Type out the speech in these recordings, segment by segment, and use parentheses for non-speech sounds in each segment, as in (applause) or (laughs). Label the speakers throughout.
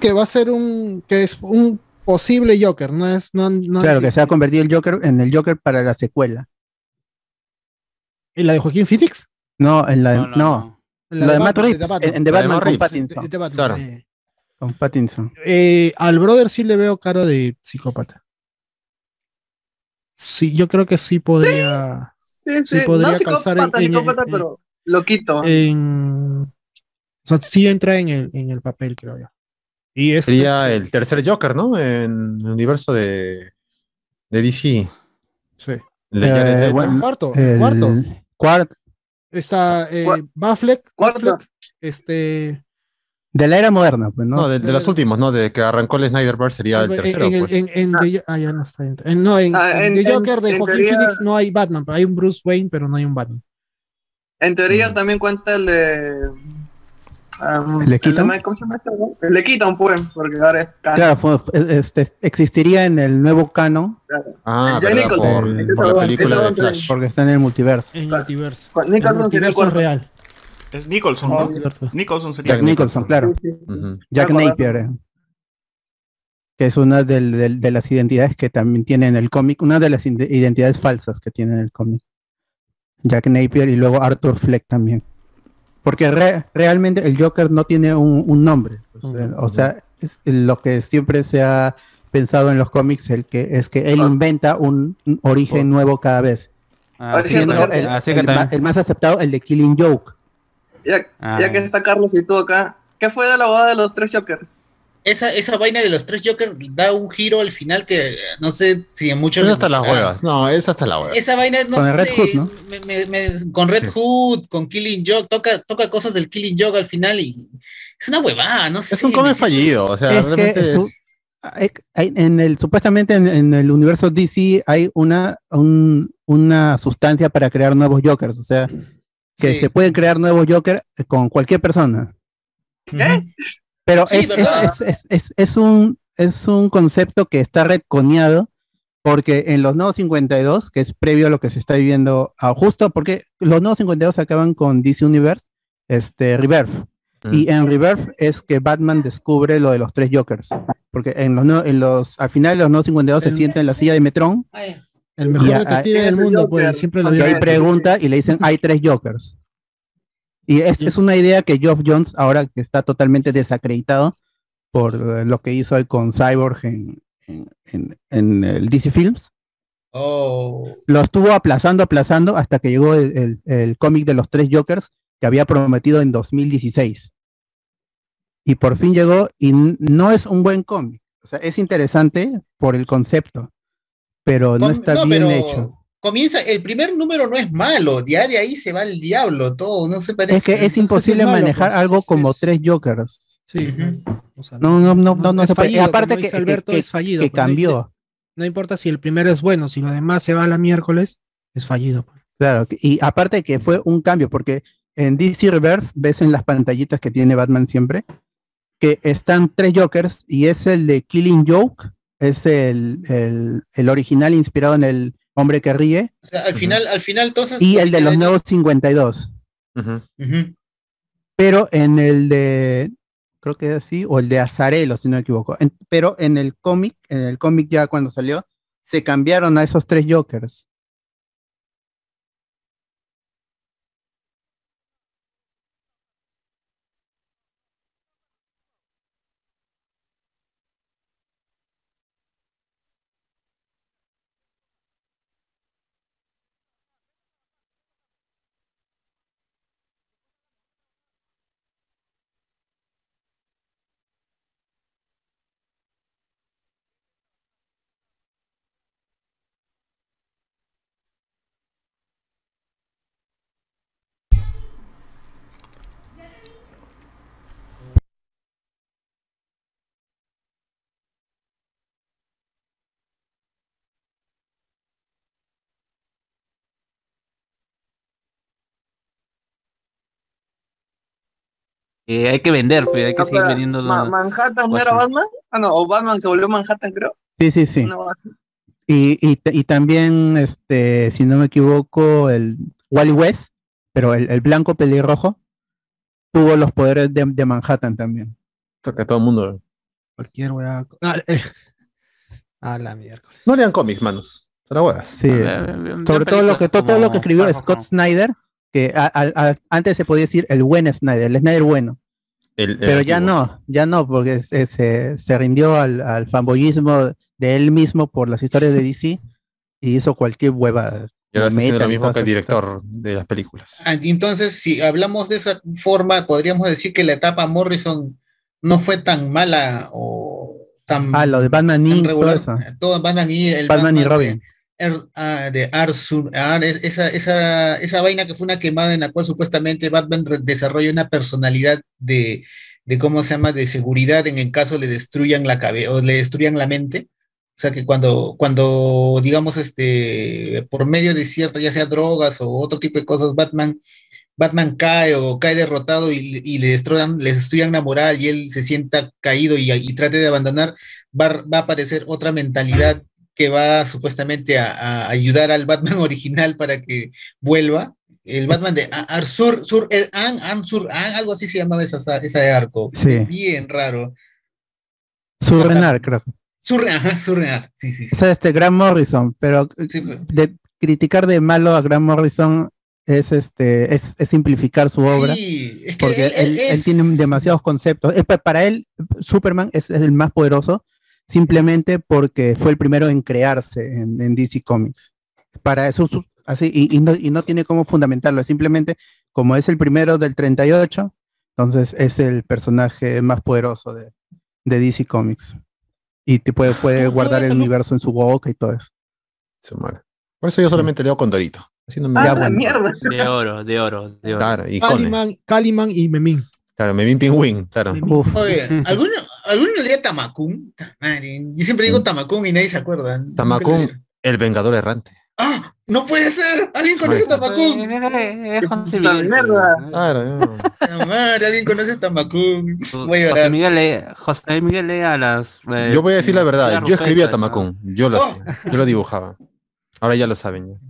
Speaker 1: que va a ser un, que es un posible Joker, no es, no, no
Speaker 2: Claro, que se ha convertido el Joker en el Joker para la secuela.
Speaker 1: ¿Y la de Joaquín Phoenix?
Speaker 2: No, en la de,
Speaker 3: No,
Speaker 2: no,
Speaker 3: no, no.
Speaker 1: En la
Speaker 2: Lo de
Speaker 1: Batman,
Speaker 2: Matt Reeves,
Speaker 1: de Batman.
Speaker 2: en- en The
Speaker 3: La de
Speaker 2: Batman
Speaker 3: Matt
Speaker 2: con
Speaker 3: Reeves.
Speaker 2: Pattinson.
Speaker 1: De Batman,
Speaker 3: Claro.
Speaker 1: eh.
Speaker 2: Con Pattinson.
Speaker 1: Eh, al brother sí le veo cara de psicópata. Sí, yo creo que sí podría.
Speaker 4: Sí,
Speaker 1: Sí,
Speaker 4: sí.
Speaker 1: podría
Speaker 4: no
Speaker 1: calzar en-
Speaker 4: psicópata,
Speaker 1: en-
Speaker 4: psicópata,
Speaker 1: en-
Speaker 4: pero lo quito.
Speaker 1: en- o sea, sí entra en el, en el papel, creo yo. Y es.
Speaker 5: Sería
Speaker 1: este,
Speaker 5: el tercer Joker, ¿no? En el universo de, de DC.
Speaker 1: sí.
Speaker 5: El de Jared
Speaker 2: Eh,
Speaker 5: Leto.
Speaker 2: bueno.
Speaker 1: Cuarto,
Speaker 2: El
Speaker 1: cuarto.
Speaker 2: cuarto.
Speaker 1: Está eh,
Speaker 4: Cua-
Speaker 1: Batfleck,
Speaker 4: cuarto.
Speaker 1: Batfleck, este,
Speaker 2: De la era moderna, pues, ¿no?
Speaker 5: No, de, de los últimos, ¿no? De que arrancó el Snyderverse sería el
Speaker 1: en-
Speaker 5: tercero.
Speaker 1: en el-
Speaker 5: pues.
Speaker 1: en- en
Speaker 4: Ah.
Speaker 1: The- ah, ya no está dentro. En- no, en- en
Speaker 4: Ah, en-
Speaker 1: The Joker
Speaker 4: en-
Speaker 1: de
Speaker 4: en
Speaker 1: Joaquín
Speaker 4: teoría-
Speaker 1: Phoenix no hay Batman, hay un Bruce Wayne, pero no hay un Batman.
Speaker 4: En teoría
Speaker 5: Mm.
Speaker 4: también cuenta el de. um,
Speaker 2: ¿Le quitan?
Speaker 4: el de- ¿Cómo se llama este? güey? Le quitan, pues, porque ahora es canon.
Speaker 2: Claro, fue- este, existiría en el nuevo canon
Speaker 5: Ah,
Speaker 4: Jack
Speaker 5: ¿verdad?
Speaker 4: Nicholson.
Speaker 5: Por,
Speaker 2: Ese
Speaker 5: por la
Speaker 4: Batman,
Speaker 5: película
Speaker 4: ese
Speaker 5: de
Speaker 4: Batman.
Speaker 5: Flash.
Speaker 2: porque está en el multiverso.
Speaker 1: En el
Speaker 4: Claro.
Speaker 1: multiverso.
Speaker 4: Con
Speaker 1: En el
Speaker 4: Nicholson sería el
Speaker 1: multiverso
Speaker 4: cuarto.
Speaker 1: real.
Speaker 6: Es Nicholson,
Speaker 1: En el
Speaker 6: ¿no?
Speaker 1: multiverso.
Speaker 6: Nicholson sería.
Speaker 2: Jack Nicholson, claro.
Speaker 4: Sí, sí.
Speaker 5: Ujú.
Speaker 2: Jack
Speaker 4: Claro,
Speaker 2: Napier, eh, que es una del- del- de las identidades que también tiene en el cómic, una de las ide- identidades falsas que tiene en el cómic. Jack Napier y luego Arthur Fleck también. Porque re- realmente el Joker no tiene un, un nombre. pues,
Speaker 1: Ujú,
Speaker 2: eh, O sea, es lo que siempre se ha pensado en los cómics el que, es que él
Speaker 4: Ah.
Speaker 2: inventa un, un origen nuevo cada vez.
Speaker 3: Oh. Ah,
Speaker 4: Así
Speaker 3: Así que
Speaker 4: es,
Speaker 2: Siendo
Speaker 4: cierto.
Speaker 2: el,
Speaker 3: así que
Speaker 2: el ma-
Speaker 3: también.
Speaker 2: el más aceptado, el de Killing Joke.
Speaker 4: Ya,
Speaker 3: Ah.
Speaker 4: ya que está Carlos y tú acá, ¿qué fue de la boda de los tres Jokers?
Speaker 7: Esa, esa vaina de los tres Jokers da un giro al final que eh, no sé si a muchos.
Speaker 5: Es
Speaker 7: les
Speaker 5: Pues hasta las
Speaker 7: gustará.
Speaker 5: huevas. No, es hasta las huevas.
Speaker 7: Esa vaina, no
Speaker 2: Con el
Speaker 7: sé,
Speaker 2: Red Hood, ¿no?
Speaker 7: me- me- me- con Red
Speaker 5: Sí.
Speaker 7: Hood, con Killing Joke, toca, toca cosas del Killing Joke al final y es una huevada, no sé.
Speaker 5: Es un cómic
Speaker 7: me-
Speaker 5: fallido. O sea,
Speaker 2: Es que
Speaker 5: realmente
Speaker 2: su-
Speaker 5: es.
Speaker 2: hay- hay- en el supuestamente en, en el universo DC hay una un- una sustancia para crear nuevos Jokers, o sea, que
Speaker 7: Sí.
Speaker 2: se pueden crear nuevos Jokers con cualquier persona.
Speaker 7: ¿Eh?
Speaker 1: Ujú.
Speaker 2: Pero
Speaker 7: Sí,
Speaker 2: es, es,
Speaker 7: ¿verdad?
Speaker 2: es- es- es- es un es un concepto que está retconeado porque en los nuevos 52, que es previo a lo que se está viviendo a justo porque los nuevos 52 acaban con DC Universe, este Rebirth. Y en Rebirth es que Batman descubre lo de los tres Jokers. Porque en los, no- en los, al final de los No 52 se
Speaker 1: El-
Speaker 2: sienta en la silla de Metrón
Speaker 7: Ay,
Speaker 1: El mejor
Speaker 2: Y a-
Speaker 1: detective
Speaker 4: a-
Speaker 1: del
Speaker 4: ese
Speaker 1: mundo,
Speaker 4: Joker,
Speaker 1: pues siempre lo
Speaker 4: ok.
Speaker 2: y
Speaker 1: digo.
Speaker 2: ahí pregunta y le dicen, hay tres Jokers. Y es, es una idea que Geoff Jones, ahora que está totalmente desacreditado por eh, lo que hizo él con Cyborg en, en- en- en el DC Films,
Speaker 7: Oh,
Speaker 2: lo estuvo aplazando, aplazando hasta que llegó el, el- el cómic de los tres Jokers que había prometido en 2016. Y por fin llegó y n- no es un buen cómic. O sea, es interesante por el concepto, pero no
Speaker 7: com-
Speaker 2: está
Speaker 7: no,
Speaker 2: bien
Speaker 7: pero
Speaker 2: hecho.
Speaker 7: Comienza, el primer número no es malo, ya de ahí se va el diablo, todo, no se parece.
Speaker 2: Es que es
Speaker 1: entonces
Speaker 2: imposible
Speaker 1: es malo,
Speaker 2: manejar
Speaker 1: pues,
Speaker 2: algo
Speaker 1: es-
Speaker 2: como
Speaker 1: es-
Speaker 2: tres Jokers.
Speaker 1: Sí,
Speaker 7: Ujú.
Speaker 1: o sea,
Speaker 2: No, no, no, no, no
Speaker 1: es
Speaker 2: se puede.
Speaker 1: fallido,
Speaker 2: Y aparte
Speaker 1: como
Speaker 2: que,
Speaker 1: dice
Speaker 2: que-
Speaker 1: Alberto,
Speaker 2: que-
Speaker 1: es fallido,
Speaker 2: que
Speaker 1: pues, no dice-
Speaker 2: cambió.
Speaker 1: No importa si el primero es bueno, si lo demás se va a la miércoles, es fallido. pues.
Speaker 2: Claro, que- y aparte que fue un cambio, porque en DC Rebirth ves en las pantallitas que tiene Batman siempre que están tres Jokers y es el de Killing Joke, es el, el- el original inspirado en el hombre que ríe
Speaker 7: O sea, al final, al final, entonces.
Speaker 2: y el de los nuevos 52.
Speaker 5: Ujú.
Speaker 7: Ujú.
Speaker 2: Pero en el de, creo que es así, o el de Azarelo, si no me equivoco. En- pero en el cómic, en el cómic ya cuando salió, se cambiaron a esos tres Jokers.
Speaker 3: Eh, hay que vender, pero hay que
Speaker 4: Ah,
Speaker 3: seguir
Speaker 4: pero,
Speaker 3: vendiendo.
Speaker 4: Ma- ¿Manhattan no era
Speaker 3: Ojo.
Speaker 4: Batman? Ah, no, o Batman se volvió Manhattan, creo.
Speaker 2: Sí, sí, sí.
Speaker 4: Una base.
Speaker 2: Y, y, t- y también, este, si no me equivoco, el Wally West, pero el, el blanco pelirrojo, tuvo los poderes de, de Manhattan también.
Speaker 5: Toca a todo el mundo.
Speaker 1: Cualquier weá. Ah, eh. A la miércoles.
Speaker 5: No lean cómics, manos. Son las huevas.
Speaker 2: Sí. Sobre todo lo que todo, todo lo que escribió Scott
Speaker 3: Scott
Speaker 2: Snyder, que a- a- a- antes se podía decir el buen Snyder, el Snyder bueno,
Speaker 5: El- el
Speaker 2: pero ya
Speaker 5: antiguo.
Speaker 2: no, ya no, porque es- es- se, se rindió al, al fanboyismo de él mismo por las historias de DC y hizo cualquier hueva.
Speaker 5: Y ahora está haciendo
Speaker 2: Metal
Speaker 5: lo
Speaker 2: y
Speaker 5: mismo
Speaker 2: todas
Speaker 5: que el
Speaker 2: esas-
Speaker 5: director de las películas.
Speaker 7: Ah, y Entonces, si hablamos de esa forma, podríamos decir que la etapa Morrison no fue tan mala o tan,
Speaker 2: Ah, lo de Batman
Speaker 7: tan
Speaker 2: Inc, todo
Speaker 7: regular.
Speaker 2: eso.
Speaker 7: Todo Batman y el
Speaker 2: Batman y
Speaker 7: de-
Speaker 2: Robin.
Speaker 7: Er- ah, de Arsur, ah, es- esa, esa, esa vaina que fue una quemada en la cual supuestamente Batman re- desarrolla una personalidad de, de cómo se llama, de seguridad en el caso le destruyan la cabeza o le destruyan la mente. O sea que cuando, cuando digamos, este, por medio de ciertas, ya sea drogas o otro tipo de cosas, Batman, Batman cae o cae derrotado y, y le destruyan, le destruyan la moral y él se sienta caído y, y trate de abandonar, va, va a aparecer otra mentalidad que va supuestamente a, a ayudar al Batman (laughs) original para que vuelva. El Batman de A- Arsur, Sur, el An, Ansur, An, algo así se llamaba esa, sa- esa de arco.
Speaker 2: Sí.
Speaker 7: Bien raro.
Speaker 2: Surrenar, creo.
Speaker 7: Sur, ajá, Sur, ah, sí, sí, sí.
Speaker 2: O sea, este Grant Morrison, pero eh,
Speaker 7: Sí, pues,
Speaker 2: de criticar de malo a Grant Morrison es este es, es simplificar su obra.
Speaker 7: sí, es que
Speaker 2: porque él, él
Speaker 7: es-
Speaker 2: tiene demasiados conceptos. Es pa- para él, Superman es, es el más poderoso simplemente porque fue el primero en crearse en, en DC Comics. Para eso, su- así, y, y no, y no tiene cómo fundamentarlo. es Simplemente, como es el primero del 38, entonces es el personaje más poderoso de, de DC Comics. Y te puede, puede
Speaker 5: Ah,
Speaker 1: No, no,
Speaker 2: guardar el
Speaker 1: eso no.
Speaker 2: universo en su boca y todo eso.
Speaker 5: Su madre. Por
Speaker 2: Mm.
Speaker 5: eso yo solamente leo Condorito. Así no me
Speaker 4: Ah,
Speaker 2: Ya,
Speaker 4: la
Speaker 2: bueno.
Speaker 4: mierda.
Speaker 3: (laughs) De oro, de oro, de oro.
Speaker 5: Claro, y Cone.
Speaker 1: Caliman, Caliman y Memín.
Speaker 5: Claro, Memín Pingüín, claro.
Speaker 2: Uf.
Speaker 7: Oye,
Speaker 5: (laughs)
Speaker 7: ¿alguno, ¿alguno leía Tamacún? Ta madre, Yo siempre digo Tamacún y nadie se acuerda. Nunca
Speaker 5: Mm. Tamacún.
Speaker 7: lo leí.
Speaker 5: El Vengador Errante.
Speaker 7: ¡Ah! ¡No puede ser! ¡Alguien conoce
Speaker 5: Madre.
Speaker 7: Tamacún!
Speaker 3: Eh, Es José
Speaker 4: Puta
Speaker 3: Miguel.
Speaker 4: mierda.
Speaker 3: pues.
Speaker 5: Claro, yo-
Speaker 7: ¡La madre! ¿Alguien conoce Tamacún?
Speaker 5: Mm.
Speaker 7: Voy a
Speaker 3: José
Speaker 7: llorar.
Speaker 3: Miguel, le- José Miguel lea las. eh,
Speaker 5: Yo voy a decir la
Speaker 3: las
Speaker 5: verdad. Yo
Speaker 3: rupestres,
Speaker 5: escribía
Speaker 3: ¿no?
Speaker 5: Tamacún. Yo lo
Speaker 7: Oh.
Speaker 5: hacía, Yo lo dibujaba. Ahora ya lo saben. ya.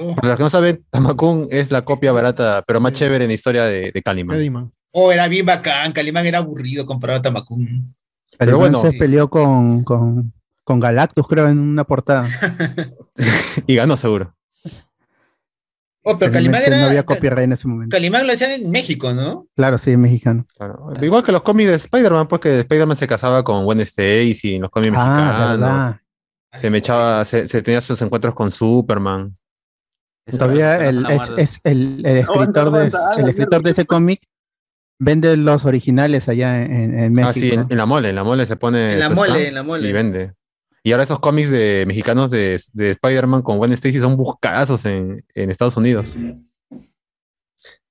Speaker 7: Oh.
Speaker 5: Para los que no saben, Tamacún es la copia barata, pero más chévere en la historia de, de Calimán.
Speaker 1: Caliman.
Speaker 7: Oh, era bien bacán. Calimán era aburrido comparado a Tamacún.
Speaker 5: Pero
Speaker 2: Alemán
Speaker 5: bueno.
Speaker 2: se peleó con, con, con Galactus, creo, en una
Speaker 5: (laughs)
Speaker 2: portada.
Speaker 5: Y ganó seguro.
Speaker 7: Oh, pero Calimán
Speaker 2: Felizmente
Speaker 7: era.
Speaker 2: No había copyright en ese momento.
Speaker 7: Calimán lo hacían en México, ¿no?
Speaker 2: Claro, sí, mexicano.
Speaker 5: Claro. Igual que los cómics de Spider-Man, pues que Spider-Man se casaba con Gwen Stacy en los cómics
Speaker 2: Ah,
Speaker 5: mexicanos.
Speaker 2: verdad.
Speaker 5: Se me echaba, se, se tenía sus encuentros con Superman.
Speaker 3: Esa
Speaker 2: Todavía
Speaker 3: persona
Speaker 2: el,
Speaker 3: la
Speaker 2: es,
Speaker 3: guardo.
Speaker 2: es el, el
Speaker 4: Aguanta,
Speaker 2: escritor, de,
Speaker 4: aguanta, a la
Speaker 2: el escritor de ese cómic vende los originales allá en, en México.
Speaker 5: Ah, sí, en, en la mole, en la mole se pone.
Speaker 7: En la
Speaker 5: su
Speaker 7: mole,
Speaker 5: stand
Speaker 7: en la
Speaker 5: Y
Speaker 7: mole.
Speaker 5: vende. Y ahora esos cómics de mexicanos de, de Spider-Man con Gwen Stacy son buscadazos en, en Estados Unidos.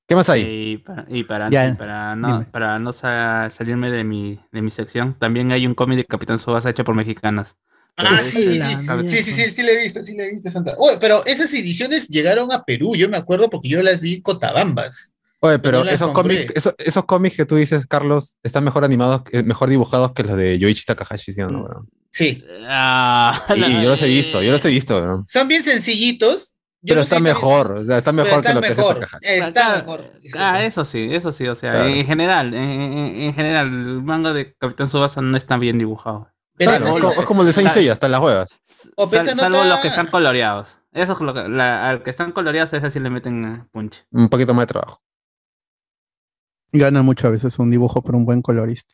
Speaker 5: ¿Qué más hay?
Speaker 3: Y para, y para,
Speaker 2: Ya,
Speaker 3: y para no,
Speaker 2: dime.
Speaker 3: para no sa- salirme de mi, de mi sección, también hay un cómic de Capitán Subasa hecho por mexicanas.
Speaker 7: Ah, sí, sí, sí.
Speaker 1: La
Speaker 7: Sí, sí, sí, sí, le he visto, sí, le he visto, Santa. Oh, pero esas ediciones llegaron a Perú, yo me acuerdo porque yo las vi cotabambas.
Speaker 5: Oye, pero
Speaker 7: no las
Speaker 5: esos
Speaker 7: compré.
Speaker 5: cómics, esos, esos cómics que tú dices, Carlos, están mejor animados, eh, mejor dibujados que los de Yoichi Takahashi, ¿sí o no, weón?
Speaker 7: Sí,
Speaker 3: Ah,
Speaker 5: Sí,
Speaker 3: la-
Speaker 5: yo los he visto, yo los he visto, weón.
Speaker 7: son bien sencillitos. yo
Speaker 5: pero
Speaker 7: no
Speaker 5: está
Speaker 7: sé-
Speaker 5: mejor, o sea, está
Speaker 7: pero
Speaker 5: mejor que
Speaker 7: está
Speaker 5: lo que hace
Speaker 7: mejor,
Speaker 5: Takahashi.
Speaker 7: Está
Speaker 3: Acá-
Speaker 7: mejor.
Speaker 3: Ah, eso sí, eso sí, o sea,
Speaker 5: Claro.
Speaker 3: en general, en, en- en general, el manga de Capitán Subasa no está bien dibujado.
Speaker 7: Pero
Speaker 5: Claro,
Speaker 7: esa-
Speaker 5: es,
Speaker 7: esa-
Speaker 5: como- es como el de Saint
Speaker 3: Claro.
Speaker 5: Seiya, hasta en las huevas.
Speaker 7: O
Speaker 3: Sal-
Speaker 7: pesa
Speaker 3: salvo
Speaker 7: nota-
Speaker 3: los que están coloreados. Esos lo que- la- al que están coloreados, a ese sí le meten eh, punch.
Speaker 5: Un poquito más de trabajo.
Speaker 2: Gana mucho a veces un dibujo por un buen colorista.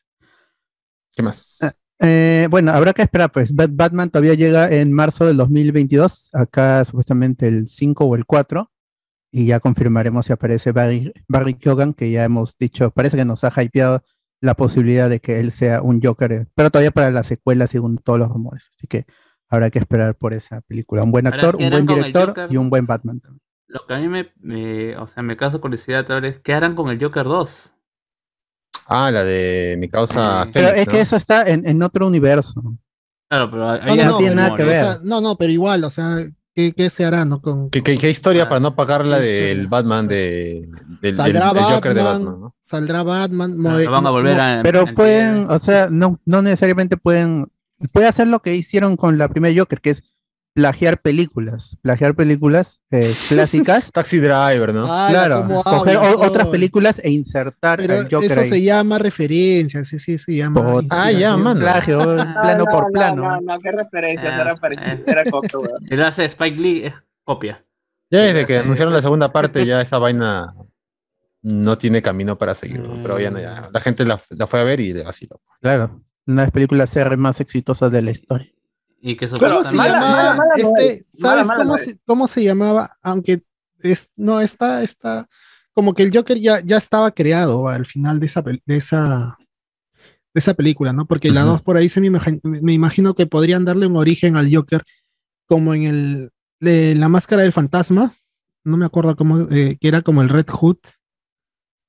Speaker 5: ¿Qué más?
Speaker 2: Ah. Eh, bueno, habrá que esperar, pues. Bat- Batman todavía llega en marzo del 2022, acá supuestamente el 5 o el 4, y ya confirmaremos si aparece Barry, Barry Keoghan, que ya hemos dicho, parece que nos ha hypeado la posibilidad de que él sea un Joker, eh, pero todavía para la secuela, según todos los rumores. Así que habrá que esperar por esa película. Un buen
Speaker 3: Ahora,
Speaker 2: actor,
Speaker 3: ¿qué
Speaker 2: un buen
Speaker 3: harán con el
Speaker 2: director
Speaker 3: Joker?
Speaker 2: y un buen Batman también.
Speaker 3: Lo que a mí me, me- o sea, me causa curiosidad ahora es, ¿qué harán con el Joker 2?
Speaker 5: Ah, la de mi causa
Speaker 3: Sí.
Speaker 2: Pero
Speaker 5: Fénix,
Speaker 2: es que
Speaker 5: ¿no?
Speaker 2: eso está en, en otro universo.
Speaker 3: Claro, pero ahí
Speaker 1: No, no,
Speaker 3: hay
Speaker 1: no,
Speaker 2: tiene nada
Speaker 3: rumores.
Speaker 2: que ver.
Speaker 1: O sea, no, no, pero igual, o sea, ¿qué, qué se hará, no? Con,
Speaker 5: ¿Qué, qué- qué
Speaker 1: Ah,
Speaker 5: historia para no pagar la
Speaker 1: qué
Speaker 5: del
Speaker 1: historia.
Speaker 5: Batman de, del, del-
Speaker 1: saldrá
Speaker 5: del
Speaker 1: Batman,
Speaker 5: Joker de Batman? ¿no?
Speaker 1: saldrá Batman.
Speaker 3: Ah,
Speaker 1: mode-
Speaker 3: lo van a volver
Speaker 1: mo-
Speaker 3: a.
Speaker 2: eh, Pero
Speaker 3: a-
Speaker 2: pueden, o sea, no, no necesariamente pueden, puede hacer lo que hicieron con la primera Joker, que es plagiar películas, plagiar películas
Speaker 3: (laughs)
Speaker 2: eh, clásicas,
Speaker 5: Taxi Driver, ¿no?
Speaker 1: Ah,
Speaker 2: claro,
Speaker 1: cómo
Speaker 2: coger
Speaker 1: hablan,
Speaker 2: o- otras
Speaker 1: no.
Speaker 2: películas e insertar
Speaker 1: Pero
Speaker 2: al Joker
Speaker 1: eso
Speaker 2: ahí.
Speaker 1: se llama referencia, sí, sí, se llama.
Speaker 2: Puta.
Speaker 5: Ah, ya,
Speaker 1: inspiración.
Speaker 5: mano.
Speaker 2: Plagio, (laughs) Ah, plano por plano.
Speaker 4: No, no, qué referencia,
Speaker 3: Ah,
Speaker 4: qué referencia.
Speaker 3: eh.
Speaker 4: Era copia,
Speaker 3: (laughs)
Speaker 4: weón.
Speaker 3: Si lo hace Spike Lee, es copia.
Speaker 5: Ya desde que anunciaron la segunda parte, ya esa vaina no tiene camino para seguir. ¿no? Pero ya, no- ya la gente la, la fue a ver y le vaciló.
Speaker 2: Claro, una de las películas CR más exitosas de la historia.
Speaker 3: Y que
Speaker 1: ¿Cómo se
Speaker 4: Mala,
Speaker 1: llamaba?
Speaker 4: mala, mala no
Speaker 1: este,
Speaker 4: es. Mala,
Speaker 1: ¿Sabes
Speaker 4: mala
Speaker 1: cómo,
Speaker 4: no
Speaker 1: se, cómo se llamaba? Aunque es, no, está, está, como que el Joker ya, ya estaba creado al final de esa, pel- de esa, de esa película, ¿no? Porque la
Speaker 5: Ujú.
Speaker 1: 2 por ahí se me, imagi- me imagino que podrían darle un origen al Joker, como en el, de la máscara del fantasma, no me acuerdo cómo, eh, que era como el Red Hood,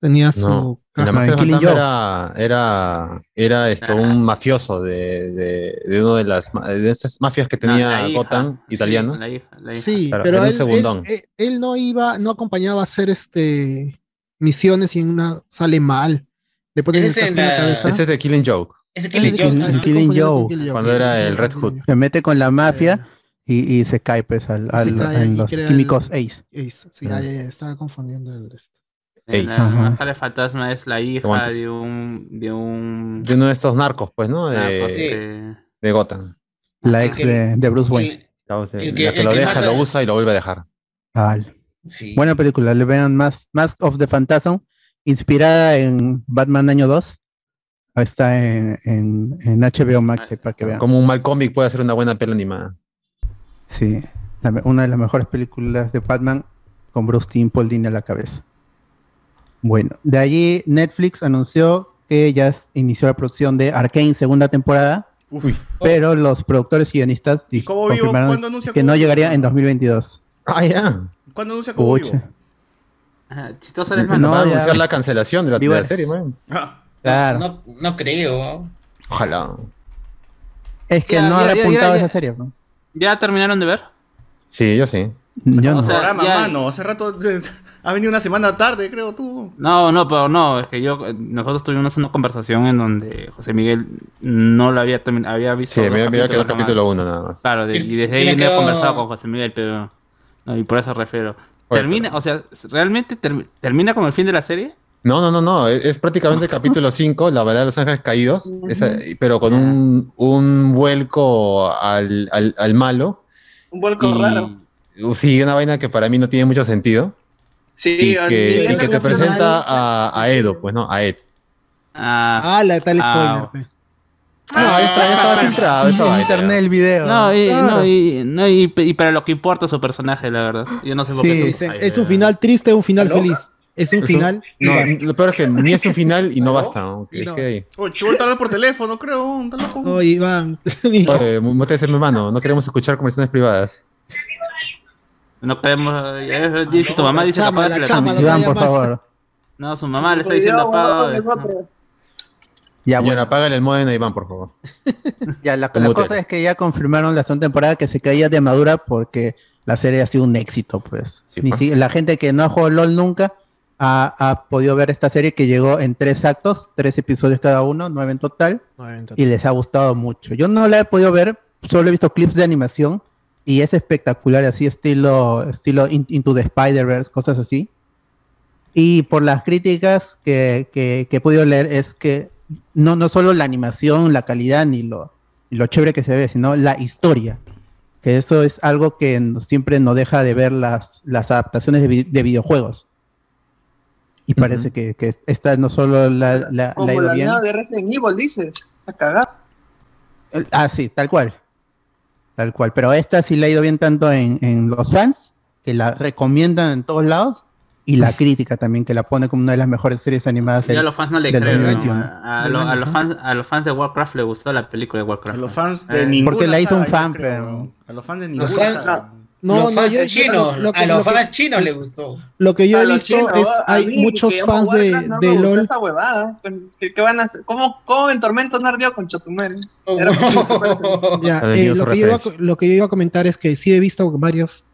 Speaker 1: tenía su
Speaker 5: No,
Speaker 1: caja.
Speaker 5: La
Speaker 2: Ajá,
Speaker 5: Máscara
Speaker 2: en Killing
Speaker 5: Fantasma era, era, era esto,
Speaker 3: Ah.
Speaker 5: un mafioso de, de, de una de las ma- de esas mafias que tenía
Speaker 3: la hija.
Speaker 5: Gotham italianas.
Speaker 3: La hija, la hija.
Speaker 1: Sí,
Speaker 5: Claro,
Speaker 1: pero
Speaker 5: era un
Speaker 1: él, él-
Speaker 5: segundón.
Speaker 1: él- él no iba, no acompañaba a hacer este misiones y en una sale mal. Le ponen el
Speaker 7: Ese es
Speaker 1: casco en la
Speaker 7: la-
Speaker 2: ¿ah?
Speaker 1: cabeza.
Speaker 5: Ese es de Killing Joke.
Speaker 7: Ese que
Speaker 1: Ah,
Speaker 7: le
Speaker 1: sí,
Speaker 7: Joker,
Speaker 1: sí,
Speaker 2: Killing-
Speaker 1: sí,
Speaker 7: ¿no?
Speaker 2: el Killing
Speaker 1: confundido con
Speaker 2: Joke,
Speaker 1: Killing Joke,
Speaker 5: cuando
Speaker 1: sí,
Speaker 5: era
Speaker 1: sí,
Speaker 5: el
Speaker 1: sí,
Speaker 5: Red
Speaker 1: sí,
Speaker 5: Hood.
Speaker 1: sí,
Speaker 2: Se mete con la mafia y, y se cae pues al,
Speaker 1: se
Speaker 2: al-
Speaker 1: cae
Speaker 2: en
Speaker 1: y
Speaker 2: los
Speaker 1: crea el- eh,
Speaker 2: químicos Ace.
Speaker 1: sí, sí, sí, ya, ya, ya, estaba confundiendo el este. resto.
Speaker 5: Ey.
Speaker 3: La
Speaker 2: Ajá.
Speaker 3: máscara de fantasma es la hija
Speaker 5: Aguantas.
Speaker 3: de un. de un.
Speaker 5: De uno de estos narcos, pues, ¿no?
Speaker 3: Ah,
Speaker 5: De,
Speaker 3: pues,
Speaker 7: sí.
Speaker 3: eh,
Speaker 5: de Gotham.
Speaker 2: La ex
Speaker 1: ah,
Speaker 7: El-
Speaker 2: de, de Bruce Wayne.
Speaker 7: el-
Speaker 5: Claro, se-
Speaker 7: El que-
Speaker 5: la que
Speaker 7: el
Speaker 5: lo
Speaker 7: que
Speaker 5: deja,
Speaker 7: mata-
Speaker 5: lo usa y lo vuelve a dejar.
Speaker 2: Al-
Speaker 7: sí.
Speaker 2: Buena película, le vean más Mask of the Phantasm, inspirada en Batman Año 2. Ahí está en, en- en HBO Max ahí para que vean.
Speaker 5: Como un mal cómic puede hacer una buena peli animada.
Speaker 2: Sí, la me- una de las mejores películas de Batman con Bruce Timpoldin a la cabeza. Bueno, de allí Netflix anunció que ya s- inició la producción de Arkane segunda temporada,
Speaker 6: Uf.
Speaker 2: pero los productores y guionistas di-
Speaker 6: ¿Cómo vivo?
Speaker 2: confirmaron
Speaker 6: ¿Cuándo anuncia
Speaker 2: que
Speaker 6: Cubo
Speaker 2: no
Speaker 6: Vivo?
Speaker 2: llegaría en 2022.
Speaker 5: Ah, ya.
Speaker 6: ¿Cuándo anuncia Cubo
Speaker 2: Pucha.
Speaker 6: Vivo?
Speaker 3: ajá, Chistosa la
Speaker 5: No,
Speaker 2: No,
Speaker 5: va a
Speaker 2: ya.
Speaker 5: anunciar la cancelación de la, de la
Speaker 2: Viewers.
Speaker 5: serie, man.
Speaker 6: Ah,
Speaker 2: Claro,
Speaker 7: No, no creo.
Speaker 5: Ojalá.
Speaker 2: es que
Speaker 3: Ya,
Speaker 2: no ha
Speaker 3: ya, ya, ya,
Speaker 2: repuntado
Speaker 3: ya.
Speaker 2: esa serie. ¿no?
Speaker 3: ¿Ya terminaron de ver?
Speaker 5: Sí, yo sí.
Speaker 2: Yo
Speaker 3: O
Speaker 2: no.
Speaker 3: sea,
Speaker 6: programa,
Speaker 3: ya-
Speaker 6: mano. Hace rato ha venido una semana tarde, creo tú.
Speaker 3: No, no, pero no, es que yo, nosotros tuvimos una conversación en donde José Miguel no lo había termin- había visto.
Speaker 5: Sí,
Speaker 3: dos
Speaker 5: me había quedado
Speaker 3: capítulos
Speaker 5: el
Speaker 3: nomás.
Speaker 5: capítulo 1 nada más.
Speaker 3: Claro, de- y desde
Speaker 7: Que me
Speaker 3: ahí no he
Speaker 7: quedo-
Speaker 3: conversado con José Miguel, pero. no, y por eso refiero.
Speaker 5: Oye,
Speaker 3: Termina,
Speaker 5: pero-
Speaker 3: o sea, ¿realmente ter- termina con el fin de la serie?
Speaker 5: No, no, no, no. e, Es, es prácticamente el
Speaker 1: (laughs)
Speaker 5: capítulo 5, la verdad de los ángeles caídos, esa- pero con un, un vuelco al, al, al malo.
Speaker 4: Un vuelco raro.
Speaker 5: y- Sí, una vaina que para mí no tiene mucho sentido.
Speaker 4: Sí,
Speaker 5: Y
Speaker 4: al-
Speaker 5: que, y que te
Speaker 1: Algo
Speaker 5: presenta
Speaker 1: raro.
Speaker 5: a, a Edo, pues, ¿no? A Ed.
Speaker 3: Ah,
Speaker 1: Ah, la tal
Speaker 3: Ah.
Speaker 1: spoiler. pe.
Speaker 2: Ah,
Speaker 5: No, ahí está, ya estaba filtrado.
Speaker 2: En
Speaker 5: estaba
Speaker 2: internet el video.
Speaker 3: no, y,
Speaker 1: claro.
Speaker 3: no, y, no, y- y para lo que importa su personaje, la verdad. Yo no sé por
Speaker 2: Sí,
Speaker 3: qué.
Speaker 1: Dicen,
Speaker 3: Ay,
Speaker 1: es
Speaker 3: ay,
Speaker 1: un final triste, un final
Speaker 7: ¿Aló?
Speaker 1: feliz. Es un
Speaker 5: un-
Speaker 1: final.
Speaker 5: No, lo peor es que ni es un final y no basta. ¿no?
Speaker 1: Y
Speaker 5: Es
Speaker 1: no
Speaker 5: que ahí.
Speaker 6: O chulo tarda por teléfono, creo. Está loco.
Speaker 1: No, Iván. (laughs)
Speaker 5: Oye, mótese, mi hermano, no queremos escuchar conversaciones privadas.
Speaker 3: No queremos. eh, eh, dice, tu mamá dice
Speaker 1: Chama,
Speaker 3: papá,
Speaker 1: la
Speaker 3: que la-
Speaker 1: chama, la-
Speaker 2: Iván, por
Speaker 1: llamar.
Speaker 2: favor.
Speaker 3: No, su mamá le está diciendo
Speaker 4: Cuidado, weón,
Speaker 3: papá.
Speaker 4: nosotros.
Speaker 2: Ya,
Speaker 5: Señora,
Speaker 2: bueno.
Speaker 5: apágale el modem a Iván, por favor.
Speaker 2: Ya, la,
Speaker 5: Como
Speaker 2: la
Speaker 5: hotel.
Speaker 2: cosa es que ya confirmaron la segunda temporada que se caía de madura porque la serie ha sido un éxito, pues.
Speaker 5: Sí,
Speaker 2: Ni
Speaker 5: pa.
Speaker 2: si- la gente que no ha jugado LOL nunca ha, ha podido ver esta serie que llegó en tres actos, tres episodios cada uno, nueve en total, y les ha gustado mucho. Yo no la he podido ver, solo he visto clips de animación y es espectacular, así estilo, estilo In- Into the Spider-Verse, cosas así. Y por las críticas que, que- que he podido leer es que no, no solo la animación, la calidad ni lo, y lo chévere que se ve, sino la historia. Que eso es algo que no- siempre nos deja de ver las, las adaptaciones de, vi- de videojuegos. Y parece que, que esta no solo la, la- la ha
Speaker 4: Como
Speaker 2: ido
Speaker 4: la
Speaker 2: bien.
Speaker 4: nueva de Resident Evil, dices. A cagar.
Speaker 2: El- Ah, sí, tal cual. Tal cual. Pero esta sí la ha ido bien tanto en, en los fans, que la recomiendan en todos lados, y la crítica también, que la pone como una de las mejores series animadas
Speaker 3: Ya a
Speaker 2: del,
Speaker 3: los fans no Ah, le
Speaker 2: del
Speaker 3: creen.
Speaker 2: 2021.
Speaker 3: A, lo- a los fans, a los fans de Warcraft les gustó la película de
Speaker 6: A
Speaker 3: Warcraft.
Speaker 6: los fans de
Speaker 3: Eh,
Speaker 6: ninguna
Speaker 2: Porque la hizo
Speaker 6: saga,
Speaker 2: un fan,
Speaker 6: yo creo,
Speaker 2: pero-
Speaker 6: weón. A los fans de
Speaker 7: Los
Speaker 6: ninguna
Speaker 7: fans-
Speaker 6: saga.
Speaker 7: los fans
Speaker 1: yo-
Speaker 7: de
Speaker 1: yo-
Speaker 7: chinos,
Speaker 1: lo que-
Speaker 7: a los
Speaker 1: lo que-
Speaker 7: fans chinos les gustó.
Speaker 1: Lo que yo
Speaker 4: A
Speaker 1: he
Speaker 4: los
Speaker 1: visto
Speaker 4: chinos,
Speaker 1: es
Speaker 4: a
Speaker 1: hay
Speaker 4: mí,
Speaker 1: muchos
Speaker 4: que amo
Speaker 1: fans de,
Speaker 4: Warcraft, no me
Speaker 1: de
Speaker 4: gustó
Speaker 1: LOL.
Speaker 4: Esa huevada. ¿Qué, qué van a hacer? ¿Cómo, ¿Cómo en Tormentos no ardió con Chotumel?
Speaker 7: Oh,
Speaker 4: Era
Speaker 1: (laughs) Ya,
Speaker 5: Saben
Speaker 1: eh,
Speaker 5: bien su
Speaker 1: lo, que yo iba, a co-
Speaker 5: referencia.
Speaker 1: lo que yo iba a comentar es que sí he visto varios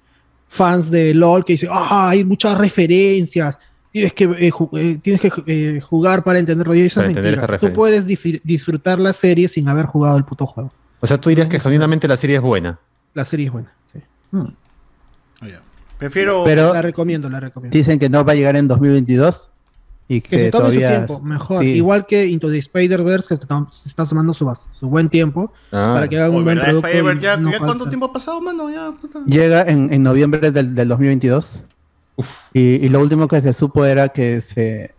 Speaker 1: fans de LOL que dicen, ah, hay muchas referencias, tienes que, eh, ju- eh, tienes que eh, jugar para entenderlo. Y eso
Speaker 5: Para
Speaker 1: es
Speaker 5: entender
Speaker 1: mentira.
Speaker 5: esa
Speaker 1: Tú
Speaker 5: referencia.
Speaker 1: puedes difi- disfrutar la serie sin haber jugado el puto juego.
Speaker 5: O sea, tú dirías que genuinamente la serie es buena.
Speaker 1: La serie es buena.
Speaker 6: Ah, ya. Prefiero.
Speaker 2: Pero
Speaker 1: La recomiendo, la recomiendo.
Speaker 2: dicen que no va a llegar en 2022 y que,
Speaker 1: que se tome
Speaker 2: todavía.
Speaker 1: su tiempo, mejor.
Speaker 2: sí.
Speaker 1: Igual que Into the Spider-Verse, que se está, se está tomando su, base- su buen tiempo
Speaker 5: Ah,
Speaker 1: para que haga
Speaker 6: Oh,
Speaker 1: un buen
Speaker 6: ¿verdad?
Speaker 1: producto.
Speaker 6: Spider-Man,
Speaker 1: y
Speaker 6: ya,
Speaker 1: no
Speaker 6: ya cuánto
Speaker 1: falta.
Speaker 6: tiempo ha pasado, mano? Ya, puta.
Speaker 2: Llega en, en noviembre del, del 2022. Y, y lo último que se supo era que se.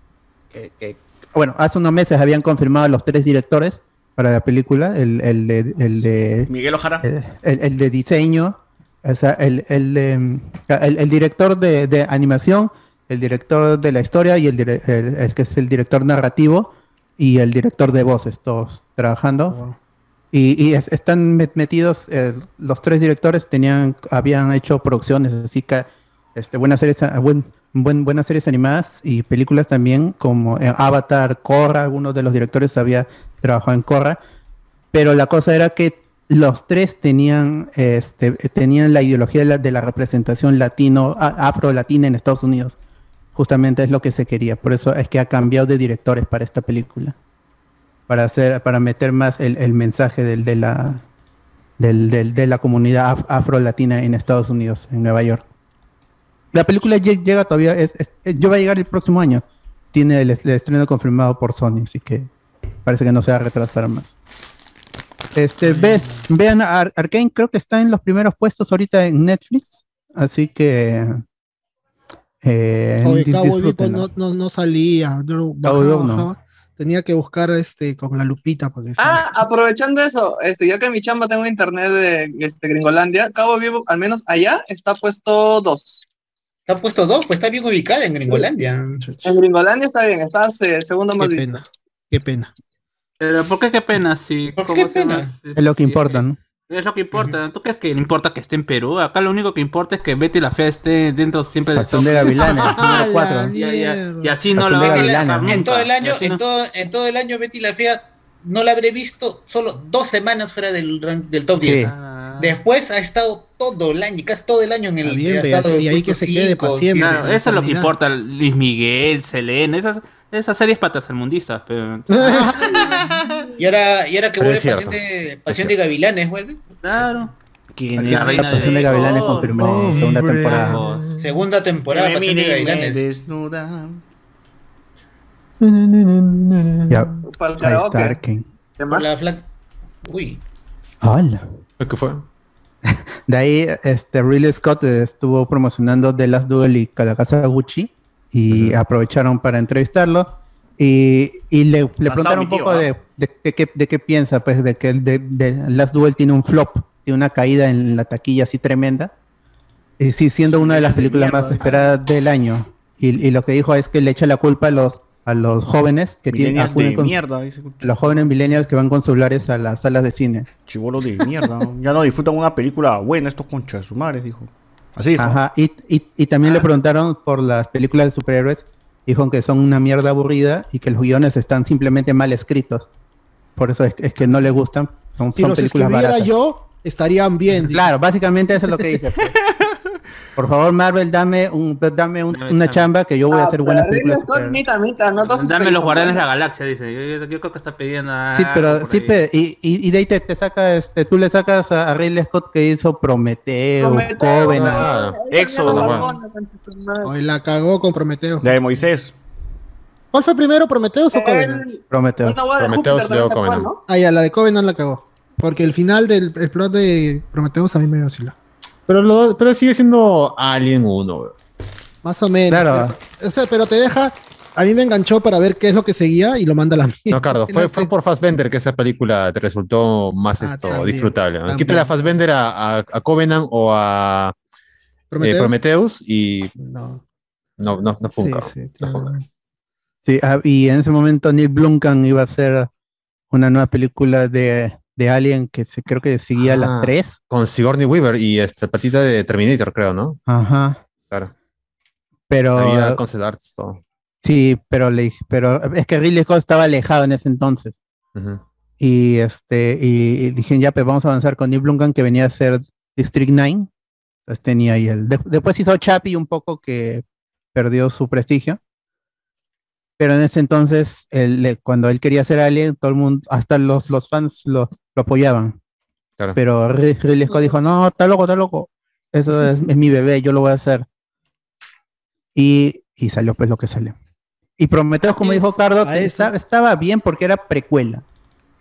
Speaker 2: que- que- bueno, hace unos meses habían confirmado a los tres directores para la película: el, el de, el, de, eh,
Speaker 6: Miguel Ojara.
Speaker 2: el, el de diseño, o sea, el, el, de, mm, el- el director de, de animación, el director de la historia y el, dire- el- el que es el director narrativo y el director de voces, todos trabajando. Y, y es- están met- metidos, eh, los tres directores tenían, habían hecho producciones, así que este, buenas, series, a- buen, buen- buenas series animadas y películas también, como eh, Avatar, Korra, algunos de los directores había trabajado en Korra, pero la cosa era que los tres tenían, este, tenían la ideología de la, de la representación latino, a- afro-latina en Estados Unidos. Justamente es lo que se quería, por eso es que ha cambiado de directores para esta película para hacer para meter más el, el mensaje del, de la del, del- de la comunidad af- afro-latina en Estados Unidos, en Nueva York. La película lle- llega todavía, es, es- es- yo va a llegar el próximo año. Tiene el, est- el estreno confirmado por Sony, así que parece que no se va a retrasar más. Este, ve- vean, Ar- Arkane creo que está en los primeros puestos ahorita en Netflix, así que eh,
Speaker 1: Oye,
Speaker 2: dis-
Speaker 1: Cowboy Bebop
Speaker 2: disfrútenla.
Speaker 1: no, no, no salía. no
Speaker 2: Cowboy
Speaker 1: bajaba,
Speaker 2: Bebop no.
Speaker 1: bajaba. Tenía que buscar este con la lupita. Porque
Speaker 4: Ah, aprovechando eso, este, yo que en mi chamba tengo internet de este, Gringolandia, Cabo Vivo, al menos allá, está puesto 2.
Speaker 7: Está puesto dos, pues está bien ubicada en Gringolandia.
Speaker 4: En Gringolandia está bien, está eh, segundo
Speaker 1: qué
Speaker 4: más visto.
Speaker 1: pena. Qué pena.
Speaker 3: Pero ¿por qué qué pena? Si,
Speaker 7: ¿Por qué
Speaker 3: ¿cómo se llama?
Speaker 7: pena?
Speaker 3: Si-
Speaker 2: es lo que
Speaker 3: si-
Speaker 2: importa, ¿no?
Speaker 3: Es lo que importa. ¿Tú crees que le importa que esté en Perú? Acá lo único que importa es que Betty la Fea esté dentro siempre de
Speaker 2: Pasión de Gavilanes,
Speaker 3: (laughs)
Speaker 1: Ah,
Speaker 2: número
Speaker 1: la
Speaker 2: 4.
Speaker 3: Y, y- y
Speaker 1: mierda.
Speaker 3: así no la
Speaker 2: Pasión de
Speaker 3: van a
Speaker 2: Gavilanes.
Speaker 3: sacar nunca.
Speaker 7: En todo el
Speaker 3: Y
Speaker 7: año,
Speaker 3: así
Speaker 7: en
Speaker 3: no-
Speaker 7: todo, en todo el año Betty la Fea no la habré visto solo dos semanas fuera del, rank- del top
Speaker 2: Sí.
Speaker 7: 10.
Speaker 3: Ah.
Speaker 7: Después ha estado todo el año, casi todo el año en el
Speaker 1: Está bien,
Speaker 7: ha
Speaker 1: pues,
Speaker 7: estado
Speaker 1: y
Speaker 7: en
Speaker 1: ahí que se quede
Speaker 7: cinco,
Speaker 1: pa' siempre.
Speaker 7: siete.
Speaker 3: Claro, eso es lo que
Speaker 1: Mira.
Speaker 3: importa. Luis Miguel, Selena, esas, esas series para tercermundistas. Pero...
Speaker 1: (laughs)
Speaker 7: Y ahora, y ahora que
Speaker 5: Pero
Speaker 7: vuelve
Speaker 5: es cierto.
Speaker 7: Pasión de, Pasión de Gavilanes, vuelve.
Speaker 3: Claro.
Speaker 6: ¿Quién
Speaker 3: La reina
Speaker 2: La pasión de
Speaker 3: de-
Speaker 2: Gavilanes
Speaker 6: Oh,
Speaker 2: confirmada en
Speaker 1: hombre.
Speaker 2: segunda temporada.
Speaker 3: Ojo.
Speaker 7: Segunda
Speaker 6: Que
Speaker 7: temporada,
Speaker 6: me
Speaker 7: Pasión de
Speaker 6: mire y me
Speaker 7: Gavilanes.
Speaker 6: desnuda.
Speaker 2: Ya,
Speaker 4: Para el
Speaker 2: ahí está
Speaker 4: karaoke.
Speaker 2: Arkane.
Speaker 4: ¿Qué más?
Speaker 7: La flaca. Uy.
Speaker 2: Ala.
Speaker 5: ¿Qué fue?
Speaker 2: De ahí, este, Ridley Scott eh, estuvo promocionando The Last Duel y Kalakasa Gucci y aprovecharon para entrevistarlo y, y le, le preguntaron
Speaker 6: mi
Speaker 2: un
Speaker 6: tío,
Speaker 2: poco
Speaker 6: ¿ah?
Speaker 2: de, de- de qué, de qué piensa, pues, de que el de, de Last Duel tiene un flop, tiene una caída en la taquilla así tremenda. Y sí, siendo una de las películas más esperadas del año. Y, y lo que dijo es que le echa la culpa a los, a los jóvenes que tienen,
Speaker 6: Millennials
Speaker 2: acuden
Speaker 6: de
Speaker 2: con-
Speaker 6: mierda. dice.
Speaker 2: los jóvenes millennials que van con celulares a las salas de cine.
Speaker 6: Chibolo de mierda. Ya no disfrutan una película buena estos conchas de su madre, dijo. Así dijo.
Speaker 2: Ajá, y, y, y también
Speaker 3: Ah.
Speaker 2: le preguntaron por las películas de superhéroes. Dijo que son una mierda aburrida y que los guiones están simplemente mal escritos. Por eso es, es que no le gustan. Son,
Speaker 1: Si
Speaker 2: son
Speaker 1: los
Speaker 2: películas
Speaker 1: escribiera
Speaker 2: baratas.
Speaker 1: yo, estarían bien. dice.
Speaker 2: Claro, básicamente eso es lo que
Speaker 7: (laughs)
Speaker 2: dice. pues. Por favor, Marvel, dame, un, dame un-
Speaker 3: Dame
Speaker 2: una
Speaker 3: chamba.
Speaker 2: chamba que yo voy a
Speaker 4: Ah,
Speaker 2: hacer
Speaker 4: pero
Speaker 2: buenas
Speaker 4: Ridley
Speaker 2: películas. de
Speaker 4: Scott,
Speaker 2: superhéroes.
Speaker 4: mita, mita, no todos sus
Speaker 3: Dame los
Speaker 4: películas.
Speaker 3: guardianes de la galaxia, dice. Yo, yo creo que está pidiendo.
Speaker 2: Sí,
Speaker 3: algo
Speaker 2: pero,
Speaker 3: Ah, por
Speaker 2: sí,
Speaker 3: ahí.
Speaker 2: pe- y, y, y de ahí te, te saca, este, tú le sacas a, a Ridley Scott que hizo Prometeo,
Speaker 4: Prometeo,
Speaker 2: Covenant.
Speaker 3: Ah.
Speaker 6: Ah,
Speaker 5: Claro.
Speaker 6: Éxodo.
Speaker 4: Babona, concha su madre.
Speaker 1: Oye, la cagó con Prometeo.
Speaker 6: La de Moisés.
Speaker 1: ¿Cuál fue primero, Prometeo o Covenant?
Speaker 4: Él-
Speaker 2: Prometeo.
Speaker 4: una hueá de
Speaker 5: Prometheus
Speaker 4: Júpiter también
Speaker 5: leo
Speaker 4: se fue,
Speaker 5: Covenant.
Speaker 4: ¿no?
Speaker 1: Ah, ya, la de Covenant la cagó. Porque el final del el plot de Prometheus a mí me vacila.
Speaker 5: Pero, lo- pero sigue siendo Alien 1, weón.
Speaker 1: Más o menos.
Speaker 2: Claro.
Speaker 1: Pero, o sea, pero te deja. A mí me enganchó para ver qué es lo que seguía y lo manda a la mierda.
Speaker 5: No,
Speaker 1: (laughs)
Speaker 5: Cardo, fue, fue por Fassbender que esa película te resultó más
Speaker 1: Ah,
Speaker 5: esto,
Speaker 1: también,
Speaker 5: disfrutable.
Speaker 1: también.
Speaker 5: Quítale a Fassbender a, a, a Covenant o a eh,
Speaker 1: Prometeo.
Speaker 5: Prometheus y
Speaker 1: No.
Speaker 5: no, no, no fue un
Speaker 1: Sí,
Speaker 5: carro.
Speaker 1: sí,
Speaker 5: No fue un
Speaker 1: tiene-
Speaker 5: carro.
Speaker 2: Sí, ah, y en ese momento Neil Blomkamp iba a hacer una nueva película de, de Alien que se, creo que seguía a
Speaker 5: Ah.
Speaker 2: las 3.
Speaker 5: Con Sigourney Weaver y este patita de Terminator, creo, ¿no?
Speaker 2: Ajá.
Speaker 5: Claro.
Speaker 2: Pero
Speaker 5: Había concept arts, todo.
Speaker 2: sí, pero le dij- pero es que Ridley Scott estaba alejado en ese entonces.
Speaker 5: Ujú.
Speaker 2: Y este y, y dije, ya, pues vamos a avanzar con Neil Blomkamp que venía a ser District 9. Entonces tenía ahí el. de- después hizo Chappie un poco que perdió su prestigio. Pero en ese entonces, él le- cuando él quería ser Alien, todo el mundo, hasta los, los fans lo, lo apoyaban.
Speaker 5: Claro.
Speaker 2: Pero Ri- Ridley Scott dijo, no, está loco, está loco. eso es, es mi bebé, yo lo voy a hacer. Y, y salió pues lo que salió. Y Prometeos, como dijo Cardo,
Speaker 8: a eso.
Speaker 2: esta- estaba bien porque era precuela.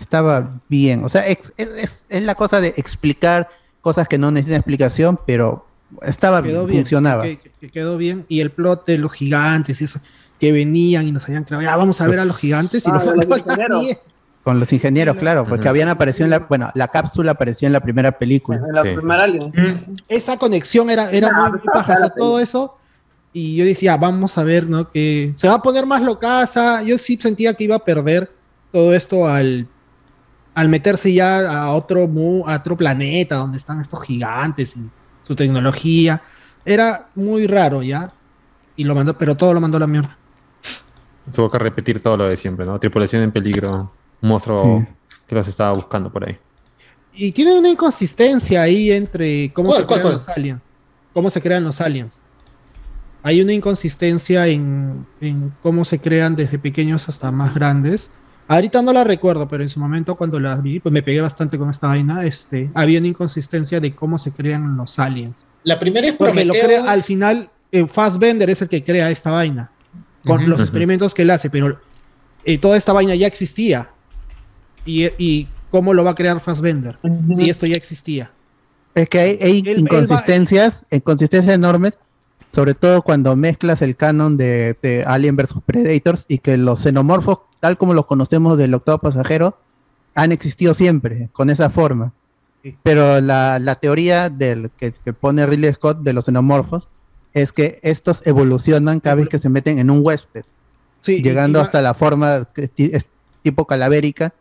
Speaker 2: Estaba bien. O sea, ex- es, es- es la cosa de explicar cosas que no necesitan explicación, pero estaba bien,
Speaker 1: quedó bien,
Speaker 2: funcionaba.
Speaker 1: Que, que quedó bien. Y el plot de los gigantes y eso, que venían y nos habían creado, ya vamos a ver a los gigantes y
Speaker 4: Ah,
Speaker 1: nos
Speaker 4: de los
Speaker 1: faltó la
Speaker 4: ingenieros.
Speaker 1: diez.
Speaker 2: Con los ingenieros, claro, porque
Speaker 5: Ujú.
Speaker 2: habían aparecido en la, bueno, la cápsula apareció en la primera película.
Speaker 4: En la
Speaker 5: Sí.
Speaker 4: primera Alien.
Speaker 1: Eh, Esa conexión era, era
Speaker 4: Ah,
Speaker 1: muy
Speaker 4: pero
Speaker 1: paja, o sea,
Speaker 4: la peli.
Speaker 1: todo eso. Y yo decía, vamos a ver, ¿no? Que se va a poner más locasa. Yo sí sentía que iba a perder todo esto al, al meterse ya a otro, mu- a otro planeta donde están estos gigantes y su tecnología. Era muy raro ya. Y lo mandó, pero todo lo mandó a la mierda.
Speaker 5: Tuvo que repetir todo lo de siempre, ¿no? Tripulación en peligro, un monstruo que los estaba buscando por ahí.
Speaker 1: Y tiene una inconsistencia ahí entre cómo
Speaker 7: ¿Cuál,
Speaker 1: se
Speaker 7: cuál,
Speaker 1: crean
Speaker 7: cuál?
Speaker 1: los aliens. Cómo se crean los aliens. Hay una inconsistencia en, en cómo se crean desde pequeños hasta más grandes. Ahorita no la recuerdo, pero en su momento cuando la vi, pues me pegué bastante con esta vaina. Este, había una inconsistencia de cómo se crean los aliens.
Speaker 7: La primera es
Speaker 1: Porque lo
Speaker 7: Prometheus.
Speaker 1: crea- al final, eh, Fassbender es el que crea esta vaina. Con
Speaker 7: Ujú.
Speaker 1: los
Speaker 5: Ujú.
Speaker 1: experimentos que él hace, pero eh, toda esta vaina ya existía. Y, y cómo lo va a crear Fassbender si esto ya existía.
Speaker 2: Es que hay, hay
Speaker 1: Él- él va-
Speaker 2: inconsistencias, inconsistencias enormes, sobre todo cuando mezclas el canon de, de Alien vs Predators y que los xenomorfos, tal como los conocemos del octavo pasajero, han existido siempre, con esa forma.
Speaker 1: Sí.
Speaker 2: Pero la, la teoría del que, que pone Ridley Scott de los xenomorfos es que estos evolucionan cada vez que se meten en un huésped,
Speaker 1: Sí,
Speaker 2: llegando
Speaker 1: y- y-
Speaker 2: hasta la forma que ti- es tipo calavérica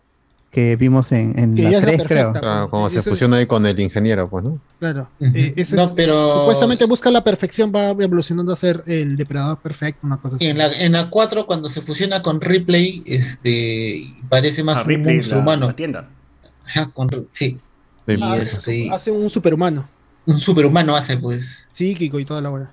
Speaker 2: que vimos en, en
Speaker 1: Que ya
Speaker 2: la
Speaker 1: es la
Speaker 2: 3, creo.
Speaker 1: perfecta.
Speaker 5: Claro, como se
Speaker 1: Ese-
Speaker 5: fusiona ahí con el ingeniero, pues, ¿no?
Speaker 1: Claro.
Speaker 7: Ujú.
Speaker 1: Eh, ese es-
Speaker 7: No, pero.
Speaker 1: Supuestamente busca la perfección, va evolucionando a ser el depredador perfecto, una cosa así.
Speaker 7: En la, en la 4, cuando se fusiona con Ripley, este, parece más
Speaker 6: A
Speaker 7: un
Speaker 6: Ripley,
Speaker 7: monstruo
Speaker 6: la-
Speaker 7: humano.
Speaker 6: la tienda.
Speaker 7: Ajá, con Ri- sí,
Speaker 5: De-
Speaker 7: Ah,
Speaker 1: hace,
Speaker 7: este-
Speaker 1: hace un superhumano,
Speaker 7: un superhumano hace, pues.
Speaker 1: psíquico y toda la hora.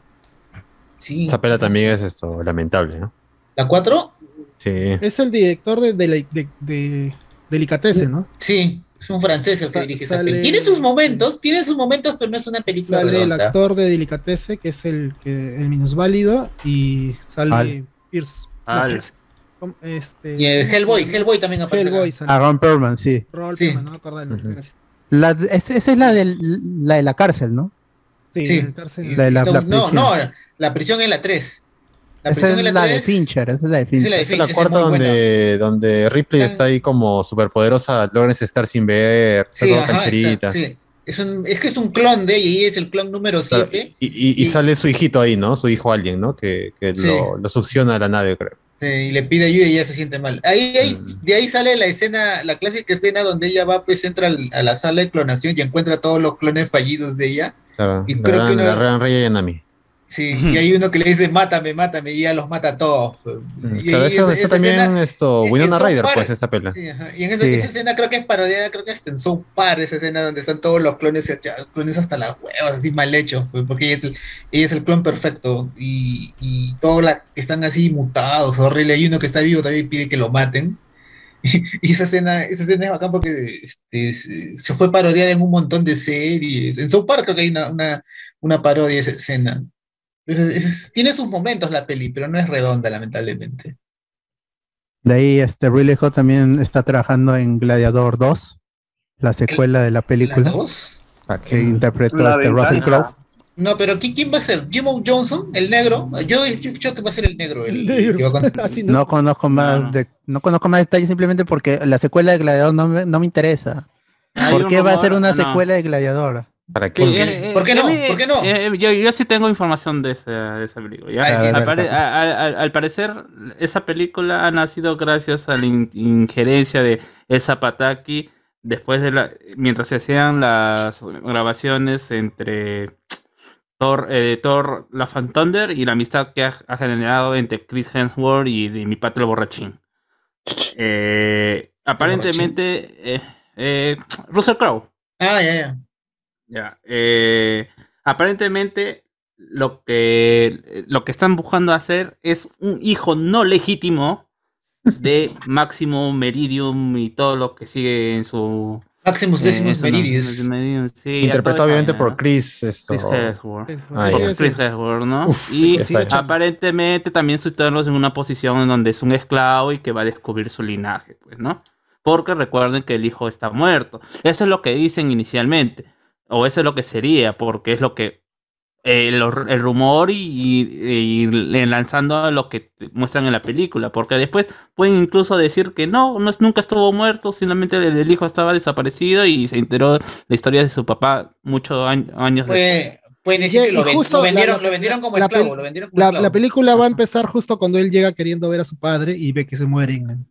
Speaker 7: Sí.
Speaker 5: Esa pela también es esto, lamentable, ¿no?
Speaker 7: ¿La 4?
Speaker 5: Sí.
Speaker 1: Es el director de, de, la- de- de- Delicatese, ¿no?
Speaker 7: Sí, es un francés el que
Speaker 1: Sa-
Speaker 7: dirige esa
Speaker 1: sale-
Speaker 7: peli. Tiene sus momentos, tiene sus momentos, pero no es una película
Speaker 1: Sale el
Speaker 7: redonda.
Speaker 1: actor de Delicatese, que es el, que, el minusválido, y sale
Speaker 2: Al.
Speaker 1: Pierce. no,
Speaker 2: Ah,
Speaker 3: Al.
Speaker 1: Pierce. Com- Este,
Speaker 7: Y el Hellboy, Hellboy también aparece. acá.
Speaker 1: Hellboy sale.
Speaker 2: A Ah, Ron Perlman, sí.
Speaker 1: Roll,
Speaker 7: Sí.
Speaker 1: pero no me acuerdo el nombre,
Speaker 5: Ujú.
Speaker 1: gracias.
Speaker 2: La, es- esa es la, del, la de la cárcel, ¿no?
Speaker 1: Sí,
Speaker 7: Sí.
Speaker 1: el cárcel.
Speaker 7: Y-
Speaker 2: La de la-
Speaker 7: está-
Speaker 2: la
Speaker 7: no,
Speaker 2: prisión.
Speaker 7: no, la prisión es la 3. La
Speaker 2: esa
Speaker 7: prisión
Speaker 2: es
Speaker 7: en
Speaker 2: la,
Speaker 7: la
Speaker 2: de
Speaker 7: 3.
Speaker 2: Fincher, esa es la de
Speaker 7: es
Speaker 2: Fincher.
Speaker 7: la de
Speaker 5: Esa es la
Speaker 7: Fincher, esa es
Speaker 5: cuarta
Speaker 7: muy buena.
Speaker 5: donde, donde Ripley
Speaker 7: Están-
Speaker 5: está ahí como superpoderosa, logran estar sin ver, está
Speaker 7: Sí,
Speaker 5: todo
Speaker 7: ajá,
Speaker 5: cancherita.
Speaker 7: exacto, sí. Es, un- es que es un clon de ella y es el clon número
Speaker 5: Claro,
Speaker 7: 7.
Speaker 5: y, y- y
Speaker 7: Y-
Speaker 5: sale su hijito ahí, ¿no? Su hijo alguien, ¿no? Que, que
Speaker 7: Sí.
Speaker 5: lo, lo succiona a la nave, creo.
Speaker 7: Eh, y le pide ayuda y ella se siente mal. Ahí, ahí-
Speaker 5: Mm.
Speaker 7: De ahí sale la escena, la clásica escena donde ella va, pues entra al- a la sala de clonación y encuentra todos los clones fallidos de ella.
Speaker 5: Claro,
Speaker 7: Y
Speaker 5: la
Speaker 7: creo que
Speaker 5: gran-
Speaker 7: no-
Speaker 5: la gran Rey Yanami.
Speaker 7: Sí, y hay uno que le dice, mátame, mátame, y ella los mata a todos. Y,
Speaker 5: Claro,
Speaker 7: ahí
Speaker 5: Mm, eso, eso
Speaker 7: esa- esa
Speaker 5: también
Speaker 7: escena-
Speaker 5: esto,
Speaker 7: en- en
Speaker 5: Winona
Speaker 7: South
Speaker 5: Ryder,
Speaker 7: Park.
Speaker 5: pues, esa pela.
Speaker 7: sí, ajá. Y en esa,
Speaker 2: Sí.
Speaker 7: esa escena creo que es parodiada, creo que hasta en South Park, esa escena donde están todos los clones, ya- clones hasta las huevas, así mal hechos, pues, porque ella es el, ella es el clon perfecto y, y todos la- que están así mutados, horrible. Hay uno que está vivo también y pide que lo maten. (laughs) Y esa escena, esa escena es bacán porque este, se se fue parodiada en un montón de series. En South Park creo que hay una, una, una parodia de esa escena. Entonces, es- tiene sus momentos la peli, pero no es redonda, lamentablemente.
Speaker 2: De ahí, este, Ridley Scott también está trabajando en Gladiador 2, la secuela de la
Speaker 7: ¿La
Speaker 2: película
Speaker 7: dos?
Speaker 2: que interpretó
Speaker 4: La
Speaker 2: este
Speaker 4: ventana.
Speaker 2: Russell
Speaker 1: (laughs)
Speaker 2: Crowe.
Speaker 7: No, pero ¿qui- ¿quién va a ser? ¿Jim O. Johnson? ¿El negro? Yo yo creo que va a ser el negro. El,
Speaker 1: Negro.
Speaker 7: que va a contar.
Speaker 1: (laughs) Así,
Speaker 2: No conozco más
Speaker 3: no.
Speaker 2: de, no conozco más detalles simplemente porque la secuela de Gladiador no me, no me interesa.
Speaker 3: Hay
Speaker 2: ¿Por
Speaker 3: un
Speaker 2: qué va a
Speaker 3: rumor-
Speaker 2: ser una
Speaker 3: ah, no.
Speaker 2: secuela de Gladiador?
Speaker 5: ¿Para
Speaker 3: Sí,
Speaker 5: qué?
Speaker 7: qué?
Speaker 3: eh, eh,
Speaker 7: ¿Por qué no?
Speaker 3: eh,
Speaker 7: ¿Por qué no? Ah,
Speaker 3: eh, eh, yo, yo sí tengo información de esa, de esa película. ya.
Speaker 7: Ay,
Speaker 2: A ver,
Speaker 3: Al, pare-
Speaker 2: Carlos.
Speaker 3: a- a- al- al parecer, esa película ha nacido gracias a la in- injerencia de El Zapataki después de la, mientras se hacían las grabaciones entre Thor, eh, Thor la Fan Thunder y la amistad que ha, ha generado entre Chris Hemsworth y de mi patrón borrachín. Eh, aparentemente, eh, eh, Russell Crowe.
Speaker 7: Ah, ya, ya.
Speaker 3: Ya, eh, aparentemente lo que, eh, lo que están buscando hacer es un hijo
Speaker 7: (laughs)
Speaker 3: no legítimo de Máximo Meridium y todo lo que sigue en su
Speaker 7: Maximus
Speaker 3: Eh,
Speaker 7: Decimus
Speaker 3: eso, no,
Speaker 7: Meridius.
Speaker 3: Decimus Meridius, sí,
Speaker 5: Interpretado
Speaker 3: a toda esa
Speaker 5: obviamente
Speaker 3: vaina,
Speaker 5: por
Speaker 3: ¿no?
Speaker 5: Chris. Esto.
Speaker 3: Chris Hemsworth.
Speaker 5: Ah,
Speaker 3: Por
Speaker 5: ya.
Speaker 1: Sí, sí.
Speaker 3: Chris Hemsworth, ¿no?
Speaker 5: Uf,
Speaker 3: y
Speaker 5: ya está hecho.
Speaker 3: aparentemente también su Eternal es en una posición en donde es un esclavo y que va a descubrir su linaje, pues, ¿no? Porque recuerden que el hijo está muerto. Eso es lo que dicen inicialmente. O eso es lo que sería, porque es lo que. eh, lo- el, rumor y, y- y lanzando lo que te muestran en la película. Porque después pueden incluso decir que no, no es- nunca estuvo muerto, simplemente el, el hijo estaba desaparecido y se enteró la historia de su papá muchos año- años después.
Speaker 7: Fue, pueden decir
Speaker 1: Y-
Speaker 7: que
Speaker 1: y
Speaker 7: lo, ven-
Speaker 1: justo
Speaker 7: lo vendieron,
Speaker 1: la-
Speaker 7: lo vendieron como
Speaker 1: la
Speaker 7: esclavo.
Speaker 1: pel-
Speaker 7: Lo vendieron como
Speaker 1: La,
Speaker 7: esclavo.
Speaker 1: la película va a empezar justo cuando él llega queriendo ver a su padre y ve que se muere en,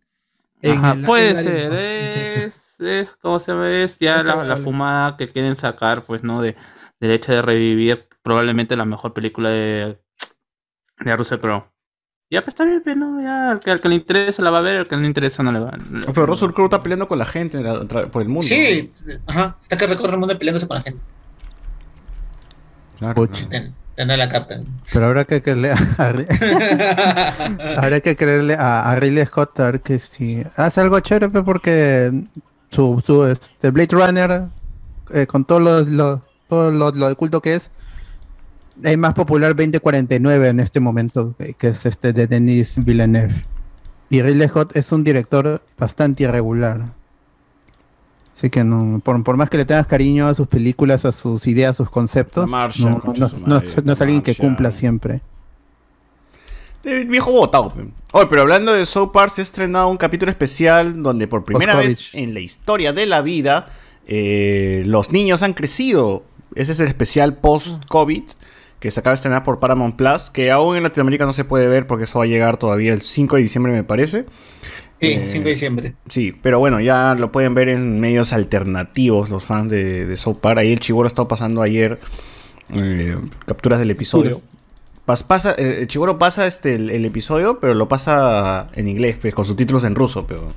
Speaker 1: en
Speaker 3: Ajá,
Speaker 1: el- en
Speaker 3: puede
Speaker 1: la
Speaker 3: ser,
Speaker 1: arena.
Speaker 3: es, es, ¿cómo se ve? Es ya
Speaker 1: Es
Speaker 3: la, la
Speaker 1: probable.
Speaker 3: fumada que quieren sacar, pues, ¿no? De, del hecho de revivir probablemente la mejor película de, de Russell Crowe. Ya, pues está bien, pues, ¿no? Ya, al que, al que le interesa la va a ver, al que no le interesa no le va. no le-
Speaker 6: Pero Russell Crowe está peleando con la gente en la- tra- por el mundo.
Speaker 7: Sí, ajá. Está que recorre el mundo peleándose con la gente.
Speaker 6: Claro.
Speaker 2: Puch.
Speaker 7: Ten, ten a la
Speaker 2: (laughs)
Speaker 7: captain.
Speaker 2: Pero habrá que creerle (laughs) a, habrá que creerle a, a Ridley Scott a ver que si hace algo chévere pe, porque su, su este Blade Runner eh, con todo lo, lo- todo lo, lo de culto que es es más popular 2049 en este momento eh, que es este de Denis Villeneuve y Ridley Scott es un director bastante irregular así que no por, por más que le tengas cariño a sus películas a sus ideas a sus conceptos
Speaker 6: La Marcia,
Speaker 2: no,
Speaker 6: concha
Speaker 2: no-
Speaker 6: su
Speaker 2: no-
Speaker 6: madre,
Speaker 2: no es
Speaker 6: La
Speaker 2: alguien que
Speaker 6: Marcia.
Speaker 2: cumpla siempre
Speaker 6: Eh, Viejo botado. pe. Oye, pero hablando de South Park, se ha estrenado un capítulo especial donde por primera vez
Speaker 2: Boscovich.
Speaker 6: en la historia de la vida eh, los niños han crecido. Ese es el especial post-COVID que se acaba de estrenar por Paramount Plus, que aún en Latinoamérica no se puede ver porque eso va a llegar todavía el 5 de diciembre, me parece.
Speaker 7: Sí,
Speaker 6: Eh,
Speaker 7: 5 de diciembre.
Speaker 6: Sí, pero bueno, ya lo pueden ver en medios alternativos los fans de, de South Park. Ahí el Chiboro estaba pasando ayer eh, capturas del episodio. Pas- pasa, eh, el Chiboro pasa este, el, el episodio, pero lo pasa en inglés, pues, con subtítulos en ruso. Pero,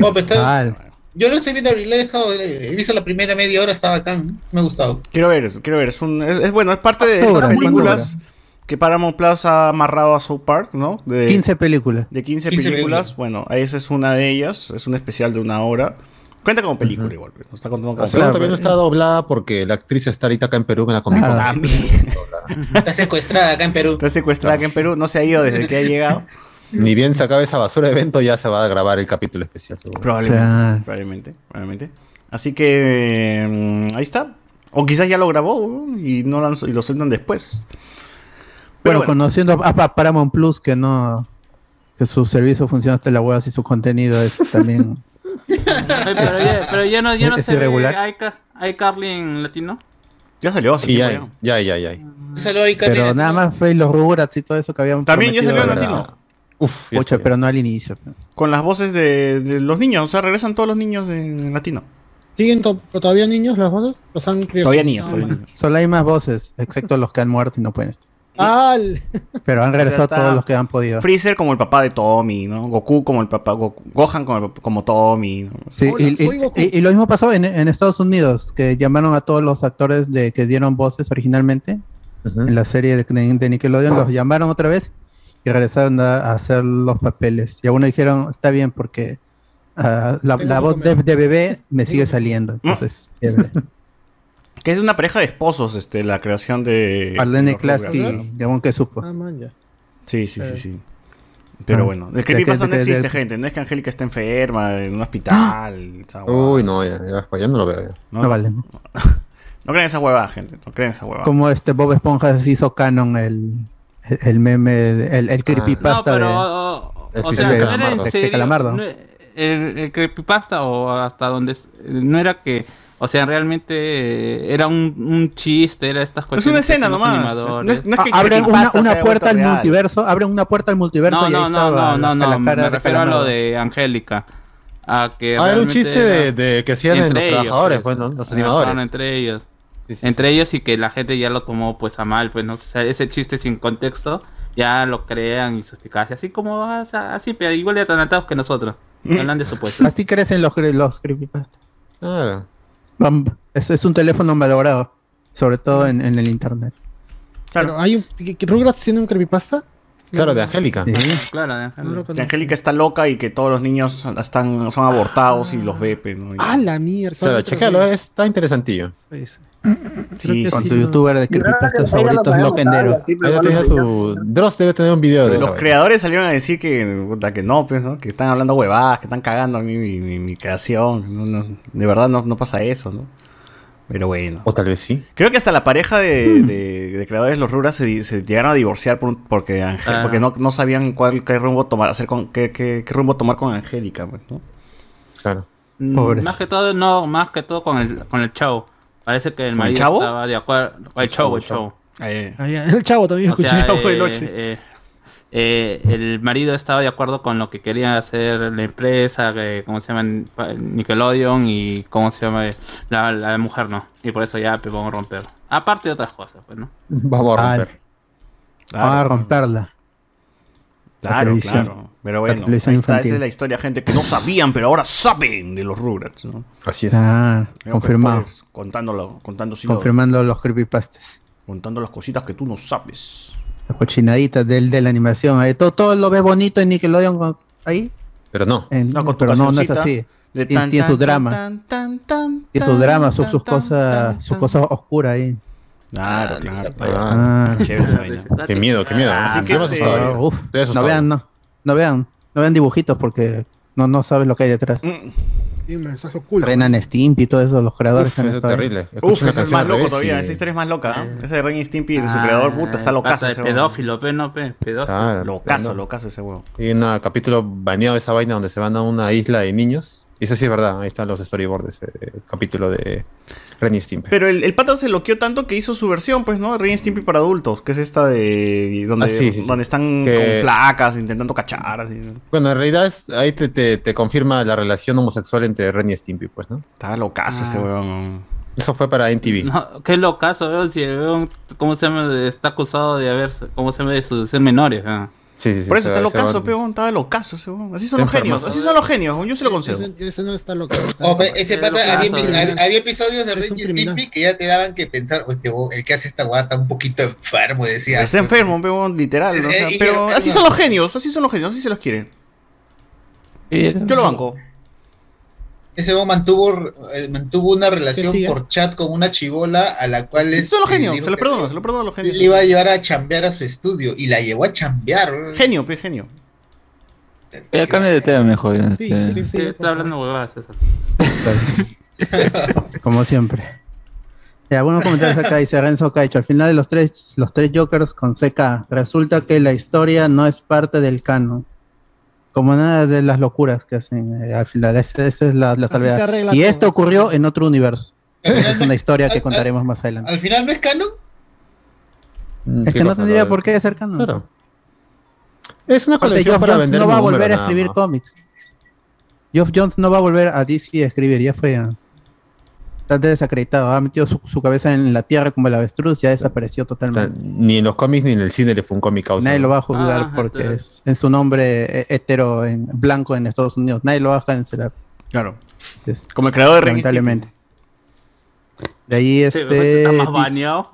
Speaker 7: No, pero está-
Speaker 2: Mal.
Speaker 7: Yo lo estoy viendo, lo he dejado, he visto la primera media hora, estaba acá, ¿eh? ¿no? me ha gustado.
Speaker 6: Quiero ver, quiero ver. Es, un- es- es bueno, es parte de
Speaker 2: ¿Cuánto
Speaker 6: esas
Speaker 2: dura? ¿Cuánto
Speaker 6: películas que Paramount Plus ha amarrado a South Park, ¿no? De,
Speaker 2: 15 películas.
Speaker 6: de
Speaker 7: 15
Speaker 6: 15, películas.
Speaker 7: películas.
Speaker 6: Bueno, esa es una de ellas. Es un especial de una hora. Cuenta como película igual, pues, nos está contando como
Speaker 5: La segunda
Speaker 2: Claro,
Speaker 5: Ah, también no
Speaker 2: pero- Ah,
Speaker 5: está doblada porque la actriz está ahorita acá en Perú en la Comic Con.
Speaker 2: Claro.
Speaker 5: así que
Speaker 7: Está secuestrada acá en Perú.
Speaker 6: Está secuestrada acá en Perú, no se ha ido desde
Speaker 7: (laughs)
Speaker 6: que ha llegado.
Speaker 5: Ni bien se acabe esa basura de evento, ya se va a grabar el capítulo especial. seguro.
Speaker 6: Probablemente.
Speaker 5: Ah.
Speaker 2: Claro.
Speaker 6: Probablemente, probablemente. Así que mm, ahí está. O quizás ya lo grabó ¿no? y no lanzó- y lo sueltan después.
Speaker 2: Bueno,
Speaker 6: Pero bueno,
Speaker 2: conociendo a, a Paramount Plus, que no. Que su servicio funciona hasta la web y su contenido
Speaker 6: (laughs)
Speaker 2: es también.
Speaker 3: Ay, pero, ya, pero ya no, ya no
Speaker 2: Es
Speaker 3: se ve
Speaker 2: irregular.
Speaker 3: iCar- iCarly en latino.
Speaker 6: ya salió hace
Speaker 5: Sí,
Speaker 6: tiempo
Speaker 5: ya, hay,
Speaker 6: ya.
Speaker 5: ya, hay, ya, hay, ya. hay.
Speaker 6: Ah,
Speaker 7: Salud, Ari Carrera.
Speaker 2: pero nada más fue los Rugrats y todo eso que habían.
Speaker 6: También ya
Speaker 2: prometido,
Speaker 6: salió en
Speaker 2: ¿verdad?
Speaker 6: latino.
Speaker 5: Uf, ya
Speaker 2: Pucha,
Speaker 5: está, ya.
Speaker 2: pero no al inicio. pe.
Speaker 6: Con las voces de, de los niños, o sea, regresan todos los niños en latino.
Speaker 1: ¿Siguen to- todavía niños las voces? Los han criado.
Speaker 6: Todavía niños,
Speaker 1: Ah,
Speaker 6: todavía
Speaker 1: man.
Speaker 6: niños.
Speaker 2: Solo hay más voces, excepto los que han muerto y no pueden estar.
Speaker 1: ¡Al!
Speaker 2: Pero han regresado
Speaker 6: está-
Speaker 2: todos los que han podido.
Speaker 6: Freezer como el papá de Tommy, ¿no? Goku como el papá, Goku- Gohan como, el pap- como Tommy. ¿no?
Speaker 2: Sí,
Speaker 1: Hola,
Speaker 2: y, y-
Speaker 1: soy Goku.
Speaker 2: y- y lo mismo pasó en, en Estados Unidos, que llamaron a todos los actores de que dieron voces originalmente
Speaker 5: Ujú.
Speaker 2: en la serie de, de Nickelodeon, los llamaron otra vez y regresaron a, a hacer los papeles. Y algunos dijeron, está bien, porque ah, la,
Speaker 1: Tengo
Speaker 2: la
Speaker 1: que
Speaker 2: voz de,
Speaker 1: comer".
Speaker 2: de bebé me sigue saliendo.
Speaker 3: (laughs)
Speaker 2: Entonces, eh, chévere.
Speaker 6: Que es de una pareja de esposos, este, la creación de. de
Speaker 2: Arlene
Speaker 6: los
Speaker 2: Klasky,
Speaker 6: Rugrats, ¿no?
Speaker 2: llamó que supo.
Speaker 1: Ah, man, ya.
Speaker 6: Sí, sí, sí,
Speaker 1: Eh.
Speaker 6: sí. Pero
Speaker 2: Ah.
Speaker 6: bueno, el
Speaker 2: que-
Speaker 6: creepypasta
Speaker 2: de
Speaker 6: no
Speaker 2: que-
Speaker 6: existe,
Speaker 2: de- Ah.
Speaker 6: gente. No es que Angélica esté enferma en un hospital. esa
Speaker 1: Uh.
Speaker 6: huevada.
Speaker 5: Uy, no, ya, ya, fue, ya no lo veo. ya.
Speaker 6: No,
Speaker 2: No vale.
Speaker 6: no crean esa huevada, gente. No crean esa huevada.
Speaker 2: Como este Bob Esponja se hizo canon el, el, el meme, el, el creepypasta
Speaker 3: Ah, no, pero,
Speaker 2: de... este
Speaker 5: El
Speaker 3: o- o- o
Speaker 5: de
Speaker 3: sea, no era en
Speaker 5: Calamardo.
Speaker 2: De
Speaker 3: serio.
Speaker 2: Calamardo.
Speaker 3: no- el, el creepypasta o hasta donde es- no era que, o sea, realmente eh, era un, un chiste, era estas
Speaker 6: es una
Speaker 3: cuestiones. Pues que
Speaker 6: escena
Speaker 3: hacen los
Speaker 6: nomás. Es- No
Speaker 3: animadores.
Speaker 6: es, no es que
Speaker 2: Ah, abren una,
Speaker 6: creepypasta
Speaker 2: una
Speaker 6: se haya
Speaker 2: puerta al
Speaker 6: vuelto real.
Speaker 2: multiverso, abren una puerta al multiverso
Speaker 3: No,
Speaker 2: y ahí
Speaker 3: no, no,
Speaker 2: estaba
Speaker 3: no, no,
Speaker 2: la,
Speaker 3: no,
Speaker 2: la cara
Speaker 3: me
Speaker 2: de
Speaker 3: refiero a lo
Speaker 2: Calamardo.
Speaker 3: de Angélica. A que
Speaker 5: Ah, era un
Speaker 3: realmente
Speaker 5: chiste de,
Speaker 3: era
Speaker 5: de que hacían en
Speaker 3: entre
Speaker 5: los
Speaker 3: ellos,
Speaker 5: trabajadores,
Speaker 3: pues,
Speaker 5: bueno, los
Speaker 3: ah, estaban
Speaker 5: animadores.
Speaker 3: entre ellos.
Speaker 5: Sí, sí, sí.
Speaker 3: entre ellos y que la gente ya lo tomó pues a mal, pues no O sea, ese chiste sin contexto ya lo crean y suspicacia, así como o sea, así, pero igual de atalentados que nosotros,
Speaker 5: (laughs)
Speaker 3: que hablan de supuestos.
Speaker 2: Así crecen los, cre- los creepypasta.
Speaker 5: Claro.
Speaker 2: Bam. Es, es un teléfono malogrado, sobre todo en, en el internet.
Speaker 6: Claro.
Speaker 1: Pero hay un, ¿Rugrats tiene un creepypasta?
Speaker 5: Claro, de Angélica.
Speaker 1: Ah,
Speaker 3: Claro, de Ángel.
Speaker 1: No lo
Speaker 6: Que
Speaker 1: conozco.
Speaker 6: Angélica está loca y que todos los niños están, son abortados y los ve, pues, ¿no? Y-
Speaker 1: Ah, la mierda.
Speaker 5: Claro, chequéalo, está interesantillo.
Speaker 1: Sí, sí.
Speaker 6: sí,
Speaker 1: que
Speaker 2: Con
Speaker 1: sí.
Speaker 2: tu youtuber de creepypastas favoritos, Loquendero.
Speaker 5: Ahí lo tienes a tu... Dross debe tener un video de
Speaker 6: Los
Speaker 5: eso.
Speaker 6: creadores salieron a decir que, puta, que no, pues, ¿no? Que están hablando huevadas, que están cagando a mí mi, mi- mi creación. No, no, de verdad no, no pasa eso, ¿no? Pero bueno.
Speaker 5: ¿eh? O tal vez sí.
Speaker 6: Creo que hasta la pareja de,
Speaker 2: Hmm.
Speaker 6: de- de creadores de los Ruras se, di- se llegaron a divorciar por un- porque, Ange-
Speaker 3: Ah.
Speaker 6: porque no, no sabían cuál qué rumbo tomar, hacer con, qué, qué- qué rumbo tomar con Angélica, pues, ¿no?
Speaker 5: Claro.
Speaker 3: Mm,
Speaker 2: Pobres.
Speaker 3: Más que todo, no, más que todo con el, con el chavo. Parece que el
Speaker 6: el
Speaker 3: marido
Speaker 6: chavo?
Speaker 3: estaba de acuerdo. El chavo, el chavo.
Speaker 2: Eh,
Speaker 1: Ah, ya. El chavo (laughs) también
Speaker 3: O sea,
Speaker 1: escuché.
Speaker 6: chavo
Speaker 3: eh,
Speaker 6: del ocho.
Speaker 3: eh, eh, el marido estaba de acuerdo con lo que quería hacer la empresa, que, ¿cómo se llama? Pa- Nickelodeon y cómo se llama Eh, la, la mujer, ¿no? Y por eso ya pues, vamos a romper. Aparte de otras cosas, pues, ¿no?
Speaker 5: Vamos a romper.
Speaker 6: Claro.
Speaker 2: Vamos a romperla. la
Speaker 6: Claro,
Speaker 2: televisión.
Speaker 6: claro. Pero bueno, ahí
Speaker 2: televisión
Speaker 6: está,
Speaker 2: infantil.
Speaker 6: esa es la historia, gente, que no sabían, pero ahora saben de los Rugrats, ¿no?
Speaker 5: Así es.
Speaker 2: Claro,
Speaker 6: Creo que
Speaker 2: confirmado.
Speaker 6: puedes, Contándolo, contando, sí,
Speaker 2: Confirmando los creepypastas.
Speaker 6: contando las cositas que tú no sabes.
Speaker 2: Las cochinaditas del, de la animación. ahí todo, todo lo ve bonito en Nickelodeon. con- Ahí.
Speaker 5: Pero no.
Speaker 2: en-
Speaker 6: No, con tu
Speaker 2: pero no, no es
Speaker 6: cancioncita.
Speaker 2: así.
Speaker 6: De
Speaker 2: Y tiene su drama.
Speaker 6: tan, tan,
Speaker 2: Y sus
Speaker 6: tan,
Speaker 2: dramas, son
Speaker 6: tan,
Speaker 2: sus
Speaker 6: tan,
Speaker 2: cosas,
Speaker 6: tan,
Speaker 2: sus cosas oscuras ahí.
Speaker 6: Claro,
Speaker 3: Ah,
Speaker 6: claro.
Speaker 3: no
Speaker 5: Ah,
Speaker 2: Ah,
Speaker 5: (laughs)
Speaker 6: Chévere esa vaina.
Speaker 5: Qué miedo, qué miedo.
Speaker 6: Así que
Speaker 5: Yo me
Speaker 6: este-
Speaker 5: asustaba.
Speaker 2: uf,
Speaker 5: Estoy asustado.
Speaker 2: no vean, no. No vean, no vean dibujitos porque no, no sabes lo que hay detrás.
Speaker 6: Mm,
Speaker 1: Sí, un mensaje oculto.
Speaker 2: Renan Stimpy y todo eso, los creadores
Speaker 5: Uf,
Speaker 2: han
Speaker 5: eso es
Speaker 2: estado ahí.
Speaker 5: terrible.
Speaker 6: Uf,
Speaker 5: Escuché una
Speaker 6: eso es
Speaker 5: canción
Speaker 6: más
Speaker 5: al
Speaker 6: loco
Speaker 5: revés
Speaker 6: todavía.
Speaker 5: y-
Speaker 6: Esa historia es más loca. ¿no?
Speaker 3: Eh.
Speaker 6: Esa de Ren y Stimpy y de su
Speaker 3: Ah,
Speaker 6: creador, puta, está locazo
Speaker 3: pata de
Speaker 6: ese huevo.
Speaker 3: pedófilo, pe, no, pe, pedófilo.
Speaker 5: Claro,
Speaker 6: Locazo,
Speaker 5: no.
Speaker 6: locazo ese huevo.
Speaker 5: Hay un capítulo baneado de esa vaina donde se van a una isla de niños. Y eso sí es verdad. Ahí están los storyboards de ese capítulo de Ren y Stimpy.
Speaker 6: Pero el, el pata se loqueó tanto que hizo su versión, pues, ¿no? Ren y Stimpy para adultos, que es esta de. donde,
Speaker 5: Ah, sí, sí, sí.
Speaker 6: donde están
Speaker 5: Que-
Speaker 6: con flacas, intentando cachar, así.
Speaker 5: Bueno, en realidad es- ahí te, te- te confirma la relación homosexual entre Ren y Stimpy, pues, ¿no?
Speaker 6: Estaba locazo ese
Speaker 3: Ah.
Speaker 6: huevón.
Speaker 5: Eso fue para MTV.
Speaker 3: No, Ah, qué locazo, veo si veo cómo se llama, está acusado de haber, cómo se llama, de su- ser menores. ah.
Speaker 5: Sí, sí, sí,
Speaker 6: Por eso
Speaker 5: se-
Speaker 6: está
Speaker 5: se
Speaker 6: locazo,
Speaker 5: van-
Speaker 6: peón. Estaba locazo ese huevón. Así son los
Speaker 5: Está
Speaker 6: genios,
Speaker 5: enfermazo.
Speaker 6: así son los genios. Yo se lo concedo.
Speaker 1: Ese, ese no está loco.
Speaker 7: Oh, pe- ese
Speaker 3: Es
Speaker 7: pata,
Speaker 3: locazo,
Speaker 7: había, epi-
Speaker 3: ¿verdad?
Speaker 7: hab- había episodios de
Speaker 1: Es un
Speaker 7: Ren y
Speaker 1: criminal.
Speaker 7: Stimpy que ya te daban que pensar, "Oh, este, oh, el que hace esta guata está un poquito enfermo, decía.
Speaker 6: Está enfermo, peón, literal. ¿no? O sea,
Speaker 7: Eh, y-
Speaker 6: pero
Speaker 7: y-
Speaker 6: así son los genios, así son los genios, así se los quieren. Yo lo banco.
Speaker 7: Ese huevón mantuvo, eh, mantuvo una relación
Speaker 1: sigue?
Speaker 7: por chat con una chivola a la cual
Speaker 6: Así
Speaker 7: es,
Speaker 6: son los
Speaker 7: le
Speaker 6: genios,
Speaker 7: dijo
Speaker 6: se los
Speaker 7: que
Speaker 6: perdono, se los perdono a los
Speaker 7: Le
Speaker 6: genios.
Speaker 7: iba a llevar a chambear a su estudio y la llevó a chambear. weón.
Speaker 6: Genio, pe, genio.
Speaker 7: Eh,
Speaker 8: Ya cambia de tema mejor.
Speaker 1: Sí,
Speaker 8: este.
Speaker 1: sí, sí,
Speaker 3: ¿Qué
Speaker 1: por
Speaker 3: está
Speaker 1: favor.
Speaker 3: hablando huevadas César?
Speaker 2: (laughs) Como siempre. Ya, algunos comentarios acá dice Renzo Caicho. Al final de los tres, los tres Jokers con CK, resulta que la historia no es parte del canon. Como nada de las locuras que hacen eh, al final. Esa, esa es la, la
Speaker 1: Así se
Speaker 2: salvedad.
Speaker 1: arregla
Speaker 2: Y
Speaker 1: todo,
Speaker 2: esto
Speaker 1: así.
Speaker 2: ocurrió en otro universo.
Speaker 7: Al final
Speaker 2: Es una historia
Speaker 1: (laughs)
Speaker 2: que
Speaker 7: al-
Speaker 2: contaremos más adelante.
Speaker 7: Al final no es canon.
Speaker 5: Mm,
Speaker 2: Es
Speaker 5: qué
Speaker 2: que no
Speaker 5: cosa,
Speaker 2: tendría
Speaker 5: ¿no?
Speaker 2: por qué ser canon.
Speaker 5: Claro. Es una
Speaker 2: Aparte,
Speaker 5: colección
Speaker 2: Geoff
Speaker 5: para
Speaker 2: Jones
Speaker 5: vender
Speaker 2: no va a
Speaker 5: número,
Speaker 2: volver a
Speaker 5: nada
Speaker 2: escribir
Speaker 5: más.
Speaker 2: cómics. Geoff Jones no va a volver a DC a escribir, ya fue. ah. Está desacreditado, ha metido su, su cabeza en la tierra como el avestruz y ha desaparecido
Speaker 5: O sea,
Speaker 2: totalmente.
Speaker 5: Ni en los cómics ni en el cine le fue un cómic causa.
Speaker 2: Nadie lo va a juzgar
Speaker 3: Ah,
Speaker 2: porque
Speaker 3: entonces.
Speaker 2: es, en su nombre eh, hetero en blanco en Estados Unidos. Nadie lo va a cancelar,
Speaker 6: Claro.
Speaker 2: es-
Speaker 6: Como el creador de Ren y Stimpy.
Speaker 2: lamentablemente. De ahí
Speaker 3: Sí, pues,
Speaker 2: este.
Speaker 3: está más
Speaker 2: dice-
Speaker 3: baneado.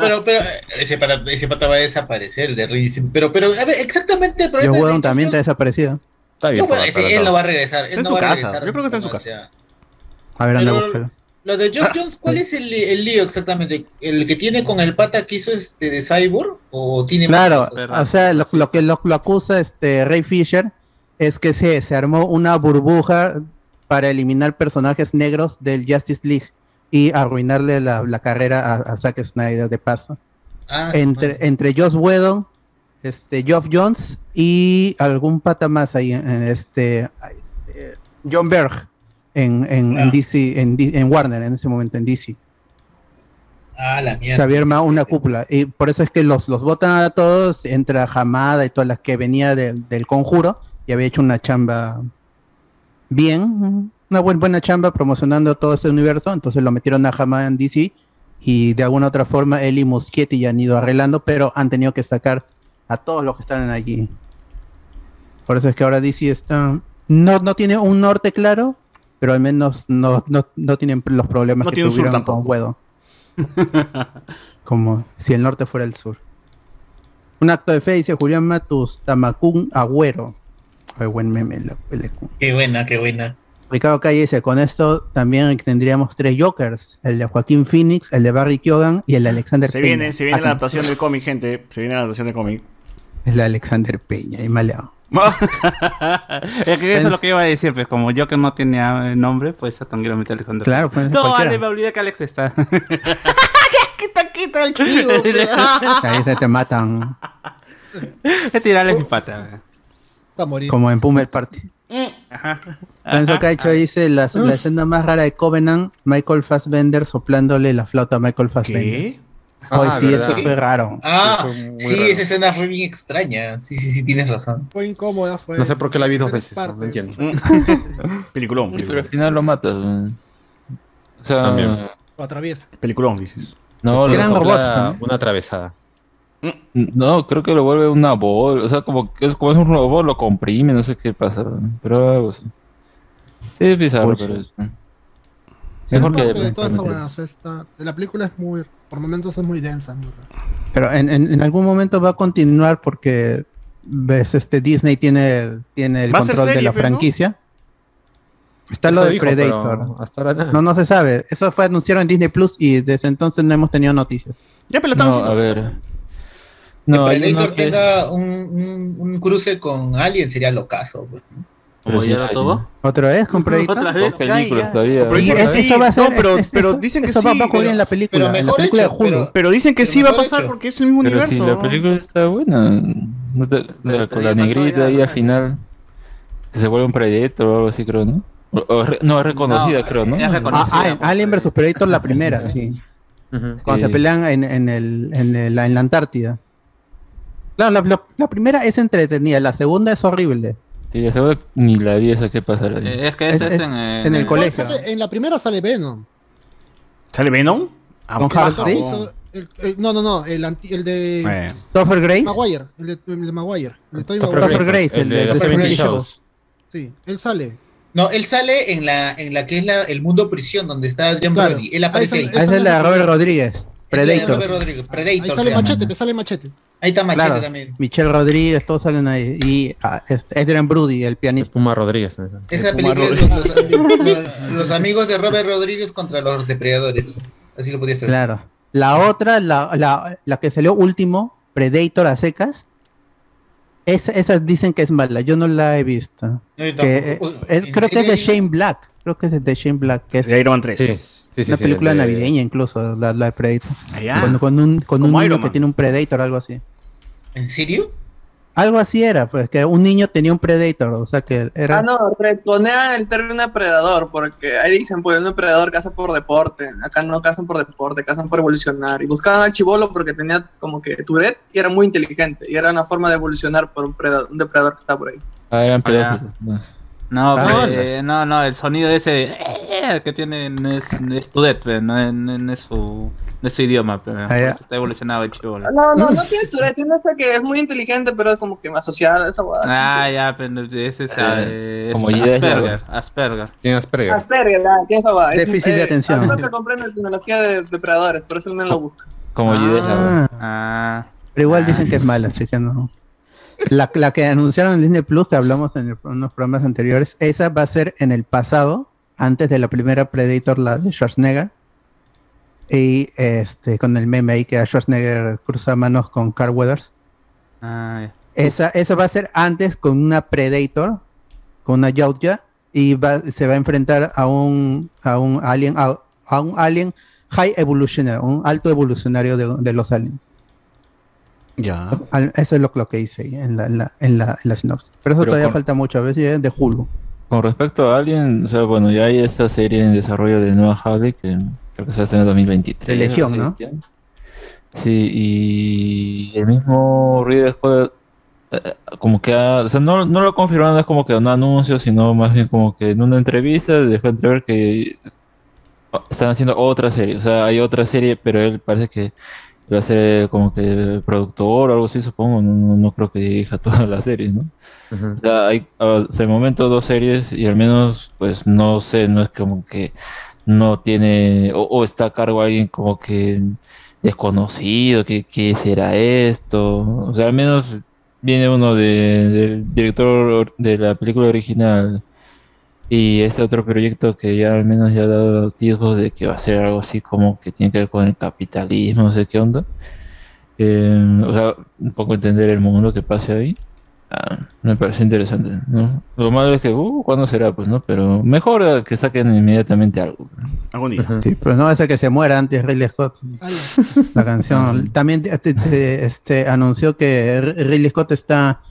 Speaker 7: Pero, pero, eh, ese pata, ese pata va a desaparecer el de Ren y Stimpy. Pero, pero, a ver, exactamente el
Speaker 2: Joe
Speaker 7: problema.
Speaker 2: Weldon
Speaker 7: de-
Speaker 2: también está desaparecido.
Speaker 5: Está bien.
Speaker 7: Yo,
Speaker 5: por
Speaker 7: bueno,
Speaker 5: adelantado.
Speaker 7: ese- él no va a regresar. Él
Speaker 6: Está en
Speaker 7: no (laughs)
Speaker 6: su
Speaker 7: va a
Speaker 6: casa,
Speaker 7: regresar.
Speaker 6: yo creo que está en su
Speaker 7: o sea,
Speaker 2: A ver, anda a
Speaker 7: Pero-
Speaker 2: buscarlo.
Speaker 7: Lo de
Speaker 2: Ah.
Speaker 7: Geoff Jones, ¿cuál es el, el lío exactamente? ¿El que tiene con el pata que hizo este de Cyborg? ¿O tiene más
Speaker 2: Claro,
Speaker 7: cosas?
Speaker 3: Pero-
Speaker 2: o sea, lo, lo que lo, lo acusa este Ray Fisher es que se, se armó una burbuja para eliminar personajes negros del Justice League y arruinarle la, la carrera a, a Zack Snyder de paso.
Speaker 7: Ah, su
Speaker 2: Entre,
Speaker 7: madre.
Speaker 2: entre Joss Whedon, este, Geoff Jones y algún pata más ahí, en- en este, ay, este, John Berg en, en, en
Speaker 7: Ah.
Speaker 2: DC, en, D- en Warner en ese momento, en DC.
Speaker 7: Ah, la mierda.
Speaker 2: Se había armado una cúpula. Y por eso es que los, los botan a todos, entra Jamada y todas las que venía del, del conjuro y había hecho una chamba bien, una buen- buena chamba promocionando todo ese universo. Entonces lo metieron a Jamada en DC y de alguna otra forma él y Muschietti ya han ido arreglando, pero han tenido que sacar a todos los que están allí. Por eso es que ahora DC está... No, no tiene un norte claro, pero al menos no, no, no tienen los problemas
Speaker 6: No
Speaker 2: que
Speaker 6: tiene un sur
Speaker 2: tuvieron
Speaker 6: (laughs) tampoco.
Speaker 2: con Wedo. Como si el norte fuera el sur. Un acto de fe, dice Julián Matus, Tamacún Agüero. Ay, buen meme, la PLQ.
Speaker 7: Qué buena, qué buena.
Speaker 2: Ricardo Calle dice, con esto también tendríamos tres Jokers, el de Joaquín Phoenix, el de Barry Keoghan y el de Alexander
Speaker 6: Se
Speaker 2: Peña. Ah,
Speaker 6: viene, se viene la
Speaker 2: Acá,
Speaker 6: adaptación del cómic, gente. Se viene la adaptación del cómic.
Speaker 2: El de Alexander Peña, y maleado.
Speaker 3: es que eso es lo que iba a decir, pues como Joker no tiene ah, nombre, pues está tranquilamente Alexander.
Speaker 2: Claro, pues,
Speaker 3: No,
Speaker 2: cualquiera.
Speaker 3: Ale, me olvidé que Alex está.
Speaker 9: Quita, quita el chivo.
Speaker 3: (laughs)
Speaker 2: Ahí se te matan, (laughs)
Speaker 3: Es tirarle mi pata.
Speaker 1: Está a morir.
Speaker 2: como en Pummel Party.
Speaker 7: Mm,
Speaker 3: Ajá.
Speaker 2: Renzo
Speaker 6: (laughs)
Speaker 2: Caicho dice la, la escena más rara de Covenant, Michael Fassbender soplándole la flauta a Michael Fassbender.
Speaker 6: ¿Qué?
Speaker 2: Hoy
Speaker 5: Ah,
Speaker 2: sí,
Speaker 5: ¿verdad?
Speaker 2: eso fue raro.
Speaker 7: Ah,
Speaker 5: Fue muy
Speaker 7: sí,
Speaker 5: raro.
Speaker 7: esa escena fue bien extraña. Sí, sí, sí, tienes razón.
Speaker 1: Fue incómoda, fue.
Speaker 5: No sé por qué la vi dos
Speaker 1: Tres
Speaker 5: veces. No
Speaker 1: partes.
Speaker 8: (laughs)
Speaker 5: entiendo.
Speaker 6: Peliculón,
Speaker 8: Sí, pero al
Speaker 6: peliculón.
Speaker 8: final lo matas. man. O sea,
Speaker 5: También.
Speaker 1: Lo atraviesa.
Speaker 6: Peliculón, dices.
Speaker 8: no, lo
Speaker 2: Eran
Speaker 8: sopla-
Speaker 2: robots también.
Speaker 5: Una atravesada.
Speaker 8: No, creo que lo vuelve una bola. O sea, como, que es, como es un robot, lo comprime, no sé qué pasa. man. Pero algo así. Sí, es bizarro,
Speaker 6: Uy,
Speaker 3: Pues,
Speaker 8: pero es-
Speaker 1: Sí,
Speaker 8: Mejor
Speaker 1: parte
Speaker 8: que-
Speaker 1: de toda esa hueá, o sea, está- La película es muy. Por momentos es muy densa. muy rara.
Speaker 2: Pero en, en- en algún momento va a continuar porque ves, este Disney tiene el, tiene el
Speaker 6: Va a ser
Speaker 2: control de
Speaker 6: serie,
Speaker 2: la
Speaker 6: pues, ¿no?
Speaker 2: franquicia. Está lo
Speaker 5: Eso
Speaker 2: de
Speaker 5: dijo,
Speaker 2: Predator.
Speaker 5: pero Hasta ahora nada.
Speaker 2: No, no se sabe. Eso fue anunciado en Disney Plus y desde entonces no hemos tenido noticias.
Speaker 6: Ya, pero lo
Speaker 8: No,
Speaker 6: estamos
Speaker 8: a
Speaker 6: haciendo.
Speaker 8: ver. No,
Speaker 7: que
Speaker 8: hay uno
Speaker 7: Predator
Speaker 8: que es-
Speaker 7: tenga un, un- un cruce con Alien sería locazo. pues.
Speaker 3: Como
Speaker 8: sí,
Speaker 3: ya lo
Speaker 8: hay
Speaker 3: tuvo.
Speaker 2: ¿Otra vez con Predator?
Speaker 3: Otra vez.
Speaker 8: Dos películas todavía.
Speaker 6: Pero
Speaker 2: Y
Speaker 6: dicen que
Speaker 2: es-
Speaker 6: sí,
Speaker 2: eso va a
Speaker 6: no,
Speaker 2: ser,
Speaker 6: pero-
Speaker 2: es-
Speaker 6: pero
Speaker 2: eso-
Speaker 6: dicen que
Speaker 2: eso va
Speaker 6: sí,
Speaker 2: a ocurrir
Speaker 6: pero-
Speaker 2: en la película,
Speaker 7: pero
Speaker 2: en la
Speaker 7: mejor
Speaker 2: película
Speaker 7: hecho,
Speaker 2: de Hulu.
Speaker 7: pero-
Speaker 6: Pero dicen que
Speaker 7: Pero
Speaker 6: sí va a
Speaker 7: mejor
Speaker 6: pasar
Speaker 7: hecho.
Speaker 6: porque es el mismo
Speaker 8: Pero
Speaker 6: universo.
Speaker 8: si la película está buena, no te- la- con la
Speaker 3: ya pasó, ya,
Speaker 8: negrita ahí
Speaker 3: ¿no?
Speaker 8: al final que se vuelve un proyecto o algo así, creo, ¿no? O- o re- no, es reconocida,
Speaker 3: No,
Speaker 8: creo, ¿no?
Speaker 3: es reconocida.
Speaker 2: Ah, ah, en Alien vs Predator la primera, sí.
Speaker 5: Ujú.
Speaker 2: Cuando se
Speaker 8: Sí.
Speaker 2: pelean en, en el, en, el- en la Antártida. Claro, la, la- la primera es entretenida, la segunda es horrible.
Speaker 8: Sí, la segunda ni la vi esa que pasará. ahí.
Speaker 3: Eh, Es que ese
Speaker 2: Es- es-
Speaker 3: es, en, eh,
Speaker 2: en el
Speaker 1: Bueno,
Speaker 2: colegio.
Speaker 1: sale- En la primera sale Venom.
Speaker 6: ¿Sale Venom? Ah,
Speaker 2: Con
Speaker 6: qué
Speaker 2: Harvey.
Speaker 6: bajón.
Speaker 1: Hizo el- el- no, no, no. El, anti- el de
Speaker 6: Eh,
Speaker 2: Topher Grace,
Speaker 1: Maguire. El de, el de Maguire. El de Tobey
Speaker 5: Topher
Speaker 1: Maguire.
Speaker 2: Topher Grace, el de
Speaker 5: las
Speaker 2: The
Speaker 5: 70
Speaker 2: Seventy
Speaker 5: Shows.
Speaker 2: Shows.
Speaker 1: Sí, él sale.
Speaker 7: No, él sale en la, en la que es la, el mundo prisión donde está John
Speaker 1: Claro. Ah,
Speaker 7: Brody. Él aparece
Speaker 1: Ahí
Speaker 7: ahí.
Speaker 1: sale-
Speaker 2: Ah, esa es la de Robert Rodríguez,
Speaker 7: Es la de
Speaker 2: Predator,
Speaker 7: Robert Rodríguez.
Speaker 1: Ahí
Speaker 7: Predator.
Speaker 1: sale
Speaker 7: se llama.
Speaker 1: Machete, me sale Machete.
Speaker 7: Ahí está Machete
Speaker 2: Claro.
Speaker 7: también.
Speaker 2: Michelle Rodríguez, todos salen ahí, y ah, este, Adrian Brody, el pianista.
Speaker 5: Puma Rodríguez. ¿no?
Speaker 7: Esa
Speaker 6: Puma
Speaker 7: película es los,
Speaker 1: (laughs)
Speaker 7: los- los amigos de Robert Rodríguez contra los depredadores. Así lo podías traer.
Speaker 2: Claro. La otra, la, la- la que salió último, Predator a secas, esa- esas dicen que es mala, yo no la he visto.
Speaker 7: No, yo
Speaker 2: Que, eh,
Speaker 7: tampoco.
Speaker 2: es-
Speaker 7: ¿En
Speaker 2: creo que es
Speaker 7: serio?
Speaker 2: de Shane Black, creo que es de Shane Black, que es
Speaker 6: de Iron Man 3.
Speaker 5: Sí, sí, sí,
Speaker 2: una
Speaker 5: sí,
Speaker 2: película
Speaker 5: el de-
Speaker 2: navideña incluso, la, la de Predator.
Speaker 6: Allá.
Speaker 2: con, con un, con un
Speaker 6: Ah, como
Speaker 2: niño
Speaker 6: Iron
Speaker 2: que
Speaker 6: Man.
Speaker 2: tiene un Predator, algo así.
Speaker 7: ¿En serio?
Speaker 2: Algo así era, pues, que un niño tenía un Predator, o sea que era...
Speaker 4: Ah, no, reponean el término depredador, porque ahí dicen, pues, un depredador caza por deporte. Acá no cazan por deporte, cazan por evolucionar. Y buscaban al chivolo porque tenía como que Tourette y era muy inteligente. Y era una forma de evolucionar por un, preda- un depredador que está por ahí.
Speaker 8: Ah, eran
Speaker 3: Hola.
Speaker 8: pedófilos.
Speaker 3: No,
Speaker 2: Ah,
Speaker 3: pues,
Speaker 5: anda.
Speaker 3: eh, no, no, el sonido ese de, eh, que tiene no es, no es Tudet, pues, no es, no es- no es su, no es su idioma, pero por
Speaker 2: Ah, ya.
Speaker 3: eso está evolucionado el
Speaker 8: Mm.
Speaker 3: chivo.
Speaker 4: No, no, no tiene Tourette, tiene esa que es muy inteligente, pero es como que asociada a esa guada.
Speaker 3: Ah, ya, pero ese es,
Speaker 8: Ah,
Speaker 3: eh, es
Speaker 8: como ya es la-
Speaker 3: Asperger, Asperger.
Speaker 5: Tiene Asperger.
Speaker 4: Asperger, ah, tiene esa guada. Es-
Speaker 2: Déficit de atención.
Speaker 4: No te comprendo la tecnología de depredadores, por eso no lo busco.
Speaker 8: Como G de la-
Speaker 2: Ah,
Speaker 3: Ah,
Speaker 2: pero igual
Speaker 3: Ah.
Speaker 2: dicen que es mala, así que no. La, la que anunciaron en Disney Plus, que hablamos en, el- unos programas anteriores, esa va a ser en el pasado, antes de la primera Predator, la de Schwarzenegger. Y este, con el meme ahí que a Schwarzenegger cruza manos con Carl Weathers.
Speaker 3: ah, ya.
Speaker 2: Esa, esa va a ser antes con una Predator, con una Yautja, y va, se va a enfrentar a un, a un alien, a, a un alien high evolutionary, un alto evolucionario de, de los aliens.
Speaker 6: Ya.
Speaker 2: Al- eso es lo, lo que dice ahí en la, en la, en la, en la sinopsis. Pero eso
Speaker 8: Pero
Speaker 2: todavía
Speaker 8: con-
Speaker 2: falta mucho, a veces es de Hulu.
Speaker 8: Con respecto a Alien, o sea, bueno, ya hay esta serie en desarrollo de Noah Hawley que creo que se va a hacer en el 2023.
Speaker 2: De Legión, ¿no?
Speaker 8: Sí, y el mismo Ridley Scott eh, como que ha, o sea, no, no lo confirmaron, no es como que un anuncio, sino más bien como que en una entrevista dejó entrever que están haciendo otra serie, o sea, hay otra serie, pero él parece que va a ser como que productor o algo así, supongo, no, no- no creo que dirija (laughs) todas las series, ¿no?
Speaker 5: Ujú.
Speaker 8: Ya hay hasta el momento dos series y al menos, pues no sé, no es como que no tiene o, o está a cargo alguien como que desconocido, ¿qué, qué será esto? O sea, al menos viene uno de- del director or- de la película original y este otro proyecto que ya al menos ya ha dado hijos de que va a ser algo así como que tiene que ver con el capitalismo, no sé qué onda. Eh, o sea, un poco entender el mundo que pase ahí. Ah, me parece interesante,
Speaker 3: Eh,
Speaker 8: ¿no? Lo malo es que, uh, ¿cuándo será? Pues, ¿no? Pero mejor eh, que saquen inmediatamente algo.
Speaker 6: Algún día.
Speaker 2: Sí, pero no es el que se muera antes Ridley Scott. La canción. También este, este, este, anunció que R- Ridley Scott está,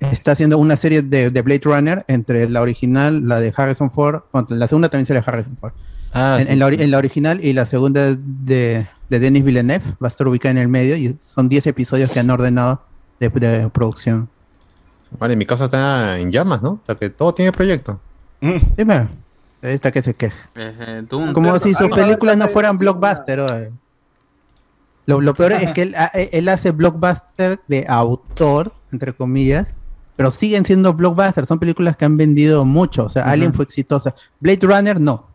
Speaker 2: está haciendo una serie de, de Blade Runner entre la original, la de Harrison Ford. bueno, la segunda también será de Harrison Ford.
Speaker 8: Ah,
Speaker 2: en,
Speaker 8: sí,
Speaker 2: en la ori-
Speaker 8: sí.
Speaker 2: en la original y la segunda de, de Denis Villeneuve va a estar ubicada en el medio y son 10 episodios que han ordenado de, de producción.
Speaker 5: Vale, mi casa está en llamas, ¿no? O sea que todo tiene proyecto.
Speaker 2: Dime, esta que se queja.
Speaker 3: Eh, Doom,
Speaker 2: Como
Speaker 3: pero-
Speaker 2: si sus
Speaker 3: algo-
Speaker 2: películas no fueran blockbuster. oye. Lo, lo peor es que él, a- e, él hace blockbuster de autor, entre comillas, pero siguen siendo blockbusters. Son películas que han vendido mucho. O sea, Alien fue exitosa. Blade Runner no.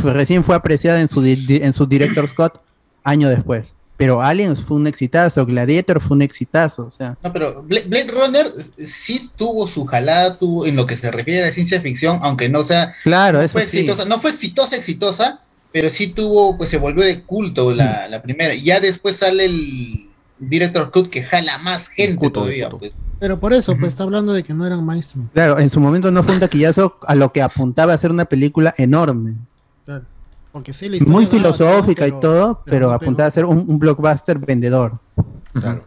Speaker 2: Fue- recién fue apreciada en su, di- di- en su director Scott año después. Pero Alien fue un exitazo. Gladiator fue un exitazo. O sea,
Speaker 7: No, pero Bla- Blade Runner s- sí tuvo su jalada, tuvo en lo que se refiere a la ciencia ficción, aunque no sea
Speaker 2: claro, eso
Speaker 7: fue
Speaker 2: sí.
Speaker 7: exitosa, no fue exitosa, exitosa, pero sí tuvo, pues se volvió de culto la,
Speaker 5: Mm.
Speaker 7: la primera. Y Ya después sale el Director Cut que jala más gente
Speaker 6: Cuto,
Speaker 7: todavía.
Speaker 6: cuto.
Speaker 7: pues.
Speaker 1: Pero por eso, pues está hablando de que no eran maestros.
Speaker 2: Claro, en su momento no fue un taquillazo a lo que apuntaba a ser una película enorme.
Speaker 1: Porque sí, la historia
Speaker 2: muy
Speaker 1: daba,
Speaker 2: filosófica
Speaker 1: pero-
Speaker 2: y todo, pero
Speaker 1: no
Speaker 2: apuntada a ser un, un blockbuster vendedor.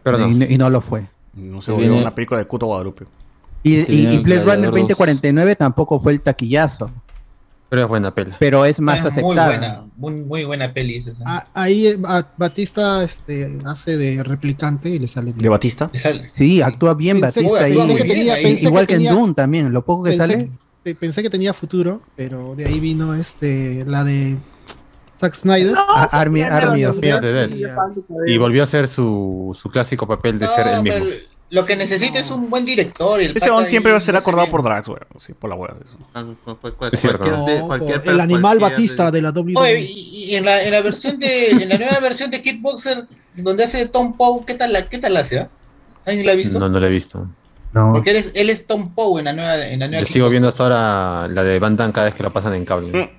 Speaker 5: Pero no.
Speaker 2: Y, no- y no lo fue.
Speaker 6: No se
Speaker 8: Y
Speaker 6: volvió
Speaker 8: viene-
Speaker 6: una película de Cuto Guadalupe.
Speaker 2: Y,
Speaker 8: Sí,
Speaker 2: y- y
Speaker 8: viene el
Speaker 2: Blade Runner
Speaker 8: Gladiador
Speaker 2: 2049 tampoco fue el taquillazo,
Speaker 5: Pero es buena pela.
Speaker 2: pero es más
Speaker 7: Es muy
Speaker 2: aceptada.
Speaker 7: buena, muy, muy buena peli. esa.
Speaker 1: A- ahí eh, Ba- Batista este, hace de replicante y le sale
Speaker 6: ¿De
Speaker 1: bien.
Speaker 6: Batista?
Speaker 7: Y sale.
Speaker 2: Sí, actúa bien
Speaker 1: Pensé-
Speaker 2: Batista
Speaker 7: actúa muy
Speaker 2: ahí.
Speaker 1: pensé que tenía-
Speaker 7: ahí.
Speaker 1: pensé
Speaker 2: Igual que,
Speaker 1: tenía-
Speaker 2: en Dune también, lo poco que
Speaker 1: pensé
Speaker 2: sale.
Speaker 1: que- pensé que tenía futuro, pero de ahí vino este la de Zack Snyder.
Speaker 2: A- Army, Army of-
Speaker 5: Fear the Dead. Y volvió a hacer su, su clásico papel de ser el
Speaker 7: No,
Speaker 5: mismo.
Speaker 7: pero lo que necesita es un buen director. y el
Speaker 6: Ese
Speaker 7: pata
Speaker 6: on
Speaker 7: ahí
Speaker 6: siempre va a
Speaker 7: no
Speaker 6: ser
Speaker 7: se
Speaker 6: acordado
Speaker 7: ve.
Speaker 6: por Drax, weón. Sí, por la hueá de eso.
Speaker 3: algo- cual- cual- cual-
Speaker 5: Es cierto,
Speaker 3: pues, cualquier
Speaker 1: No,
Speaker 3: de-
Speaker 1: por
Speaker 3: cualquier-
Speaker 1: el animal
Speaker 3: cualquier
Speaker 1: Batista de la WWE.
Speaker 7: Oye, y, y en, la, en la versión de en la nueva versión de Kickboxer donde hace Tom Poe, ¿qué tal la qué tal hace? ah? ¿Alguien la ha visto?
Speaker 5: No, no lo he visto.
Speaker 2: No.
Speaker 7: Porque él es, él es Tom Poe en la nueva en la nueva
Speaker 5: Yo sigo
Speaker 7: Kickboxer.
Speaker 5: viendo hasta ahora la de Van Damme cada vez que la pasan en cable.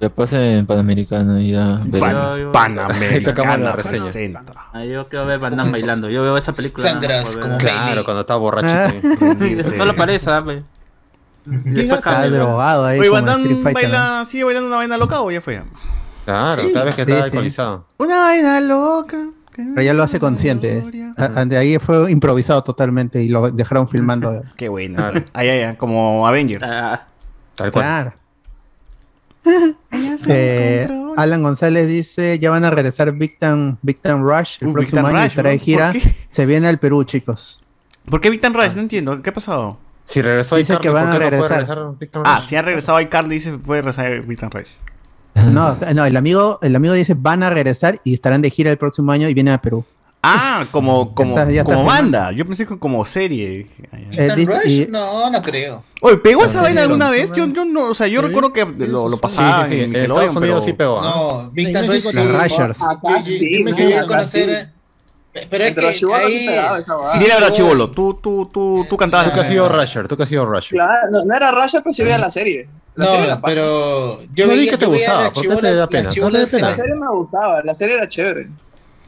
Speaker 8: La pasa en Panamericano y ya. veremos.
Speaker 6: Pan,
Speaker 3: yo-
Speaker 5: Esa cámara
Speaker 6: Panamericana
Speaker 5: la reseña.
Speaker 6: 60.
Speaker 3: Ah, yo quiero ver Van Damme bailando. Yo veo esa película. nada más
Speaker 7: Sangras
Speaker 3: por
Speaker 7: como
Speaker 3: ver.
Speaker 5: Claro, cuando estaba
Speaker 2: Ah.
Speaker 3: (laughs)
Speaker 5: borrachito.
Speaker 3: Eso solo parece, ah, pues. Y después
Speaker 5: "Ah,
Speaker 1: hace?
Speaker 2: Está
Speaker 3: cambia.
Speaker 2: drogado ahí.
Speaker 6: Oye,
Speaker 2: como
Speaker 6: Van
Speaker 2: Street
Speaker 6: Damme
Speaker 2: Fighter,
Speaker 6: baila, sigue bailando una vaina loca o ya fue.
Speaker 5: Claro, cada vez que estaba
Speaker 2: Sí, sí.
Speaker 5: alcoholizado.
Speaker 6: Una vaina loca.
Speaker 2: Pero ya lo hace consciente. A- De ahí fue improvisado totalmente y lo dejaron
Speaker 1: (laughs)
Speaker 2: filmando.
Speaker 6: Qué bueno.
Speaker 5: Claro.
Speaker 6: Ay, ay, ay, como Avengers.
Speaker 3: Ah,
Speaker 5: Tal cual.
Speaker 2: Claro. Eh, Alan González dice, ya van a regresar Victim, Victim Rush el
Speaker 6: Uh, Big
Speaker 2: próximo
Speaker 6: Time
Speaker 2: año
Speaker 6: Rush,
Speaker 2: estará de
Speaker 6: ¿no?
Speaker 2: gira.
Speaker 6: ¿Por qué?
Speaker 2: Se viene al Perú, chicos.
Speaker 6: ¿Por qué Victor Rush? No entiendo. ¿Qué ha pasado?
Speaker 5: Si regresó
Speaker 2: Dice
Speaker 5: Icardi,
Speaker 2: que van
Speaker 5: ¿por qué
Speaker 2: a
Speaker 5: no puede
Speaker 2: regresar.
Speaker 5: regresar Victor
Speaker 6: Ah,
Speaker 5: Rush?
Speaker 6: si han regresado a iCarly, dice puede regresar Victor Rush.
Speaker 2: No, no, el amigo, el amigo dice van a regresar y estarán de gira el próximo año y vienen a Perú.
Speaker 6: Ah, como, como,
Speaker 2: Ya está- ya está
Speaker 6: como
Speaker 2: filmando.
Speaker 6: banda. Yo pensé que como serie. Ay, ay.
Speaker 2: Eh,
Speaker 7: ¿Ethan
Speaker 2: dice-
Speaker 7: Rush?
Speaker 2: y-
Speaker 7: No, no creo.
Speaker 6: Oye, ¿pegó esa
Speaker 5: sí,
Speaker 6: vaina
Speaker 5: sí,
Speaker 6: alguna
Speaker 5: sí,
Speaker 6: vez? Yo, yo no, o sea, yo
Speaker 1: Sí,
Speaker 6: recuerdo que lo,
Speaker 1: sí,
Speaker 6: lo
Speaker 1: sí,
Speaker 6: pasaba
Speaker 5: sí, sí,
Speaker 6: en
Speaker 5: sí. En Estados
Speaker 6: Nickelodeon,
Speaker 5: Unidos sí
Speaker 6: pero...
Speaker 5: pegó. ¿ah?
Speaker 7: No, Victor
Speaker 1: En
Speaker 7: Rush.
Speaker 1: México
Speaker 7: sí. Ah,
Speaker 2: Las
Speaker 1: sí,
Speaker 2: Rashers.
Speaker 7: Yo- yo- yo me llegué a conocer. eh, pe- Pero es
Speaker 4: Entre los
Speaker 7: que
Speaker 4: chibolos
Speaker 7: ahí-
Speaker 4: no esperaba esa
Speaker 6: Sí,
Speaker 4: huevada.
Speaker 6: dile ahora, Chivolo. Tú, tú, tú, tú cantabas.
Speaker 5: Tú que has
Speaker 7: Ah.
Speaker 5: sido Rusher, tú que has sido Rusher.
Speaker 4: Claro, no, no era Rusher, pero sí veía la serie. La serie era
Speaker 7: No,
Speaker 4: paja.
Speaker 7: pero yo
Speaker 5: No di
Speaker 7: veía
Speaker 5: que te
Speaker 7: yo veía
Speaker 5: gustaba,
Speaker 7: las
Speaker 5: ¿por qué te da
Speaker 7: chibolas-
Speaker 5: pena?
Speaker 7: las
Speaker 5: No te da
Speaker 7: chibolas en
Speaker 5: pena.
Speaker 7: la-
Speaker 4: La serie me gustaba, la serie era chévere.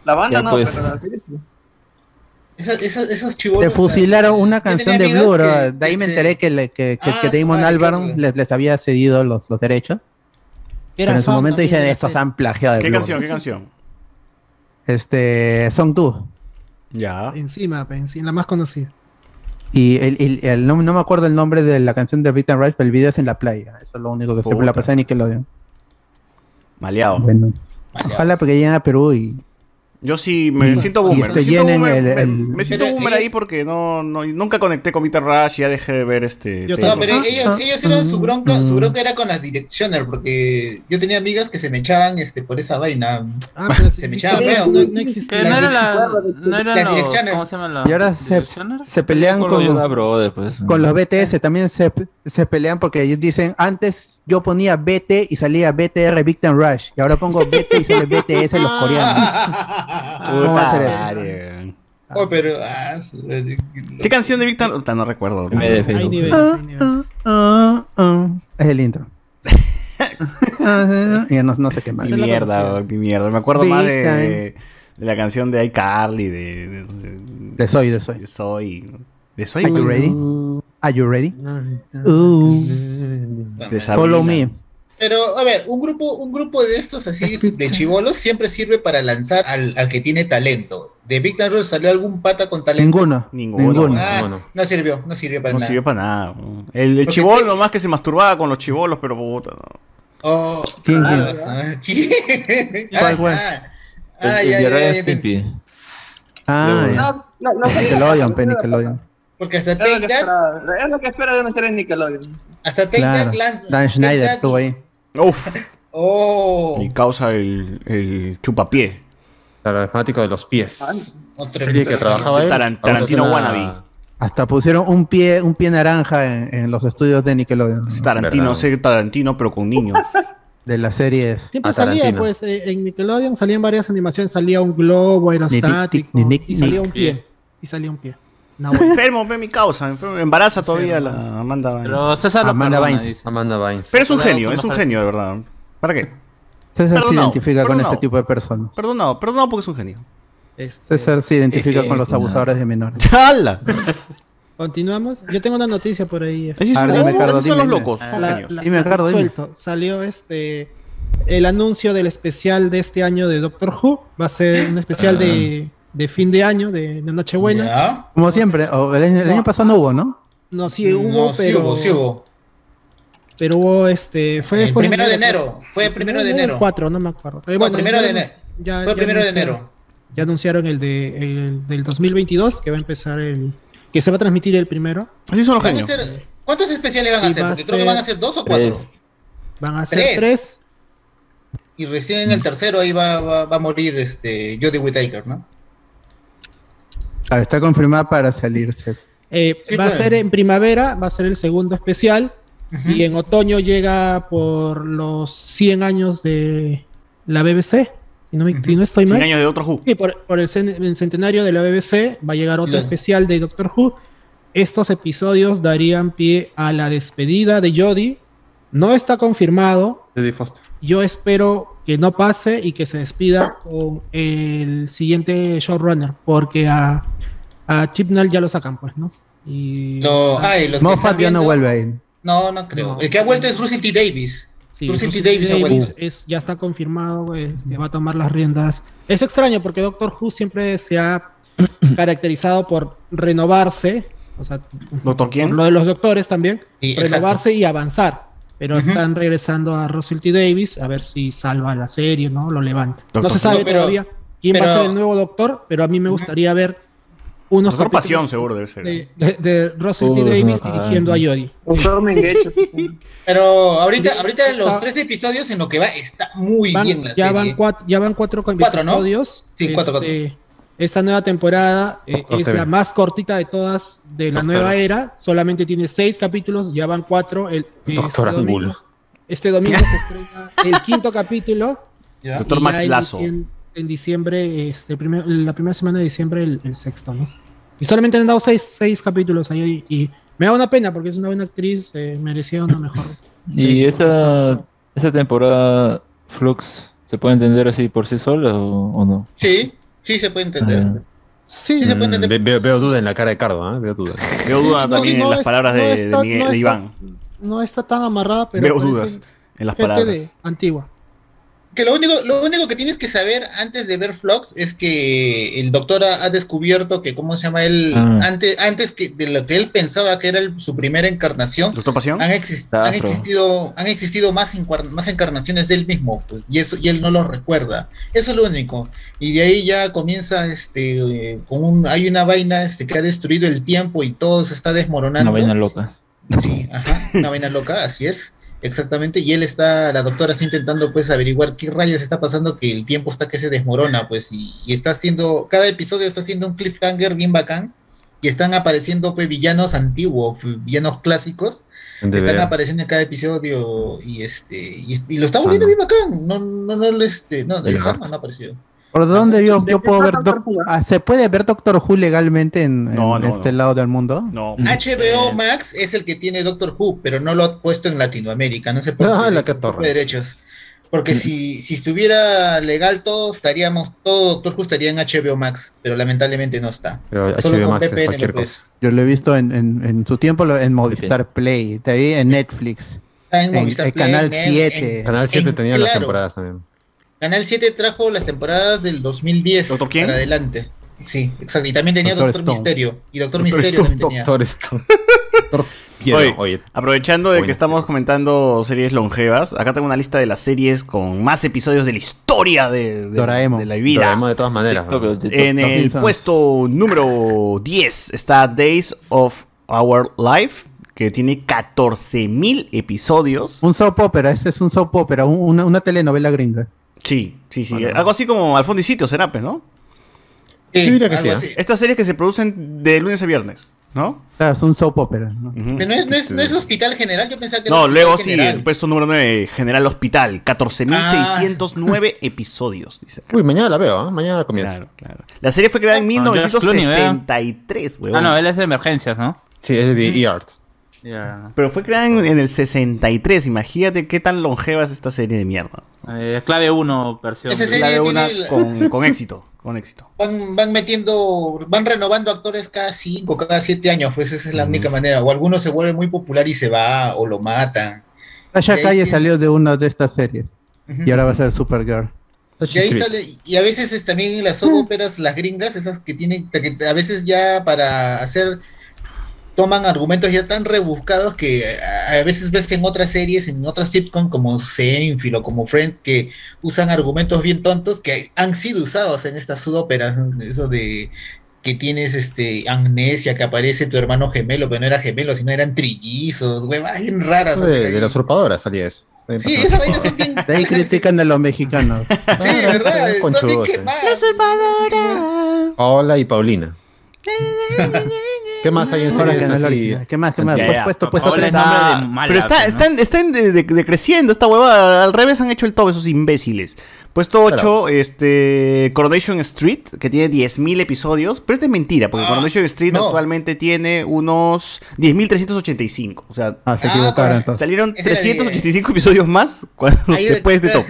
Speaker 4: La banda
Speaker 8: Ya,
Speaker 4: no,
Speaker 8: pues.
Speaker 4: pero la serie sí.
Speaker 7: Esa- esa- Esos chibolos.
Speaker 2: Te fusilaron una
Speaker 7: Yo
Speaker 2: canción de
Speaker 7: tenía
Speaker 2: Blur.
Speaker 7: amigos que-
Speaker 2: de ahí me
Speaker 7: que-
Speaker 2: enteré que, le- que, que-
Speaker 7: Ah,
Speaker 2: que Damon
Speaker 7: su madre,
Speaker 2: Albarn
Speaker 7: qué
Speaker 2: les, les había cedido los, los derechos.
Speaker 1: Que era
Speaker 2: Pero en su
Speaker 1: fan
Speaker 2: momento
Speaker 1: también de
Speaker 2: dije,
Speaker 1: la
Speaker 2: estos
Speaker 1: serie.
Speaker 2: han plagiado de
Speaker 6: ¿Qué
Speaker 2: Blur".
Speaker 6: canción? ¿Qué canción?
Speaker 2: Este, Song 2.
Speaker 6: Ya.
Speaker 1: Encima, pe, encima, la más conocida.
Speaker 2: Y el, el- el- no, no me acuerdo el nombre de la canción de Victim Rush, pero el video es en la playa. Eso es lo único que se
Speaker 6: Puta.
Speaker 2: la pasé en Nickelodeon.
Speaker 6: Maleado.
Speaker 2: Bueno, ojalá que lleguen a Perú y
Speaker 6: Yo sí me
Speaker 2: Y-
Speaker 6: siento
Speaker 2: y
Speaker 6: boomer.
Speaker 2: te
Speaker 6: Me siento
Speaker 2: llenen
Speaker 6: boomer,
Speaker 2: el-
Speaker 6: me-
Speaker 2: el-
Speaker 6: me siento
Speaker 7: Pero
Speaker 6: boomer
Speaker 7: ellas-
Speaker 6: ahí porque no, no- nunca conecté con Peter Rush y ya dejé de ver este.
Speaker 1: Yo
Speaker 6: Taylor.
Speaker 7: No, pero
Speaker 2: Ah,
Speaker 7: ellos,
Speaker 2: ah,
Speaker 7: ellos eran su
Speaker 2: mm,
Speaker 7: bronca, su
Speaker 2: mm.
Speaker 7: bronca era con las direcciones, porque yo tenía amigas que se me echaban este por esa vaina.
Speaker 1: Ah, pero
Speaker 7: Se me
Speaker 1: sí,
Speaker 7: echaba
Speaker 1: sí,
Speaker 7: feo.
Speaker 1: No, no
Speaker 3: Que
Speaker 1: existía.
Speaker 3: no
Speaker 7: Las
Speaker 3: era la.
Speaker 4: direc-
Speaker 3: No era
Speaker 7: las
Speaker 3: los-
Speaker 7: direcciones.
Speaker 3: ¿Cómo se llaman los
Speaker 2: Y ahora se,
Speaker 3: direccioners?
Speaker 2: se pelean
Speaker 8: Con
Speaker 2: con,
Speaker 8: Yoda Brother, pues.
Speaker 2: con los BTS, también se, se pelean porque ellos dicen, antes yo ponía BT y salía BTR Victim Rush, y ahora pongo BT y sale BTS los coreanos. ¿Cómo Ah, va a ser eso?
Speaker 6: Madre.
Speaker 7: Oh, pero ah, su-
Speaker 6: ¿Qué canción de Victor? Puta, No recuerdo.
Speaker 8: Me defiendo.
Speaker 1: Hay niveles,
Speaker 2: Ah,
Speaker 1: hay niveles.
Speaker 2: ah, ah, ah. Es el intro. (laughs) Ah, y no, no sé qué más.
Speaker 6: Ni mierda, weón, ni mierda. Me acuerdo
Speaker 2: Big
Speaker 6: más de,
Speaker 2: time.
Speaker 6: de la canción de iCarly, de, de, de-
Speaker 2: De soy, de soy.
Speaker 6: de Soy. De Soy.
Speaker 2: Are you
Speaker 6: weón.
Speaker 2: ready? Are you ready?
Speaker 6: De Sabrina.
Speaker 2: Follow me.
Speaker 7: Pero, a ver, un grupo, un grupo de estos así de chivolos siempre sirve para lanzar al, al que tiene talento. De Big Dance Rush salió algún pata con talento.
Speaker 2: Ninguno.
Speaker 6: Ninguno.
Speaker 2: Ninguno.
Speaker 7: Ah,
Speaker 5: Ninguno.
Speaker 7: no sirvió, no sirvió para
Speaker 6: No
Speaker 7: nada.
Speaker 6: sirvió para nada. weón. El, el
Speaker 7: Porque
Speaker 6: chivolo
Speaker 7: te-
Speaker 6: nomás que se masturbaba con los chivolos, pero puta. no.
Speaker 7: Oh,
Speaker 2: ¿Quién,
Speaker 7: ah, ah, ¿quién?
Speaker 2: ¿Cuál,
Speaker 7: Ah,
Speaker 2: cuál?
Speaker 7: ah,
Speaker 8: El-
Speaker 7: ah,
Speaker 8: el
Speaker 7: ya,
Speaker 8: de
Speaker 7: ya, ya,
Speaker 8: Ryan
Speaker 7: ya,
Speaker 8: Stimpy.
Speaker 2: Ah,
Speaker 8: Ninguno.
Speaker 5: eh.
Speaker 2: ya.
Speaker 4: No, pues, no, no sé.
Speaker 2: Nickelodeon,
Speaker 5: pues,
Speaker 2: pe, Nickelodeon.
Speaker 7: Porque hasta
Speaker 4: Es lo,
Speaker 7: Take
Speaker 4: que
Speaker 7: That,
Speaker 4: esperaba, es lo que espero de una serie en Nickelodeon.
Speaker 7: hasta Take
Speaker 2: Claro.
Speaker 7: That lanza.
Speaker 2: Dan
Speaker 7: Take
Speaker 2: Schneider
Speaker 4: (laughs)
Speaker 7: That-
Speaker 2: estuvo ahí.
Speaker 6: Uf,
Speaker 7: Oh,
Speaker 6: y causa el, el chupapié.
Speaker 5: Para el fanático de los pies.
Speaker 7: otro
Speaker 5: Serie que trabajaba él.
Speaker 6: Taran-
Speaker 5: ahora es
Speaker 6: Tarantino
Speaker 5: una-
Speaker 6: wannabe.
Speaker 2: Hasta pusieron un pie, un pie naranja en, en los estudios de Nickelodeon.
Speaker 6: Es Tarantino,
Speaker 5: Verdad.
Speaker 6: sé Tarantino, pero con niños.
Speaker 2: De las series.
Speaker 1: Siempre
Speaker 5: Ah,
Speaker 1: salía,
Speaker 5: Tarantino.
Speaker 1: pues, eh, en Nickelodeon salían varias animaciones, salía un globo aerostático
Speaker 2: Ni- ni- ni-
Speaker 1: y salía
Speaker 2: ni-
Speaker 1: un pie. Y salía un pie. Una bola.
Speaker 6: enfermo, ve mi causa. enfermo. Embaraza todavía la Amanda. Bynes.
Speaker 3: Pero César lo
Speaker 2: Amanda
Speaker 3: perdona,
Speaker 2: Bynes.
Speaker 3: dice.
Speaker 5: Amanda Vines.
Speaker 6: Pero es un
Speaker 3: Pero
Speaker 6: genio,
Speaker 3: son
Speaker 6: es un
Speaker 3: los-
Speaker 6: genio, de verdad. ¿Para qué?
Speaker 2: César se
Speaker 6: Perdonado,
Speaker 2: identifica con
Speaker 6: perdonado.
Speaker 2: ese tipo de personas.
Speaker 6: Perdonado, perdonado porque es un genio.
Speaker 1: Este,
Speaker 6: Eh,
Speaker 2: César se identifica con los
Speaker 8: Ejemplo.
Speaker 2: abusadores de menores.
Speaker 6: (laughs) ¡Hala!
Speaker 1: Continuamos. Yo tengo una noticia por ahí. este.
Speaker 6: Esos
Speaker 2: A ver,
Speaker 6: son,
Speaker 2: dime, Cardo,
Speaker 6: esos
Speaker 2: dime,
Speaker 6: son los
Speaker 2: dime.
Speaker 6: locos. son
Speaker 1: La-
Speaker 6: genios.
Speaker 1: la-
Speaker 2: Dime, Ricardo, dime.
Speaker 1: suelto. Salió este el anuncio del especial de este año de Doctor Who. Va a ser un
Speaker 2: Ah.
Speaker 1: especial de, de fin de año, de, de Nochebuena.
Speaker 7: Ya.
Speaker 2: Como siempre, o el, año- el año pasado no hubo, ¿no?
Speaker 1: No, sí hubo,
Speaker 7: No, sí
Speaker 1: pero.
Speaker 7: hubo, sí hubo.
Speaker 1: Pero hubo este. Fue
Speaker 7: El
Speaker 1: por
Speaker 7: primero de enero. Fue el primero de enero.
Speaker 1: Eh, Cuatro, no me acuerdo. Pero
Speaker 7: No, primero
Speaker 1: ya
Speaker 7: de
Speaker 1: anun-
Speaker 7: enero.
Speaker 1: ya-
Speaker 7: Fue
Speaker 1: ya
Speaker 7: el primero de
Speaker 1: anunciaron-
Speaker 7: enero.
Speaker 1: Ya anunciaron el, de, el del 2022, que va a empezar el. que se va a transmitir el primero.
Speaker 6: Así son los
Speaker 7: Van a
Speaker 6: genios.
Speaker 7: ser- ¿Cuántos especiales van a
Speaker 1: Y
Speaker 7: hacer?
Speaker 1: va a
Speaker 7: Porque creo que
Speaker 1: ser
Speaker 7: van a ser dos o cuatro.
Speaker 8: Tres.
Speaker 1: Van a ser
Speaker 7: Tres.
Speaker 1: tres. Mm.
Speaker 7: Y recién en el tercero ahí va, va, va a morir este Jodie Whittaker, ¿no?
Speaker 2: Ah, Está confirmada para salirse.
Speaker 1: Eh,
Speaker 7: Sí,
Speaker 1: va
Speaker 7: pues.
Speaker 1: a ser en primavera, va a ser el segundo especial. Y en otoño llega por los 100 años de la BBC. Si no, me- si no estoy
Speaker 6: 100
Speaker 1: mal.
Speaker 6: años de otro Who.
Speaker 1: Sí, por, por el, cen- el centenario de la BBC va a llegar otro
Speaker 7: Claro.
Speaker 1: especial de Doctor Who. Estos episodios darían pie a la despedida de Jodie. No está confirmado.
Speaker 5: Jodie Foster.
Speaker 1: Yo espero que no pase y que se despida con el siguiente showrunner, porque a, a Chibnall ya lo sacan, pues, ¿no? Y
Speaker 7: No, ay, los que
Speaker 2: Moffat
Speaker 7: están
Speaker 2: ya no
Speaker 7: viendo-
Speaker 2: vuelve ahí.
Speaker 7: No, no creo.
Speaker 1: No.
Speaker 7: El que ha vuelto es Russell T. Davis.
Speaker 1: Sí,
Speaker 7: Russell T.
Speaker 1: Russell
Speaker 7: Davis,
Speaker 1: Davis
Speaker 7: abuelito.
Speaker 1: es, ya está confirmado güey, que va a tomar las riendas. Es extraño porque Doctor Who siempre
Speaker 7: (coughs)
Speaker 1: se ha caracterizado por renovarse, o sea,
Speaker 6: ¿Doctor
Speaker 1: por
Speaker 6: quién?
Speaker 1: lo de los doctores también,
Speaker 7: Sí, exacto.
Speaker 1: renovarse y avanzar. Pero
Speaker 7: Ujú.
Speaker 1: están regresando a Russell T. Davis a ver si salva la serie, ¿no? Lo levanta.
Speaker 6: Doctor
Speaker 1: no
Speaker 6: Who.
Speaker 1: se sabe
Speaker 7: No, pero-
Speaker 1: todavía quién va a
Speaker 7: pero-
Speaker 1: ser el nuevo doctor, pero a mí me gustaría ver unos
Speaker 6: Doctor
Speaker 1: capítulos
Speaker 6: Pasión, seguro debe ser.
Speaker 1: de, de- de Russell T.
Speaker 8: Uh,
Speaker 1: Davis
Speaker 8: ah.
Speaker 1: dirigiendo a Jodie.
Speaker 4: Un Storm Engage.
Speaker 7: Pero ahorita, ahorita los
Speaker 1: Está-
Speaker 7: tres episodios en (laughs) lo que va está muy
Speaker 1: Van-
Speaker 7: bien la
Speaker 1: ya,
Speaker 7: serie.
Speaker 1: van cuatro, ya van cuatro con-
Speaker 7: Cuatro, ¿no?
Speaker 1: episodios.
Speaker 7: Sí, cuatro,
Speaker 1: Este, Esta nueva temporada eh,
Speaker 5: Doctor
Speaker 1: es
Speaker 5: TV.
Speaker 1: la más cortita de todas de la
Speaker 5: Doctor.
Speaker 1: nueva era. Solamente tiene seis capítulos, ya van cuatro. El,
Speaker 5: Doctor
Speaker 1: domingo,
Speaker 5: Angulo.
Speaker 1: este domingo se estrena el quinto capítulo.
Speaker 7: Ya.
Speaker 6: Doctor
Speaker 1: y
Speaker 6: Max
Speaker 1: ya en
Speaker 6: Lazo.
Speaker 1: diciem- En diciembre, este, primer- la primera semana de diciembre, el, el sexto, ¿no? Y solamente han dado seis, seis capítulos ahí. Y me da una pena porque es una buena actriz, eh, merecía una (laughs) mejor.
Speaker 8: Y esa, esa temporada Flux se puede entender así por sí sola o, o no?
Speaker 7: Sí, sí se puede entender.
Speaker 8: Ah,
Speaker 7: Sí, se puede
Speaker 5: Mm, ve-
Speaker 7: entender.
Speaker 5: veo, veo duda en la cara de Cardo, ¿eh? Veo duda.
Speaker 6: Veo duda
Speaker 1: No,
Speaker 6: también
Speaker 1: no
Speaker 6: en las
Speaker 1: es-
Speaker 6: palabras
Speaker 1: no
Speaker 6: de, de
Speaker 1: está-
Speaker 6: Miguel-
Speaker 1: no
Speaker 6: de
Speaker 1: está-
Speaker 6: Iván.
Speaker 1: no está tan amarrada, pero
Speaker 6: Veo
Speaker 1: parece
Speaker 6: dudas en las
Speaker 1: gente
Speaker 6: palabras.
Speaker 1: de antigua.
Speaker 7: pues, que lo único, lo único que tienes que saber antes de ver vlogs es que el doctor ha, ha descubierto que, ¿cómo se llama él?
Speaker 8: Ah.
Speaker 7: Antes, antes que de lo que él pensaba que era el- su primera encarnación,
Speaker 6: ¿Doctor Pasión?
Speaker 7: han, exis-
Speaker 8: Ah,
Speaker 7: han
Speaker 8: pero-
Speaker 7: existido, han existido más, encuar- más encarnaciones de él mismo, pues, y eso, y él no los recuerda. Eso es lo único. Y de ahí ya comienza este eh, con un, hay una vaina este, que ha destruido el tiempo y todo se está
Speaker 8: Una
Speaker 7: desmoronando.
Speaker 8: vaina loca.
Speaker 5: (laughs)
Speaker 7: Sí, ajá, una vaina loca, así es. Exactamente, y él está, la doctora está intentando pues averiguar qué rayos está pasando, que el tiempo está que se desmorona, pues, y, y está haciendo, cada episodio está haciendo un cliffhanger bien bacán, y están apareciendo pues villanos antiguos, villanos clásicos,
Speaker 5: De
Speaker 7: están
Speaker 5: ver.
Speaker 7: apareciendo en cada episodio, y este, y, y lo está volviendo bien bacán, no, no, no, le, este, no,
Speaker 5: El
Speaker 7: el Sama
Speaker 5: lagarto.
Speaker 7: no ha aparecido.
Speaker 2: ¿Por dónde yo,
Speaker 4: ¿De
Speaker 2: yo
Speaker 4: qué
Speaker 2: puedo ver
Speaker 4: trata
Speaker 2: Doc-
Speaker 4: Doctor Who?
Speaker 2: ah, ¿Se puede ver Doctor Who legalmente en, en
Speaker 6: No, no,
Speaker 2: este
Speaker 6: no.
Speaker 2: lado del mundo?
Speaker 5: (laughs)
Speaker 6: No.
Speaker 7: HBO
Speaker 6: Eh,
Speaker 7: Max es el que tiene Doctor Who, pero no lo ha puesto en Latinoamérica, no sé
Speaker 2: (laughs)
Speaker 7: por
Speaker 5: Ah,
Speaker 7: qué,
Speaker 5: la
Speaker 7: por
Speaker 5: catorra.
Speaker 7: derechos. Porque si, si estuviera legal todo, estaríamos, todo Doctor Who estaría en HBO Max, pero lamentablemente no está.
Speaker 5: Pero
Speaker 7: Solo
Speaker 5: HBO
Speaker 7: con
Speaker 5: Max es
Speaker 7: VPN
Speaker 5: cualquier
Speaker 7: lo
Speaker 5: cosa.
Speaker 7: puedes.
Speaker 2: Yo lo he visto en, en- en su tiempo lo- en Movistar Play, de ahí en Netflix,
Speaker 7: Está en
Speaker 2: en,
Speaker 7: Movistar
Speaker 2: en
Speaker 7: Play,
Speaker 2: Canal
Speaker 7: en-
Speaker 2: 7.
Speaker 7: en-
Speaker 5: Canal 7
Speaker 7: en-
Speaker 5: tenía las
Speaker 7: claro,
Speaker 5: temporadas también.
Speaker 7: Canal 7 trajo las temporadas del 2010
Speaker 6: ¿Doctor quién?
Speaker 7: para adelante. Sí, exacto. Y también tenía
Speaker 2: Doctor
Speaker 7: Doctor,
Speaker 2: Stone.
Speaker 7: Misterio. Y Doctor,
Speaker 6: Doctor
Speaker 7: Misterio
Speaker 6: Stone,
Speaker 7: también tenía.
Speaker 5: Doctor Stone.
Speaker 6: Oye,
Speaker 5: Oye, oye.
Speaker 6: Aprovechando de
Speaker 5: Buena
Speaker 6: que estamos comentando series longevas, acá tengo una lista de las series con más episodios de la historia de, de-
Speaker 2: Doraemon.
Speaker 6: de la
Speaker 5: Lo
Speaker 6: vida.
Speaker 5: vemos de todas maneras.
Speaker 8: Creo
Speaker 5: ¿no?
Speaker 8: que-
Speaker 6: En
Speaker 2: Los
Speaker 6: el
Speaker 2: Simpsons.
Speaker 6: puesto número 10 está Days of Our Life, que tiene 14.000 episodios.
Speaker 2: Un soap opera, ese es un soap opera, un- una, una telenovela gringa.
Speaker 6: Sí, sí, sí. Algo así como Al fondo y Sitio, Serapes, ¿no?
Speaker 7: Sí,
Speaker 5: Yo diría que
Speaker 7: algo
Speaker 5: sí, ¿eh?
Speaker 7: así.
Speaker 6: Estas series que se producen de lunes a viernes, ¿no?
Speaker 2: Claro, ah, es un soap opera. ¿no?
Speaker 6: Ujú.
Speaker 7: Pero no es, no es-
Speaker 5: Este,
Speaker 7: no es Hospital General, yo pensaba que era
Speaker 6: No,
Speaker 7: Hospital
Speaker 6: luego sí, pues.
Speaker 7: General.
Speaker 6: el puesto número 9, General Hospital,
Speaker 7: Ah.
Speaker 6: 14.609 episodios, dice acá.
Speaker 5: Uy, mañana la veo, ¿ah? mañana comienza.
Speaker 6: Claro, claro. La serie fue creada en
Speaker 3: Con George Clooney, ¿verdad?
Speaker 6: 1963, huevón.
Speaker 3: Ah, no, él es de emergencias, ¿no?
Speaker 5: Sí, es de E E-Art.
Speaker 3: Ya.
Speaker 6: Pero fue creada en, en el 63, imagínate qué tan longeva es esta serie de mierda.
Speaker 3: Eh, clave 1, versión.
Speaker 7: Ese es el-
Speaker 6: La de
Speaker 7: tiene
Speaker 6: una
Speaker 7: la-
Speaker 6: con, con éxito, con éxito.
Speaker 7: van, van metiendo, van renovando actores cada cinco, cada siete años, pues esa es la
Speaker 6: Mm.
Speaker 7: única manera. O alguno se vuelve muy popular y se va, o lo matan.
Speaker 2: Sasha
Speaker 7: Y ahí
Speaker 2: Calle
Speaker 7: tiene-
Speaker 2: salió de una de estas series
Speaker 7: Ujú.
Speaker 2: y ahora va a ser Supergirl.
Speaker 7: Y ahí sale, y a veces es también en las óperas, las gringas, esas que tienen, que a veces ya para hacer, toman argumentos ya tan rebuscados que eh, a a veces ves en otras series, en otras sitcom como Seinfeld o como Friends, que usan argumentos bien tontos que han sido usados en estas sudóperas, eso de que tienes este amnesia, que aparece tu hermano gemelo, pero no era gemelo, sino eran trillizos, güey, bien raras.
Speaker 5: Eso De, de la usurpadora salía eso. También
Speaker 7: Sí,
Speaker 5: pasaba.
Speaker 7: esas vainas
Speaker 5: (laughs)
Speaker 7: son bien...
Speaker 2: De ahí critican a los mexicanos.
Speaker 7: Sí, verdad,
Speaker 5: Con
Speaker 7: son bien
Speaker 5: chudos, eh.
Speaker 7: quemadas.
Speaker 5: (laughs) Paola y Paulina. ¿Qué más hay en
Speaker 2: Ahora que
Speaker 5: series
Speaker 2: no es la
Speaker 5: así?
Speaker 2: original. ¿Qué más? ¿Qué más?
Speaker 6: Ya,
Speaker 2: Pues,
Speaker 6: ya,
Speaker 2: puesto,
Speaker 6: pa-
Speaker 2: puesto
Speaker 3: Paola
Speaker 2: tres.
Speaker 3: es nombre de
Speaker 6: Ah,
Speaker 3: mala,
Speaker 6: pero está,
Speaker 3: pues, ¿no?
Speaker 6: está en- está en de- de- decreciendo esta huevada. Al revés han hecho el todo esos imbéciles. Puesto 8, este, Coronation Street, que tiene 10.000 episodios. Pero esto es mentira, porque
Speaker 7: Ah,
Speaker 6: Coronation Street
Speaker 7: no.
Speaker 6: actualmente tiene unos 10.385. O sea,
Speaker 2: Ah, se
Speaker 7: Ah,
Speaker 2: equivocaron
Speaker 7: para-
Speaker 2: entonces.
Speaker 6: salieron
Speaker 7: ese era
Speaker 6: 385 episodios más cuando-
Speaker 7: Ahí
Speaker 6: después de todo.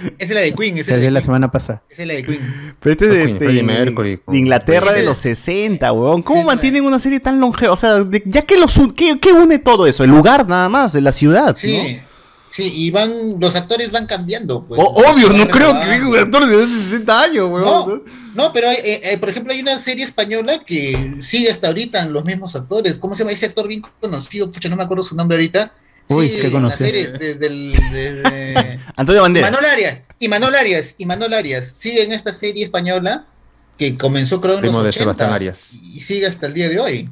Speaker 7: Esa es la de Queen, esa
Speaker 2: Salió la
Speaker 7: es la de Queen.
Speaker 2: semana pasada.
Speaker 7: Esa es la de Queen.
Speaker 6: Pero este es de,
Speaker 5: Coño,
Speaker 6: este,
Speaker 5: Freddie Mercury,
Speaker 6: de Inglaterra
Speaker 7: Freddie
Speaker 6: de
Speaker 7: Mercury.
Speaker 6: los 60, weón. ¿Cómo
Speaker 7: Sí,
Speaker 6: mantienen una serie tan longeva? O sea, de- ya que los un- ¿qué, qué une todo eso? El lugar nada más, de la ciudad. ¿no?
Speaker 7: Sí. Sí, y van, los actores van cambiando. Pues,
Speaker 6: O- obvio, no
Speaker 7: Van
Speaker 6: creo que
Speaker 7: renovando.
Speaker 6: un actor de 60 años,
Speaker 7: No,
Speaker 6: weón.
Speaker 7: no, pero hay, eh, eh, por ejemplo hay una serie española que sigue hasta ahorita en los mismos actores. ¿Cómo se llama ese actor bien conocido? Pucha, no me acuerdo su nombre ahorita.
Speaker 2: Uy,
Speaker 7: Sí,
Speaker 2: qué
Speaker 7: la
Speaker 2: conocido.
Speaker 7: serie desde el...
Speaker 6: (laughs)
Speaker 7: desde-
Speaker 6: Antonio Banderas.
Speaker 7: Manol Arias, y Manol Arias, y Manol Arias, sigue en esta serie española que comenzó creo en
Speaker 5: Primo
Speaker 7: los
Speaker 5: de
Speaker 7: 80
Speaker 5: Sebastián Arias.
Speaker 7: y sigue hasta el día de hoy.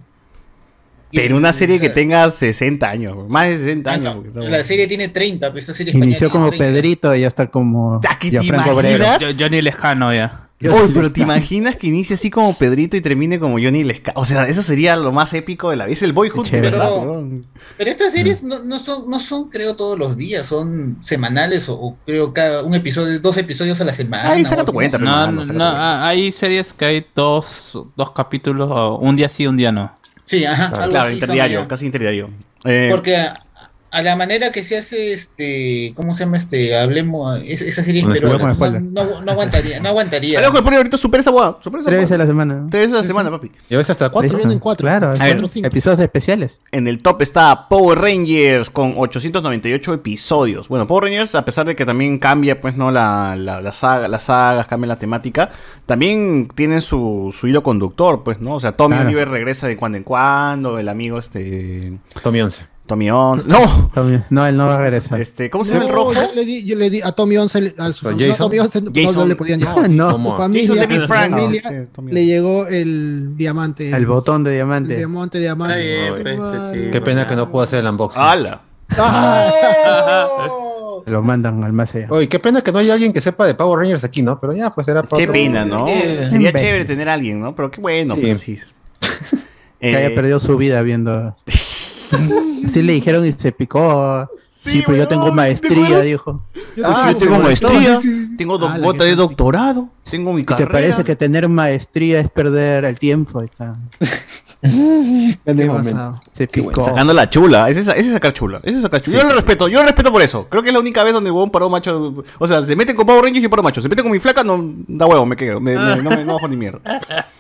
Speaker 6: Pero una serie que
Speaker 7: tenga
Speaker 6: tenga 60 años, weón. más de 60 años. porque está
Speaker 7: la
Speaker 6: bueno.
Speaker 7: serie tiene 30, pues esta serie
Speaker 2: Inició
Speaker 7: española
Speaker 2: como
Speaker 7: tiene 30.
Speaker 2: Pedrito y ya está como
Speaker 6: Ah, ¿qué te
Speaker 2: Gianfranco Obrero.
Speaker 6: imaginas?
Speaker 3: Yo- Johnny Lescano ya.
Speaker 6: Uy, pero te imaginas que inicie así como Pedrito y termine como Johnny Lesca. O sea, eso sería lo más épico de la vida. Es el boyhood,
Speaker 2: Chévere.
Speaker 6: ¿verdad,
Speaker 7: Pero-
Speaker 6: weón?
Speaker 7: Pero estas series
Speaker 6: Mm.
Speaker 7: no, no son, no son, creo, todos los días, son semanales o, o creo cada un episodio, dos episodios a la semana.
Speaker 6: Ahí saca
Speaker 7: o algo
Speaker 6: tu cuenta,
Speaker 7: así.
Speaker 3: No,
Speaker 6: hermano,
Speaker 3: no,
Speaker 6: sácate
Speaker 3: no,
Speaker 6: bien.
Speaker 3: ah, hay series que hay dos, dos capítulos, o un día sí, un día no.
Speaker 7: Sí, ajá, algo
Speaker 6: Claro,
Speaker 7: así son
Speaker 6: interdiario,
Speaker 7: allá.
Speaker 6: casi interdiario. Eh,
Speaker 7: Porque a- a la manera que se hace este, ¿cómo se llama este? Hablemos, es- esa serie
Speaker 2: Con la
Speaker 7: peruana,
Speaker 2: espalda, con la
Speaker 7: no, no- no aguantaría, no aguantaría.
Speaker 6: Alejo de Poli ahorita supera esa guada. Supera esa
Speaker 2: Tres veces
Speaker 6: hueá.
Speaker 2: a la semana.
Speaker 6: Tres veces a la semana, papi.
Speaker 5: Y a veces hasta
Speaker 2: De hecho,
Speaker 5: cuatro.
Speaker 2: Claro,
Speaker 6: ver,
Speaker 2: cuatro, cinco. episodios especiales.
Speaker 6: En el top está Power Rangers con 898 episodios. Bueno, Power Rangers, a pesar de que también cambia, pues, ¿no? La, la, la saga, las sagas, cambia la temática, también tienen su, su hilo conductor, pues, ¿no? O sea, Tommy
Speaker 2: Claro.
Speaker 6: Oliver regresa de cuando en cuando, el amigo este.
Speaker 5: Tommy 11.
Speaker 6: Tommy Ons. ¡No!
Speaker 2: También. No, él no va a regresar.
Speaker 6: Este, ¿cómo se llama el
Speaker 1: No,
Speaker 6: rojo?
Speaker 1: Yo le di, yo le di a Tommy 11, a su
Speaker 5: Eso,
Speaker 1: familia,
Speaker 5: Jason.
Speaker 1: Tommy 11 no
Speaker 6: Jason.
Speaker 1: le
Speaker 6: (laughs)
Speaker 1: podían
Speaker 6: No,
Speaker 1: llegar.
Speaker 2: no.
Speaker 1: Su
Speaker 5: ¿Cómo?
Speaker 1: familia,
Speaker 6: Jason David
Speaker 1: su
Speaker 6: Frank.
Speaker 1: familia
Speaker 6: No, sí, Tommy
Speaker 1: le llegó el diamante.
Speaker 2: El botón de diamante.
Speaker 1: El diamante,
Speaker 3: Ay,
Speaker 1: diamante.
Speaker 5: eh,
Speaker 1: Su
Speaker 3: (laughs) este,
Speaker 1: madre.
Speaker 3: sí.
Speaker 5: Qué pena que no puedo hacer el unboxing.
Speaker 6: ¡Hala!
Speaker 1: ¡Ah!
Speaker 2: Lo mandan al más allá.
Speaker 5: Oye, qué pena que no haya alguien que sepa de Power Rangers aquí, ¿no? Pero ya, pues era para
Speaker 6: Qué
Speaker 5: otro-
Speaker 6: pena, ¿no?
Speaker 8: Eh,
Speaker 6: Sería
Speaker 2: imbéciles.
Speaker 6: chévere tener a alguien, ¿no? Pero qué bueno,
Speaker 5: Sí.
Speaker 6: pues, sí.
Speaker 2: Que
Speaker 6: Eh,
Speaker 2: haya perdido su vida viendo. Así le dijeron y se picó. Sí,
Speaker 6: Sí,
Speaker 2: pero yo
Speaker 6: weón,
Speaker 2: tengo
Speaker 6: ¿te
Speaker 2: maestría,
Speaker 6: acuerdas?
Speaker 2: dijo.
Speaker 1: Yo
Speaker 5: Ah,
Speaker 1: te-
Speaker 6: yo tengo
Speaker 1: sí,
Speaker 6: maestría,
Speaker 1: sí, sí, sí.
Speaker 6: tengo
Speaker 1: Ah,
Speaker 6: dos
Speaker 1: la
Speaker 6: botas de
Speaker 1: gente-
Speaker 6: doctorado, tengo mi
Speaker 2: ¿Te
Speaker 6: carrera.
Speaker 2: parece que tener maestría es perder el tiempo? Ahí
Speaker 6: (laughs)
Speaker 2: está.
Speaker 1: Qué
Speaker 5: Qué
Speaker 1: basado.
Speaker 5: momento.
Speaker 2: Se picó.
Speaker 6: Sacando la chula, ese es, ese es sacar chula, ese es sacar chula. yo lo respeto, yo lo respeto por eso. Creo que es la única vez donde el huevón paró macho. O sea, se meten con Power Rangers y paró macho. Se meten con mi flaca, no da huevo, me quedo. me- me- no me no bajo ni mierda. (laughs)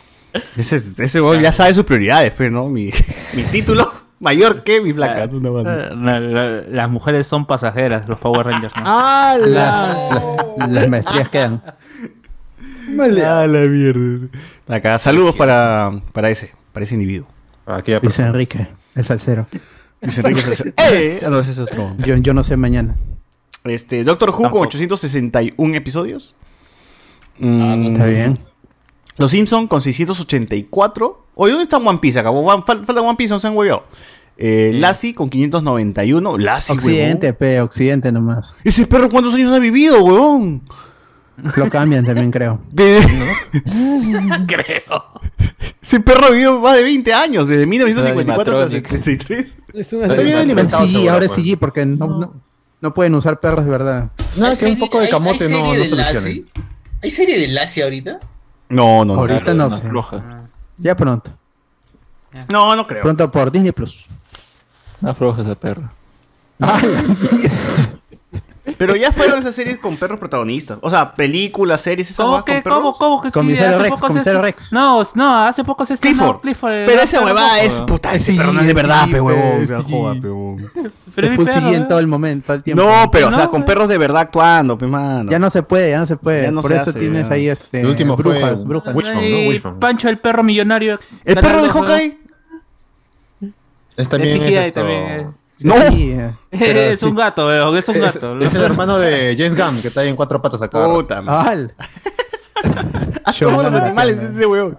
Speaker 6: Ese, es- ese huevón ya sabe sus prioridades, pero no, mi, (laughs) mi título mayor que mi flaca.
Speaker 5: Ah,
Speaker 6: Una hueá así.
Speaker 5: eh,
Speaker 3: La- la- las mujeres son pasajeras, los Power Rangers.
Speaker 6: (laughs)
Speaker 3: ¿no?
Speaker 2: Ah, La- la- las maestrías quedan.
Speaker 6: Ah, la mierda. Acá, saludos para, para ese, para ese individuo.
Speaker 5: Aquí ya
Speaker 2: Dice Enrique, el salsero.
Speaker 6: Luis Enrique Salcedo.
Speaker 2: (laughs)
Speaker 6: ¡Eh! Ah, no, ese es otro.
Speaker 2: Yo, yo no sé mañana.
Speaker 6: Este, Doctor Who con
Speaker 3: Tampoco.
Speaker 6: 861 episodios. Mm,
Speaker 2: Está bien.
Speaker 6: Los Simpson con 684. Oye, ¿dónde está One Piece? Acabó One- fal- falta One Piece, no se han hueveado. Eh, Lassie con 591. Lassie,
Speaker 2: Occidente,
Speaker 6: huevón.
Speaker 2: pe, Occidente nomás.
Speaker 6: Ese perro, ¿cuántos años ha vivido, huevón?
Speaker 2: Lo cambian también, creo.
Speaker 6: (laughs) De-
Speaker 3: (laughs) Creo.
Speaker 6: Ese perro vivió más de 20 años, desde 1954 hasta
Speaker 8: Animatronic.
Speaker 6: 73.
Speaker 1: Es un-
Speaker 5: Está bien alimentado.
Speaker 2: Sí,
Speaker 5: seguro,
Speaker 2: ahora
Speaker 5: pues.
Speaker 2: sí, porque no, no, no pueden usar perros de verdad.
Speaker 5: Nada, que
Speaker 7: ¿Hay
Speaker 5: un poco de
Speaker 7: serie-
Speaker 5: camote
Speaker 7: hay-
Speaker 5: no,
Speaker 7: hay
Speaker 5: no
Speaker 7: serie de
Speaker 5: solucione.
Speaker 7: Lassie? ¿Hay serie de Lassie ahorita?
Speaker 6: No, no, no.
Speaker 2: Ahorita
Speaker 8: Claro,
Speaker 2: no
Speaker 8: una
Speaker 2: sé.
Speaker 8: floja.
Speaker 2: Ya pronto.
Speaker 6: No, no creo.
Speaker 2: Pronto por Disney Plus.
Speaker 8: Una floja esa perra.
Speaker 6: Pero ya fueron esas series con perros protagonistas. O sea, películas, series, esas
Speaker 3: ¿Cómo
Speaker 6: huevas
Speaker 3: que,
Speaker 6: con
Speaker 3: cómo,
Speaker 6: perros.
Speaker 3: cómo que sí?
Speaker 2: Comisario
Speaker 3: Hace
Speaker 2: Rex,
Speaker 3: poco se
Speaker 2: comisario
Speaker 3: est-
Speaker 2: Rex.
Speaker 3: No, no, hace poco se estrenó
Speaker 6: Clifford.
Speaker 3: Clifford.
Speaker 6: Pero
Speaker 3: no,
Speaker 6: esa huevada
Speaker 3: loco,
Speaker 6: es
Speaker 3: weón.
Speaker 6: puta, ese
Speaker 2: Sí,
Speaker 6: perro no es de verdad,
Speaker 2: sí,
Speaker 6: pe huevón.
Speaker 2: pe,
Speaker 6: se la
Speaker 2: sí.
Speaker 6: joda, pe, huevón.
Speaker 3: Pero
Speaker 2: Es
Speaker 3: mi
Speaker 2: full
Speaker 3: perro,
Speaker 2: CG en
Speaker 3: weón.
Speaker 2: todo el momento, todo el tiempo.
Speaker 6: No, pero, o sea,
Speaker 3: No,
Speaker 6: con
Speaker 3: pe.
Speaker 6: perros de verdad actuando, pe mano.
Speaker 2: Ya no se puede, ya no se puede.
Speaker 6: Ya no
Speaker 2: por
Speaker 6: se
Speaker 2: eso
Speaker 6: hace,
Speaker 2: tienes
Speaker 6: ya.
Speaker 2: ahí este
Speaker 5: El último fue
Speaker 2: brujas,
Speaker 5: un-
Speaker 2: brujas.
Speaker 5: Wishbone, ¿no?
Speaker 3: Ay,
Speaker 5: Wishbone.
Speaker 3: Pancho el perro millonario.
Speaker 6: ¿El perro de
Speaker 3: Ganando, weón.
Speaker 6: Hawkeye?
Speaker 5: Es también
Speaker 3: Es CGI
Speaker 5: es esto-
Speaker 3: también,
Speaker 6: No.
Speaker 2: Sí, eh, pero
Speaker 3: (laughs) Es un
Speaker 2: sí.
Speaker 3: gato, weón, es un
Speaker 5: Es,
Speaker 3: gato.
Speaker 5: es el hermano de James Gunn, que está ahí en cuatro patas acá.
Speaker 6: Puta, man.
Speaker 2: ¡Al!
Speaker 6: A todos los
Speaker 2: Showman,
Speaker 6: animales
Speaker 2: man.
Speaker 6: ese huevón.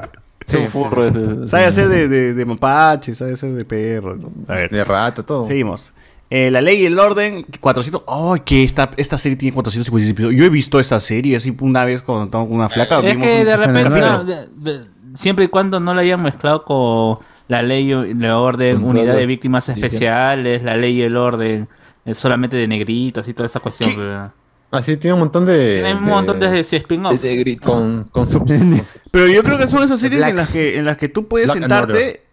Speaker 8: Es un furro ese.
Speaker 6: Sabe hacer de, de, de mapache, sabe hacer de perro. A ver.
Speaker 5: De rata, todo.
Speaker 6: Seguimos. Eh, la ley y el orden, 400. ¡Ay, que esta, esta serie tiene 456 episodios! Yo he visto esta serie así una vez cuando estaba con una flaca.
Speaker 3: Es
Speaker 6: vimos
Speaker 3: que
Speaker 6: un-
Speaker 3: de repente,
Speaker 2: capítulo.
Speaker 3: no, de- de- siempre y cuando no la hayan mezclado con la ley y el orden,
Speaker 8: Con
Speaker 3: unidad
Speaker 8: todas
Speaker 3: de
Speaker 8: las-
Speaker 3: víctimas especiales, la ley y el orden, eh, solamente de negritos y toda esa cuestión.
Speaker 6: ¿Qué?
Speaker 3: weón.
Speaker 5: Así tiene un montón de.
Speaker 3: Tiene un montón de, de spin-off.
Speaker 8: Ese grito.
Speaker 5: Con, con su.
Speaker 6: Pero yo creo que son esas series en
Speaker 5: Blacks.
Speaker 6: las, que, en las que tú puedes
Speaker 5: Black and
Speaker 6: sentarte,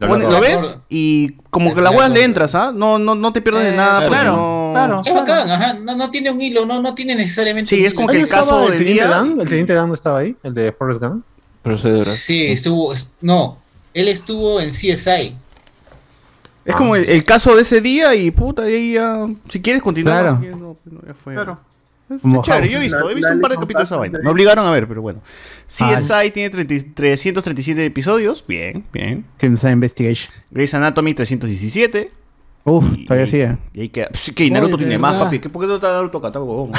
Speaker 5: Lo
Speaker 6: pone-
Speaker 5: loco.
Speaker 6: lo
Speaker 7: Black
Speaker 6: ves
Speaker 7: Order.
Speaker 6: y como
Speaker 7: El
Speaker 6: que la
Speaker 7: Black
Speaker 6: hueá le
Speaker 7: Order.
Speaker 6: entras, ¿ah? No, no, no te pierdes de
Speaker 3: Eh,
Speaker 6: nada. porque
Speaker 3: claro,
Speaker 6: no-
Speaker 3: claro.
Speaker 7: Es bacán, ajá. No, no tiene un hilo, no, no tiene necesariamente.
Speaker 6: Sí,
Speaker 7: un
Speaker 6: es
Speaker 7: hilo.
Speaker 6: como que
Speaker 5: Ahí
Speaker 6: el
Speaker 5: estaba
Speaker 6: caso
Speaker 5: el
Speaker 6: del
Speaker 5: teniente
Speaker 6: día-
Speaker 5: Dan, el teniente Dan no estaba ahí, el de Forrest Gump.
Speaker 8: Procedura.
Speaker 7: Sí, estuvo. es- No, él estuvo en CSI.
Speaker 2: (laughs)
Speaker 6: Es como el, el caso de ese día y puta, y ahí ya. Si quieres continuar,
Speaker 2: Claro.
Speaker 6: si quieres, no, pues, no, ya fue.
Speaker 3: Claro.
Speaker 2: Como
Speaker 6: Chévere,
Speaker 2: House.
Speaker 6: yo he visto,
Speaker 4: La-
Speaker 6: he visto
Speaker 4: la
Speaker 6: un par de
Speaker 4: ley
Speaker 6: capítulos de esa
Speaker 4: compacta,
Speaker 6: vaina.
Speaker 4: sí.
Speaker 6: Me obligaron a ver, pero bueno. CSI tiene 30 337 episodios. Bien, bien.
Speaker 2: Crimson Investigation.
Speaker 6: Grey's Anatomy 317.
Speaker 2: Uf,
Speaker 6: Y-
Speaker 2: todavía sigue.
Speaker 6: Y ahí queda. Pss, que Naruto
Speaker 1: Oye,
Speaker 6: tiene
Speaker 1: de
Speaker 6: más,
Speaker 1: verdad.
Speaker 6: papi. ¿Qué, ¿Por qué no está Naruto acá, huevón?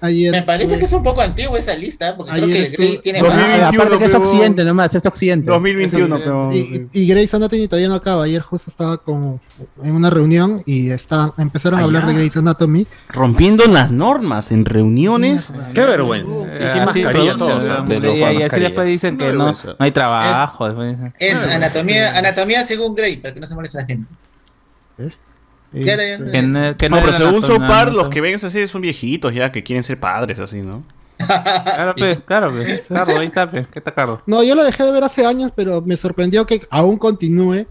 Speaker 1: Ayer
Speaker 7: Me parece
Speaker 1: estuve-
Speaker 7: que es un poco antigua esa lista, porque creo
Speaker 1: Ayer
Speaker 7: que el
Speaker 1: estuve-
Speaker 7: Grey tiene
Speaker 2: Ah,
Speaker 6: Dos
Speaker 7: más.
Speaker 6: mil- 2021,
Speaker 2: aparte que es
Speaker 6: pero-
Speaker 2: Occidente nomás, es Occidente.
Speaker 6: 2021,
Speaker 3: Sí,
Speaker 6: pero.
Speaker 1: Y, y, y Grey's Anatomy todavía no acaba. Ayer justo estaba como en una reunión y estaban, empezaron
Speaker 6: Ah,
Speaker 1: a hablar
Speaker 6: ya.
Speaker 1: de Grey's Anatomy.
Speaker 6: Rompiendo las normas en reuniones.
Speaker 5: Qué vergüenza. Y
Speaker 3: Eh,
Speaker 5: sin
Speaker 3: así
Speaker 5: mascarilla,
Speaker 3: produce,
Speaker 5: todo,
Speaker 3: weón,
Speaker 5: ¿no?
Speaker 8: Te lo
Speaker 3: y- y
Speaker 8: juegan
Speaker 3: así
Speaker 8: mascarillas.
Speaker 3: después dicen que
Speaker 6: No,
Speaker 3: no, no
Speaker 6: vergüenza.
Speaker 3: hay trabajo. después dicen.
Speaker 7: Es
Speaker 6: Ah,
Speaker 7: anatomía, anatomía según Grey, para que no se moleste la gente. Ya, ya, ya.
Speaker 1: Este,
Speaker 3: Que no, que
Speaker 6: No, pero
Speaker 3: era
Speaker 6: según
Speaker 3: razonable,
Speaker 6: South Park, los
Speaker 3: ¿no?
Speaker 6: que ven esa serie son viejitos ya, que quieren ser padres, así, ¿no?
Speaker 3: Claro, pues, claro, pues. Claro, ahí está, pues. ¿Qué está caro?
Speaker 1: No, yo lo dejé de ver hace años, pero me sorprendió que aún continúe.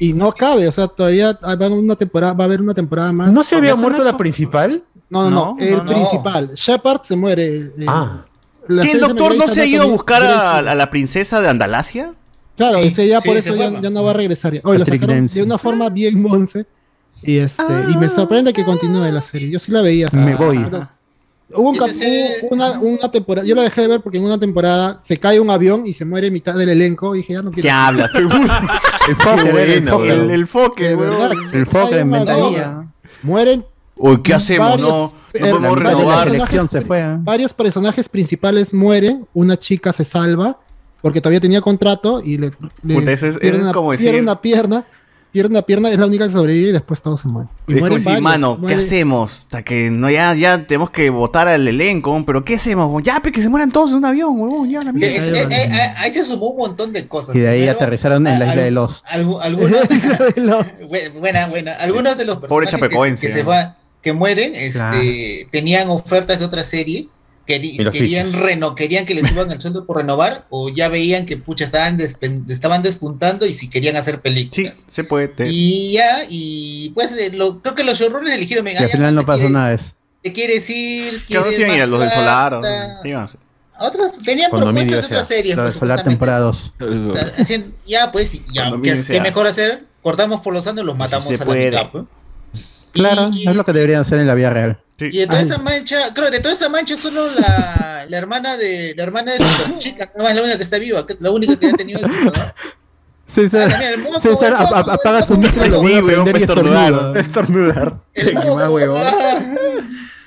Speaker 1: y no cabe, o sea, todavía va a una temporada, va a haber una temporada más.
Speaker 5: ¿No se había muerto la principal?
Speaker 1: No, no, no,
Speaker 5: No,
Speaker 1: el
Speaker 5: no, no.
Speaker 1: principal. Shepard se muere. eh,
Speaker 5: Ah.
Speaker 1: la
Speaker 6: ¿Que el
Speaker 1: serie
Speaker 6: doctor no
Speaker 1: Mandalorian
Speaker 6: se ha
Speaker 1: habla
Speaker 6: ido a
Speaker 1: con-
Speaker 6: buscar a,
Speaker 1: regresa.
Speaker 6: a la princesa de Andalasia?
Speaker 1: Claro,
Speaker 7: Sí,
Speaker 1: ese ya
Speaker 7: sí,
Speaker 1: por
Speaker 7: se
Speaker 1: eso ya,
Speaker 7: fue,
Speaker 1: ya no va a regresar. Hoy lo
Speaker 2: Patrick
Speaker 1: sacaron
Speaker 2: Dempsey.
Speaker 1: de una forma bien monce. Y, este, y
Speaker 6: Ah.
Speaker 1: me sorprende que continúe la serie. Yo sí la veía. hasta-
Speaker 2: Me voy.
Speaker 1: Hubo un
Speaker 7: Esa
Speaker 1: cap-
Speaker 7: serie-
Speaker 1: hubo una, una temporada, yo la dejé de ver porque en una temporada se cae un avión y se muere mitad del elenco. Y dije, ya no quiero.
Speaker 6: ¿Qué
Speaker 1: (laughs)
Speaker 6: habla? (laughs)
Speaker 2: El Fokker,
Speaker 5: Qué
Speaker 2: el
Speaker 5: bueno,
Speaker 2: Fokker.
Speaker 6: el,
Speaker 2: El,
Speaker 6: el foque,
Speaker 1: De verdad,
Speaker 6: weón.
Speaker 1: se
Speaker 2: Fokker
Speaker 1: cae
Speaker 2: en
Speaker 1: un avión,
Speaker 2: ventanilla.
Speaker 1: Mueren
Speaker 6: Uy, ¿qué hacemos?
Speaker 1: varios-
Speaker 6: No,
Speaker 1: eh,
Speaker 6: no podemos
Speaker 1: varios
Speaker 2: La
Speaker 6: renovar.
Speaker 1: personajes
Speaker 2: selección se
Speaker 1: pri-
Speaker 2: fue. ¿eh?
Speaker 1: Varios personajes principales mueren, una chica se salva porque todavía tenía contrato y le, le
Speaker 6: Puta, ese es- ese es
Speaker 1: una,
Speaker 6: como
Speaker 1: pierde
Speaker 6: decir-
Speaker 1: una pierna, pierde una pierna, es la única que sobrevive y después todos se mueren. Y
Speaker 6: Es como
Speaker 1: mueren
Speaker 6: decir,
Speaker 1: varios,
Speaker 6: mano, ¿qué
Speaker 1: muere-
Speaker 6: hacemos? Hasta que no, ya, ya tenemos que votar al elenco, pero ¿qué hacemos? weón? Ya, pe, que se mueran todos en un avión, huevón, ya la
Speaker 7: Sí,
Speaker 6: mierda.
Speaker 7: es- eh, eh, eh, ahí se sumó un montón de cosas.
Speaker 2: Y de ahí
Speaker 7: Primero,
Speaker 2: aterrizaron en la
Speaker 7: a-
Speaker 2: isla de
Speaker 7: al-
Speaker 2: Lost. (laughs)
Speaker 7: algu- algunos-
Speaker 1: Los-
Speaker 7: (laughs) Bu- buena, buena. Algunos de los
Speaker 6: Pobre
Speaker 7: personajes que,
Speaker 6: chapecoense, ¿eh?
Speaker 7: que se
Speaker 6: ¿no?
Speaker 7: va- que mueren este,
Speaker 2: Claro.
Speaker 7: tenían ofertas de otras series. queri-
Speaker 5: Y los
Speaker 7: querían,
Speaker 5: fichas.
Speaker 7: reno, querían que les suban el sueldo por renovar o ya veían que pucha estaban, despen- estaban despuntando y si querían hacer
Speaker 6: Sí,
Speaker 7: películas.
Speaker 6: se puede. te-
Speaker 7: Y ya, y pues eh, lo- creo que los showrunners eligieron.
Speaker 2: Y al final no pasó nada de eso.
Speaker 7: ¿Te quieres ir?
Speaker 6: ¿Qué
Speaker 7: ¿Quieres
Speaker 6: otros iban a ir?
Speaker 7: más
Speaker 6: Los del Solar. o-
Speaker 7: plata?
Speaker 6: ¿qué iban a hacer?
Speaker 7: Otros tenían
Speaker 5: Condominio,
Speaker 7: propuestas de
Speaker 5: o sea,
Speaker 7: otras series.
Speaker 2: Lo de
Speaker 7: pues,
Speaker 2: Solar
Speaker 7: supuestamente.
Speaker 2: temporada 2.
Speaker 7: Haciendo- ya, pues, y ya,
Speaker 6: Condominio,
Speaker 7: ¿qué,
Speaker 6: o
Speaker 7: qué
Speaker 6: sea.
Speaker 7: mejor hacer? Cortamos por los andos, los matamos
Speaker 6: se
Speaker 7: a la
Speaker 6: puede.
Speaker 7: mitad. pues.
Speaker 2: Claro,
Speaker 7: Y-
Speaker 2: es lo que deberían hacer en la vida real.
Speaker 6: Sí.
Speaker 7: Y de toda
Speaker 1: Ay.
Speaker 7: esa mancha, creo que de toda esa mancha solo la, la hermana de la hermana de
Speaker 6: (laughs)
Speaker 7: su chica, nada más es la única que está viva, que- la única que ha tenido el hijo, ¿no? Ah,
Speaker 2: César,
Speaker 7: también Ah, el moco,
Speaker 2: César
Speaker 7: el
Speaker 2: ap-
Speaker 7: moco,
Speaker 2: ap-
Speaker 7: el
Speaker 2: apaga su
Speaker 7: moco,
Speaker 2: micro y
Speaker 7: el
Speaker 2: lo
Speaker 7: moco,
Speaker 2: vuelve a
Speaker 6: Sí, weón,
Speaker 2: prender y
Speaker 6: pues, estornudar.
Speaker 2: estornuda.
Speaker 5: Estornudar.
Speaker 7: (laughs) el moco,
Speaker 5: más huevón.
Speaker 7: ah.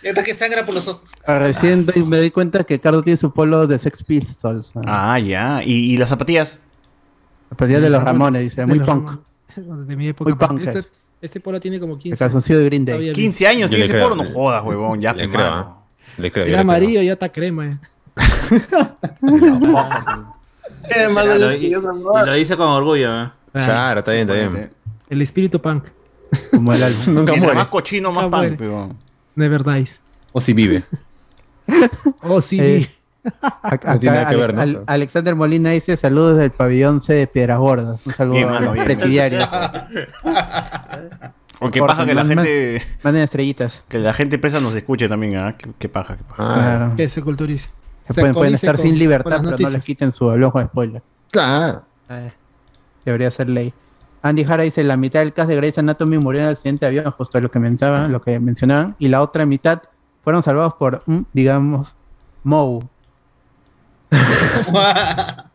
Speaker 7: Y hasta que sangra por los ojos.
Speaker 2: Ah, Recién doy- me di cuenta que Cardo tiene su polo de Sex Pistols. ¿no?
Speaker 6: Ah, ya. ¿Y, y las zapatillas?
Speaker 2: La pedía
Speaker 6: Ah,
Speaker 2: de los Ramones, dice, muy
Speaker 1: de los
Speaker 2: punk.
Speaker 1: Ramones. De mi época.
Speaker 2: Muy punk
Speaker 1: Este,
Speaker 2: es.
Speaker 1: este polo tiene como
Speaker 2: El
Speaker 1: 15.
Speaker 2: calzoncillo de Green
Speaker 1: Está
Speaker 2: Day.
Speaker 1: bien.
Speaker 6: 15 años,
Speaker 5: Yo
Speaker 6: tiene
Speaker 5: le
Speaker 6: ese
Speaker 5: creo,
Speaker 6: polo. No
Speaker 5: le-
Speaker 6: jodas, huevón. Ya, pues,
Speaker 5: le
Speaker 6: pe,
Speaker 5: creo, ¿eh?
Speaker 6: mano.
Speaker 5: Le creo, yo
Speaker 1: Era
Speaker 5: le creo.
Speaker 1: amarillo, ya está crema. eh.
Speaker 4: Eh, más de
Speaker 3: Claro,
Speaker 4: los
Speaker 3: y-
Speaker 4: que yo
Speaker 3: Y
Speaker 4: salvaba.
Speaker 3: lo dice con orgullo. ¿eh?
Speaker 5: Claro, está bien, está bien.
Speaker 1: El espíritu punk.
Speaker 2: Como el álbum.
Speaker 5: (laughs) Nunca
Speaker 6: Mientras
Speaker 5: muere.
Speaker 6: más cochino, más
Speaker 1: Ah,
Speaker 6: pan,
Speaker 1: muere.
Speaker 6: pe, huevón.
Speaker 1: Never dies.
Speaker 5: O si vive.
Speaker 1: Oh, sí.
Speaker 2: Eh, Acá,
Speaker 5: No tiene nada que
Speaker 2: Alex-
Speaker 5: ver, ¿no?
Speaker 2: Al- Alexander Molina dice saludos del pabellón C de Piedras Gordas. Un saludo
Speaker 6: Bien,
Speaker 2: a
Speaker 6: mano,
Speaker 2: los
Speaker 7: (laughs)
Speaker 6: bien.
Speaker 2: presidiarios.
Speaker 6: O qué
Speaker 2: Corta,
Speaker 6: paja que la
Speaker 2: más- más-
Speaker 6: gente
Speaker 2: Manden estrellitas.
Speaker 6: que la gente presa nos escuche también, ¿ah? Qué, qué paja, qué paja.
Speaker 5: Ah,
Speaker 2: Claro.
Speaker 1: que se culturice.
Speaker 2: Se
Speaker 1: Se
Speaker 2: pueden, pueden
Speaker 1: actualice
Speaker 2: estar
Speaker 1: con-
Speaker 2: sin
Speaker 1: con
Speaker 2: libertad,
Speaker 1: las
Speaker 2: pero no
Speaker 1: noticias.
Speaker 2: les quiten su alojo de spoiler.
Speaker 1: Ah.
Speaker 5: claro.
Speaker 2: Debería ser ley. Andy Jara dice, la mitad del cast de Grey's Anatomy murió en el accidente de avión, justo lo que mencionaban, lo que mencionaban, y la otra mitad fueron salvados por, mm, digamos,
Speaker 6: (laughs)
Speaker 2: Moe.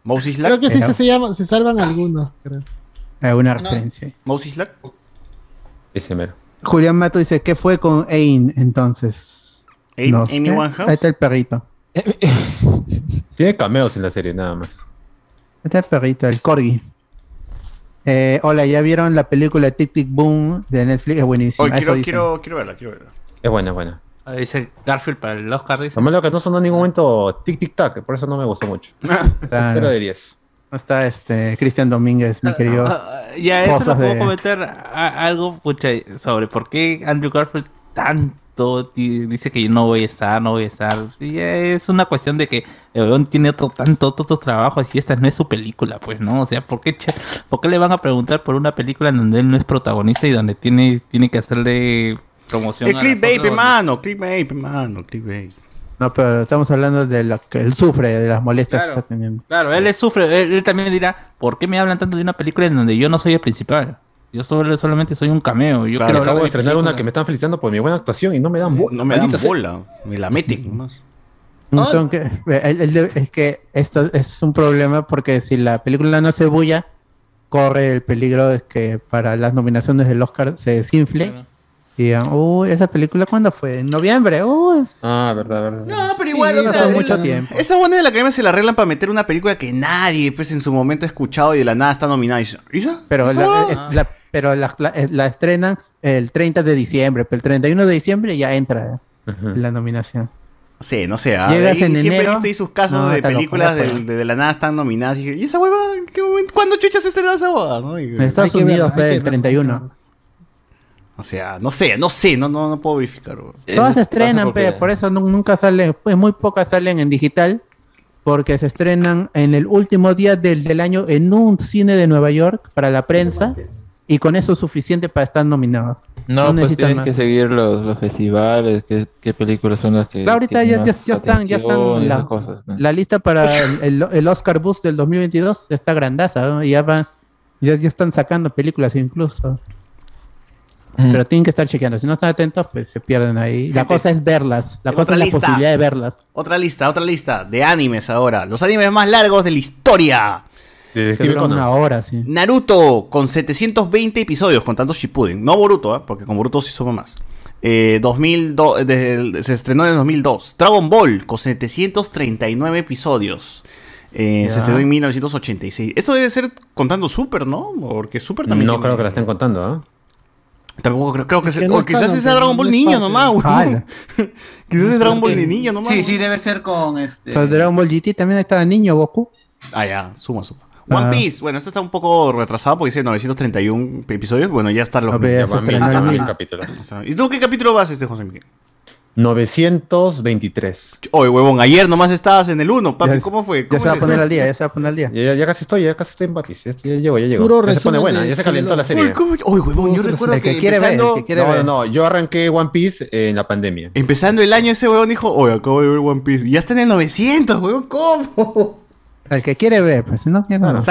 Speaker 6: Mouse
Speaker 1: Creo
Speaker 6: Island.
Speaker 1: que sí
Speaker 2: Pero-
Speaker 1: se, se llama- se salvan algunos. creo.
Speaker 2: Alguna
Speaker 7: No.
Speaker 2: referencia.
Speaker 6: Mouse Island.
Speaker 5: Ese mero.
Speaker 2: Julián Mato dice, ¿qué fue con Ain entonces?
Speaker 6: Amy
Speaker 2: No sé.
Speaker 6: Amy Winehouse.
Speaker 2: Ahí está el perrito.
Speaker 5: Tiene cameos en la serie, nada más.
Speaker 2: Ahí está el perrito, el corgi. Eh, hola, ¿ya vieron la película Tic Tic Boom de Netflix? Es buenísima.
Speaker 6: Oye,
Speaker 2: eso
Speaker 6: quiero,
Speaker 2: dicen.
Speaker 6: quiero, quiero verla, quiero verla.
Speaker 5: Es buena, es buena.
Speaker 3: Ah, Dice Garfield para el Oscar. Dice.
Speaker 5: Lo malo que no sonó en ningún momento tic tic tac, por eso no me gustó
Speaker 6: (laughs)
Speaker 5: mucho.
Speaker 2: Claro.
Speaker 5: Pero de 10.
Speaker 2: No está este Cristian Domínguez, mi querido.
Speaker 3: Ah, ah, ya, eso
Speaker 2: Cosas
Speaker 3: no puedo
Speaker 2: de-
Speaker 3: comentar a- algo pucha, sobre por qué Andrew Garfield tanto di- dice que yo no voy a estar, no voy a estar. Y ya es una cuestión de que el weón tiene otro tanto, otro, otro trabajo y esta no es su película, pues, ¿no? O sea, ¿por qué, che- ¿por qué le van a preguntar por una película en donde él no es protagonista y donde tiene, tiene que hacerle promoción?
Speaker 6: El
Speaker 3: a
Speaker 6: Eh, clip
Speaker 3: las
Speaker 6: baby,
Speaker 3: otras-
Speaker 6: mano, clip baby, mano, clip baby.
Speaker 2: No, pero estamos hablando de lo que él sufre, de las molestias
Speaker 3: Claro.
Speaker 2: que está teniendo.
Speaker 3: Claro, él le sufre, él, él también dirá, ¿por qué me hablan tanto de una película en donde yo no soy el principal? Yo solo, solamente soy un cameo. Yo
Speaker 6: Claro,
Speaker 3: quiero hablar
Speaker 5: acabo
Speaker 3: mi
Speaker 5: de estrenar
Speaker 3: película".
Speaker 5: una que me están felicitando por mi buena actuación y no me dan bola. ¿eh?
Speaker 6: No me dan
Speaker 5: Maldita sea.
Speaker 6: bola, me la meten nomás.
Speaker 2: Entonces, que- el- el de- es que esto es un problema porque si la película no se bulla, corre el peligro de que para las nominaciones del Oscar se desinfle
Speaker 3: Claro.
Speaker 2: y digan, uy, esa película cuándo fue? En noviembre, uy.
Speaker 5: Ah, verdad, verdad.
Speaker 6: No, pero
Speaker 2: igual, o sea,
Speaker 6: esa
Speaker 2: pasó mucho tiempo.
Speaker 6: Esa buena de la academia se la arreglan para meter una película que nadie, pues, en su momento ha escuchado y de la nada está nominada. Y dice, ¿Isa?
Speaker 2: Pero,
Speaker 6: ¿Isa?
Speaker 3: Ah.
Speaker 2: la, es- la- pero la, la- la estrenan el 30 de diciembre, pero el 31 de diciembre ya entra
Speaker 5: Ujú.
Speaker 2: la nominación.
Speaker 6: No sé, no sé. ah,
Speaker 2: Llegas
Speaker 6: ahí
Speaker 2: en enero.
Speaker 6: siempre he visto ahí sus casos
Speaker 2: No,
Speaker 6: de
Speaker 2: te lo
Speaker 6: películas
Speaker 2: juro,
Speaker 6: del-
Speaker 2: pues.
Speaker 6: de, de la nada están nominadas. Y dije, ¿y esa hueva? ¿En qué momento? ¿Cuándo chucha se estrenó esa hueva? ¿No? Y-
Speaker 2: En Estados
Speaker 1: Hay que
Speaker 2: Unidos pues.
Speaker 1: verla, hay
Speaker 2: fue
Speaker 1: que
Speaker 2: el
Speaker 1: verla.
Speaker 2: 31.
Speaker 6: o sea, no sé, no sé, no, no, no puedo verificar. huevón.
Speaker 8: Eh,
Speaker 1: Eh,
Speaker 2: Todas se estrenan, pe, por
Speaker 8: eso.
Speaker 2: eso nu- nunca salen, pues muy pocas salen en digital, porque se estrenan en el último día del, del año en un cine de Nueva York para la prensa. Y con eso es suficiente para estar nominados.
Speaker 8: No, pues
Speaker 2: necesitan
Speaker 8: tienen
Speaker 2: más.
Speaker 8: que seguir los, los festivales, qué, qué películas son las que.
Speaker 2: Claro, ahorita
Speaker 8: que
Speaker 2: ya,
Speaker 8: más
Speaker 2: ya, ya están, ya
Speaker 8: atención
Speaker 2: están
Speaker 8: y esas
Speaker 2: la,
Speaker 8: cosas, pues. ¿no?
Speaker 2: la lista
Speaker 8: (laughs)
Speaker 2: para el, el- el Oscar Bus del 2022 está grandaza, ¿no? ya van, ya, ya están sacando películas incluso.
Speaker 8: Ujú.
Speaker 2: Pero tienen que estar chequeando, si no están atentos, pues se pierden ahí. La
Speaker 6: Gente,
Speaker 2: cosa es verlas, la
Speaker 6: en
Speaker 2: cosa
Speaker 6: otra
Speaker 2: es la
Speaker 6: lista.
Speaker 2: posibilidad de verlas.
Speaker 6: Otra lista, otra lista de animes ahora. Los animes más largos de la historia.
Speaker 2: Que duran una hora, sí.
Speaker 6: Naruto con 720 episodios contando Shippuden. No Boruto, ¿ah? porque con Boruto sí suma más. Eh, 2002, eh, desde el- se estrenó en el 2002. Dragon Ball con 739 episodios. Eh, se
Speaker 2: Ya.
Speaker 6: estrenó en 1986. Esto debe ser contando Super, ¿no? Porque Super también.
Speaker 5: No
Speaker 6: tiene-
Speaker 5: creo que la estén contando, ¿ah?
Speaker 6: Tampoco creo, creo que,
Speaker 1: Es
Speaker 6: se-
Speaker 1: que no
Speaker 6: o quizás
Speaker 1: canon,
Speaker 6: sea
Speaker 1: no-
Speaker 6: Dragon
Speaker 1: no
Speaker 6: Ball
Speaker 1: es
Speaker 6: niño
Speaker 1: parte.
Speaker 6: nomás, weón. (laughs)
Speaker 2: Ah,
Speaker 6: Quizás es Dragon Ball de
Speaker 7: Porque-
Speaker 6: niño nomás.
Speaker 7: Sí,
Speaker 6: weón.
Speaker 7: sí, debe ser con este.
Speaker 2: Entonces, Dragon Ball GT también estaba niño Goku.
Speaker 6: Ah, ya, suma, suma. One
Speaker 2: Ah.
Speaker 6: Piece, bueno, esto está un poco retrasado porque dice 931 episodios. Bueno, ya están los.
Speaker 2: A ver. Ya
Speaker 5: Ya
Speaker 2: se
Speaker 5: van mil,
Speaker 2: estrenó
Speaker 5: ya
Speaker 2: el
Speaker 5: van
Speaker 2: mil.
Speaker 5: mil capítulos.
Speaker 6: ¿Y tú qué capítulo vas este, José Miguel?
Speaker 5: 923.
Speaker 6: Oye, huevón, ayer nomás estabas en el 1, papi,
Speaker 2: Ya-
Speaker 6: ¿cómo fue?
Speaker 2: Ya
Speaker 6: ¿Cómo
Speaker 2: se va a
Speaker 6: es
Speaker 2: poner
Speaker 6: eso?
Speaker 2: al día, ya se va a poner al día.
Speaker 5: Ya, ya- ya casi estoy, ya casi estoy en Batis. Ya, ya llego, ya llego.
Speaker 1: Puro
Speaker 5: ya se pone
Speaker 1: resumen
Speaker 5: buena,
Speaker 1: de-
Speaker 5: ya se calentó
Speaker 1: de-
Speaker 5: la
Speaker 6: Uy,
Speaker 5: serie.
Speaker 6: ¿cómo? Oye, huevón, yo
Speaker 1: El
Speaker 6: recuerdo
Speaker 2: que
Speaker 6: que,
Speaker 2: quiere ver, el
Speaker 6: empezando,
Speaker 2: que quiere-
Speaker 5: No, no,
Speaker 2: ver.
Speaker 5: no, yo arranqué One Piece eh, en la pandemia.
Speaker 6: empezando el año ese huevón dijo, oye, acabo de ver One Piece. Ya está en el 900, huevón, ¿cómo?
Speaker 2: (laughs) El que quiere ver, pues si no quiere
Speaker 5: Claro.
Speaker 2: no.
Speaker 5: El que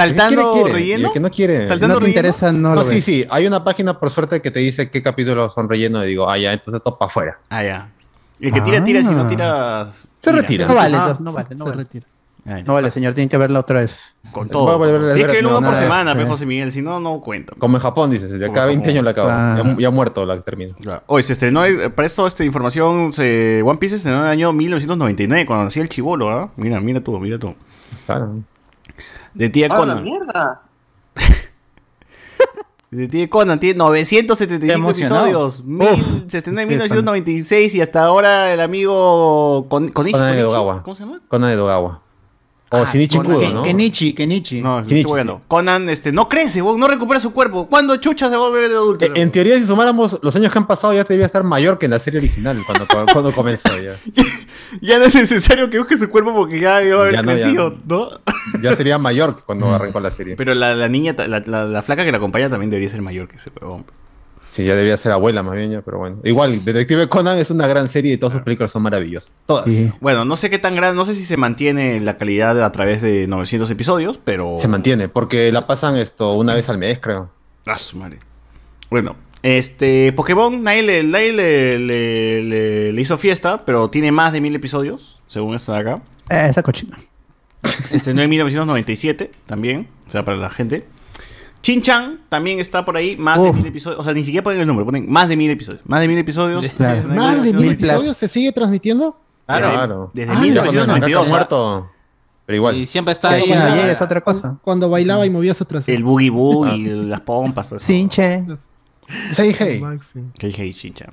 Speaker 5: quiere,
Speaker 6: Saltando
Speaker 5: quiere.
Speaker 6: relleno.
Speaker 5: Y el que no quiere.
Speaker 2: Si
Speaker 6: Saltando
Speaker 2: no te
Speaker 6: relleno.
Speaker 2: interesa, no
Speaker 5: No,
Speaker 2: lo
Speaker 5: sí,
Speaker 2: ves.
Speaker 5: sí, hay una página por suerte que te dice qué capítulos son relleno y digo, ah, ya, entonces esto para afuera.
Speaker 6: Ah, ya. El que tira, tira, si no tiras.
Speaker 5: Se
Speaker 6: mira.
Speaker 5: retira.
Speaker 2: Ah. No vale,
Speaker 1: Ah,
Speaker 2: no, no vale, no
Speaker 1: se
Speaker 2: vale.
Speaker 1: retira.
Speaker 6: Ah, ya.
Speaker 2: No vale, señor, tienen que verla otra vez.
Speaker 6: Con
Speaker 5: Voy a
Speaker 6: todo.
Speaker 5: volver a
Speaker 6: Tienes
Speaker 5: ver-
Speaker 6: que ir uno
Speaker 5: no,
Speaker 6: por
Speaker 2: nada,
Speaker 6: semana,
Speaker 2: sí.
Speaker 6: pe, José Miguel, si no, no cuenta.
Speaker 5: Como en Japón, dices, de
Speaker 6: Como
Speaker 5: acá a 20
Speaker 6: Japón.
Speaker 5: años la acabo.
Speaker 2: Claro.
Speaker 5: Ya, ya muerto la que termina.
Speaker 6: Claro. Hoy se estrenó, eh, para esto, esta información, se, One Piece se estrenó en el año 1999, cuando nació el chivolo, ¿ah? Mira, mira tú, mira tú.
Speaker 5: Claro.
Speaker 6: De tía
Speaker 4: ¡Ah, la
Speaker 6: Conan.
Speaker 4: mierda!
Speaker 6: De tía Conan, tiene
Speaker 7: Qué
Speaker 6: 975
Speaker 7: emocionado.
Speaker 6: episodios. Mil- se estrenó en 1996 y hasta ahora el amigo Con, Konichi-
Speaker 5: Conan
Speaker 6: Konichi-
Speaker 5: Edogawa.
Speaker 6: ¿Cómo se llama?
Speaker 5: Conan de Dogawa. O
Speaker 6: Ah,
Speaker 5: Shinichi
Speaker 6: Conan,
Speaker 5: Kudo,
Speaker 7: Que-
Speaker 5: ¿no?
Speaker 7: Kenichi, Kenichi.
Speaker 6: No, estoy
Speaker 5: Kenichi.
Speaker 6: hueveando. Conan este, no crece, weón, no recupera su cuerpo. ¿Cuándo chucha se va a volver de adulto?
Speaker 5: Eh, En teoría, si sumáramos los años que han pasado, ya debería estar mayor que en la serie original cuando, cuando comenzó. Ya.
Speaker 6: ya no es necesario que busque su cuerpo porque ya iba a haber
Speaker 5: Ya no, ya
Speaker 6: crecido, ¿no?
Speaker 5: Ya sería mayor que cuando arrancó la serie.
Speaker 6: Pero la, la niña, ta- la, la- la flaca que la acompaña también debería ser mayor que ese huevón.
Speaker 5: Sí, ya debería ser abuela más bien ya, pero bueno. Igual, Detective Conan es una gran serie y todas sus películas son maravillosas. Todas.
Speaker 2: Sí.
Speaker 6: Ah. Bueno, no sé qué tan grande, no sé si se mantiene la calidad a través de 900 episodios, pero...
Speaker 5: Se mantiene, porque la pasan esto una vez al mes, creo.
Speaker 6: Ah, su madre. Bueno, este Pokémon, nadie, le, nadie le, le- le- le hizo fiesta, pero tiene más de mil episodios, según esto de acá. Este,
Speaker 2: Eh, esa cochina.
Speaker 6: Se estrenó en 1997 también, o sea, para la gente. Chin-Chan también está por ahí, más de
Speaker 2: Uf.
Speaker 6: mil episodios. O sea, ni siquiera ponen el número, ponen más de mil episodios. Más de mil episodios.
Speaker 2: Claro.
Speaker 6: desde
Speaker 1: ¿Más de mil
Speaker 6: 1992.
Speaker 1: episodios se sigue transmitiendo?
Speaker 6: Claro, desde
Speaker 5: Ya
Speaker 1: Ah,
Speaker 5: cuando
Speaker 6: 1992,
Speaker 5: Nanaka muerto. Pero
Speaker 3: Y
Speaker 5: igual.
Speaker 3: siempre está
Speaker 2: Ya
Speaker 3: ahí.
Speaker 2: cuando
Speaker 3: ah,
Speaker 2: llegue es otra cosa. Ah.
Speaker 1: Cuando bailaba y movía su trasero.
Speaker 6: El Boogie Boo y las pompas. pues. todo eso.
Speaker 2: Sinche.
Speaker 5: Say
Speaker 2: Eh,
Speaker 5: hey.
Speaker 1: Maxi.
Speaker 6: KG Chicha.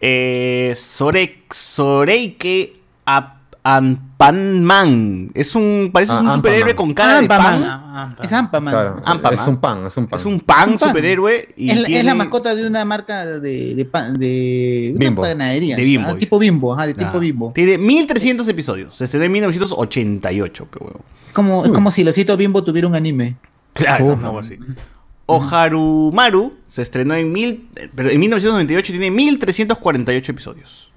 Speaker 6: Eh, Sore- Soreike Ap- Ampanman. Es un. Parece
Speaker 5: Ah,
Speaker 6: un superhéroe
Speaker 5: Ampanman.
Speaker 6: con cara de pan.
Speaker 7: Ampa-Man. Es Ampaman.
Speaker 5: Claro,
Speaker 6: Ampa,
Speaker 5: es
Speaker 6: man.
Speaker 5: un pan, es un pan.
Speaker 6: Es un pan
Speaker 7: Un pan.
Speaker 6: superhéroe. Y
Speaker 7: Es, la- es
Speaker 6: tiene-
Speaker 7: la mascota de una marca de, de, pan- de una
Speaker 5: Bimbo.
Speaker 7: panadería.
Speaker 6: De Bimbo,
Speaker 7: Ah,
Speaker 6: dice.
Speaker 7: tipo Bimbo, ajá, de tipo
Speaker 6: Ah.
Speaker 7: Bimbo.
Speaker 6: Tiene 1300 episodios. Este Se estrenó en 1988, pero huevo. (laughs)
Speaker 7: Es como, es como si los hitos Bimbo tuviera un anime.
Speaker 6: Claro, algo así. Oharumaru se estrenó en, mil, eh, pero en 1998 y tiene 1348 episodios.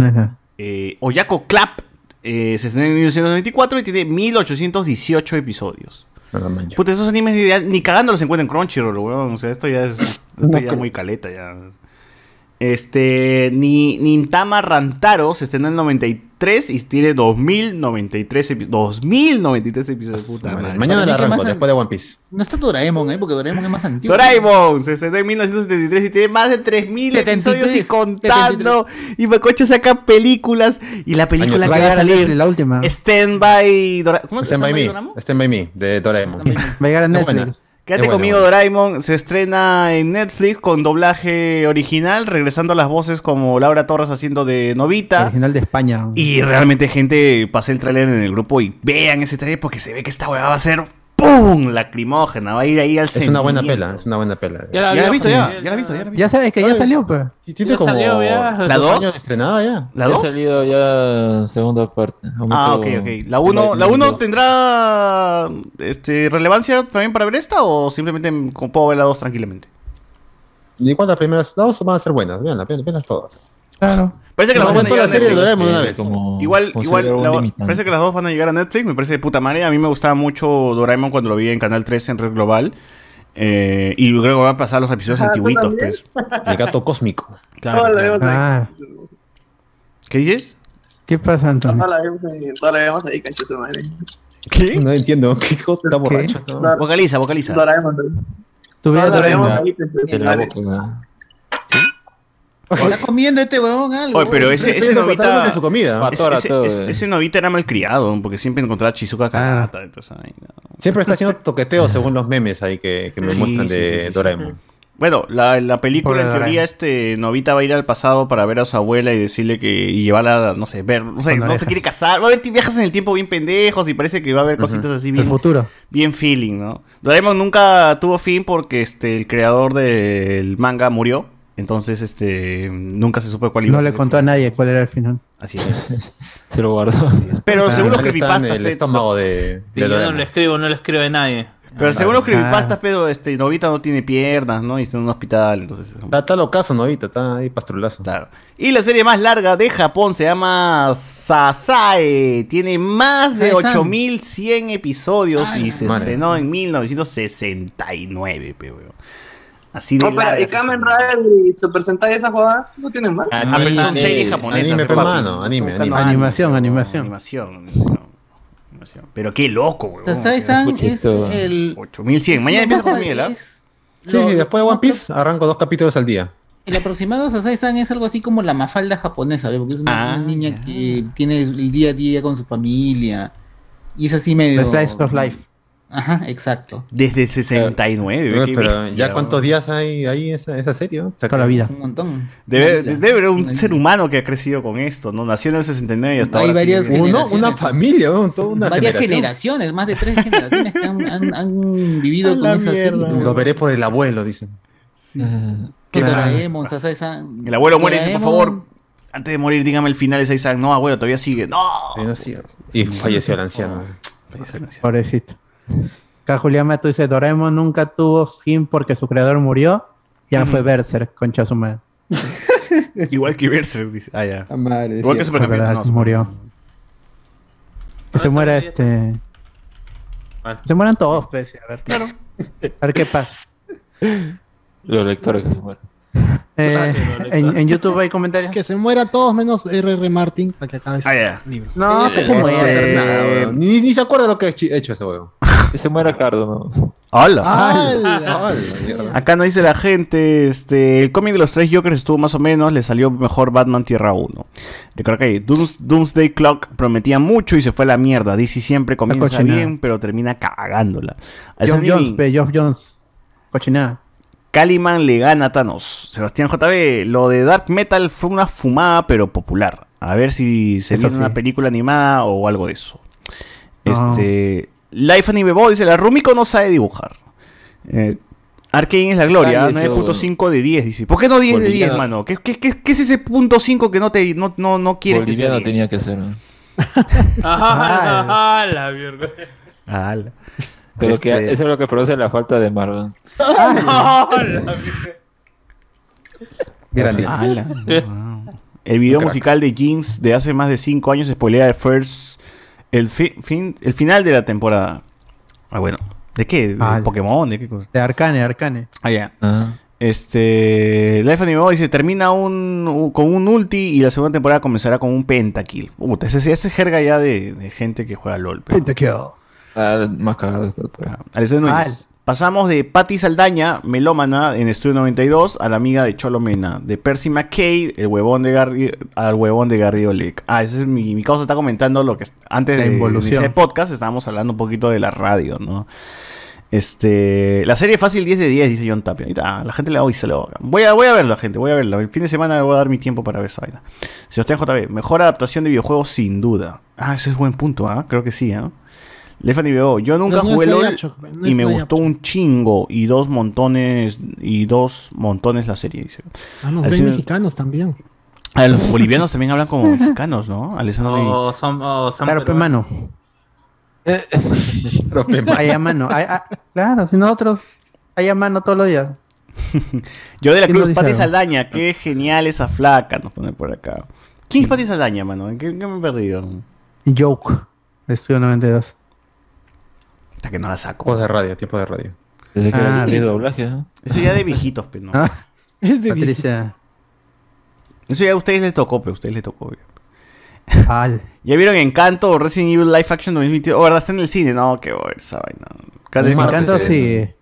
Speaker 2: Ajá.
Speaker 6: Eh, Oyako Clap eh, se estrenó en 1994 y tiene 1818 episodios.
Speaker 5: No la mancho.
Speaker 6: Puta, esos animes ni, ni cagando los encuentran en Crunchyroll, weón. O sea, esto
Speaker 5: (laughs)
Speaker 6: ya es esto ya
Speaker 5: creo.
Speaker 6: muy caleta ya. Este, ni, Nintama Rantaro se estrenó en 93 y tiene 2093 episodios. 2093 episodios, puta
Speaker 5: Vale,
Speaker 6: madre.
Speaker 5: Ah, Mañana la
Speaker 7: Para mí que
Speaker 5: arranco,
Speaker 7: más-
Speaker 5: después de One Piece.
Speaker 7: No está Doraemon, ¿eh? porque Doraemon es más antiguo.
Speaker 6: Doraemon Oh, se estrenó en 1973 y tiene más de 3000 episodios y
Speaker 7: 73,
Speaker 6: contando. Y Macocha saca películas y la película
Speaker 5: Año
Speaker 6: que
Speaker 2: Vaya
Speaker 6: va a salir
Speaker 2: la última.
Speaker 6: Stand by Dora- ¿Cómo es?
Speaker 5: Stand by me.
Speaker 6: Doraemon?
Speaker 5: Stand by me, de
Speaker 2: Va
Speaker 5: Doraemon.
Speaker 2: a llegar a
Speaker 5: Está buena.
Speaker 2: Netflix.
Speaker 6: Quédate
Speaker 5: Es bueno,
Speaker 6: conmigo,
Speaker 5: bueno.
Speaker 6: Doraemon. Se estrena en Netflix con doblaje original, regresando a las voces como Laura Torres haciendo de Novita.
Speaker 2: Original de España.
Speaker 6: Y realmente, gente, pasé el tráiler en el grupo y vean ese tráiler porque se ve que esta hueá va a ser ¡pum! lacrimógena. Va a ir ahí al
Speaker 5: Es una buena
Speaker 6: sentimiento.
Speaker 5: pela, es una buena pela.
Speaker 3: Ya
Speaker 6: Ya
Speaker 3: la
Speaker 6: la he
Speaker 3: vi,
Speaker 6: visto,
Speaker 3: José
Speaker 6: ya.
Speaker 3: Miguel,
Speaker 6: Ya la he visto, ya la he visto.
Speaker 2: Ya sabes que ya salió, pues.
Speaker 5: Sí, Tiene
Speaker 3: Ya
Speaker 5: como
Speaker 3: salió, ya.
Speaker 6: ¿La
Speaker 5: dos
Speaker 6: dos?
Speaker 5: años de estrenada ya.
Speaker 8: Ya
Speaker 6: ¿La
Speaker 8: ha
Speaker 6: 2?
Speaker 8: salido ya segunda parte.
Speaker 6: Ah, ok, ok. ¿La 1 la uno tendrá este, relevancia también para ver esta o simplemente como puedo ver la 2 tranquilamente?
Speaker 5: Y cuántas primeras dos van a ser buenas, veanlas, vean- veanlas todas.
Speaker 2: Claro.
Speaker 6: Parece que
Speaker 5: No,
Speaker 6: las dos van a
Speaker 5: toda
Speaker 6: llegar
Speaker 5: la
Speaker 6: a
Speaker 5: serie
Speaker 6: Netflix.
Speaker 5: lo haremos de una vez.
Speaker 8: Como-
Speaker 6: Igual,
Speaker 8: como
Speaker 6: igual,
Speaker 8: sería un
Speaker 6: la-
Speaker 8: limitante.
Speaker 6: parece que las dos van a llegar a Netflix, me parece de puta madre. A mí me gustaba mucho Doraemon cuando lo vi en Canal 3 en Red Global. Eh, y luego va a pasar los episodios
Speaker 4: Ah, ¿tú
Speaker 6: antiguitos,
Speaker 4: también?
Speaker 6: pues.
Speaker 5: El gato cósmico.
Speaker 6: Claro,
Speaker 4: Hola,
Speaker 6: claro.
Speaker 4: Eva.
Speaker 2: Ah,
Speaker 6: ¿Qué dices?
Speaker 2: ¿qué pasa, Antonio?
Speaker 4: Todas las vemos ahí, todas las vemos ahí, cancha su madre.
Speaker 6: ¿Qué?
Speaker 5: No entiendo, (laughs) ¿qué cosa está borracho?
Speaker 4: Dora-
Speaker 6: Vocaliza, vocaliza.
Speaker 4: Doraemon.
Speaker 2: Tú veas
Speaker 4: Todas las
Speaker 2: Doraemon.
Speaker 4: vemos ahí, cancha su
Speaker 8: Se la
Speaker 4: madre.
Speaker 8: boca, nada.
Speaker 7: Está comiendo este huevón algo.
Speaker 6: Oye, pero ese, ese
Speaker 5: Estoy tratando
Speaker 6: novita.
Speaker 5: de su comida.
Speaker 6: Ese,
Speaker 8: Atora
Speaker 6: ese-
Speaker 8: todo,
Speaker 6: ese-
Speaker 8: eh.
Speaker 6: ese novita era malcriado, porque siempre encontraba a Chizuka Kanata. entonces, ay, no.
Speaker 5: Ah. Siempre está haciendo toqueteo según los memes ahí que, que me
Speaker 6: Sí,
Speaker 5: muestran
Speaker 6: sí,
Speaker 5: de
Speaker 6: sí, sí, sí.
Speaker 5: Doraemon.
Speaker 6: Bueno, la, la película
Speaker 2: Pobre
Speaker 6: en
Speaker 2: Doraemon.
Speaker 6: teoría, este Novita va a ir al pasado para ver a su abuela y decirle que. y llevarla, no sé, ver. No sé,
Speaker 2: Con
Speaker 6: no se
Speaker 2: orejas.
Speaker 6: quiere casar. Va a haber ti- viajes en el tiempo bien pendejos y parece que va a haber cositas así
Speaker 2: El
Speaker 6: bien,
Speaker 2: futuro.
Speaker 6: bien feeling, ¿no? Doraemon nunca tuvo fin porque este, el creador del manga murió. Entonces, este. nunca se supo cuál iba
Speaker 2: No
Speaker 6: a
Speaker 2: le
Speaker 6: ser el
Speaker 2: contó a
Speaker 6: final.
Speaker 2: nadie cuál era el final.
Speaker 6: Así
Speaker 5: (laughs)
Speaker 6: es.
Speaker 8: Se lo guardó.
Speaker 6: Así es. Pero según los
Speaker 5: Ahí está en
Speaker 6: creepypastas.
Speaker 5: el
Speaker 6: pe,
Speaker 5: estómago de,
Speaker 3: Y
Speaker 5: de
Speaker 3: yo no
Speaker 5: Doraemon.
Speaker 3: lo escribo, no lo escribe nadie.
Speaker 6: Pero
Speaker 3: Ah,
Speaker 6: según los
Speaker 2: Ah.
Speaker 3: (laughs)
Speaker 6: creepypastas, pero este, Novita no tiene piernas, ¿no? Y está en un hospital, entonces...
Speaker 5: Está, está locazo, novita, está ahí pastrulazo.
Speaker 6: Claro. Y la serie más larga de Japón se llama Sasae. Tiene más de
Speaker 2: Sae-san.
Speaker 6: 8100 episodios y se
Speaker 5: madre.
Speaker 6: estrenó en 1969, pe, weón. Así de
Speaker 4: No, pero
Speaker 6: larga
Speaker 4: y
Speaker 6: es
Speaker 4: Kamen
Speaker 6: esa serie.
Speaker 4: Rider y Super Sentai esas jugadas no tienen más.
Speaker 6: Ah, pero son
Speaker 8: Anime.
Speaker 6: series japonesas.
Speaker 5: Anime,
Speaker 6: pe,
Speaker 5: pe,
Speaker 6: papi.
Speaker 5: mano, anime, anime.
Speaker 6: Están buscando
Speaker 2: Animación,
Speaker 6: anime,
Speaker 2: animación.
Speaker 6: Animación, animación, animación. Pero qué loco, weón.
Speaker 7: Sasai-san es
Speaker 8: Escuchito.
Speaker 7: el.
Speaker 6: 8100. Mañana empieza José Miguel, ¿ah?
Speaker 7: Es-
Speaker 5: Sí,
Speaker 7: lo-
Speaker 5: sí, después de One Piece arranco dos capítulos al día.
Speaker 7: El aproximado Sasai-san es algo así como la mafalda japonesa, ¿ve? porque es una,
Speaker 6: Ah,
Speaker 7: una niña
Speaker 6: ya.
Speaker 7: que tiene el día a día con su familia. Y es así medio.
Speaker 2: The Slice of Life.
Speaker 7: Ajá, exacto.
Speaker 6: Desde 69,
Speaker 5: Pero,
Speaker 6: qué bestia,
Speaker 5: ya cuántos
Speaker 6: weón.
Speaker 5: días hay ahí esa, esa serie, ¿no?
Speaker 2: Toda la vida.
Speaker 7: Un montón. Una
Speaker 6: Debe,
Speaker 7: isla.
Speaker 6: debe haber
Speaker 7: Una
Speaker 6: un
Speaker 7: isla.
Speaker 6: ser humano que ha crecido con esto, ¿no? Nació en el 69 y hasta
Speaker 7: Hay
Speaker 6: ahora. sigue
Speaker 7: varias
Speaker 6: vivo.
Speaker 7: gener-
Speaker 5: Uno, una familia, ¿no? Toda
Speaker 10: (laughs)
Speaker 5: una
Speaker 7: Varias
Speaker 5: generación.
Speaker 7: generaciones, más de tres generaciones que han, han- han vivido
Speaker 6: A
Speaker 7: con
Speaker 6: la
Speaker 7: esa
Speaker 6: mierda,
Speaker 7: serie.
Speaker 6: güey.
Speaker 5: Lo veré por el abuelo, dicen.
Speaker 6: Sí.
Speaker 7: Que
Speaker 2: Claro.
Speaker 7: Doraemon, Sasai-san.
Speaker 6: Ah. El abuelo muere y dice, por
Speaker 7: Doraemon,
Speaker 6: favor, antes de morir, dígame el final de Saisan. No, abuelo, todavía sigue. No.
Speaker 5: Sí, no, sí. Y falleció el anciano.
Speaker 2: Pobrecito. Acá Julián Mato dice, Doraemon nunca tuvo fin porque su creador murió. Ya fue Berserk, concha su madre.
Speaker 6: (laughs) Igual que Berserk, dice. Ah, ya.
Speaker 10: Ah, madre,
Speaker 6: Igual
Speaker 10: sí.
Speaker 6: que
Speaker 2: Es
Speaker 6: Supercampeón.
Speaker 2: verdad, murió. Que se muera este...
Speaker 3: Bueno.
Speaker 2: Se mueran todos, pues, a ver. A ver qué
Speaker 6: (laughs)
Speaker 2: pasa.
Speaker 8: Los lectores que se mueren.
Speaker 2: Eh, en, en YouTube hay comentarios.
Speaker 1: Que se muera todos menos RR Martin para que acabe
Speaker 6: Ah, ya.
Speaker 1: libre.
Speaker 2: No, que se
Speaker 5: No
Speaker 2: muera.
Speaker 5: sé,
Speaker 6: hacer nada,
Speaker 5: eh,
Speaker 6: weón.
Speaker 5: ni, ni se acuerda lo que ha hechi- hecho ese huevo.
Speaker 8: Que (laughs) se muera Cardo, ¿no?
Speaker 5: Ah,
Speaker 6: Hola.
Speaker 1: ¡Hala!
Speaker 6: Acá nos dice la gente, este, el cómic de los tres Jokers estuvo más o menos, le salió mejor Batman Tierra 1. Recuerda que Dooms- Doomsday Clock prometía mucho y se fue a la mierda. DC siempre comienza
Speaker 2: cochinada.
Speaker 6: bien, pero termina cagándola. Al
Speaker 2: Geoff
Speaker 6: Sandy
Speaker 2: Jones, pe, Geoff Jones. Cochinada.
Speaker 6: Caliman le gana a Thanos. Sebastián JB, lo de Dark Metal fue una fumada, pero popular. A ver si se
Speaker 2: Eso
Speaker 6: viene
Speaker 2: sí.
Speaker 6: una película animada o algo de eso.
Speaker 2: No.
Speaker 6: Este. Life Anime Boy dice: La Rumiko no sabe dibujar. Eh, Arcane es la gloria,
Speaker 8: Ay,
Speaker 6: ¿eh?
Speaker 8: eso-
Speaker 6: 9.5 de 10. Dice: ¿Por qué no 10 de 10,
Speaker 8: Boliviano.
Speaker 6: mano? ¿Qué, qué, qué- qué es ese punto 5 que no, te, no, no, no quiere que sea
Speaker 8: Boliviano tenía
Speaker 6: 10?
Speaker 8: que ser. ¿no?
Speaker 3: Ah, ah, la mierda.
Speaker 6: Ala.
Speaker 8: Pero que-
Speaker 6: Este-
Speaker 8: eso es lo que produce la falta de Marvel.
Speaker 2: Ah,
Speaker 6: (laughs)
Speaker 5: Grande.
Speaker 6: Ala, wow. El video
Speaker 5: Crack.
Speaker 6: musical de Jinx de hace más de 5 años spoilea el first el, fi- fin, el final de la temporada. Ah, bueno. ¿De qué? ¿De
Speaker 2: Ala.
Speaker 6: Pokémon? ¿De qué cosa?
Speaker 2: De Arcane, Arcane.
Speaker 6: Ah, ya.
Speaker 8: Ah.
Speaker 6: Este. Life Anime Boy dice: termina un, u- con un ulti y la segunda temporada comenzará con un pentakill. Puta, esa es jerga ya de, de gente que juega LOL. pero-
Speaker 8: Ah, más cagado está todo.
Speaker 6: Ah, Alessandro Núñez.
Speaker 2: Mal.
Speaker 6: Pasamos de Patty Saldaña, melómana en Estudio 92, a la amiga de Cholomena, de Percy McKay, el huevón de Garri- al huevón de Garrido Lake. Ah, ese es mi, mi causa está comentando lo que es- antes
Speaker 2: La
Speaker 6: de
Speaker 2: involución.
Speaker 6: iniciar el podcast estábamos hablando un poquito de la radio, ¿no? Este, la serie fácil 10 de 10, dice John Tapia. Ahorita, ah, la gente le hoy se lo voy a, voy a verla, gente, voy a verla. El fin de semana le voy a dar mi tiempo para ver esa vaina. Sebastián JB, mejor adaptación de videojuegos sin duda. Ah, ese es buen punto, ¿ah? Creo que sí, ¿ah? Lefan y BO, yo nunca
Speaker 1: Pero no
Speaker 6: jugué
Speaker 1: es
Speaker 6: LOL
Speaker 1: Nayabcho, no
Speaker 6: y
Speaker 1: es
Speaker 6: me
Speaker 1: Nayabcho.
Speaker 6: gustó un chingo y dos montones y dos montones la serie. dice.
Speaker 1: Ah, nos
Speaker 6: Al
Speaker 1: ven
Speaker 6: cine-
Speaker 1: mexicanos también.
Speaker 6: A los bolivianos también hablan como mexicanos, ¿no? Alessandro y-
Speaker 3: O son, o son
Speaker 2: Claro, pe
Speaker 3: peruanos.
Speaker 2: mano.
Speaker 5: Pero, pe,
Speaker 6: Eh.
Speaker 2: Ahí a mano. Ahí- ah, claro, si nosotros. Ahí a mano todos los días.
Speaker 6: Yo de la
Speaker 2: ¿Quién nos
Speaker 6: Cruz,
Speaker 2: dice
Speaker 6: Pati
Speaker 2: algo?
Speaker 6: Saldaña, qué genial esa flaca, nos pone por acá. ¿Quién es Pati Saldaña, mano? ¿En qué, en qué me he perdido?
Speaker 2: Joke, de Estudio 92.
Speaker 6: Hasta que no la saco.
Speaker 5: Tiempos de radio, tiempos de radio.
Speaker 8: Desde que
Speaker 2: Ah,
Speaker 8: era actriz de
Speaker 2: bien.
Speaker 8: doblaje, ¿no?
Speaker 6: Eso ya de viejitos, pero no.
Speaker 2: Ah,
Speaker 1: (laughs) Es de
Speaker 2: Patricia.
Speaker 6: Eso ya a ustedes les tocó, pero a ustedes les tocó. obvio.
Speaker 2: Al.
Speaker 6: (laughs) ¿Ya vieron Encanto o Resident Evil Live Action 2022? Oh, ¿verdad? Está en el cine. No, qué bueno, esa vaina. Cada-
Speaker 5: Me
Speaker 2: Me
Speaker 5: Martes
Speaker 2: encanta
Speaker 5: de-
Speaker 2: si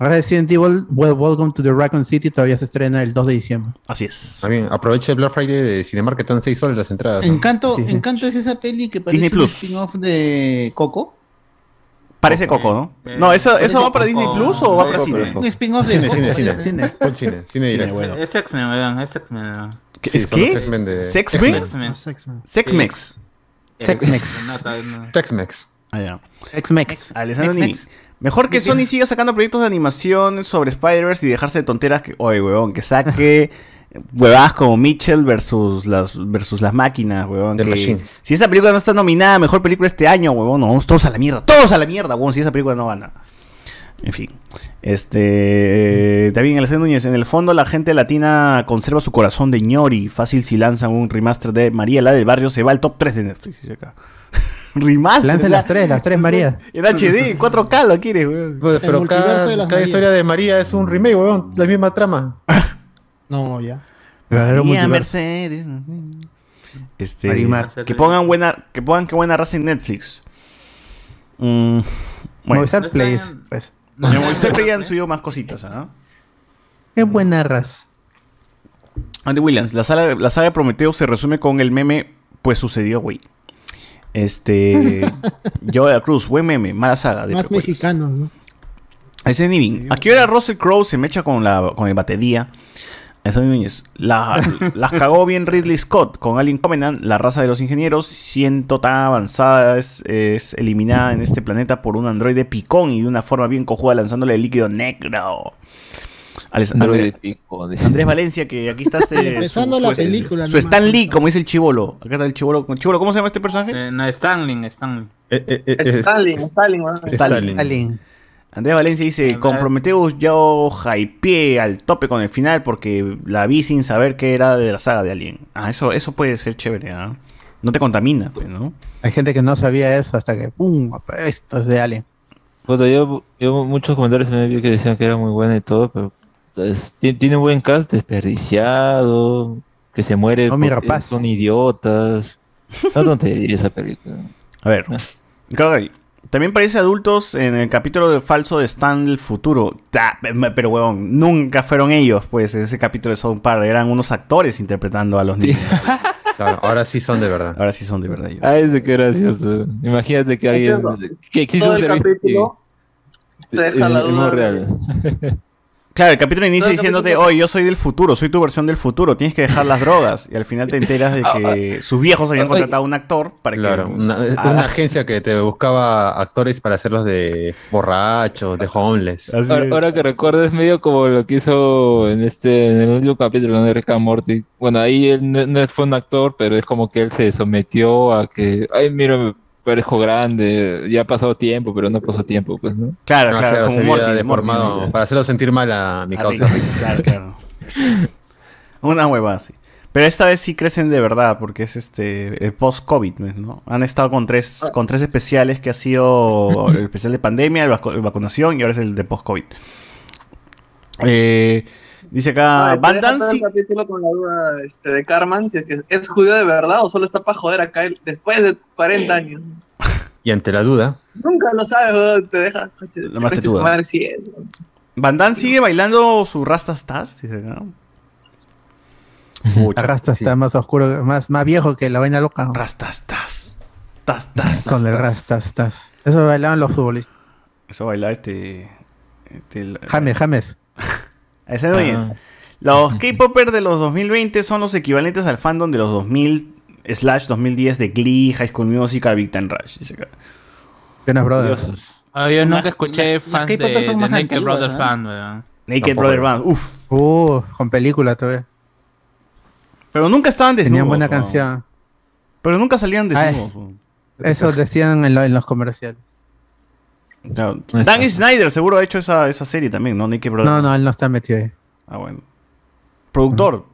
Speaker 2: Resident Evil Well, Welcome to the Raccoon City todavía se estrena el 2 de diciembre.
Speaker 6: Así es.
Speaker 5: Está bien, aprovecha el Black Friday de Cinemark que están 6 soles las entradas. ¿no?
Speaker 10: Encanto,
Speaker 2: Sí, sí.
Speaker 10: Encanto es esa peli que parece
Speaker 6: Disney
Speaker 10: un
Speaker 6: Plus.
Speaker 10: spin-off de Coco.
Speaker 6: Parece Coco, ¿no?
Speaker 5: Eh,
Speaker 6: No, ¿eso, eso va para Disney Plus o va para cine?
Speaker 10: Un spin-off de
Speaker 5: Cine,
Speaker 10: Coco.
Speaker 5: cine,
Speaker 10: parece.
Speaker 5: cine. Cine, Full cine, cine directo.
Speaker 6: bueno.
Speaker 3: Es X-Men, weón, es X-Men. weón.
Speaker 6: ¿Qué-
Speaker 5: Sí,
Speaker 6: ¿Es
Speaker 5: son los
Speaker 6: qué?
Speaker 5: X-Men de-
Speaker 6: ¿Sex-Men?
Speaker 5: X-Men.
Speaker 3: X-Men.
Speaker 6: Sex-Mex. (laughs)
Speaker 2: Sex-Mex.
Speaker 3: No, tal vez no.
Speaker 5: Tex-Mex.
Speaker 6: Ah, ya.
Speaker 2: X-Mex.
Speaker 6: Alessandro
Speaker 10: Next,
Speaker 6: Nini. Mejor que Sony siga sacando proyectos de animación sobre Spider-Verse y dejarse de tonteras que. Oye, huevón,
Speaker 5: (laughs)
Speaker 6: que saque huevadas como Mitchell versus las, versus las máquinas, huevón.
Speaker 5: The
Speaker 6: que-
Speaker 5: Machines.
Speaker 6: si esa película no está nominada, a mejor película este año, huevón, nos vamos todos a la mierda. Todos a la mierda, huevón, si esa película no gana. En fin. Este. eh, También Alessandro Núñez. En el fondo, la gente latina conserva su corazón de ñori. Fácil si lanzan un remaster de María, la del barrio, se va al top 3 de Netflix. dice acá. (laughs) remaster.
Speaker 2: Lancen
Speaker 6: la-
Speaker 2: las tres, las tres María.
Speaker 6: (laughs) en HD, 4K lo quieres, weón.
Speaker 5: Pues, Pero cada,
Speaker 1: multiverso de las
Speaker 5: cada
Speaker 1: Marías.
Speaker 5: historia de María es un remake, weón. La misma trama.
Speaker 1: (laughs) No, ya.
Speaker 2: Verdadero
Speaker 6: María
Speaker 2: multiverso.
Speaker 6: Mercedes. Este,
Speaker 2: Marimar.
Speaker 6: que pongan buena, que pongan que buena raza en Netflix. Mm, bueno,
Speaker 2: Movistar
Speaker 3: No está
Speaker 2: Plays.
Speaker 3: en-
Speaker 2: Pues.
Speaker 3: No,
Speaker 6: en Movistar Play han
Speaker 3: ¿eh?
Speaker 6: subido más cositas, ¿ah?
Speaker 2: Qué buena raza.
Speaker 6: Andy Williams, la saga, la saga de Prometeo se resume con el meme, pues sucedió, güey.
Speaker 2: (laughs)
Speaker 6: Este. Yo de la Cruz, buen meme, mala saga.
Speaker 1: (laughs)
Speaker 6: De
Speaker 1: Más
Speaker 6: precuelas.
Speaker 1: mexicanos, ¿no?
Speaker 6: Ese es Nivin. ¿A qué hora Russell Crowe se mecha con la con el batería? Ese es Núñez. La- las cagó bien Ridley Scott con Alien Covenant, la raza de los ingenieros, siento tan avanzada, es, es eliminada en este planeta por un androide picón y de una forma bien cojuda lanzándole el líquido negro. Alex-
Speaker 8: Android
Speaker 6: Andrés,
Speaker 8: pico.
Speaker 6: Andrés Valencia, que aquí está este-
Speaker 1: Empezando la película,
Speaker 6: su
Speaker 1: nomás.
Speaker 6: Stan Lee, como dice el chivolo. Acá está el chivolo. Chivolo, ¿cómo se llama este personaje?
Speaker 3: Eh, no, Stanley, Stanley.
Speaker 5: Eh, eh, eh,
Speaker 6: Este,
Speaker 5: eh,
Speaker 4: Stalin, Stalin, weón.
Speaker 5: Stalin.
Speaker 2: Alien.
Speaker 6: Andrés Valencia dice, con Prometheus yo hypeé al tope con el final porque la vi sin saber que era de la saga de Alien. Ah, eso, eso puede ser chévere, ¿ah? No te contamina, pues, ¿no?
Speaker 2: Hay gente que no sabía eso hasta que ¡pum! Esto es de Alien.
Speaker 8: Puta, yo, yo muchos comentarios me vi que decían que era muy buena y todo, pero es- ti- tiene un buen cast desperdiciado, que se muere
Speaker 2: No, mi
Speaker 8: porque
Speaker 2: rapaz.
Speaker 8: son idiotas. No tontería esa película.
Speaker 6: A ver.
Speaker 8: (laughs)
Speaker 6: (laughs) Caray, También parece adultos en el capítulo de falso de Stan del futuro. Ta- Pero, huevón, nunca fueron ellos, pues, en ese capítulo de South Park. Eran unos actores interpretando a los niños.
Speaker 5: Claro, ahora sí son (laughs) de verdad.
Speaker 6: Ahora sí son de verdad ellos.
Speaker 8: Ay, ese Ah, qué gracioso. Imagínate que
Speaker 4: Es
Speaker 8: alguien
Speaker 4: cierto.
Speaker 8: que quiso
Speaker 4: Todo el
Speaker 8: hacer esto
Speaker 4: capítulo
Speaker 8: y-
Speaker 4: te deja
Speaker 8: en-
Speaker 4: la
Speaker 8: en
Speaker 4: duda
Speaker 8: modo
Speaker 4: de-
Speaker 8: real.
Speaker 6: Claro, el capítulo inicia
Speaker 4: Todo el
Speaker 6: diciéndote,
Speaker 4: capítulo-
Speaker 6: hoy yo soy del futuro, soy tu versión del futuro, tienes que dejar las drogas. Y al final te enteras
Speaker 4: (laughs) Ah,
Speaker 6: de que sus viejos habían contratado a un actor para que...
Speaker 5: Claro, una,
Speaker 6: Ah.
Speaker 5: una agencia que te buscaba actores para hacerlos de borrachos, de homeless.
Speaker 6: Así
Speaker 8: Ahora,
Speaker 6: es.
Speaker 8: ahora que recuerdo es medio como lo que hizo en este en el último capítulo de Rick and Morty. Bueno, ahí él no, no fue un actor, pero es como que él se sometió a que, ay, mira, me parezco grande, ya ha pasado tiempo, pero no pasó tiempo, pues, ¿no?
Speaker 6: Claro,
Speaker 5: Ah,
Speaker 6: claro,
Speaker 5: claro,
Speaker 6: como
Speaker 5: se
Speaker 6: Morty,
Speaker 5: había
Speaker 6: Morty,
Speaker 5: deformado
Speaker 6: ¿no?
Speaker 5: para hacerlo sentir mal a mi
Speaker 6: A
Speaker 5: causa.
Speaker 6: Rick, Ah, claro, claro. Una hueva así. Pero esta vez sí crecen de verdad, porque es este el post-COVID, pues, ¿no? Han estado con tres,
Speaker 4: Ah.
Speaker 6: con tres especiales que ha sido el especial de pandemia, el, vacu- el vacunación y ahora es el de post-COVID. Eh, dice acá,
Speaker 4: Ah,
Speaker 6: Van
Speaker 4: te deja todo el
Speaker 6: Danzig-
Speaker 4: capítulo con la duda este, de Carman, si es que es judío de verdad o solo está para joder a Kyle después de 40 años.
Speaker 5: Y ante la duda,
Speaker 4: Nunca lo sabes, weón, te deja. coche-
Speaker 6: La más
Speaker 4: coche su
Speaker 6: tetuda.
Speaker 4: madre, sí es, weón.
Speaker 6: Van Damme sigue bailando su rastastas, dice acá.
Speaker 2: La rasta está más oscuro, más, más viejo que la vaina loca.
Speaker 6: Rastastas. Tas, tas.
Speaker 2: Con el rasta estás. Eso bailaban los futbolistas.
Speaker 6: Eso baila este. este el-
Speaker 2: James, James.
Speaker 6: (laughs)
Speaker 2: Ah,
Speaker 6: Ese no es. Los K-popers de los 2020 son los equivalentes al fandom de los 2000 slash 2010 de Glee, High School Musical, Big Time Rush. dice acá.
Speaker 2: Jonas Brothers.
Speaker 8: Dios.
Speaker 3: Ah, yo
Speaker 10: Las-
Speaker 3: nunca escuché
Speaker 10: las- las
Speaker 3: fans de,
Speaker 10: K-popers
Speaker 3: de
Speaker 10: son más
Speaker 3: Naked
Speaker 10: antiguas,
Speaker 3: Brothers
Speaker 10: ¿no?
Speaker 3: fan, weón.
Speaker 6: Naked
Speaker 5: Tampoco
Speaker 6: Brother
Speaker 5: yo.
Speaker 6: Band. Uf.
Speaker 2: Uh, con película todavía.
Speaker 6: Pero nunca estaban desnudos.
Speaker 2: Tenían buena
Speaker 6: ¿no?
Speaker 2: canción.
Speaker 6: Pero nunca salían
Speaker 2: Ay.
Speaker 6: desnudos. ¿no?
Speaker 2: Eso decían en, lo- en los comerciales.
Speaker 6: Claro. Dan Snyder seguro ha hecho esa, esa serie también, ¿no? Nicky Brother.
Speaker 2: No, no, él no está metido ahí.
Speaker 6: Ah, bueno. Productor.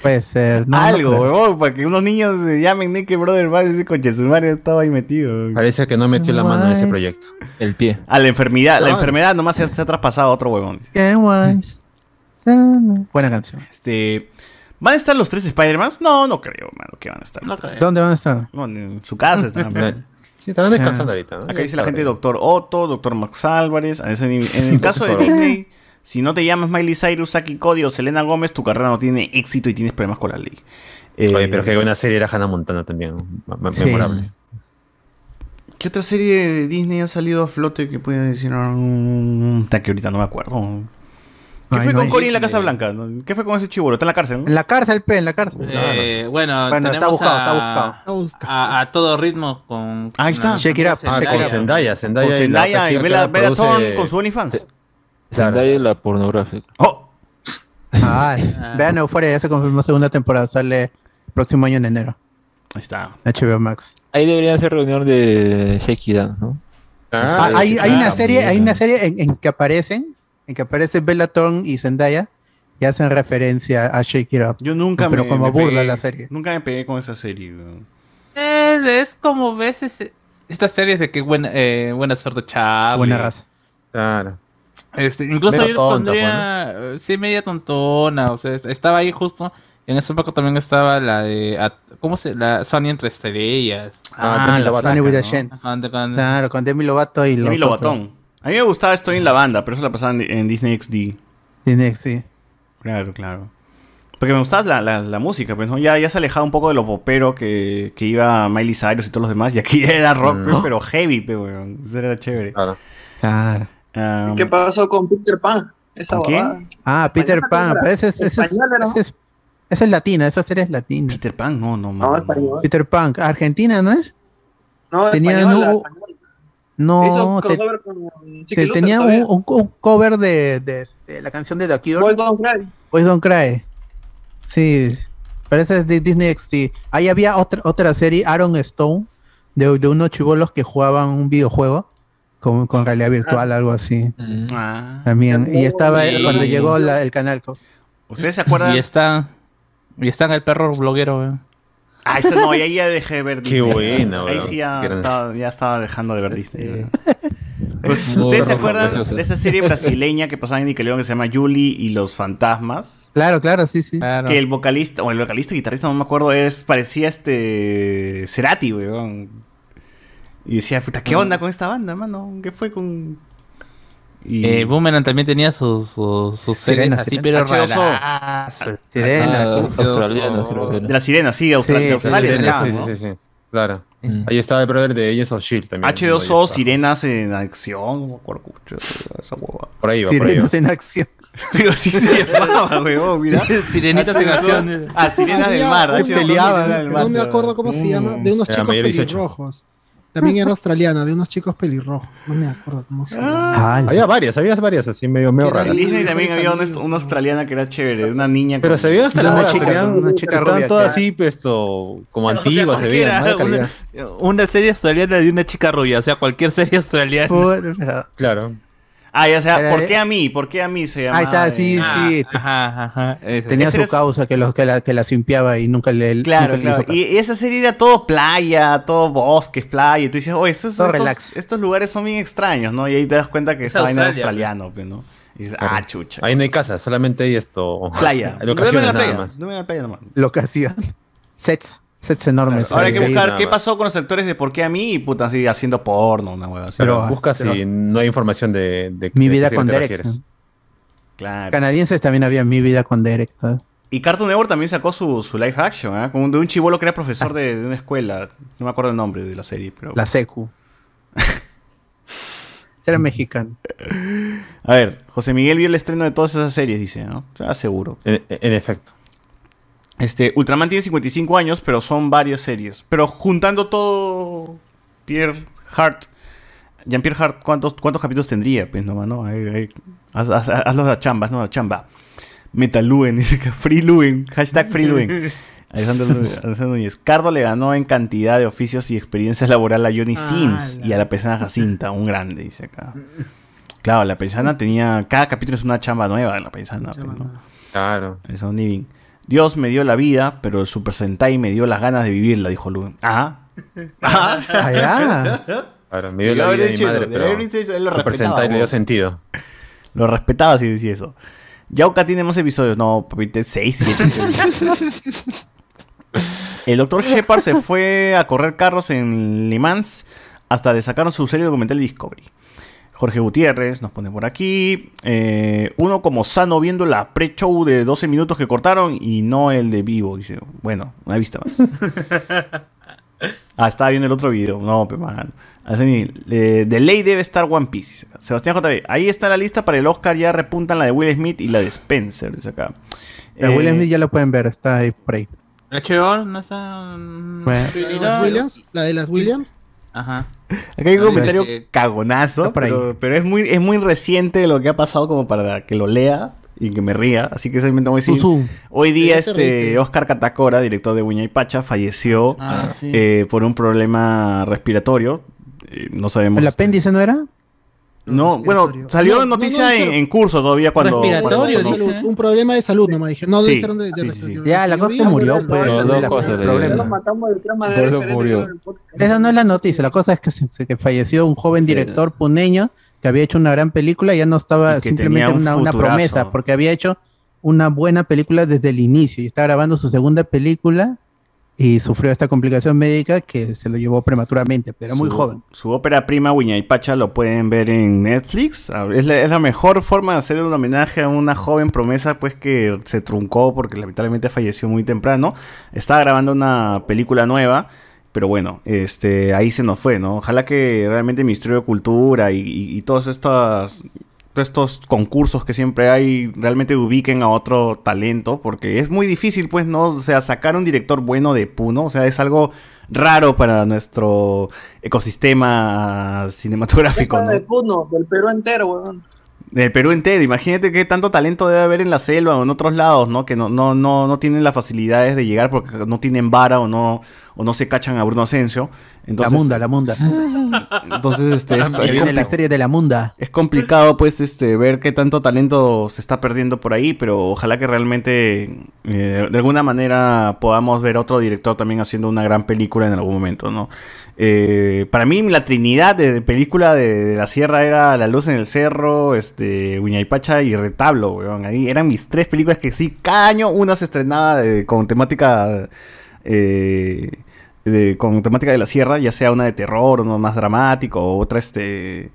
Speaker 2: Puede ser. no, no
Speaker 6: Algo,
Speaker 2: creo.
Speaker 6: huevón, para que unos niños se llamen Nicky Brother. Va a decir, coche, su madre estaba ahí metido. huevón".
Speaker 5: Parece que no metió la mano en ese
Speaker 2: Guays.
Speaker 5: proyecto.
Speaker 8: El pie.
Speaker 6: A la enfermedad, la
Speaker 5: Claro.
Speaker 6: enfermedad nomás se, ha- se ha traspasado a otro huevón.
Speaker 2: Qué guays. Buena canción.
Speaker 6: Este, ¿Van a estar los tres Spider-Man? No, no creo, mano, que van a estar.
Speaker 3: No
Speaker 6: los tres.
Speaker 3: creo.
Speaker 2: ¿Dónde van a estar?
Speaker 6: No, en su casa están.
Speaker 2: Eh,
Speaker 5: No.
Speaker 6: mano.
Speaker 5: Sí, están
Speaker 2: Ah.
Speaker 5: descansando ahorita. ¿no?
Speaker 6: Acá
Speaker 5: Ya
Speaker 6: dice la
Speaker 5: está,
Speaker 6: gente
Speaker 5: bro.
Speaker 6: Doctor Otto, Doctor Max Álvarez. ah, En, ese-
Speaker 2: (laughs)
Speaker 6: en el caso de
Speaker 5: Doctor Otto.
Speaker 6: Disney, si no te llamas Miley Cyrus, Saki Cody o Selena Gómez, tu carrera no tiene éxito y tienes problemas con la ley. Eh,
Speaker 5: Oye, pero que una serie era Hannah Montana también. ma- ma-
Speaker 2: Sí.
Speaker 5: Memorable.
Speaker 6: ¿Qué otra serie de Disney ha salido a flote que puede decir? Mm, Hasta que ahorita no me acuerdo. ¿Qué
Speaker 2: Ay,
Speaker 6: fue
Speaker 2: no
Speaker 6: con
Speaker 2: hay- Eh,
Speaker 6: Cory en la Casa Blanca? ¿Qué fue con ese chivolo? Está en la cárcel,
Speaker 2: En
Speaker 6: ¿no?
Speaker 2: la cárcel, pe, en la cárcel.
Speaker 3: Eh, bueno,
Speaker 2: Bueno,
Speaker 3: tenemos
Speaker 2: está buscado,
Speaker 3: a,
Speaker 2: está buscado.
Speaker 1: Me gusta.
Speaker 3: A, a todo ritmo con.
Speaker 6: Ahí está.
Speaker 3: con-
Speaker 2: Shake it up,
Speaker 5: Ah,
Speaker 2: shake
Speaker 5: con
Speaker 2: it up.
Speaker 5: Zendaya. Zendaya,
Speaker 6: Con
Speaker 5: y la otra
Speaker 6: Zendaya y
Speaker 5: chica que
Speaker 6: Bella,
Speaker 5: ahora
Speaker 6: Bella
Speaker 5: produce-
Speaker 6: Thorne con su OnlyFans.
Speaker 5: (laughs) Claro.
Speaker 8: Zendaya y la pornográfica.
Speaker 6: ¡Oh!
Speaker 2: Ah, vean Euphoria, ya se confirmó segunda temporada. Sale el próximo año en enero.
Speaker 6: Ahí está.
Speaker 2: HBO Max.
Speaker 8: Ahí debería ser reunión de Shaky Dance, ¿no?
Speaker 5: Ah,
Speaker 2: Ah, hay, hay una
Speaker 8: claro,
Speaker 2: serie, hay una
Speaker 8: mira.
Speaker 2: serie en, en que aparecen, en que aparece Bella Thorne y Zendaya y hacen referencia a Shake It Up.
Speaker 6: Yo nunca
Speaker 2: Pero
Speaker 6: me.
Speaker 2: como
Speaker 6: me
Speaker 2: burla
Speaker 6: pegué-
Speaker 2: la serie.
Speaker 6: Nunca me pegué con esa serie. weón.
Speaker 3: Eh, es como ves ese- estas series de que buena, eh, buena suerte, Charlie.
Speaker 2: Buena raza.
Speaker 5: Claro.
Speaker 3: Este, incluso
Speaker 5: Medio
Speaker 3: yo le
Speaker 5: tonta,
Speaker 3: pondría. eh, Sí, media tontona. O sea, es- estaba ahí justo. En ese poco también estaba la de. a- ¿Cómo se.? La Sony entre estrellas.
Speaker 5: Ah, la
Speaker 2: Sunny with the
Speaker 6: ¿no?
Speaker 4: Ah,
Speaker 2: Chance.
Speaker 3: Cuando- cuando-
Speaker 2: Claro, con Demi Lovato y los
Speaker 6: Demi
Speaker 2: otros.
Speaker 6: Lovatón. A mí me gustaba Estoy en la banda, pero eso la pasaban en en Disney XD.
Speaker 2: Sí, next, sí.
Speaker 6: Claro, claro. Porque me gustaba la, la- la música, pues, ¿no? Ya, ya se alejaba un poco de lo popero que, que iba Miley Cyrus y todos los demás. Y aquí (laughs) era rock,
Speaker 5: Mm.
Speaker 6: pues, pero heavy, pues, weón. Eso era chévere.
Speaker 5: Claro.
Speaker 2: Claro.
Speaker 6: Um,
Speaker 4: ¿Qué pasó con Peter Pan? Esa
Speaker 6: ¿Con quién?
Speaker 4: babada.
Speaker 2: Ah, Peter
Speaker 4: Española,
Speaker 2: Pan.
Speaker 4: ¿no?
Speaker 2: Pero ese es, ese es-
Speaker 4: Española, ¿no?
Speaker 2: ese es- esa es latina, esa serie es latina.
Speaker 6: Peter Pan, no, no,
Speaker 4: No,
Speaker 6: mano,
Speaker 4: español.
Speaker 2: Peter Pan, Argentina, ¿no es?
Speaker 4: No,
Speaker 2: Tenía
Speaker 4: española,
Speaker 2: un-
Speaker 4: española.
Speaker 2: No,
Speaker 4: Hizo
Speaker 2: te-
Speaker 4: crossover con
Speaker 2: te- tenía un, un- un cover de, de, este, la canción de The Cure,
Speaker 4: Boy Don't Cry.
Speaker 2: Boys Don't Cry. Pues Sí, pero esa es de Disney XD. Ahí había otra, otra serie, Aaron Stone, de, de unos chibolos que jugaban un videojuego con, con realidad virtual, algo así.
Speaker 6: Ah.
Speaker 2: También, y estaba
Speaker 3: Sí.
Speaker 2: cuando llegó la- el canal. co-
Speaker 6: ¿Ustedes se acuerdan?
Speaker 3: Y está. Y está en el perro bloguero, eh. weón.
Speaker 6: Ah, esa (laughs) no, ya, ya dejé de
Speaker 5: (laughs)
Speaker 6: ver
Speaker 5: Qué
Speaker 6: Disney.
Speaker 5: buena,
Speaker 6: Ahí
Speaker 5: weón.
Speaker 6: sí ya
Speaker 5: Grande.
Speaker 6: estaba, ya estaba dejando de ver Disney.
Speaker 2: (laughs)
Speaker 3: Sí.
Speaker 6: weón. Pues, ¿Ustedes se acuerdan de esa serie brasileña que pasaba en Nickelodeon que se llama Julie y los fantasmas?
Speaker 2: Claro, claro, sí, sí.
Speaker 3: Claro.
Speaker 6: Que el vocalista, o el vocalista guitarrista, no me acuerdo, es parecía este Cerati, weón. Y decía, puta, ¿qué onda con esta banda, mano? ¿Qué fue con...? Y...
Speaker 3: Eh, Boomerang también tenía sus, sus, sus series
Speaker 2: Sirena,
Speaker 3: así,
Speaker 2: sirena.
Speaker 3: pero
Speaker 6: H2O.
Speaker 3: raras.
Speaker 2: (laughs) Sirenas.
Speaker 8: Ah,
Speaker 3: H2O.
Speaker 8: australianas, creo que era.
Speaker 6: De la sirena, sí, Austra-
Speaker 2: Sí,
Speaker 6: de Australia.
Speaker 2: sí,
Speaker 6: acá,
Speaker 5: sí,
Speaker 6: ¿no?
Speaker 5: sí, sí, sí. Claro.
Speaker 8: Mm.
Speaker 5: Ahí estaba el brother de Agents of Shield E también.
Speaker 6: H2O,
Speaker 5: Ahí está.
Speaker 6: sirenas en acción, no me acuerdo, cucho, esa hueva.
Speaker 5: Por ahí va, por ahí va.
Speaker 2: Sirenas (laughs) en acción.
Speaker 6: Pero (laughs)
Speaker 2: (laughs)
Speaker 6: sí se llamaba, weón, mira.
Speaker 3: Sirenitas en acciones.
Speaker 6: Ah, sirenas del mar,
Speaker 1: Había
Speaker 6: H2O,
Speaker 1: un-
Speaker 2: peleaban,
Speaker 6: Sirenas del mar,
Speaker 1: No me
Speaker 6: weón.
Speaker 1: acuerdo cómo Mm, se llama, de unos
Speaker 5: Era
Speaker 1: chicos
Speaker 5: mayor de 18.
Speaker 1: pelirrojos. También era australiana, de unos chicos pelirrojos. No me acuerdo cómo se
Speaker 6: Ah,
Speaker 1: llama.
Speaker 2: Ay,
Speaker 5: Había varias, había varias así medio, medio
Speaker 1: Era
Speaker 5: raras.
Speaker 6: En Disney
Speaker 1: Mejores
Speaker 6: también había una,
Speaker 1: amigos,
Speaker 6: una
Speaker 1: ¿no?
Speaker 6: australiana que era chévere, una niña.
Speaker 5: Pero
Speaker 6: con-
Speaker 5: se veían hasta
Speaker 2: De una
Speaker 5: raras,
Speaker 2: chica-
Speaker 5: tenían-
Speaker 2: una chica
Speaker 5: estaban
Speaker 2: rubia,
Speaker 5: todas
Speaker 2: claro.
Speaker 5: así, pues, esto, como
Speaker 3: O sea,
Speaker 5: antiguas, se veían, ¿no? De
Speaker 3: cualquiera,
Speaker 5: calidad.
Speaker 3: una, una serie australiana de una chica rubia, o sea, cualquier serie australiana.
Speaker 2: puta.
Speaker 5: Claro.
Speaker 6: Ah, ya sea,
Speaker 2: Era-
Speaker 6: ¿por qué a mí? ¿Por qué a mí se llama?
Speaker 2: Ahí está, sí, sí.
Speaker 3: ajá, ajá. esa.
Speaker 2: Tenía
Speaker 6: Ese
Speaker 2: su
Speaker 6: era-
Speaker 2: causa que, los, que, la, que la simpiaba y nunca le, nunca
Speaker 6: Claro,
Speaker 2: le
Speaker 6: claro.
Speaker 2: hizo caso.
Speaker 6: Y esa serie era todo playa, todo bosques, playa. Y tú dices, oye, estos,
Speaker 2: Todo
Speaker 6: estos-
Speaker 2: relax.
Speaker 6: estos lugares son bien extraños, ¿no? Y ahí te das cuenta que
Speaker 3: Es
Speaker 6: esa vaina era
Speaker 3: Australia,
Speaker 6: australiano, pues, ¿no? Y dices,
Speaker 5: Claro.
Speaker 6: ah, chucha.
Speaker 5: Ahí no hay casa, solamente hay esto. (laughs)
Speaker 6: Playa. Duerme en
Speaker 5: Locaciones
Speaker 6: la
Speaker 5: nada
Speaker 6: playa.
Speaker 5: más.
Speaker 6: Duerme en la playa nomás.
Speaker 2: Lo que hacía. Sets, sets enormes.
Speaker 6: Ahora hay que
Speaker 5: Sí,
Speaker 6: buscar
Speaker 5: nada
Speaker 6: qué
Speaker 5: más.
Speaker 6: pasó con los actores de por qué a mí y puta, así haciendo porno, una hueva así.
Speaker 2: Pero-
Speaker 5: Claro, buscas
Speaker 2: pero-
Speaker 5: y no hay información de, de
Speaker 2: Mi
Speaker 5: de
Speaker 2: vida
Speaker 5: qué
Speaker 2: con
Speaker 5: te
Speaker 2: Derek.
Speaker 5: refieres.
Speaker 6: Claro.
Speaker 2: Canadienses también había Mi vida con Derek. ¿no?
Speaker 6: Y Cartoon Network también sacó su, su live action, ¿ah? Como de un chivolo que era profesor de, de una escuela. No me acuerdo el nombre de la serie, pero.
Speaker 2: La secu. Era
Speaker 6: Mm.
Speaker 2: mexicano.
Speaker 6: A ver, José Miguel vio el estreno de todas esas series, dice, ¿no? Ah, seguro.
Speaker 5: En, en efecto.
Speaker 6: Este, Ultraman tiene 55 años, pero son varias series. Pero juntando todo. Pierre Hart. Jean-Pierre Hart, ¿cuántos, ¿cuántos capítulos tendría? Pues nomás, ¿no? Ahí- ahí- haz, haz- (laughs) hazlos a chambas, ¿no? A chamba. Metaluen, dice que Freeluen. Hashtag Freeluen. Alexander
Speaker 5: (laughs)
Speaker 6: Núñez. Alexander Núñez. Cardo le ganó en cantidad de oficios y experiencia laboral a Johnny Sins y a Ah, la paisana Jacinta, un grande, dice acá. Claro, la paisana tenía. Cada capítulo es una chamba nueva de la paisana. pues, ¿no?
Speaker 5: Claro.
Speaker 6: Alexander Niven. Dios me dio la vida, pero el Super Sentai me dio las ganas de vivirla, dijo Luen. Ajá. (laughs) Ah,
Speaker 5: Claro, me dio la vida de mi madre, pero
Speaker 6: lo
Speaker 5: Super
Speaker 6: respetaba,
Speaker 5: Sentai le dio
Speaker 6: weón.
Speaker 5: sentido.
Speaker 6: Lo respetaba si decía eso. Yauka tiene más episodios. No, 6,
Speaker 5: (laughs)
Speaker 6: 7. El doctor Shepard se fue a correr carros en Le Mans hasta le sacaron su serie documental Discovery. Jorge Gutiérrez nos pone por aquí. eh, uno como sano viendo la pre-show de 12 minutos que cortaron y no el de vivo. Dice, bueno, una vista más. Ah, estaba viendo el otro video. No, pero man. Así, eh, de ley debe estar One Piece. Sebastián JB. Ahí está la lista para el Oscar. Ya repuntan la de Will Smith y la de Spencer. Dice acá.
Speaker 2: La
Speaker 6: Eh,
Speaker 2: Will Smith ya lo pueden ver, está ahí por ahí.
Speaker 3: HBO no está. mm,
Speaker 2: Bueno.
Speaker 3: sí,
Speaker 1: ¿La de
Speaker 3: no.
Speaker 1: las Williams? ¿La de las Williams?
Speaker 3: Ajá.
Speaker 6: Acá hay un
Speaker 3: Ah,
Speaker 6: comentario
Speaker 3: sí.
Speaker 6: cagonazo,
Speaker 2: por ahí.
Speaker 6: pero, pero es, muy, es muy reciente de lo que ha pasado como para que lo lea y que me ría. Así que solamente voy a decir...
Speaker 2: Susu.
Speaker 6: Hoy día
Speaker 1: ¿De qué te
Speaker 6: este
Speaker 1: reíste?
Speaker 6: Oscar Catacora, director de Uña y Pacha, falleció
Speaker 10: Ah, sí.
Speaker 6: eh, por un problema respiratorio. Eh, no sabemos...
Speaker 2: ¿El
Speaker 6: este,
Speaker 2: apéndice no era?
Speaker 6: No, bueno,
Speaker 2: respiratorio.
Speaker 6: salió
Speaker 1: No, no,
Speaker 6: noticia
Speaker 1: no,
Speaker 6: en,
Speaker 1: dijeron-
Speaker 6: en curso todavía cuando...
Speaker 10: Respiratorio,
Speaker 6: cuando-
Speaker 1: De
Speaker 10: dice.
Speaker 1: salud, un problema de salud nomás dije. No
Speaker 6: Sí,
Speaker 1: dijeron de, de
Speaker 6: sí, sí, sí.
Speaker 1: respiratorio.
Speaker 2: Mm, Ya, la
Speaker 1: Yo vi
Speaker 2: cosa murió,
Speaker 1: algo de-
Speaker 2: pues.
Speaker 8: No,
Speaker 2: el
Speaker 8: dos cosas,
Speaker 4: Ya
Speaker 8: problema.
Speaker 4: lo matamos de tres maneras
Speaker 8: Gordo
Speaker 4: diferentes
Speaker 8: murió.
Speaker 4: con el podcast.
Speaker 2: Esa no es la noticia, la cosa es que, se- que falleció un joven director puneño que había hecho una gran película y ya no
Speaker 6: Y
Speaker 2: estaba
Speaker 6: que
Speaker 2: simplemente
Speaker 6: tenía un
Speaker 2: una, una
Speaker 6: futurazo.
Speaker 2: promesa, porque había hecho una buena película desde el inicio y está grabando su segunda película y sufrió esta complicación médica que se lo llevó prematuramente, pero era muy
Speaker 6: Su-
Speaker 2: joven.
Speaker 6: Su ópera prima, Uña y Pacha, lo pueden ver en Netflix. Ah, Es la, es la mejor forma de hacer un homenaje a una joven promesa, pues que se truncó porque lamentablemente falleció muy temprano. Estaba grabando una película nueva. Pero bueno, este, ahí se nos fue, ¿no? Ojalá que realmente el Ministerio de Cultura y, y- y todas estas todos estos concursos que siempre hay realmente ubiquen a otro talento, porque es muy difícil, pues, ¿no? O sea, sacar un director bueno de Puno, o sea, es algo raro para nuestro ecosistema cinematográfico,
Speaker 4: Esa
Speaker 6: ¿no?
Speaker 4: de Puno, del Perú entero, weón.
Speaker 6: Del Perú entero, imagínate qué tanto talento debe haber en la selva o en otros lados, ¿no? Que no, no, no, no tienen las facilidades de llegar porque no tienen vara o no, o no se cachan a Bruno Asensio. Entonces,
Speaker 2: la munda, la munda. (laughs)
Speaker 6: Entonces, este, es-
Speaker 2: Que viene (laughs) la serie de la munda.
Speaker 6: es complicado, pues, este, ver qué tanto talento se está perdiendo por ahí, pero ojalá que realmente, eh, de alguna manera, podamos ver a otro director también haciendo una gran película en algún momento, ¿no? Eh, para mí, la trinidad de, de película de, de la sierra era La Luz en el Cerro, este, Uñaipacha y Retablo, weón. Ahí eran mis tres películas que sí, cada año una se estrenaba de- con temática... eh, de- con temática de la sierra, ya sea una de terror, uno más dramático, o otra este,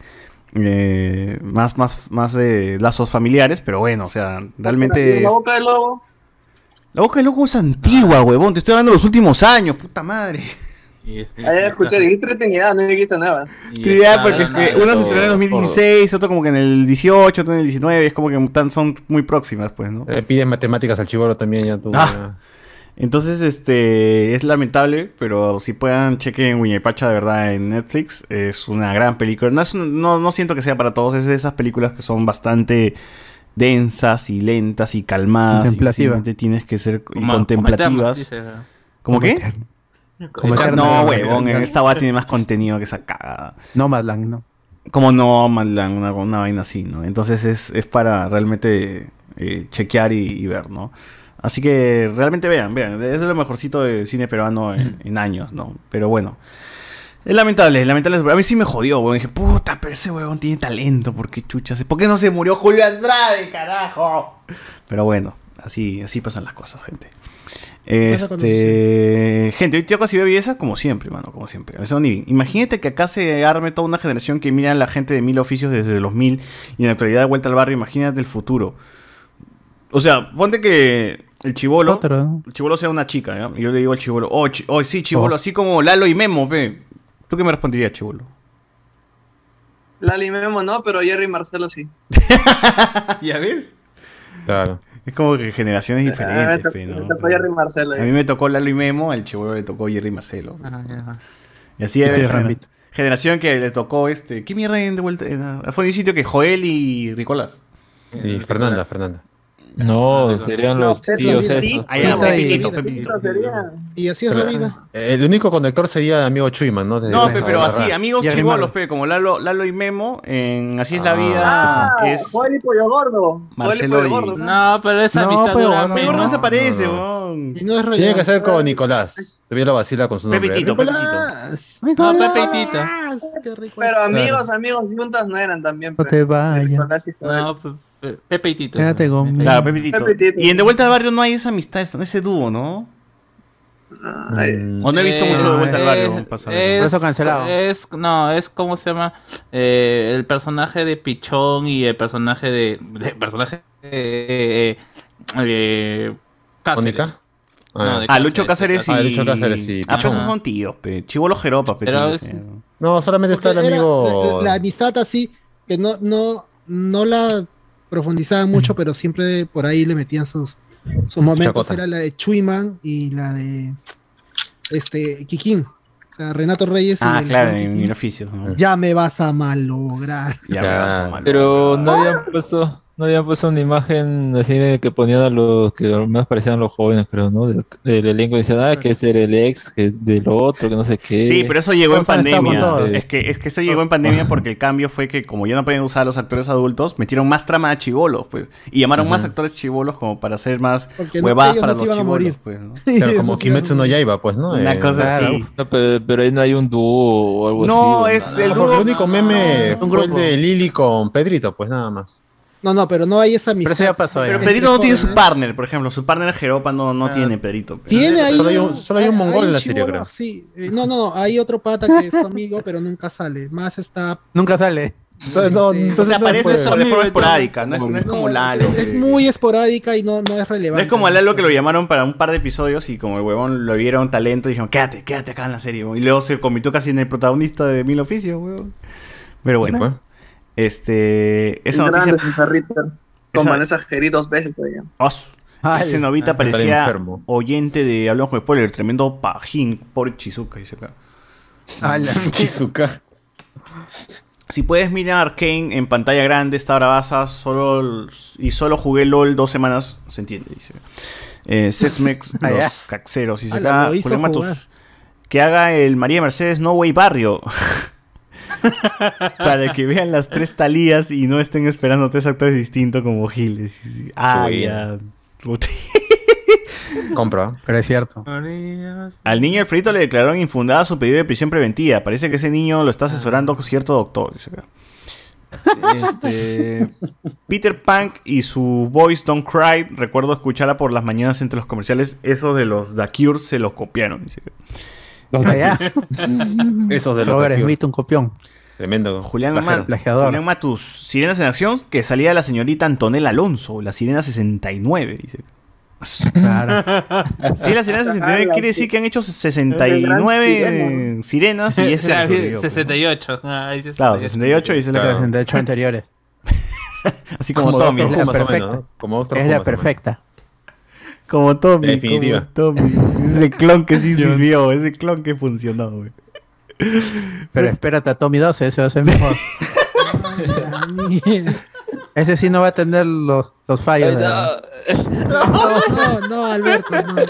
Speaker 6: eh, más, más, más de lazos familiares, pero bueno, o sea, realmente.
Speaker 4: La
Speaker 6: es-
Speaker 4: boca del lobo.
Speaker 6: La boca de loco es antigua, huevón. Te estoy hablando de los últimos años, puta madre.
Speaker 3: Y-
Speaker 4: Ahí Ah, escuché, dijiste Trinidad, no dijiste nada.
Speaker 3: y
Speaker 6: Qué idea,
Speaker 3: está
Speaker 6: porque es que
Speaker 3: ganando
Speaker 6: uno se estrenó en
Speaker 3: por-
Speaker 6: 2016, otro como que en el 18, otro en el 19, es como que tan- son muy próximas, pues, ¿no?
Speaker 5: Le pides Eh, matemáticas al chivoro también, ya tú.
Speaker 6: Ah.
Speaker 5: ya.
Speaker 6: Entonces, este, es lamentable, pero si puedan, chequen Uñaipacha de verdad en Netflix. Es una gran película. No, es un- no, no siento que sea para todos, es de esas películas que son bastante densas y lentas y calmadas. y
Speaker 2: Contemplativa.
Speaker 6: simplemente tienes que ser y
Speaker 3: como- como
Speaker 6: contemplativas.
Speaker 3: Eternos, dice.
Speaker 6: ¿Cómo qué?
Speaker 2: Como
Speaker 6: Ah,
Speaker 2: Eterno.
Speaker 6: No, huevón, en esta va tiene más contenido que esa cagada.
Speaker 2: No,
Speaker 6: (laughs)
Speaker 2: Madland, no.
Speaker 6: Como no, Mandan, una, una vaina así, ¿no? Entonces es, es para realmente eh, chequear y, y ver, ¿no? Así que realmente vean, vean, es lo mejorcito de cine peruano en, en años, ¿no? Pero bueno. Es lamentable, es lamentable. A mí sí me jodió, weón. Dije, puta, pero ese weón tiene talento, ¿por qué chuchas? ¿Por qué no se murió Julio Andrade, carajo? Pero bueno, así, así pasan las cosas, gente.
Speaker 1: Pasa cuando
Speaker 6: Este. Gente, hoy tío casi belleza, como siempre, mano, como siempre. Alessandro Nivi, Imagínate que acá se arme toda una generación que mira a la gente de mil oficios desde los mil y en la actualidad de vuelta al barrio, imagínate el futuro. O sea, ponte que el chivolo.
Speaker 2: Otro.
Speaker 6: El chivolo sea una chica, ¿ya? Y yo le digo al chivolo, oh, chi- oh, sí,
Speaker 2: Oh.
Speaker 6: chivolo, así como Lalo y Memo, pe. ¿Tú qué me responderías, chivolo?
Speaker 4: Lali Memo no, pero Jerry y Marcelo sí.
Speaker 6: (laughs) ¿Ya ves?
Speaker 5: Claro.
Speaker 6: Es como que generaciones
Speaker 4: Ah, me
Speaker 6: diferentes,
Speaker 4: tocó-
Speaker 6: pe, ¿no?
Speaker 4: me tocó Jerry y Marcelo. eh.
Speaker 6: A mí me tocó Lalo y Memo, al chivolo le tocó Jerry y Marcelo.
Speaker 3: Ah, ya.
Speaker 6: Y así
Speaker 2: Y
Speaker 6: era
Speaker 2: tú,
Speaker 6: la gener-
Speaker 2: Rambit.
Speaker 6: generación que le tocó este. ¿Qué mierda en de vuelta? Era- Fue un sitio que Joel y Ricolás.
Speaker 5: Y Fernanda, Fernanda.
Speaker 8: No, serían los
Speaker 1: es la
Speaker 8: tíos
Speaker 1: vida.
Speaker 8: esos.
Speaker 1: Ahí va, Pepito,
Speaker 6: Pepito.
Speaker 1: Y así es la
Speaker 5: Claro.
Speaker 1: vida.
Speaker 5: Eh, El único conector sería el amigo Chuyman, ¿no? De-
Speaker 6: No,
Speaker 5: de-
Speaker 6: pe- pero
Speaker 5: de-
Speaker 6: así,
Speaker 5: de-
Speaker 6: amigos
Speaker 5: de-
Speaker 6: chivolos, pe, como Lalo, Lalo y Memo, en Así es la vida,
Speaker 4: Ah,
Speaker 6: es
Speaker 4: Fue el pollo gordo.
Speaker 6: Marcelo y...
Speaker 3: No, pero esa
Speaker 6: No,
Speaker 3: amistad
Speaker 6: pero
Speaker 3: dura
Speaker 6: no,
Speaker 3: menos.
Speaker 6: no desaparece,
Speaker 5: No,
Speaker 6: weón.
Speaker 5: Tiene que ser con Nicolás. Todavía lo vacila con su nombre.
Speaker 6: Pepitito,
Speaker 5: Nicolás.
Speaker 3: No, Pepeitito.
Speaker 4: Pero amigos,
Speaker 5: Claro.
Speaker 4: amigos juntas no eran también. pues.
Speaker 2: No
Speaker 4: pe.
Speaker 2: te vayas.
Speaker 4: Nicolás y Joel.
Speaker 3: No, Pe- Pe- Pepe y Tito.
Speaker 2: Quédate conmigo.
Speaker 6: Claro, Pepitito.
Speaker 4: Pepitito.
Speaker 6: Y en De Vuelta al Barrio no hay esa amistad, esa- ese dúo, ¿no?
Speaker 4: Ay,
Speaker 6: O no he visto
Speaker 3: Eh,
Speaker 6: mucho De Vuelta al Barrio.
Speaker 3: eh,
Speaker 6: weón, pasa,
Speaker 3: es- eh,
Speaker 6: weón.
Speaker 2: Por eso cancelado.
Speaker 3: Es, no, es como se llama Eh, el personaje de Pichón y el personaje de. de- personaje de. eh, eh, Cáceres.
Speaker 5: ¿Mónica?
Speaker 3: No, de
Speaker 6: Ah, Lucho
Speaker 3: Cáceres,
Speaker 6: Cáceres y...
Speaker 5: Ah, Lucho Cáceres y
Speaker 6: Ah, pero
Speaker 5: Pichón.
Speaker 6: esos son tíos, pe. Chivolo Jeropa, pe.
Speaker 3: Pero
Speaker 6: tú,
Speaker 3: es-
Speaker 6: sí.
Speaker 5: No, solamente está el
Speaker 1: Porque era
Speaker 5: amigo.
Speaker 1: la, la amistad así, que no, no, no la profundizaban mucho, pero siempre por ahí le metían sus, sus momentos.
Speaker 5: Chacota.
Speaker 1: Era la de Chuyman y la de este Kikín. O sea, Renato Reyes. y
Speaker 6: Ah,
Speaker 1: el-
Speaker 6: claro, en el oficio. ¿no?
Speaker 1: Ya me vas a malograr.
Speaker 6: Ya me vas a Ah.
Speaker 5: Ya.
Speaker 6: mal.
Speaker 8: Pero no habían puesto, no habían puesto una imagen así de que ponían a los que más parecían los jóvenes, creo, ¿no? Del, del elenco y decían, ah, que es el ex, que del otro, que no sé qué.
Speaker 6: Sí, pero eso llegó en
Speaker 2: Todos han estado
Speaker 6: pandemia. Este,
Speaker 2: con todos.
Speaker 6: Es que, es que eso llegó en pandemia porque el cambio fue que como ya no podían usar a los actores adultos, metieron más trama a chivolos, pues. Y llamaron más actores chivolos como para hacer más
Speaker 1: Porque no-
Speaker 6: huevadas
Speaker 1: ellos
Speaker 6: para
Speaker 1: no se
Speaker 6: los
Speaker 1: iban a morir.
Speaker 6: chivolos, pues,
Speaker 1: (laughs)
Speaker 6: ¿no?
Speaker 5: Claro,
Speaker 1: Eso
Speaker 5: como
Speaker 1: sí era
Speaker 5: Kimetsu no
Speaker 1: muy-
Speaker 5: Yaiba, pues, ¿no?
Speaker 6: Una
Speaker 5: Eh,
Speaker 6: cosa
Speaker 5: claro.
Speaker 6: así.
Speaker 8: No, pero, pero ahí no hay un dúo o algo
Speaker 6: No,
Speaker 8: así.
Speaker 6: es
Speaker 8: o
Speaker 6: el
Speaker 5: Ah,
Speaker 8: nada.
Speaker 5: porque
Speaker 6: dúo-
Speaker 5: el único meme
Speaker 2: Un
Speaker 5: fue el
Speaker 2: grupo.
Speaker 5: de Lili con Pedrito, pues nada más.
Speaker 1: No, no, pero no hay esa amistad.
Speaker 2: Pero eso ya pasó. ya.
Speaker 5: ¿eh?
Speaker 6: Pero
Speaker 1: Entre
Speaker 6: Pedrito no tiene su
Speaker 1: jóvenes.
Speaker 6: partner, por ejemplo. Su partner Jeropa no, no tiene Pedrito. pues.
Speaker 1: Tiene ahí.
Speaker 5: Ah. Solo hay un- solo hay un mongol en la serie,
Speaker 1: chibolo,
Speaker 5: creo.
Speaker 1: Sí, Eh, no, no, hay otro pata que es su amigo, pero nunca sale. Más está.
Speaker 2: Nunca sale.
Speaker 5: Entonces, no,
Speaker 1: Este,
Speaker 6: O
Speaker 5: entonces
Speaker 6: sea,
Speaker 5: no
Speaker 6: aparece
Speaker 5: puede.
Speaker 6: eso de forma
Speaker 3: Amigo,
Speaker 6: esporádica. No es, no es como
Speaker 1: no,
Speaker 6: Lalo.
Speaker 1: es- Es
Speaker 6: que-
Speaker 1: muy esporádica y no, no es
Speaker 6: No
Speaker 1: relevante.
Speaker 6: es como (laughs) a Lalo que lo llamaron para un par de episodios y como el huevón lo vieron talento y dijeron, quédate, quédate acá en la serie. weón". Y luego se convirtió casi en el protagonista de Mil Oficios, weón. Pero bueno,
Speaker 5: pues.
Speaker 6: este. Esa
Speaker 4: grande,
Speaker 6: noticia.
Speaker 4: César Ritter. Con
Speaker 6: Esa-
Speaker 4: Vanessa Geri dos veces pues, todavía.
Speaker 6: Os,
Speaker 2: Ay.
Speaker 6: ese novita
Speaker 5: Está
Speaker 6: parecía
Speaker 5: enfermo.
Speaker 6: oyente de Hablamos con Spoiler, tremendo pajín, pobre Chizuka, dice acá.
Speaker 2: Ala.
Speaker 5: Chizuka.
Speaker 6: Si puedes mirar Kane en pantalla grande, está bravaza, solo y solo jugué LOL dos semanas, se entiende, dice.
Speaker 2: (laughs)
Speaker 6: Eh, Setmex,
Speaker 2: Ah, ya.
Speaker 6: los caxeros, dice
Speaker 1: Ala,
Speaker 6: acá,
Speaker 1: Ah, lo hizo
Speaker 6: Julián Matos.
Speaker 1: jugar.
Speaker 6: Que haga el María Mercedes No Way Barrio. (laughs) Para que vean las tres talías y no estén esperando tres actores distintos como Giles. Ah,
Speaker 5: Uy.
Speaker 6: ya.
Speaker 2: (laughs)
Speaker 6: Puta.
Speaker 5: Compra.
Speaker 2: Pero es cierto.
Speaker 6: Al niño Alfredito le declararon infundada su pedido de prisión preventiva. Parece que ese niño lo está asesorando
Speaker 2: Ah.
Speaker 6: con cierto doctor. dice
Speaker 2: (laughs)
Speaker 6: acá. Este, Peter Punk y su Voice Don't Cry. Recuerdo escucharla por las mañanas entre los comerciales. Eso de los Da Cure se lo copiaron. dice acá.
Speaker 2: Allá.
Speaker 5: Esos de los
Speaker 2: Robert
Speaker 5: vampiros.
Speaker 2: Smith, un copión.
Speaker 5: Tremendo.
Speaker 6: Julián,
Speaker 5: Pajero.
Speaker 6: Ma-
Speaker 2: plagiador.
Speaker 6: Julián Matus. Sirenas en acción que salía la señorita Antonella Alonso. La sirena 69. Dice. (laughs)
Speaker 2: Claro.
Speaker 6: Si la sirena
Speaker 3: Ah,
Speaker 6: 69 quiere decir que han hecho 69 sirenas
Speaker 3: (laughs)
Speaker 6: y ese
Speaker 3: Ah,
Speaker 6: la resolvió, pues, ¿no?
Speaker 3: 68. Ah, ahí sí,
Speaker 6: Claro, 68 y ese es la
Speaker 5: Claro.
Speaker 6: que-
Speaker 2: 68 anteriores.
Speaker 6: (laughs) Así como,
Speaker 5: dos
Speaker 6: Tommy.
Speaker 2: es la
Speaker 5: Goku, más o
Speaker 2: perfecta.
Speaker 5: menos, ¿no? Como dos
Speaker 2: Es
Speaker 5: Goku,
Speaker 2: la
Speaker 5: más o menos.
Speaker 2: perfecta.
Speaker 6: Como Tommy.
Speaker 5: La definitiva.
Speaker 6: Como Tommy. Ese clon que sí sirvió. Ese clon que funcionó, güey.
Speaker 2: Pero espérate a Tommy 12, ese va a ser
Speaker 6: (laughs)
Speaker 2: mejor. Ese sí no va a tener los, los fallos. de la-
Speaker 1: (laughs) No, no, no, Alberto, no. Puta madre.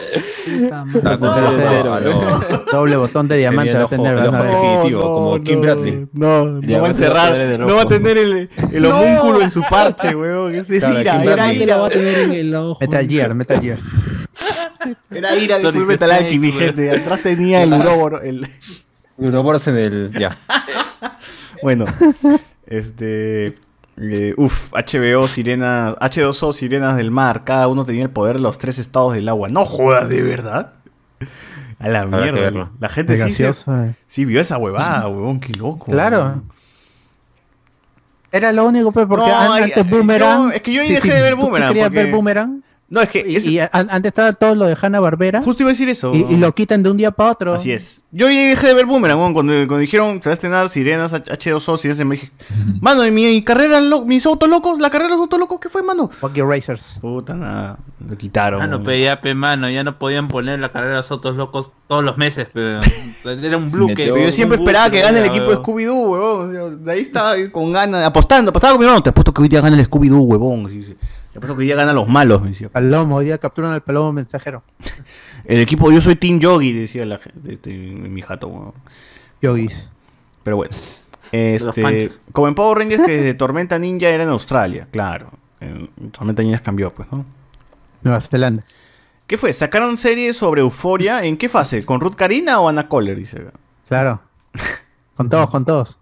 Speaker 5: Ah, con
Speaker 2: No,
Speaker 5: todo,
Speaker 2: no,
Speaker 5: no, no.
Speaker 2: Doble botón de diamante
Speaker 5: Sería
Speaker 2: va
Speaker 5: el
Speaker 2: a tener.
Speaker 5: ojo- el
Speaker 2: van a ver.
Speaker 5: ojo Definitivo, como Kim Bradley.
Speaker 6: No, no
Speaker 8: Ya
Speaker 6: va
Speaker 8: ves, va a
Speaker 6: a encerrar.
Speaker 8: tener el
Speaker 6: No va a
Speaker 8: ojo.
Speaker 6: tener el, el homúnculo en su parche, weón. Ese es
Speaker 5: Claro,
Speaker 6: ira,
Speaker 5: Kim
Speaker 6: era
Speaker 5: Bradley.
Speaker 1: Nadie la va
Speaker 6: ira.
Speaker 1: a tener en el ojo.
Speaker 2: Metal Gear, Metal Gear.
Speaker 6: Era ira de
Speaker 3: Sonic
Speaker 6: Full Metal
Speaker 3: Snake,
Speaker 6: Alchemy,
Speaker 3: weón.
Speaker 6: gente. Atrás
Speaker 4: (laughs)
Speaker 6: tenía el uróboro. El...
Speaker 5: Uroboros en el. Eh, Ya.
Speaker 6: (laughs) Bueno, este. eh, uf, HBO, sirenas. H2O, sirenas del mar. Cada uno tenía el poder de los tres estados del agua. No jodas, de verdad. A la
Speaker 5: Habrá que
Speaker 6: mierda.
Speaker 5: verlo.
Speaker 6: La gente sí, se-
Speaker 2: Gracioso. eh.
Speaker 6: sí vio esa huevada, huevón. Qué loco.
Speaker 2: Claro.
Speaker 6: huevón.
Speaker 2: Era lo único, pues, porque
Speaker 6: No,
Speaker 2: an-
Speaker 6: ay,
Speaker 2: antes
Speaker 6: ay,
Speaker 2: Boomerang.
Speaker 6: no, es que yo ahí
Speaker 2: si-
Speaker 6: dejé
Speaker 2: si
Speaker 6: de ver
Speaker 2: tú
Speaker 6: Boomerang,
Speaker 2: querías
Speaker 6: porque-
Speaker 2: ver Boomerang.
Speaker 6: No, es que.
Speaker 2: Y,
Speaker 6: es-
Speaker 2: y an- antes estaba todo lo de Hanna Barbera.
Speaker 6: justo iba a decir eso.
Speaker 2: Y, y
Speaker 6: huevón.
Speaker 2: lo quitan de un día para otro.
Speaker 6: Así es. Yo ya dejé de ver Boomerang, huevón, cuando, cuando dijeron se va a estrenar Sirenas, H- H2O, Sirenas en México. Mano, ¿y mi carrera, en lo- mis autos locos, la carrera de los autos locos, ¿qué fue, mano?
Speaker 2: Rocky Racers.
Speaker 6: Puta, nada. Lo quitaron.
Speaker 3: Ah, no,
Speaker 6: huevón.
Speaker 3: pe, ya, pe, mano, ya no podían poner la carrera de los otros locos todos los meses, pero (laughs) era un bloque.
Speaker 8: Pero
Speaker 6: Pero yo
Speaker 3: un
Speaker 6: siempre
Speaker 3: bucle,
Speaker 6: esperaba Ah, que gane el
Speaker 3: ya,
Speaker 6: equipo de
Speaker 3: weón.
Speaker 6: Scooby-Doo, huevón. De ahí estaba ahí con ganas, apostando, apostaba con mi hermano. Te apuesto que hoy día gana el Scooby-Doo, huevón. Sí, sí. Ya pasó que hoy día ganan los malos, me decía.
Speaker 2: Palomo, hoy día capturan al palomo mensajero.
Speaker 6: El equipo, yo soy Team Yogi, decía la gente, este, mi jato, weón.
Speaker 2: Yogis.
Speaker 6: Pero bueno.
Speaker 2: Los
Speaker 6: Este,
Speaker 2: panchos.
Speaker 6: como en Power Rangers, que desde Tormenta Ninja era en Australia, claro. En Tormenta Ninja cambió, pues, ¿no?
Speaker 2: Nueva Zelanda.
Speaker 6: ¿Qué fue? ¿Sacaron series sobre Euforia? ¿En qué fase? ¿Con Ruth Karina o Anna Coller? Dice. acá?
Speaker 2: Claro. Con todos, con todos.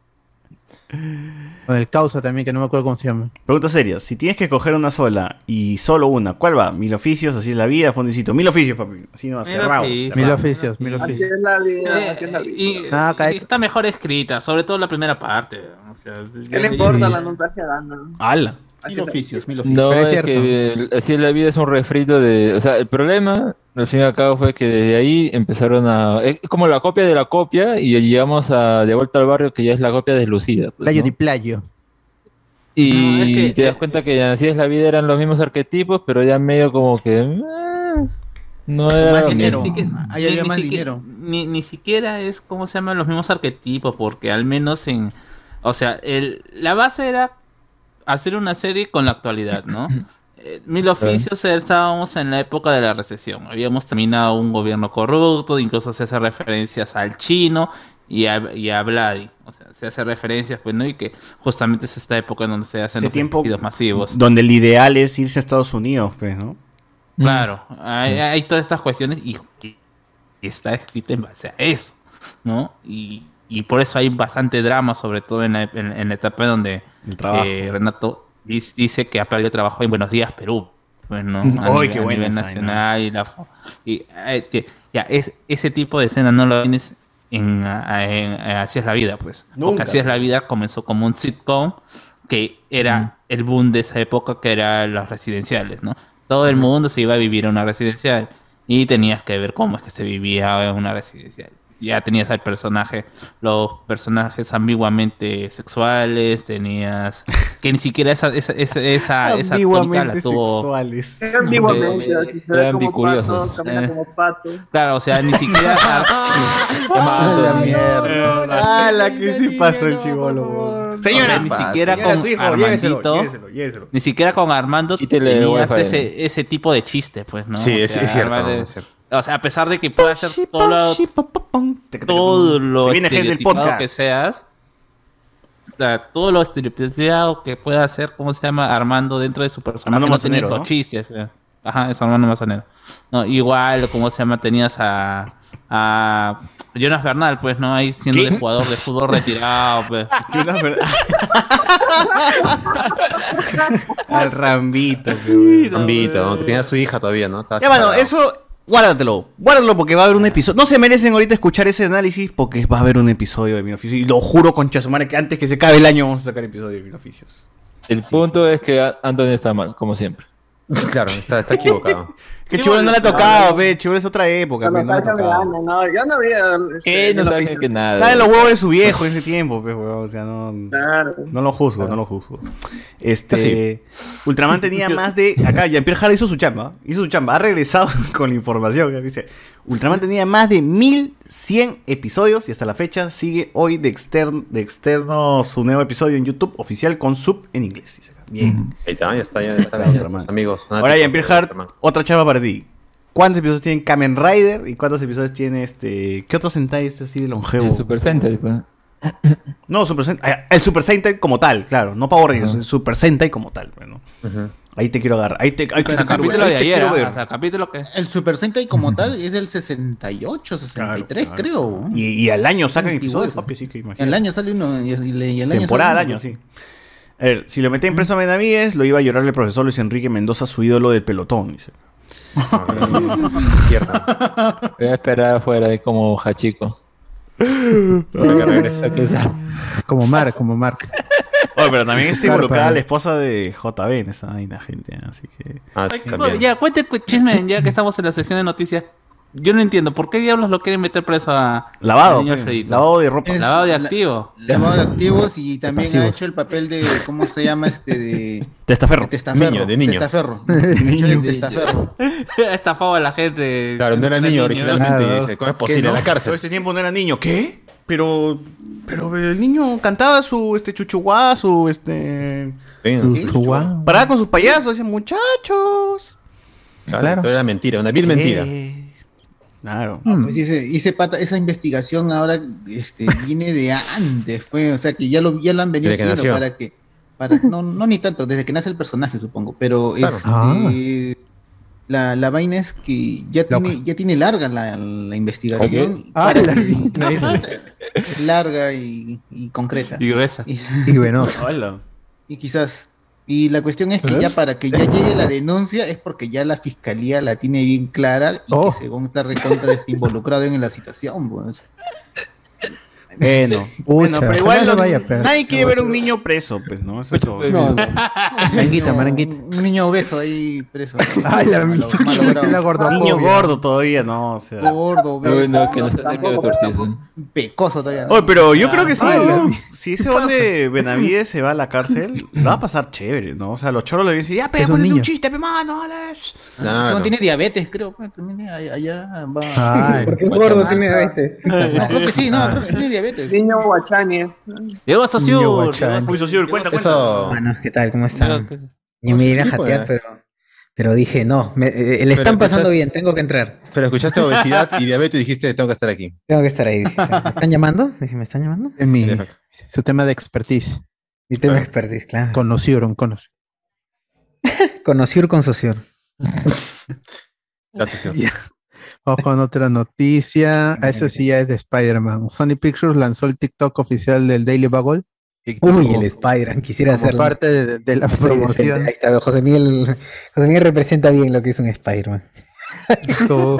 Speaker 2: Con el causa también, que no me acuerdo cómo se llama.
Speaker 6: Pregunta seria. Si tienes que coger una sola y solo una, ¿cuál va? Mil oficios, así es la vida, fondicito. Mil oficios, papi. Así no va,
Speaker 3: Mil
Speaker 6: cerrado.
Speaker 3: oficios.
Speaker 6: cerrado.
Speaker 2: Mil oficios, mil
Speaker 4: Así
Speaker 2: oficios.
Speaker 4: es la vida, así es la vida.
Speaker 3: Eh, Y,
Speaker 2: Ah,
Speaker 3: y
Speaker 2: cae-
Speaker 3: está mejor escrita, sobre todo la primera parte. O sea,
Speaker 4: ¿Qué le importa la Ah, mensajeada?
Speaker 6: ¡Hala!
Speaker 4: Mil oficios,
Speaker 6: mil
Speaker 8: No, es, que eh, el- así la vida es un refrito de... O sea, el problema, al fin y al cabo, fue que desde ahí empezaron a... Es como la copia de la copia y llegamos a, de vuelta al barrio que ya es la copia deslucida. pues,
Speaker 2: Playo
Speaker 8: ¿no?
Speaker 2: de playo.
Speaker 8: Y te das cuenta que así es la vida, eran los mismos arquetipos, pero ya medio como que... eh, no era...
Speaker 10: Más
Speaker 8: lo
Speaker 10: dinero.
Speaker 8: mismo.
Speaker 10: Ahí había
Speaker 3: ni
Speaker 10: más
Speaker 3: siquiera-
Speaker 10: dinero.
Speaker 3: Ni, ni siquiera es, ¿cómo se llaman? Los mismos arquetipos, porque al menos en... O sea, el, la base era hacer una serie con la
Speaker 10: (clears throat)
Speaker 3: actualidad, ¿no? Eh, Mil oficios eh, estábamos en la época de la recesión. Habíamos terminado un gobierno corrupto, incluso se hace referencias al chino y a, y a Vladi. O sea, se hace referencias, pues, ¿no? Y que justamente es esta época en donde se hacen
Speaker 6: Ese
Speaker 3: los
Speaker 6: tiempo-
Speaker 3: despidos masivos.
Speaker 6: Donde el ideal es irse a Estados Unidos, pues, ¿no?
Speaker 3: Claro, hay, hay todas estas cuestiones y que está escrito en base a eso, ¿no? Y, y por eso hay bastante drama, sobre todo en la, en- en la etapa donde
Speaker 6: El trabajo.
Speaker 3: eh, Renato dis- dice que ha perdido trabajo en Buenos Días, Perú. pues,
Speaker 6: (laughs)
Speaker 3: ¿no?
Speaker 6: Mm.
Speaker 3: A
Speaker 6: Uy,
Speaker 3: nivel-
Speaker 6: qué
Speaker 3: a
Speaker 6: buena
Speaker 3: nivel
Speaker 6: esa,
Speaker 3: nacional y la fo- y, eh, que- ya, es, ese tipo de escena no lo tienes en, a- en- en Así es la vida, pues. Porque
Speaker 6: Nunca.
Speaker 3: Así es la vida comenzó como un sitcom que era el boom de esa época, que eran las residenciales, ¿no? Todo el mundo se iba a vivir a una residencial y tenías que ver cómo es que se vivía en una residencial. Ya tenías al personaje, los personajes ambiguamente sexuales, tenías que ni siquiera esa esa esa esa, Ah, esa tónica la
Speaker 6: Ambiguamente
Speaker 3: tuvo.
Speaker 6: sexuales.
Speaker 4: Ambiguamente, así se ve
Speaker 8: Eran
Speaker 4: como
Speaker 8: bicuriosos.
Speaker 4: pato, camina
Speaker 3: Eh.
Speaker 4: como pato.
Speaker 3: Claro, o sea, ni
Speaker 4: (laughs)
Speaker 3: siquiera
Speaker 2: Ah, la mierda.
Speaker 6: ¡Ah, la que sí pasó el chivolo!
Speaker 3: Señora,
Speaker 6: Señora,
Speaker 3: ni siquiera
Speaker 6: señora,
Speaker 3: con
Speaker 6: su hijo,
Speaker 3: Armandito,
Speaker 6: lléveselo, lléveselo, lléveselo.
Speaker 3: ni siquiera con Armando
Speaker 8: Quítele
Speaker 3: tenías
Speaker 8: wifi.
Speaker 3: ese, ese tipo de chiste, pues, ¿no?
Speaker 5: Sí, es- es cierto,
Speaker 3: Armando-
Speaker 5: es cierto.
Speaker 3: O sea, a pesar de que pueda ser todo lo, todo lo
Speaker 6: Se viene gente del
Speaker 3: estereotipado
Speaker 6: podcast.
Speaker 3: que seas, o sea, todo lo estereotipado que pueda hacer, ¿cómo se llama? Armando dentro de su personaje.
Speaker 6: Armando
Speaker 3: no tenía
Speaker 6: Manzanero,
Speaker 3: los
Speaker 6: ¿no?
Speaker 3: chistes. o sea. Ajá, es Armando Mazanero. No, igual, ¿cómo se llama? Tenías a, a Jonas Bernal, pues, ¿no? Ahí siendo
Speaker 6: ¿Qué?
Speaker 3: de jugador de fútbol retirado, pues.
Speaker 6: Yo la verdad. Al Rambito, pe, weón.
Speaker 5: Ambito, ¿no? que tenía a su hija todavía, ¿no? Estaba
Speaker 6: Ya, mano,
Speaker 5: separado.
Speaker 6: eso. Guárdatelo, guárdatelo porque va a haber un episodio. No se merecen ahorita escuchar ese análisis porque va a haber un episodio de Mil Oficios. Y lo juro, concha su madre, que antes que se acabe el año vamos a sacar episodio de Mil Oficios.
Speaker 8: El punto es que a- Anthony está mal, como siempre.
Speaker 5: Claro, está, está equivocado.
Speaker 6: Que Chibolo no le ha tocado, pe. Chibolo es otra época,
Speaker 4: La
Speaker 6: pe. No le ha
Speaker 4: nostalgia me
Speaker 6: tocado.
Speaker 4: gana, no, yo no había. este,
Speaker 8: ¿Qué? No sabe que nada.
Speaker 6: Está en los huevos de su viejo en ese tiempo, pe, weón. O sea, no.
Speaker 4: Claro.
Speaker 6: No lo juzgo, no lo juzgo. Este. Ultraman tenía más de. Acá, Jean-Pierre Jara hizo su chamba. Hizo su chamba. Ha regresado (laughs) con la información. que Dice: Ultraman tenía más de 1100 episodios y hasta la fecha sigue hoy de, externo, de externo su nuevo epidio en YouTube oficial con sub en inglés. dice acá. Bien.
Speaker 5: Ahí está, ya está, ya está. ya,
Speaker 6: Ultraman.
Speaker 5: pues, amigos.
Speaker 6: Ahora, Jean-Pierre Hart,
Speaker 5: Ultraman.
Speaker 6: otra chamba para ti. ¿Cuántos episodios tiene Kamen Rider? ¿Y cuántos episodios tiene este. ¿Qué otro Sentai este así de longevo?
Speaker 8: El Super Sentai, pues.
Speaker 6: No, Super Sentai- ah, El Super Sentai como tal, claro. No Power Rangers,
Speaker 8: Ajá.
Speaker 6: el Super Sentai como tal. Bueno.
Speaker 5: Ujú.
Speaker 6: Ahí te quiero agarrar. Ahí te, ahí
Speaker 3: Hasta
Speaker 6: te
Speaker 3: el
Speaker 6: quiero ver.
Speaker 3: capítulo de
Speaker 6: ahí te
Speaker 3: ayer,
Speaker 6: quiero
Speaker 3: ¿ah?
Speaker 6: ver.
Speaker 3: hasta el capítulo que...
Speaker 10: El Super Sentai como tal es del 68, 63
Speaker 6: Claro,
Speaker 10: creo.
Speaker 6: claro.
Speaker 10: ¿no?
Speaker 6: Y, y al año sacan
Speaker 10: Antiguo
Speaker 6: episodios,
Speaker 10: eso.
Speaker 6: papi, sí que
Speaker 10: El
Speaker 6: imagínate.
Speaker 10: año sale uno y, y le- y el año
Speaker 6: Temporada al
Speaker 10: sale uno.
Speaker 6: año, sí. A ver, si lo metían preso a Benavides, lo iba a llorar el profesor Luis Enrique Mendoza, su ídolo del
Speaker 5: (laughs)
Speaker 6: pelotón. dice.
Speaker 5: Cierto.
Speaker 8: Voy a esperar afuera, ahí como Hachiko.
Speaker 5: (laughs) Ahora que regrese.
Speaker 8: Aquí está.
Speaker 2: Como Mar, como Mar.
Speaker 6: Oye, pero también está
Speaker 2: Claro,
Speaker 6: involucrada
Speaker 2: para-
Speaker 6: la esposa de JB en esa vaina, gente. ¿eh? Así que.
Speaker 5: Ah,
Speaker 3: Ay,
Speaker 5: también.
Speaker 3: bueno, ya, cuente el chisme, ya que estamos en la sección de noticias. Yo no entiendo, ¿por qué diablos lo quieren meter preso a al
Speaker 6: Lavado.
Speaker 3: señor
Speaker 5: pues.
Speaker 6: pe,
Speaker 3: Alfredito?
Speaker 6: Lavado de ropa.
Speaker 10: Es-
Speaker 3: Lavado de
Speaker 10: la-
Speaker 3: activo.
Speaker 10: Lavado de activos y también ha
Speaker 2: pasivos.
Speaker 10: hecho el papel de, ¿cómo se llama este? De
Speaker 6: Testaferro.
Speaker 10: testaferro.
Speaker 5: Niño, de niño.
Speaker 10: Testaferro. Niño. De
Speaker 3: (laughs)
Speaker 10: testaferro.
Speaker 3: Estafaba a la gente.
Speaker 5: Claro, no era niño originalmente.
Speaker 2: Claro.
Speaker 5: dice, ¿Cómo es posible?
Speaker 6: ¿Qué, no?
Speaker 5: En la
Speaker 6: Todo
Speaker 5: cárcel.
Speaker 6: este tiempo no era niño. ¿Qué? Pero, pero el niño cantaba su este chuchuá, su este.
Speaker 5: su
Speaker 6: chuchuá. Paraba con sus payasos, decía, muchachos.
Speaker 5: Claro, Todo era mentira, una vil mentira.
Speaker 10: Eh,
Speaker 6: Claro.
Speaker 11: Mm.
Speaker 5: Mm.
Speaker 10: Pues ese, ese pata, esa investigación ahora
Speaker 5: (laughs)
Speaker 10: este, viene de antes, pues, o sea que ya lo, ya lo han venido
Speaker 5: Desde que
Speaker 10: haciendo
Speaker 5: nació.
Speaker 10: para que, para, no, no ni tanto, desde que nace el personaje, supongo, pero
Speaker 5: Claro.
Speaker 10: este,
Speaker 5: Ah.
Speaker 10: la, la vaina es que ya tiene, ya tiene larga la, la investigación.
Speaker 8: Ok.
Speaker 10: y
Speaker 8: Ah,
Speaker 10: para-
Speaker 8: la-
Speaker 10: (laughs) y- (laughs) larga y, y concreta.
Speaker 3: Y gruesa.
Speaker 10: Y,
Speaker 2: Y
Speaker 6: (laughs)
Speaker 2: venosa.
Speaker 10: y quizás. Y la cuestión es que ya para que ya llegue la denuncia es porque ya la fiscalía la tiene bien clara y que según está recontra está involucrado en la situación, pues.
Speaker 6: (laughs) Bueno,
Speaker 10: Bueno,
Speaker 6: pero
Speaker 10: ojalá
Speaker 6: igual
Speaker 10: no
Speaker 6: los-
Speaker 10: vaya a perder.
Speaker 6: nadie quiere ver a un niño preso, pues, ¿no? Eso es lo-
Speaker 10: No, no. Maranguita, maranguita. Un niño obeso ahí preso.
Speaker 6: Ay, la
Speaker 10: Malo-
Speaker 6: mierda,
Speaker 5: (laughs)
Speaker 10: malo bravo.
Speaker 6: la gordofobia. Niño gordo todavía, no, o sea.
Speaker 10: Gordo, obeso.
Speaker 8: Uy, no, que nos hace que lo torticen.
Speaker 10: Pecoso todavía.
Speaker 6: Oye, pero yo creo que sí,
Speaker 10: Ay, la-
Speaker 6: ¿no? Si ese hombre Benavides se va a la cárcel, la va a pasar chévere, ¿no? O sea, los choros le dicen, ya, pero
Speaker 10: Es un
Speaker 6: ponle un
Speaker 10: niño.
Speaker 6: chiste, pe mano, Alex.
Speaker 11: Ah,
Speaker 10: Ese man tiene diabetes, creo. pues, también allá- allá va.
Speaker 6: Ay,
Speaker 11: Porque es gordo, tiene diabetes.
Speaker 10: No, creo que sí, no, creo que sí tiene diabetes.
Speaker 4: Niño guachani. eh.
Speaker 3: Llegó
Speaker 11: Sociur, Niño guachán.
Speaker 6: Uy, Sociur, cuenta, cuenta.
Speaker 11: Manos, ¿qué tal? ¿Cómo están?
Speaker 3: Yo,
Speaker 11: me iba a
Speaker 5: Sí, pues.
Speaker 11: jatear, pero, pero dije, no, me, eh, le
Speaker 5: Pero
Speaker 11: están pasando
Speaker 5: escuchaste-
Speaker 11: bien, tengo que entrar.
Speaker 5: Pero
Speaker 11: (laughs)
Speaker 5: escuchaste obesidad y diabetes y dijiste, tengo que estar aquí.
Speaker 11: Tengo que estar ahí. dije. ¿Me están llamando? Dije, ¿me están llamando?
Speaker 2: Es mi, su tema de expertise.
Speaker 11: Mi tema de expertise, claro.
Speaker 2: Conocieron, conocieron.
Speaker 11: Conociur (laughs) con Sociur.
Speaker 2: Ya. (laughs) Vamos con otra noticia. Ah, Esa sí ya es de Spider-Man. Sony Pictures lanzó el TikTok oficial del Daily Bugle.
Speaker 11: Uy, el Spider-Man, quisiera
Speaker 2: como
Speaker 11: hacerlo.
Speaker 2: parte de, de la
Speaker 11: Estoy
Speaker 2: promoción.
Speaker 11: decente. Ahí está, José Miguel, José Miguel representa bien lo que es un Spider-Man.
Speaker 2: como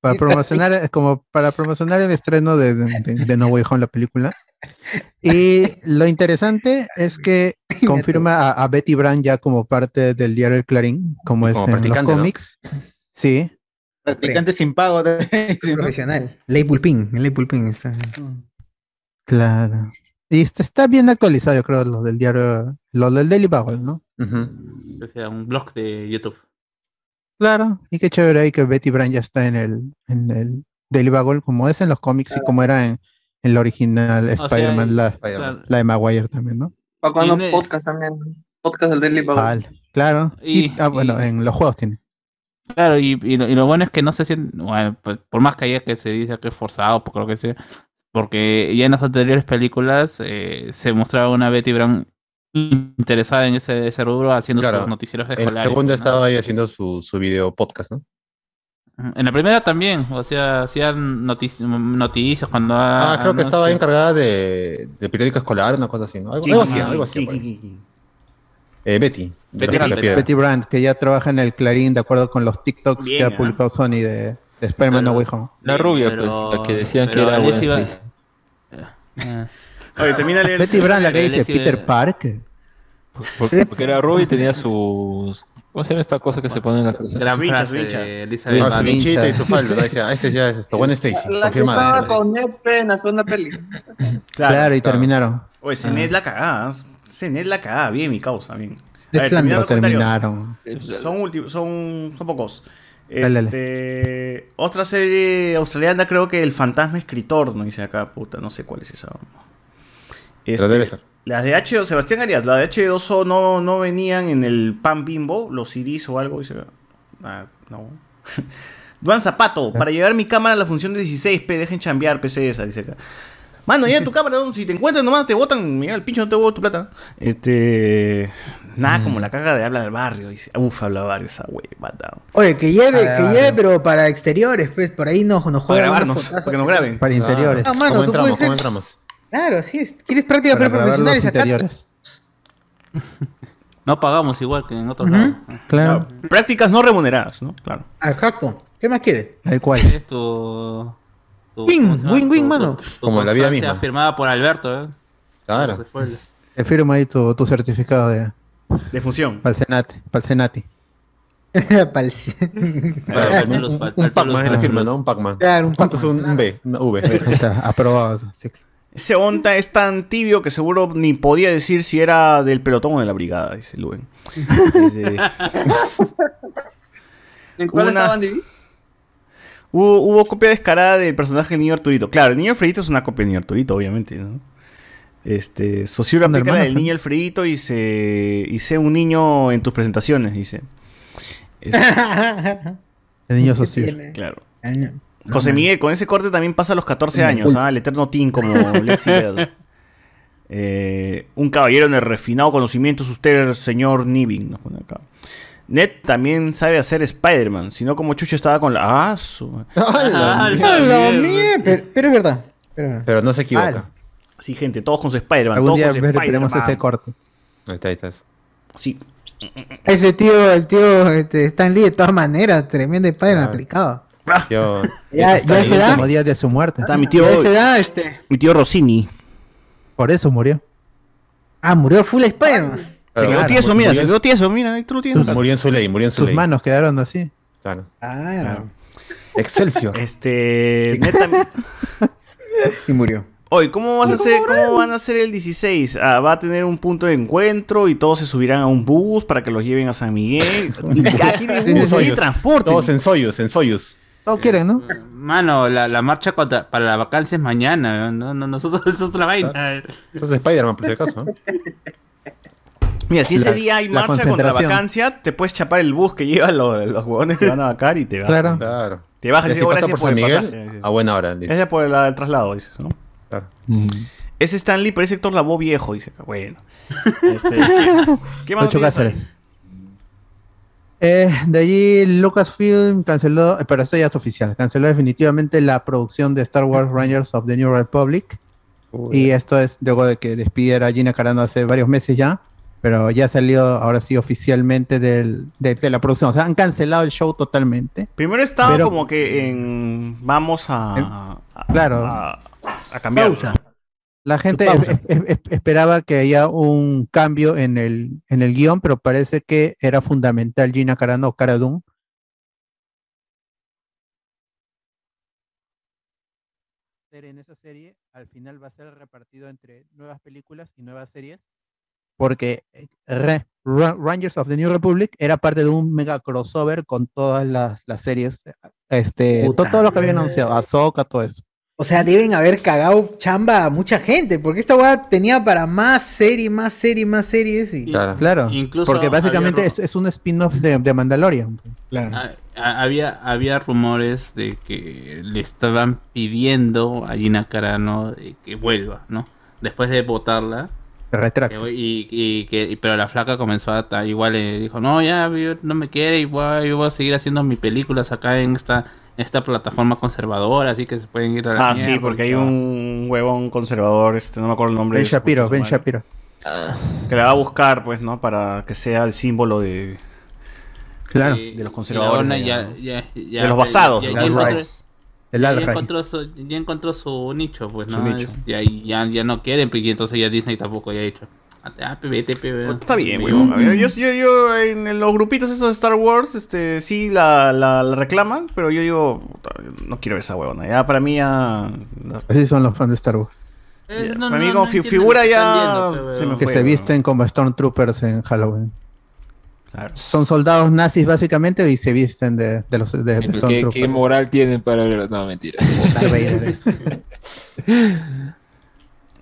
Speaker 2: para promocionar como para promocionar el estreno de, de- de No Way Home la película y lo interesante es que confirma a, a Betty Brand ya como parte del diario El Clarín como es
Speaker 5: Como
Speaker 2: en los
Speaker 5: practicante, ¿no?
Speaker 2: cómics sí
Speaker 10: Practicante sin pago. (laughs)
Speaker 11: Profesional. Ley Pulpín, Ley Pulpín está.
Speaker 2: claro y está, está bien actualizado yo creo los del diario los del Daily Bugle no
Speaker 3: O sea, un blog de YouTube.
Speaker 2: claro y qué chévere ahí que Betty Brand ya está en el en el Daily Bugle como es en los cómics y como era en, en la original
Speaker 3: sea,
Speaker 2: Spider-Man la,
Speaker 3: claro.
Speaker 2: la de Maguire también no
Speaker 4: Para cuando
Speaker 3: Tiene-
Speaker 4: podcast también. Podcast del Daily Bugle.
Speaker 2: Al, claro. Y,
Speaker 3: Y-
Speaker 2: ah, bueno, en los juegos tiene.
Speaker 3: Claro, y, y lo, y lo bueno es que no se siente, bueno, pues, por más que haya que se dice que es forzado, por lo que sea, porque ya en las anteriores películas eh, se mostraba una Betty Brown interesada en ese, ese rubro haciendo
Speaker 5: Claro.
Speaker 3: sus noticieros
Speaker 5: El
Speaker 3: escolares.
Speaker 5: segundo
Speaker 3: ¿no?
Speaker 5: estaba ahí haciendo su, su video podcast, ¿no?
Speaker 3: En la primera también, o sea, hacían notic- noticias cuando...
Speaker 5: Ah, creo que estaba ahí
Speaker 3: bien
Speaker 5: encargada de, de periódico escolar, una cosa así, ¿no? Algo,
Speaker 6: Sí,
Speaker 5: algo
Speaker 6: sí,
Speaker 5: así,
Speaker 6: sí,
Speaker 5: algo así.
Speaker 6: sí,
Speaker 5: por ahí.
Speaker 6: sí, sí.
Speaker 5: Eh, Betty. de
Speaker 3: Betty
Speaker 5: la
Speaker 3: Brand,
Speaker 5: Rosa Piedra.
Speaker 2: Betty Brandt, que ya trabaja en el Clarín de acuerdo con los TikToks
Speaker 6: Bien,
Speaker 2: que
Speaker 6: ¿ah?
Speaker 2: ha publicado Sony de, de Spider-Man No Way Home.
Speaker 8: La rubia, pues, la que decían que era buena actriz.
Speaker 6: Oye, termina de leer.
Speaker 2: Betty Brandt, la que
Speaker 8: Pero
Speaker 2: dice
Speaker 8: Leslie-
Speaker 2: Peter Parker.
Speaker 8: Porque, porque era rubia y tenía sus. ¿Cómo se llama esta cosa que se pone en la cabeza?
Speaker 3: Gran
Speaker 6: Su hincha,
Speaker 3: frase
Speaker 6: su hincha.
Speaker 3: de Elizabeth
Speaker 5: Ah, su
Speaker 3: Banks.
Speaker 5: hinchita
Speaker 3: (laughs)
Speaker 5: y su falda. ¿no? Decía, este ya es esto. Gwen Stacy.
Speaker 4: La que
Speaker 5: Confirmada.
Speaker 6: eh.
Speaker 4: estaba con Ned en la segunda peli. (laughs)
Speaker 2: Claro,
Speaker 6: Claro.
Speaker 2: y
Speaker 5: claro.
Speaker 2: terminaron.
Speaker 6: Oye, Cenet la cagada. ¿eh? Cenet la cagada, bien, mi causa, bien.
Speaker 2: De
Speaker 6: A ver,
Speaker 2: plano
Speaker 6: terminando comentarios. Eh,
Speaker 2: terminaron.
Speaker 6: Son, ulti- son, son pocos.
Speaker 2: Dale, dale.
Speaker 6: Este, otra serie australiana, creo que El Fantasma Escritor, no dice acá, puta, no sé cuál es esa. Este,
Speaker 5: debe ser.
Speaker 6: Las de H2, Sebastián Arias, las de H2O no, no venían en el pan bimbo, los CDs o algo, dice. Ah, no. (laughs) Duan Zapato, para llevar mi cámara a la función de 16p, dejen chambear, PC esa, dice acá. Mano, ya tu cámara, ¿no? si te encuentran nomás te botan, mira el pincho, no te botan tu plata. Este. Nada como la caga de habla del barrio, dice. Uf, habla del barrio esa wey, matado.
Speaker 11: Oye, que lleve,
Speaker 2: Ah,
Speaker 11: que
Speaker 2: vale.
Speaker 11: lleve, pero para exteriores, pues, por ahí nos, nos
Speaker 6: Para
Speaker 11: juegan. unos
Speaker 6: grabarnos,
Speaker 11: fotazos.
Speaker 6: para que nos graben.
Speaker 2: Para interiores.
Speaker 11: Ah, mano,
Speaker 5: ¿Cómo
Speaker 11: tú
Speaker 5: entramos?
Speaker 11: puedes
Speaker 5: ¿Cómo
Speaker 11: ser-
Speaker 5: entramos?
Speaker 11: Claro, así es. ¿Quieres práctica
Speaker 2: para
Speaker 11: para,
Speaker 2: grabar los
Speaker 11: profesionales acá?
Speaker 2: interiores.
Speaker 3: No pagamos igual que en otros
Speaker 11: Ujú.
Speaker 3: lados.
Speaker 2: Claro.
Speaker 6: Claro, Prácticas no remuneradas, ¿no? Claro.
Speaker 11: Exacto. ¿Qué más quieres?
Speaker 2: Tal cual.
Speaker 3: Es tu... tu-
Speaker 11: Win,
Speaker 3: ¿cómo se llama?
Speaker 11: win, win,
Speaker 3: Tu-
Speaker 11: mano.
Speaker 3: tu- tu
Speaker 5: Como la vida
Speaker 3: constancia
Speaker 5: misma.
Speaker 3: firmada por Alberto, ¿eh?
Speaker 5: Claro.
Speaker 2: Te firmo ahí tu, tu certificado de
Speaker 6: De función.
Speaker 2: Palsenati. Palsenati.
Speaker 11: Palci-
Speaker 5: Claro,
Speaker 3: Claro,
Speaker 5: un-
Speaker 3: los-
Speaker 5: Un
Speaker 3: los-
Speaker 5: Pac-Man es la firma, ¿no? Un Pac-Man.
Speaker 11: Claro, un
Speaker 5: ¿Cuánto es un un B? Una V.
Speaker 2: Ah, Ahí está,
Speaker 5: (laughs)
Speaker 2: aprobado. sí.
Speaker 6: (laughs) Ese onta es tan tibio que seguro ni podía decir si era del pelotón o de la brigada,
Speaker 2: (laughs)
Speaker 6: dice Luen. Dice,
Speaker 4: ¿En cuál
Speaker 6: Una-
Speaker 4: estaban Divi?
Speaker 6: Hubo, hubo copia descarada del personaje del niño Arturito. Claro, el niño Alfredito es una copia del niño Arturito, obviamente, ¿no? Este, Sosur
Speaker 2: Son
Speaker 6: aplica la del
Speaker 2: hermanos,
Speaker 6: niño Alfredito y se y sé un niño en tus presentaciones, dice. Este,
Speaker 2: El niño socio.
Speaker 6: claro.
Speaker 11: Año.
Speaker 6: José Miguel, con ese corte también pasa los 14
Speaker 2: Uy.
Speaker 6: años, ¿ah? El eterno Tin como Lexi Bed. Eh, un caballero en el refinado conocimiento es usted, señor Nibing. nos pone acá. Ned también sabe hacer Spider-Man, sino como Chucho estaba con la...
Speaker 2: (laughs)
Speaker 6: ¡Ah, su-
Speaker 11: ¡Hala,
Speaker 6: mierda!
Speaker 11: mierda! Pero, pero es verdad. pero es verdad.
Speaker 5: Pero no se equivoca.
Speaker 6: Sí, gente, todos con su Spider-Man.
Speaker 2: Algún
Speaker 6: todos
Speaker 2: día
Speaker 6: con su
Speaker 2: veremos
Speaker 6: Spider-Man.
Speaker 2: ese corte.
Speaker 5: Ahí está, ahí está.
Speaker 6: Sí.
Speaker 11: Ese tío, el tío este, Stan Lee, de todas maneras, tremendo Spider-Man
Speaker 2: Claro.
Speaker 11: aplicado.
Speaker 5: Yo,
Speaker 11: Ya-
Speaker 2: Está
Speaker 11: ya
Speaker 2: el
Speaker 11: se da.
Speaker 2: último día de su muerte.
Speaker 6: Está mi tío.
Speaker 11: A esa edad, este.
Speaker 6: Mi tío Rossini.
Speaker 2: Por eso murió.
Speaker 11: Ah, murió full Spider-Man.
Speaker 6: Se quedó
Speaker 2: Claro,
Speaker 6: tieso,
Speaker 2: murió
Speaker 6: mira,
Speaker 2: en-
Speaker 6: se quedó tieso, mira, ahí tú lo tienes.
Speaker 5: Murió en su ley, murió en su
Speaker 2: Sus
Speaker 5: ley.
Speaker 2: manos quedaron así.
Speaker 5: Claro.
Speaker 2: Ah.
Speaker 11: Claro.
Speaker 2: (laughs)
Speaker 5: Excelsior.
Speaker 6: Este. Ned también-
Speaker 11: Y murió.
Speaker 6: Oye, ¿cómo vas a hacer, cómo van a hacer el 16? Ah, va a tener un punto de encuentro y todos se subirán a un bus para que los lleven a
Speaker 5: (laughs)
Speaker 6: San Miguel. (laughs) Aquí de bus, hay
Speaker 5: Soyuz.
Speaker 6: transporte.
Speaker 5: Todos en Soyuz, en Soyuz.
Speaker 2: No quieren, ¿no?
Speaker 3: Mano, la, la marcha contra, para la vacancia es mañana, weón. no, no, nosotros (laughs) es otra vaina.
Speaker 5: Entonces Spider-Man, por si acaso. ¿no?
Speaker 6: Mira, (laughs) si ese
Speaker 2: La-
Speaker 6: día hay
Speaker 2: la
Speaker 6: marcha contra
Speaker 2: concentración.
Speaker 6: vacancia, te puedes chapar el bus que lleva los, los huevones que van a vacar y te vas.
Speaker 2: Claro.
Speaker 5: Claro.
Speaker 6: Te bajas
Speaker 5: Ya
Speaker 6: y dices,
Speaker 5: si pasa por
Speaker 6: gracias por
Speaker 5: San
Speaker 6: el
Speaker 5: Miguel,
Speaker 6: pasaje.
Speaker 5: a buena hora. listo.
Speaker 6: Gracias por el, el traslado, dices, ¿no?
Speaker 5: Claro.
Speaker 6: Ese Stanley parece Héctor Lavoe viejo, dice.
Speaker 5: (laughs)
Speaker 6: Bueno. (laughs) Este, ¿Qué más?
Speaker 2: Ocho
Speaker 6: noticias hay?
Speaker 2: Cáceres. Eh, de allí Lucasfilm canceló, eh, pero esto ya es oficial, canceló definitivamente la producción de Star Wars Rangers of the New Republic. Y esto es luego de que despidiera a Gina Carano hace varios meses ya, pero ya salió ahora sí oficialmente del- de, de la producción. O sea, han cancelado el show totalmente.
Speaker 6: Primero estaba
Speaker 2: Pero-
Speaker 6: como que en. Vamos a. a-
Speaker 2: Claro.
Speaker 6: A, a cambiar.
Speaker 2: La gente es- es- es- esperaba que haya un cambio en el, en el guión, pero parece que era fundamental Gina Carano o Cara Dune. En esa serie, al final va a ser repartido entre nuevas películas y nuevas series, porque eh, Re- Ra- Rangers of the New Republic era parte de un mega crossover con todas las, las series, eh, este, to-
Speaker 11: Puta
Speaker 2: todo lo que había anunciado, Ahsoka, todo eso.
Speaker 11: O sea, deben haber cagado chamba a mucha gente, porque esta weá tenía para más serie, más serie, más series y.
Speaker 5: Claro.
Speaker 2: Claro,
Speaker 3: Incluso
Speaker 2: porque
Speaker 3: había
Speaker 2: básicamente
Speaker 3: ro-
Speaker 2: es, es un spin-off de, de Mandalorian.
Speaker 11: Claro.
Speaker 3: Ha- ha- había, había rumores de que le estaban pidiendo a Gina Carano de que vuelva, ¿no? Después de votarla.
Speaker 2: Se
Speaker 3: que-
Speaker 2: retracta.
Speaker 3: y, y que, y- pero la flaca comenzó a ta- igual le dijo, no, ya yo no me quede, igual yo voy a seguir haciendo mis películas acá en esta, esta plataforma conservadora, así que se pueden ir a la
Speaker 6: Ah, sí,
Speaker 3: mierda,
Speaker 6: porque hay un huevón conservador, este, no me acuerdo el nombre.
Speaker 2: Ben
Speaker 6: de su
Speaker 2: Shapiro,
Speaker 6: puta
Speaker 2: Ben
Speaker 6: madre,
Speaker 2: Shapiro.
Speaker 6: Que la va a buscar, pues, ¿no? Para que sea el símbolo de,
Speaker 2: Claro,
Speaker 3: eh,
Speaker 6: de
Speaker 3: y
Speaker 6: los conservadores,
Speaker 3: la onda
Speaker 6: digamos,
Speaker 3: ya- ya- ya-
Speaker 6: de los basados.
Speaker 3: ya-
Speaker 6: de
Speaker 3: ya
Speaker 6: los
Speaker 2: That's
Speaker 3: encontró-
Speaker 6: basados.
Speaker 2: right. el
Speaker 3: ya
Speaker 2: Alright.
Speaker 3: encontró su, ya encontró su nicho, pues,
Speaker 6: Su
Speaker 3: ¿no?
Speaker 6: nicho.
Speaker 3: Es- ya, ya, ya no quieren, pues, y entonces ya Disney tampoco ya ha dicho. Ah, pe, vete, pe,
Speaker 6: Bueno,
Speaker 3: weón.
Speaker 6: Pues, Está bien,
Speaker 3: Pe,
Speaker 6: huevón. A
Speaker 3: weón.
Speaker 6: ver, Yo, yo, yo en, en los grupitos esos de Star Wars, este, sí la, la, la reclaman, pero yo digo, puta, no quiero ver esa huevona. Ya para mí ya. la-
Speaker 2: Así son los fans de Star Wars.
Speaker 3: Eh,
Speaker 6: ya,
Speaker 3: no,
Speaker 4: (laughs)
Speaker 6: para mí
Speaker 3: no,
Speaker 6: como
Speaker 3: no
Speaker 6: fi-
Speaker 3: entienden lo
Speaker 6: figura
Speaker 3: que
Speaker 6: ya
Speaker 3: están viendo, pe,
Speaker 6: se me
Speaker 3: weón.
Speaker 2: Que
Speaker 6: fue.
Speaker 2: se
Speaker 6: huevón.
Speaker 2: visten como Stormtroopers en Halloween.
Speaker 6: Claro.
Speaker 2: Son soldados nazis básicamente y se visten de, de los de- de
Speaker 8: ¿Qué, qué
Speaker 2: Stormtroopers.
Speaker 8: moral tienen para ver? No, mentira.
Speaker 2: (laughs) Darth
Speaker 8: (laughs)
Speaker 2: Vader es.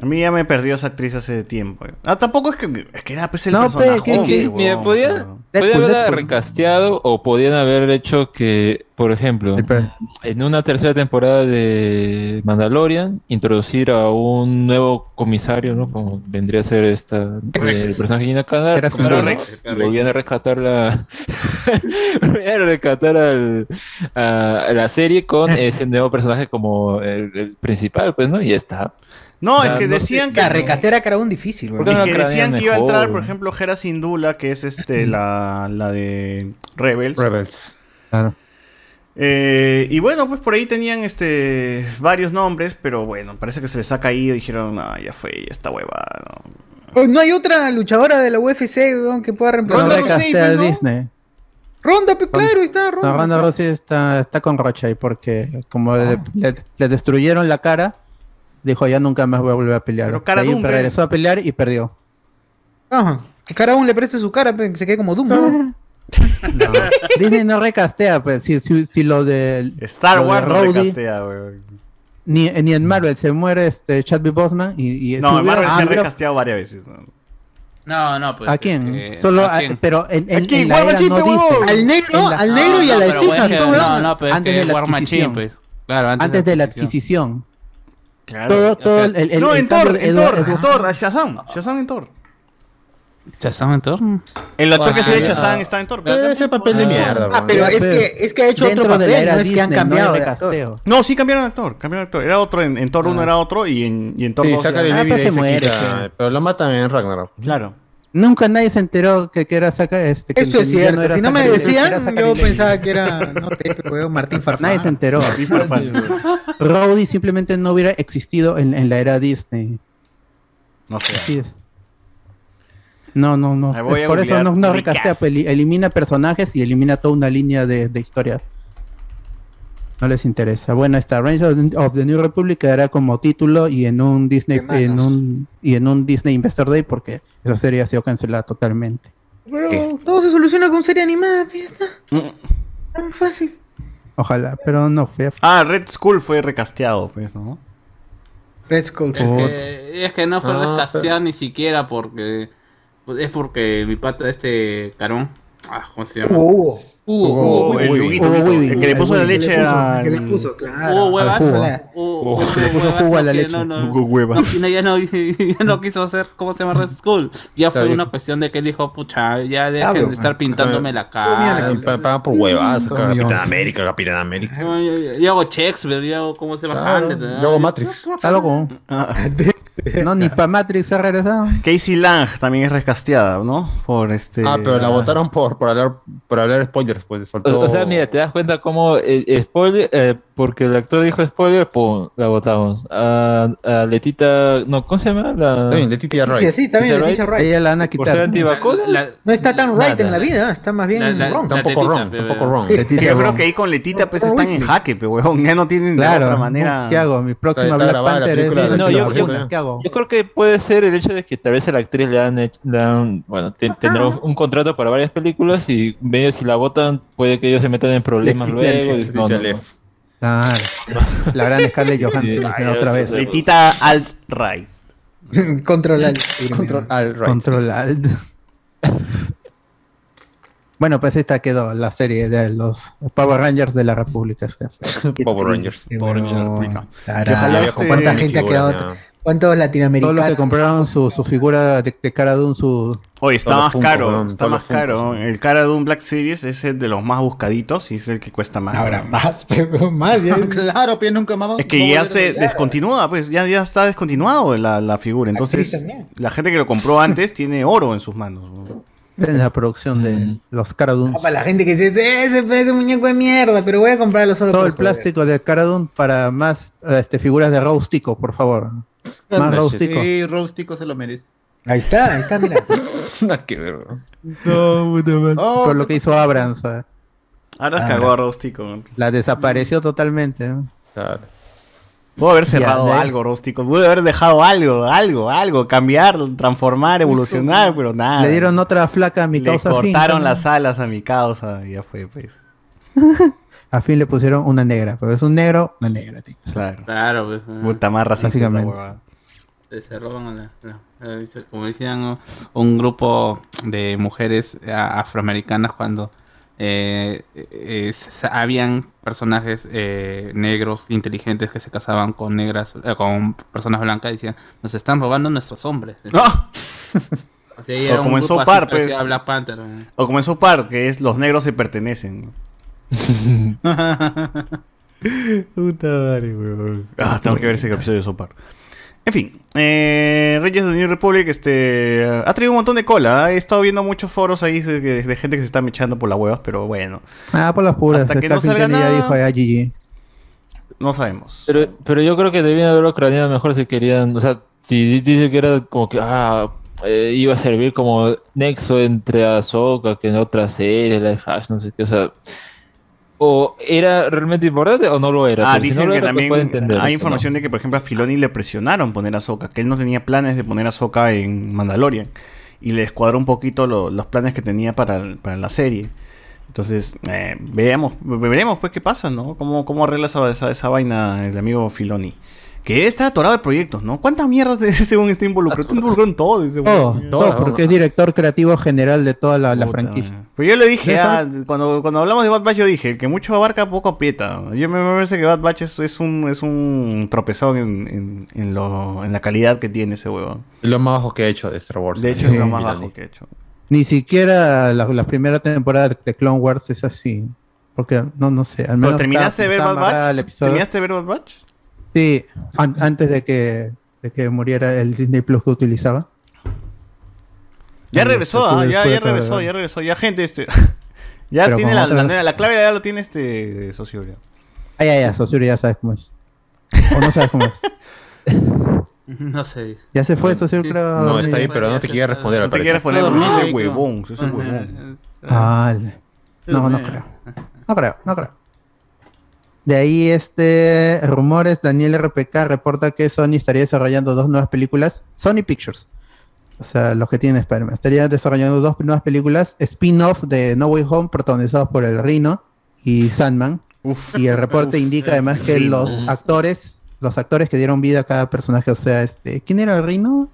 Speaker 6: A mí ya me perdió esa actriz hace tiempo. eh. Ah, tampoco es que. Es que era pues el
Speaker 2: No, pe,
Speaker 6: personaje.
Speaker 2: que- que-
Speaker 8: mira, podía-
Speaker 2: Deadpool,
Speaker 8: Podían haberla
Speaker 2: Deadpool.
Speaker 8: recasteado o podían haber hecho que, por ejemplo,
Speaker 2: Espera.
Speaker 8: en una tercera temporada de Mandalorian, introducir a un nuevo comisario, ¿no? Como vendría a ser esta, el personaje de Gina Carano.
Speaker 2: Era su
Speaker 8: Carano,
Speaker 6: nombre. Rex.
Speaker 8: y Volvían a rescatar la... (laughs) volvían a rescatar al- a a la serie con
Speaker 2: Eh.
Speaker 8: ese nuevo personaje como el, el principal, pues, ¿no? Y ya está.
Speaker 6: No, es
Speaker 8: Ah,
Speaker 6: que
Speaker 8: no,
Speaker 6: decían que.
Speaker 11: Claro, recastear a Carabón difícil,
Speaker 8: Porque
Speaker 11: weón.
Speaker 6: Es
Speaker 8: no
Speaker 6: que
Speaker 8: la
Speaker 6: decían
Speaker 8: creían
Speaker 6: que iba a entrar,
Speaker 8: mejor.
Speaker 6: por ejemplo, Hera Sindula, que es este la, la de Rebels.
Speaker 5: Rebels.
Speaker 2: Claro.
Speaker 6: Eh, y bueno, pues por ahí tenían este varios nombres, pero bueno, parece que se les ha caído y dijeron, no, ya fue, ya está hueva. ¿no?".
Speaker 11: Oh, No hay otra luchadora de la UFC, weón, que pueda
Speaker 2: Pero
Speaker 11: reemplazar.
Speaker 6: Ronda
Speaker 2: no
Speaker 6: Rousey,
Speaker 2: recastea
Speaker 6: pues,
Speaker 2: a
Speaker 6: ¿no?
Speaker 2: Disney.
Speaker 11: Ronda, pe, claro, ahí está Ronda.
Speaker 2: No, Ronda Rousey está, está con Rocha y porque
Speaker 6: Ah.
Speaker 2: como le, le- le destruyeron la cara, dijo ya nunca más voy a volver a pelear.
Speaker 6: Pero cara
Speaker 2: De ahí
Speaker 6: Doom, pe.
Speaker 2: regresó a pelear y perdió.
Speaker 11: Ajá. Que Carabón le preste su cara, pe, que se quede como Doom.
Speaker 2: (laughs) Disney no recastea, pues, si, si, si lo de
Speaker 6: Star
Speaker 2: lo de
Speaker 6: Wars no
Speaker 2: Rhodey,
Speaker 6: recastea, weón.
Speaker 2: ni, ni en Marvel se muere este Chadwick Boseman y, y
Speaker 6: No,
Speaker 2: si
Speaker 6: en
Speaker 2: hubiera-
Speaker 6: Marvel se
Speaker 2: ah,
Speaker 6: ha
Speaker 2: hubiera-
Speaker 6: recasteado varias veces, weón.
Speaker 3: No, no, pues.
Speaker 2: ¿A quién?
Speaker 3: este,
Speaker 2: Solo
Speaker 3: ¿a
Speaker 2: a-
Speaker 3: quién?
Speaker 2: pero en, en-
Speaker 3: ¿A quién?
Speaker 2: en la
Speaker 3: Guarda
Speaker 2: era
Speaker 3: chip,
Speaker 2: no
Speaker 3: huevón.
Speaker 2: Disney.
Speaker 3: Al negro,
Speaker 2: En la-
Speaker 3: al negro y a No, la pero bueno, hijas, es que- ¿no, weón? no, no, pero es
Speaker 2: antes
Speaker 3: que
Speaker 2: de la
Speaker 3: War Machine,
Speaker 2: adquisición.
Speaker 3: pues. Claro, antes
Speaker 2: antes
Speaker 3: de
Speaker 2: de
Speaker 3: la
Speaker 2: la adquisición.
Speaker 6: Claro.
Speaker 2: Todo-
Speaker 6: O
Speaker 2: todo
Speaker 6: sea,
Speaker 2: el- el- el-
Speaker 6: no,
Speaker 2: el
Speaker 6: en
Speaker 2: cambio
Speaker 6: Thor,
Speaker 2: de
Speaker 6: en
Speaker 2: Edward-
Speaker 6: Thor, en
Speaker 2: Ajá.
Speaker 6: Thor, a Shazam. Shazam en Thor.
Speaker 3: ¿Chazam en Thor?
Speaker 6: El actor que hacía de
Speaker 3: Ah,
Speaker 6: Shazam
Speaker 3: ya.
Speaker 6: está en
Speaker 5: Eh,
Speaker 6: Thor. Eh,
Speaker 3: Pero ese papel de mierda,
Speaker 11: Ah, pero es que, es que ha hecho otro papel, no es que han cambiado. de actor.
Speaker 6: No, sí cambiaron de actor, cambiaron de actor. Era otro, en, en Thor 1 era otro y en, y en Thor
Speaker 5: Sí,
Speaker 6: 2
Speaker 5: Zachary
Speaker 6: era-
Speaker 11: Ah,
Speaker 5: Levi
Speaker 11: pues
Speaker 5: de ahí se quita, pero lo matan en Ragnarok.
Speaker 6: Claro.
Speaker 2: Nunca nadie se enteró que, que era saca este. que-
Speaker 11: Eso
Speaker 2: que
Speaker 11: es
Speaker 2: ya
Speaker 11: cierto.
Speaker 2: era
Speaker 11: si no me
Speaker 2: Zachary Levi, que era
Speaker 11: decían,
Speaker 2: Zachary
Speaker 11: yo
Speaker 2: Levi.
Speaker 11: pensaba que era. No te weón, Martín Farfán.
Speaker 2: Nadie se
Speaker 6: (laughs)
Speaker 2: enteró. Rowdy simplemente no hubiera existido en, en la era Disney.
Speaker 6: No sé.
Speaker 2: Así es. No, no, no.
Speaker 6: Me voy a
Speaker 2: Por eso
Speaker 6: googlear
Speaker 2: no, no
Speaker 6: recast.
Speaker 2: recastea, pues, eli- elimina personajes y elimina toda una línea de, de historia. No les interesa. Bueno, esta Range of the, of the New Republic quedará como título y en un Disney en un y en un Disney Investor Day porque esa serie ha sido cancelada totalmente.
Speaker 11: (laughs) Pero todo se soluciona con serie animada, fiesta.
Speaker 6: Mm.
Speaker 11: Tan fácil.
Speaker 2: Ojalá, pero no fue.
Speaker 6: Ah, Red Skull fue recasteado, pues, ¿no?
Speaker 11: Red Skull.
Speaker 3: Es que, Eh, es que no fue
Speaker 6: Ah,
Speaker 3: rescasteado ni siquiera porque. pues, Es porque mi pata, este carón. Ah, ¿cómo se llama?
Speaker 11: Hugo.
Speaker 3: Hugo.
Speaker 6: Hugo, el
Speaker 3: Hugo,
Speaker 6: Huguito,
Speaker 3: Hugo,
Speaker 6: Hugo,
Speaker 3: Hugo.
Speaker 6: el que le puso la leche al-
Speaker 11: Que le puso, claro.
Speaker 3: Hubo huevas.
Speaker 6: Al jugo.
Speaker 3: Hubo-
Speaker 6: Hugo.
Speaker 3: hubo
Speaker 6: Le puso
Speaker 3: huevas,
Speaker 6: jugo a
Speaker 3: no
Speaker 6: la
Speaker 3: que-
Speaker 6: leche.
Speaker 3: no, no,
Speaker 6: Hugo huevas.
Speaker 3: (laughs) no, ya no, ya no quiso hacer, ¿cómo se llama Red School? Ya
Speaker 5: Está
Speaker 3: fue
Speaker 5: bien.
Speaker 3: una cuestión de que él dijo, pucha, ya dejen
Speaker 5: Claro.
Speaker 3: de estar pintándome la cara.
Speaker 5: Ah, pa- Pagan por huevas,
Speaker 3: Dos
Speaker 5: Capitán
Speaker 3: millones.
Speaker 5: América, Capitán América.
Speaker 3: Yo, yo- yo hago Shakespeare, yo hago, ¿cómo se llama?
Speaker 5: Claro,
Speaker 3: Hamlet, ¿no?
Speaker 5: yo hago Matrix.
Speaker 2: Está loco. No, ni para Matrix ha regresado.
Speaker 6: Ah. Casey Lang también es recasteada, ¿no? Por este.
Speaker 5: Ah, pero la votaron por, por hablar por hablar spoilers, pues
Speaker 8: O,
Speaker 5: faltó.
Speaker 8: o sea, mira, te das cuenta cómo el, el spoiler, eh, porque el actor dijo spoiler, pum, la votamos. A, a Letita, no, ¿cómo se llama? La...
Speaker 5: Está bien, Letitia Wright.
Speaker 11: Sí, sí, está bien, Letitia Wright.
Speaker 2: Ella la van a
Speaker 8: Por
Speaker 2: quitar.
Speaker 8: ser antivacunas.
Speaker 11: No está tan
Speaker 8: Nada.
Speaker 11: right en la vida, está más bien
Speaker 8: La- la-
Speaker 11: wrong.
Speaker 5: Tampoco wrong, tampoco wrong.
Speaker 6: Sí, yo creo que ahí con Letita pues están en jaque, pero weón, ya no tienen de
Speaker 2: Claro,
Speaker 6: otra manera.
Speaker 2: ¿qué hago? Mi próxima
Speaker 5: Está- está Black grabada la Panther es película de una
Speaker 8: No, yo, yo-
Speaker 5: antivacuna.
Speaker 2: ¿Qué hago?
Speaker 8: yo creo que puede ser el hecho de que tal vez a la actriz le han hecho, le han- bueno, te- tendrá un, un contrato para varias películas y medio si la votan puede que ellos se metan en problemas
Speaker 2: Letitia
Speaker 8: luego. y-
Speaker 2: Leff,
Speaker 8: no,
Speaker 2: Letitia
Speaker 8: no, no.
Speaker 2: Leff. Claro. La gran Scarlett Johansson otra vez.
Speaker 6: Letita Alt-Right.
Speaker 11: (laughs) Control alt.
Speaker 5: Control al right.
Speaker 2: Control Alt. bueno, pues esta quedó la serie de los Power Rangers de la República. se fue.
Speaker 5: Power Rangers.
Speaker 6: Power Rangers República.
Speaker 11: Carajo,
Speaker 6: Que ojalá
Speaker 11: ¿Cuánta
Speaker 6: este-
Speaker 11: gente ha quedado?
Speaker 5: figura, ya.
Speaker 11: ¿Cuántos
Speaker 2: Todos los
Speaker 11: latinoamericanos?
Speaker 2: que compraron su, su figura de, de Cara Dune, su.
Speaker 6: Oye, está
Speaker 5: Todos
Speaker 6: más
Speaker 5: juntos,
Speaker 6: caro,
Speaker 5: weón,
Speaker 6: está
Speaker 5: todos
Speaker 6: más
Speaker 5: juntos,
Speaker 6: caro. El cara de un Black Series es el de los más buscaditos y es el que cuesta más.
Speaker 11: Ahora más, pero más. ya-
Speaker 7: Claro, pues nunca más vamos-
Speaker 6: Es que
Speaker 7: vamos a
Speaker 6: ya
Speaker 7: ver
Speaker 6: se
Speaker 7: pelear.
Speaker 6: descontinúa, pues ya, ya está descontinuado la, la figura. Entonces,
Speaker 11: Actriz también.
Speaker 6: la gente que lo compró antes tiene oro en sus manos. weón.
Speaker 2: En la producción de
Speaker 5: Mm.
Speaker 2: los Cara Dune.
Speaker 11: Ah, Para la gente que dice, ese es un muñeco de mierda, pero voy a comprarlo solo
Speaker 2: Todo
Speaker 11: por
Speaker 2: el
Speaker 11: joder".
Speaker 2: plástico de Cara Dune para más este, figuras de Rústico, por favor. Más Rústico.
Speaker 7: Sí, Rústico se lo merece.
Speaker 11: Ahí está, ahí está, mira. (laughs)
Speaker 5: Nada que ver, weón.
Speaker 2: No, puta madre.
Speaker 7: Oh,
Speaker 2: Por lo que hizo Abrams. ¿eh?
Speaker 6: Ahora cagó a Rústico.
Speaker 2: La desapareció totalmente. ¿eh? ¿no?
Speaker 5: Claro.
Speaker 6: Pudo haber cerrado
Speaker 2: de ahí-
Speaker 6: algo, Rústico. Pudo haber dejado algo, algo, algo. Cambiar, transformar, evolucionar, pero nada.
Speaker 2: Le dieron otra flaca a mi
Speaker 6: Ah, Le
Speaker 2: causa. Finn,
Speaker 6: cortaron
Speaker 2: ¿no?
Speaker 6: las alas a mi causa. y Ya fue, pues.
Speaker 2: A fin le pusieron una negra, pero es un negro, una negra. tío.
Speaker 6: Claro.
Speaker 3: Claro, pues. ah,
Speaker 6: Puta más racista esa
Speaker 2: Básicamente.
Speaker 6: huevada.
Speaker 3: se- se roban a la- la- la- dice- como decían ¿no? un grupo de mujeres eh, afroamericanas cuando eh, eh, se- habían personajes eh, negros inteligentes que se casaban con negras eh, con personas blancas y decían nos están robando nuestros hombres
Speaker 6: ¡Ah!
Speaker 3: O sea, era
Speaker 6: O
Speaker 3: un
Speaker 6: como en
Speaker 3: grupo (laughs)
Speaker 6: South
Speaker 3: así,
Speaker 6: Park,
Speaker 3: parecía
Speaker 6: pues.
Speaker 3: Black Panther, ¿no?
Speaker 6: O como en South Park, que es los negros
Speaker 3: (laughs)
Speaker 6: se pertenecen. Puta madre, weón. Ah, tengo que ver ese episodio de South Park. En fin, eh, Reyes de New Republic este, ha traído un montón de cola. ¿eh? He estado viendo muchos foros ahí de, de- de gente que se está mechando por las huevas, pero bueno,
Speaker 2: Ah, por las puras.
Speaker 6: Hasta
Speaker 2: el
Speaker 6: que no
Speaker 2: Carpenter
Speaker 6: salga
Speaker 2: ya
Speaker 6: nada.
Speaker 2: dijo ya GG.
Speaker 6: no sabemos.
Speaker 8: Pero, pero yo creo que debían haberlo craneado mejor si querían, o sea, si di- dice que era como que ah, eh, iba a servir como nexo entre Ahsoka que en otras series, Life Action, no sé qué, o sea, o era realmente importante o no lo era.
Speaker 6: Ah,
Speaker 8: pero si no
Speaker 6: dicen
Speaker 8: lo
Speaker 6: que
Speaker 8: era, pues
Speaker 6: también
Speaker 8: puedo entender,
Speaker 6: hay
Speaker 8: ¿no?
Speaker 6: información de que, por ejemplo, a Filoni le presionaron poner a Soca, que él no tenía planes de poner a Soca en Mandalorian. y le descuadró un poquito lo- los planes que tenía para, para la serie. Entonces, eh, veamos, ve- veremos pues qué pasa, ¿no? ¿Cómo, cómo arregla esa, esa- esa vaina el amigo Filoni? Que está atorado de proyectos, ¿no? ¿Cuántas mierdas (laughs) de ese un está involucrado? Está involucrado en todo, ese weón.
Speaker 2: Todo, todo, porque es director creativo general de toda la, la franquicia.
Speaker 6: Pero yo le dije,
Speaker 2: Ya
Speaker 6: ah, cuando, cuando hablamos de Bad Batch, yo dije, el que mucho abarca, poco aprieta. Yo me, me parece que Bad Batch es, es un, es un tropezón en, en- en lo- en la calidad que tiene ese huevón.
Speaker 5: Es lo más bajo que ha hecho de Star Wars.
Speaker 6: De hecho, es lo más bajo que he hecho.
Speaker 2: Ni siquiera la, la primera temporada de Clone Wars es así. Porque, no, no sé, al
Speaker 6: Pero,
Speaker 2: menos...
Speaker 6: ¿Terminaste de ver
Speaker 2: estaba
Speaker 6: Bad
Speaker 2: amarrada al
Speaker 6: Batch?
Speaker 2: episodio.
Speaker 6: ¿Terminaste de ver Bad Batch?
Speaker 2: Sí, an- antes de que, de que muriera el Disney Plus que utilizaba.
Speaker 6: Ya
Speaker 2: Sí,
Speaker 6: regresó,
Speaker 2: estuve-
Speaker 6: ah, ya,
Speaker 2: estuve
Speaker 6: ya regresó,
Speaker 2: cargando.
Speaker 6: ya regresó. Ya, gente, este. (laughs) ya
Speaker 2: Pero
Speaker 6: tiene
Speaker 2: con
Speaker 6: la,
Speaker 2: otra-
Speaker 6: la- la clave, ya lo tiene este socio. ya.
Speaker 2: Ay, ay, ay, Sosuri, Ah, ya sabes cómo es. O no sabes cómo es.
Speaker 3: No sé.
Speaker 2: Ya se fue, Sosuri, creo.
Speaker 5: No, está ahí, pero no te quiere responder.
Speaker 6: No te quiere responder,
Speaker 2: Ah,
Speaker 6: porque ese
Speaker 2: ay,
Speaker 6: huevón,
Speaker 2: no.
Speaker 6: ese huevón.
Speaker 2: Ah, no, no creo. No creo, no creo. De ahí, este, rumores, Daniel RPK reporta que Sony estaría desarrollando dos nuevas películas, Sony Pictures, o sea, los que tienen Spider-Man, estaría desarrollando dos nuevas películas, spin-off de No Way Home, protagonizados por el Rino y Sandman. Y el reporte
Speaker 10: Uf.
Speaker 2: indica además que
Speaker 10: Rino.
Speaker 2: los actores, los actores que dieron vida a cada personaje, o sea, este, ¿quién era el Rino?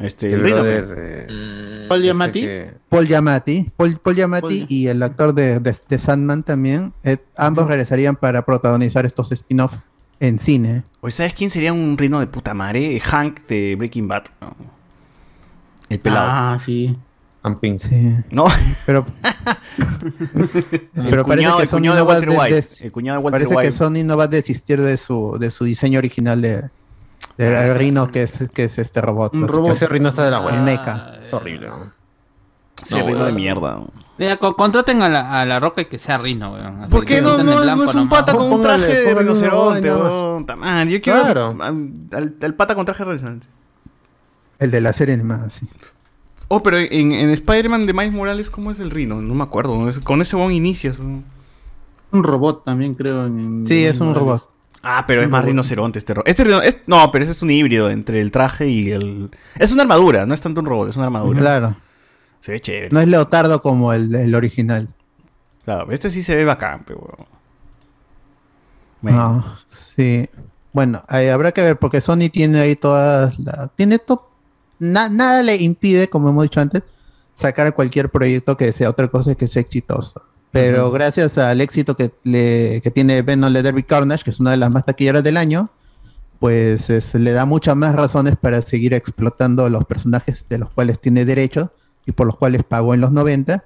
Speaker 6: Este,
Speaker 5: El
Speaker 6: el Rino,
Speaker 7: Mm,
Speaker 5: brother,
Speaker 6: pe.
Speaker 11: eh, este
Speaker 10: Paul Giamatti.
Speaker 2: Paul Giamatti, Paul, Paul Giamatti
Speaker 10: Paul-
Speaker 2: y el actor de, de- de Sandman también, eh, ambos regresarían para protagonizar estos spin-off en cine.
Speaker 6: Oye, ¿sabes quién sería un rino de puta madre? Eh, Hank de Breaking Bad. ¿no? El pelado.
Speaker 2: Ah,
Speaker 6: sí.
Speaker 5: Amping.
Speaker 6: No. (laughs)
Speaker 2: Pero.
Speaker 6: El
Speaker 2: Pero parece
Speaker 6: cuñado-
Speaker 2: que
Speaker 6: el
Speaker 2: Sony
Speaker 6: cuñado de
Speaker 2: no va a
Speaker 6: Walter
Speaker 2: des-
Speaker 6: White.
Speaker 2: des-
Speaker 6: El cuñado de Walter
Speaker 2: parece que
Speaker 6: White.
Speaker 2: Sony no va a desistir de su de su diseño original de del
Speaker 6: Ah,
Speaker 2: el rino que es que es este robot.
Speaker 5: Un robot. Ese rino está de la hueá.
Speaker 2: Meca.
Speaker 5: Es horrible. ¿no?
Speaker 6: Ese
Speaker 3: No,
Speaker 6: rino de
Speaker 3: weón.
Speaker 6: mierda. ¿no?
Speaker 3: Mira, co- contraten a la, a la roca y que sea Rino, weón. Así
Speaker 6: ¿Por
Speaker 3: que
Speaker 6: qué
Speaker 3: lo
Speaker 6: (laughs) no,
Speaker 3: metan en
Speaker 6: no, no
Speaker 3: blanco
Speaker 6: es un
Speaker 3: nomás.
Speaker 6: pata con un
Speaker 3: Póngale-
Speaker 6: traje de
Speaker 3: póngale un huevo
Speaker 6: rinoceronte?
Speaker 3: ahí nomás.
Speaker 6: weón? Puta madre, Yo quiero
Speaker 2: Claro.
Speaker 6: al, al- al pata con traje de rinoceronte.
Speaker 2: El de la serie animada, sí.
Speaker 6: Oh, pero en, en Spider-Man de Miles Morales, ¿cómo es el rino? No me acuerdo. ¿no? Es- Con ese bon inicias. ¿no?
Speaker 10: Un robot también, creo. En,
Speaker 2: Sí, es un
Speaker 10: en-
Speaker 2: robot.
Speaker 6: Ah, pero es
Speaker 10: Un
Speaker 6: más
Speaker 10: robot.
Speaker 6: rinoceronte este robot. Este rino- es- no, pero ese es un híbrido entre el traje y el. Es una armadura, no es tanto un robot, es una armadura.
Speaker 2: Claro.
Speaker 6: Se ve chévere.
Speaker 2: No es leotardo como el, el original.
Speaker 6: Claro, este sí se ve bacán, pero.
Speaker 2: Ah, sí. Bueno, ahí habrá que ver porque Sony tiene ahí todas las... Tiene to- na- nada le impide, como hemos dicho antes, sacar cualquier proyecto que sea otra cosa que sea exitoso. Pero
Speaker 10: Ujú.
Speaker 2: gracias al éxito que, le, que tiene Venom de Derby Carnage, que es una de las más taquilleras del año, pues es- le da muchas más razones para seguir explotando los personajes de los cuales tiene derecho y por los cuales pagó en los 90.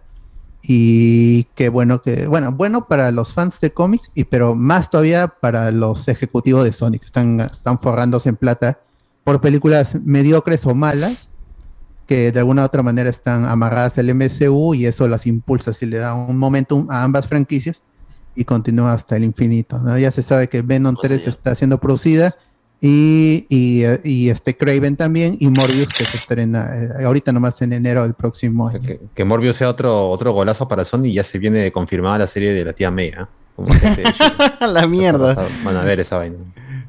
Speaker 2: Y qué bueno que, bueno, bueno para los fans de cómics, y pero más todavía para los ejecutivos de Sonic, que están, están forrándose en plata por películas mediocres o malas, que de alguna u otra manera están amarradas al MCU y eso las impulsa, si le da un momentum a ambas franquicias y continúa hasta el infinito. ¿no? Ya se sabe que Venom 3 está siendo producida y, y, eh, y este Craven también y Morbius que se estrena eh, ahorita nomás en enero del próximo año.
Speaker 5: Que Morbius sea otro, otro golazo para Sony y ya se viene confirmada la serie de la tía May. ¿ah? Como que
Speaker 6: (laughs)
Speaker 5: se-
Speaker 6: la mierda.
Speaker 5: Van a ver esa vaina.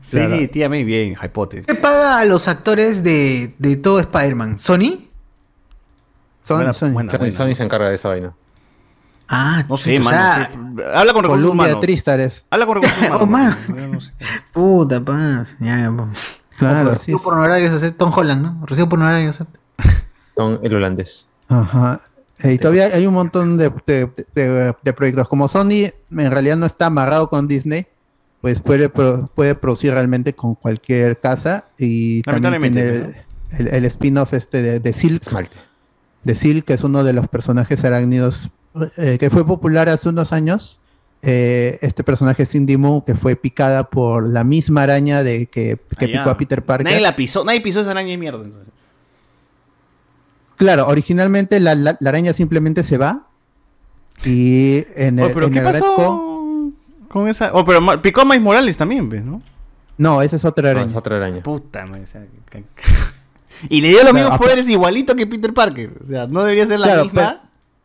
Speaker 6: Sí, tía May, bien, hypote.
Speaker 11: ¿Qué paga a los actores de, de todo Spider-Man? ¿Sony?
Speaker 2: Sony,
Speaker 5: Buena- Sony- Sony se encarga de esa vaina.
Speaker 11: Ah,
Speaker 6: no sé,
Speaker 11: o
Speaker 6: mano.
Speaker 11: sea-
Speaker 6: sí. Habla con recursos
Speaker 2: Columbia
Speaker 6: humanos.
Speaker 2: Tristares.
Speaker 6: Habla con recursos humanos.
Speaker 11: Oh, man.
Speaker 6: Yo no sé.
Speaker 11: Puta, pa. Ya, po.
Speaker 2: Claro, así
Speaker 11: Recibo por honorarios, hacer Tom Holland, ¿no? Recibo por honorarios.
Speaker 5: Son el holandés.
Speaker 2: Ajá. Eh, Y todavía hay un montón de, de- de- de proyectos. Como Sony en realidad no está amarrado con Disney, pues puede, pro- puede producir realmente con cualquier casa. Y también tiene
Speaker 6: Lamentablemente, pues,
Speaker 2: el, el- el spin-off este de, de Silk. De Silk, que es uno de los personajes arácnidos eh, que fue popular hace unos años. Eh, este personaje Cindy Moo, que fue picada por la misma araña de que, que
Speaker 6: Ah, ya.
Speaker 2: picó a Peter Parker.
Speaker 6: Nadie la pisó, nadie pisó esa araña de mierda. entonces.
Speaker 2: Claro, originalmente la, la- la araña simplemente se va. Y en el,
Speaker 6: Oh, pero
Speaker 2: en
Speaker 6: ¿qué
Speaker 2: el
Speaker 6: pasó
Speaker 2: Redcon-
Speaker 6: con esa? Oh, pero ma- picó a Miles Morales también, ¿ves? ¿no?
Speaker 2: No, esa es otra araña.
Speaker 5: otra araña.
Speaker 6: Puta, madre, o sea, ca- (laughs) Y le dio los
Speaker 2: Claro,
Speaker 6: mismos
Speaker 2: apa-
Speaker 6: poderes igualito que Peter Parker. O sea, no debería ser la
Speaker 2: Claro,
Speaker 6: misma.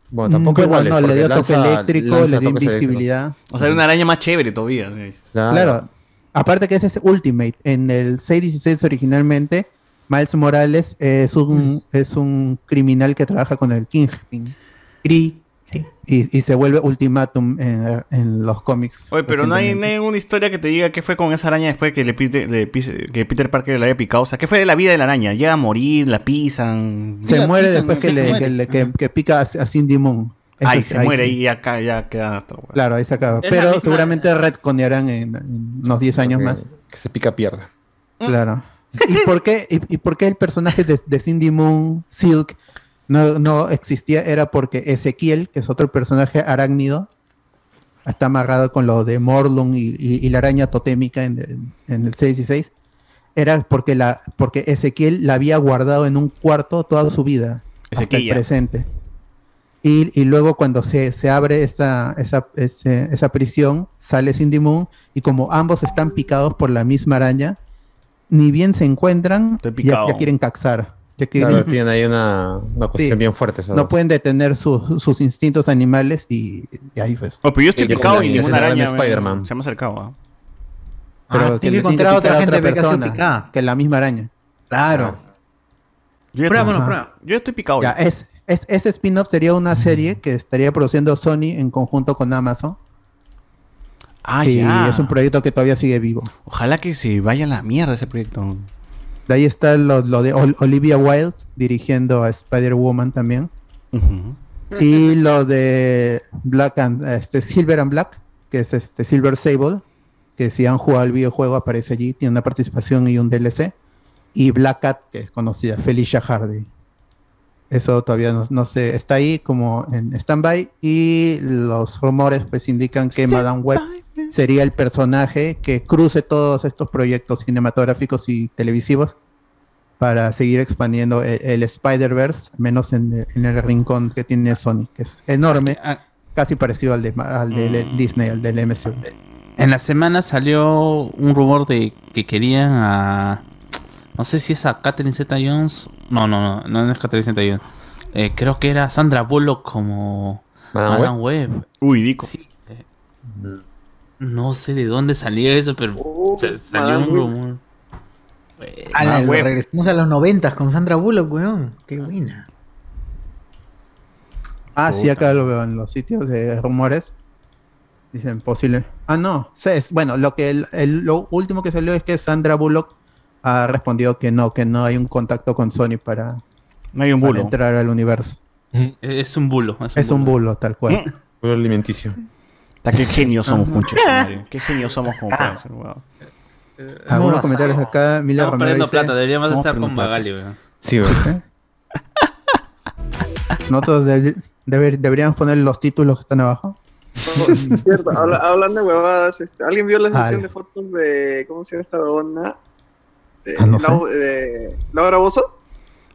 Speaker 5: Bueno, tampoco
Speaker 2: Mm, bueno,
Speaker 5: iguales,
Speaker 2: no, le
Speaker 5: porque
Speaker 2: dio
Speaker 5: lanza-
Speaker 2: toque eléctrico,
Speaker 5: lanza
Speaker 2: le dio
Speaker 5: toques Ah,
Speaker 2: invisibilidad.
Speaker 6: O sea, era una araña más chévere todavía. sí.
Speaker 2: Claro. Aparte que ese es Ultimate. En el 616 originalmente Miles Morales es
Speaker 6: Mm.
Speaker 2: un, es un criminal que trabaja con el Kingpin. Y, y se vuelve ultimátum en, en los cómics.
Speaker 6: Oye, pero no hay, no hay ninguna historia que te diga qué fue con esa araña después que, le pite- le pise- que Peter Parker la haya picado. O sea, ¿qué fue de la vida de la araña? Llega a morir, la pisan.
Speaker 2: Se muere después que, le, que, le- que- que pica a a Cindy Moon. Eso
Speaker 6: Ahí
Speaker 2: sí,
Speaker 6: se
Speaker 2: ahí
Speaker 6: muere
Speaker 2: sí.
Speaker 6: y acá ya queda todo.
Speaker 2: Claro, ahí se acaba.
Speaker 6: Es la
Speaker 2: Pero
Speaker 6: misma-
Speaker 2: seguramente retconearán en, en unos 10 años más.
Speaker 5: Eh, Que se pica pierda.
Speaker 6: Mm.
Speaker 2: Claro. ¿Y por qué, y, y por qué el personaje de, de Cindy Moon, Silk, no, no existía? Era porque Ezequiel, que es otro personaje arácnido, está amarrado con lo de Morlun y, y- y la araña totémica en, en el 616. Era porque, la, porque Ezequiel la había guardado en un cuarto toda su vida, hasta el
Speaker 6: Ezequiel.
Speaker 2: presente. Y, y luego cuando se, se abre esa, esa, ese- esa prisión, sale Cindy Moon y como ambos están picados por la misma araña, ni bien se encuentran, ya,
Speaker 5: picado.
Speaker 2: ya quieren caxar. Ya quieren-
Speaker 5: Claro, tienen ahí una, una cuestión
Speaker 2: Sí.
Speaker 5: bien fuerte. esas
Speaker 2: no
Speaker 5: dos.
Speaker 2: pueden detener sus- sus instintos animales y, y ahí pues.
Speaker 6: Oh, pero yo estoy
Speaker 2: Y le
Speaker 6: picado y
Speaker 2: ponen-
Speaker 6: ninguna
Speaker 2: hacen
Speaker 6: araña
Speaker 2: araña
Speaker 6: me-
Speaker 2: Spider-Man.
Speaker 6: se me ha acercado. ah.
Speaker 2: Pero
Speaker 6: Ah,
Speaker 2: que le
Speaker 6: tiene que
Speaker 2: tiene que
Speaker 6: encontrar
Speaker 2: picar
Speaker 6: otra
Speaker 2: a otra
Speaker 6: gente que ha sido
Speaker 2: persona
Speaker 6: picada.
Speaker 2: que la misma araña.
Speaker 11: Claro.
Speaker 6: Yo ya
Speaker 2: Prueba,
Speaker 6: estoy-
Speaker 2: mano,
Speaker 6: Ajá.
Speaker 2: prueba.
Speaker 6: Yo estoy picado.
Speaker 2: Ya, eh. es, es- ese spin-off sería una serie que estaría produciendo Sony en conjunto con Amazon.
Speaker 6: Ah,
Speaker 2: y
Speaker 6: ya.
Speaker 2: es un proyecto que todavía sigue vivo.
Speaker 6: Ojalá que se vaya a la mierda ese proyecto.
Speaker 2: De ahí está lo, lo de Ol- Olivia Wilde dirigiendo a Spider-Woman también.
Speaker 6: (laughs)
Speaker 2: Y lo de Black and, este, Silver and Black, que es este Silver Sable, que si han jugado al videojuego aparece allí, tiene una participación y un DLC. Y Black Cat, que es conocida, Felicia Hardy. Eso todavía no, no sé, está ahí como en stand-by y los rumores pues indican que Madame Web sería el personaje que cruce todos estos proyectos cinematográficos y televisivos para seguir expandiendo el, el Spider-Verse, menos en el, en el rincón que tiene Sony, que es enorme, casi parecido al de, Mar- al de Disney, al del MCU.
Speaker 3: En la semana salió un rumor de que querían a. No sé si es a Catherine Zeta Jones. No, no, no, no es Catherine Zeta Jones. eh, creo que era Sandra Bullock como.
Speaker 5: Madame
Speaker 3: Madame Web. eh,
Speaker 6: Uy, Dico.
Speaker 3: No sé de dónde salió eso, pero
Speaker 5: Oh,
Speaker 3: se- salió
Speaker 11: Madame
Speaker 3: un
Speaker 11: Web.
Speaker 3: rumor.
Speaker 11: Ala,
Speaker 3: Ah,
Speaker 6: pues.
Speaker 11: lo
Speaker 3: web.
Speaker 11: regresamos a los noventas con Sandra Bullock, weón. Qué buena.
Speaker 2: Ah, sí, acá lo veo en los sitios de rumores. Dicen posible. Ah, no. se- es- Bueno, lo que el- el- lo último que salió es que Sandra Bullock ha respondido que no, que no hay un contacto con Sony para,
Speaker 6: no hay un
Speaker 3: bulo.
Speaker 2: entrar al universo.
Speaker 3: Eh, Es un bulo.
Speaker 2: Es un bulo, tal
Speaker 3: (laughs)
Speaker 2: cual.
Speaker 5: Puro alimenticio.
Speaker 6: Está que genios somos
Speaker 2: Ajá.
Speaker 6: muchos. madre. Qué genios somos como para hacer, weón.
Speaker 2: Algunos
Speaker 6: basado.
Speaker 2: Ah, comentarios acá. Mila
Speaker 3: Estamos
Speaker 2: Romero
Speaker 3: perdiendo
Speaker 2: dice,
Speaker 3: plata, deberíamos
Speaker 2: "Estamos
Speaker 3: estar
Speaker 2: perdiendo
Speaker 3: con
Speaker 2: plata".
Speaker 3: Magali, weón.
Speaker 5: Sí,
Speaker 2: (laughs) Nosotros de- deber- deberíamos poner los títulos que están abajo. (laughs)
Speaker 4: Cierto, habla- hablando de huevadas, este, ¿alguien vio la
Speaker 2: Al.
Speaker 4: sesión de fotos de. ¿Cómo se llama esta huevona? De,
Speaker 2: Ah, no sé.
Speaker 4: Lau- de Laura Bozo.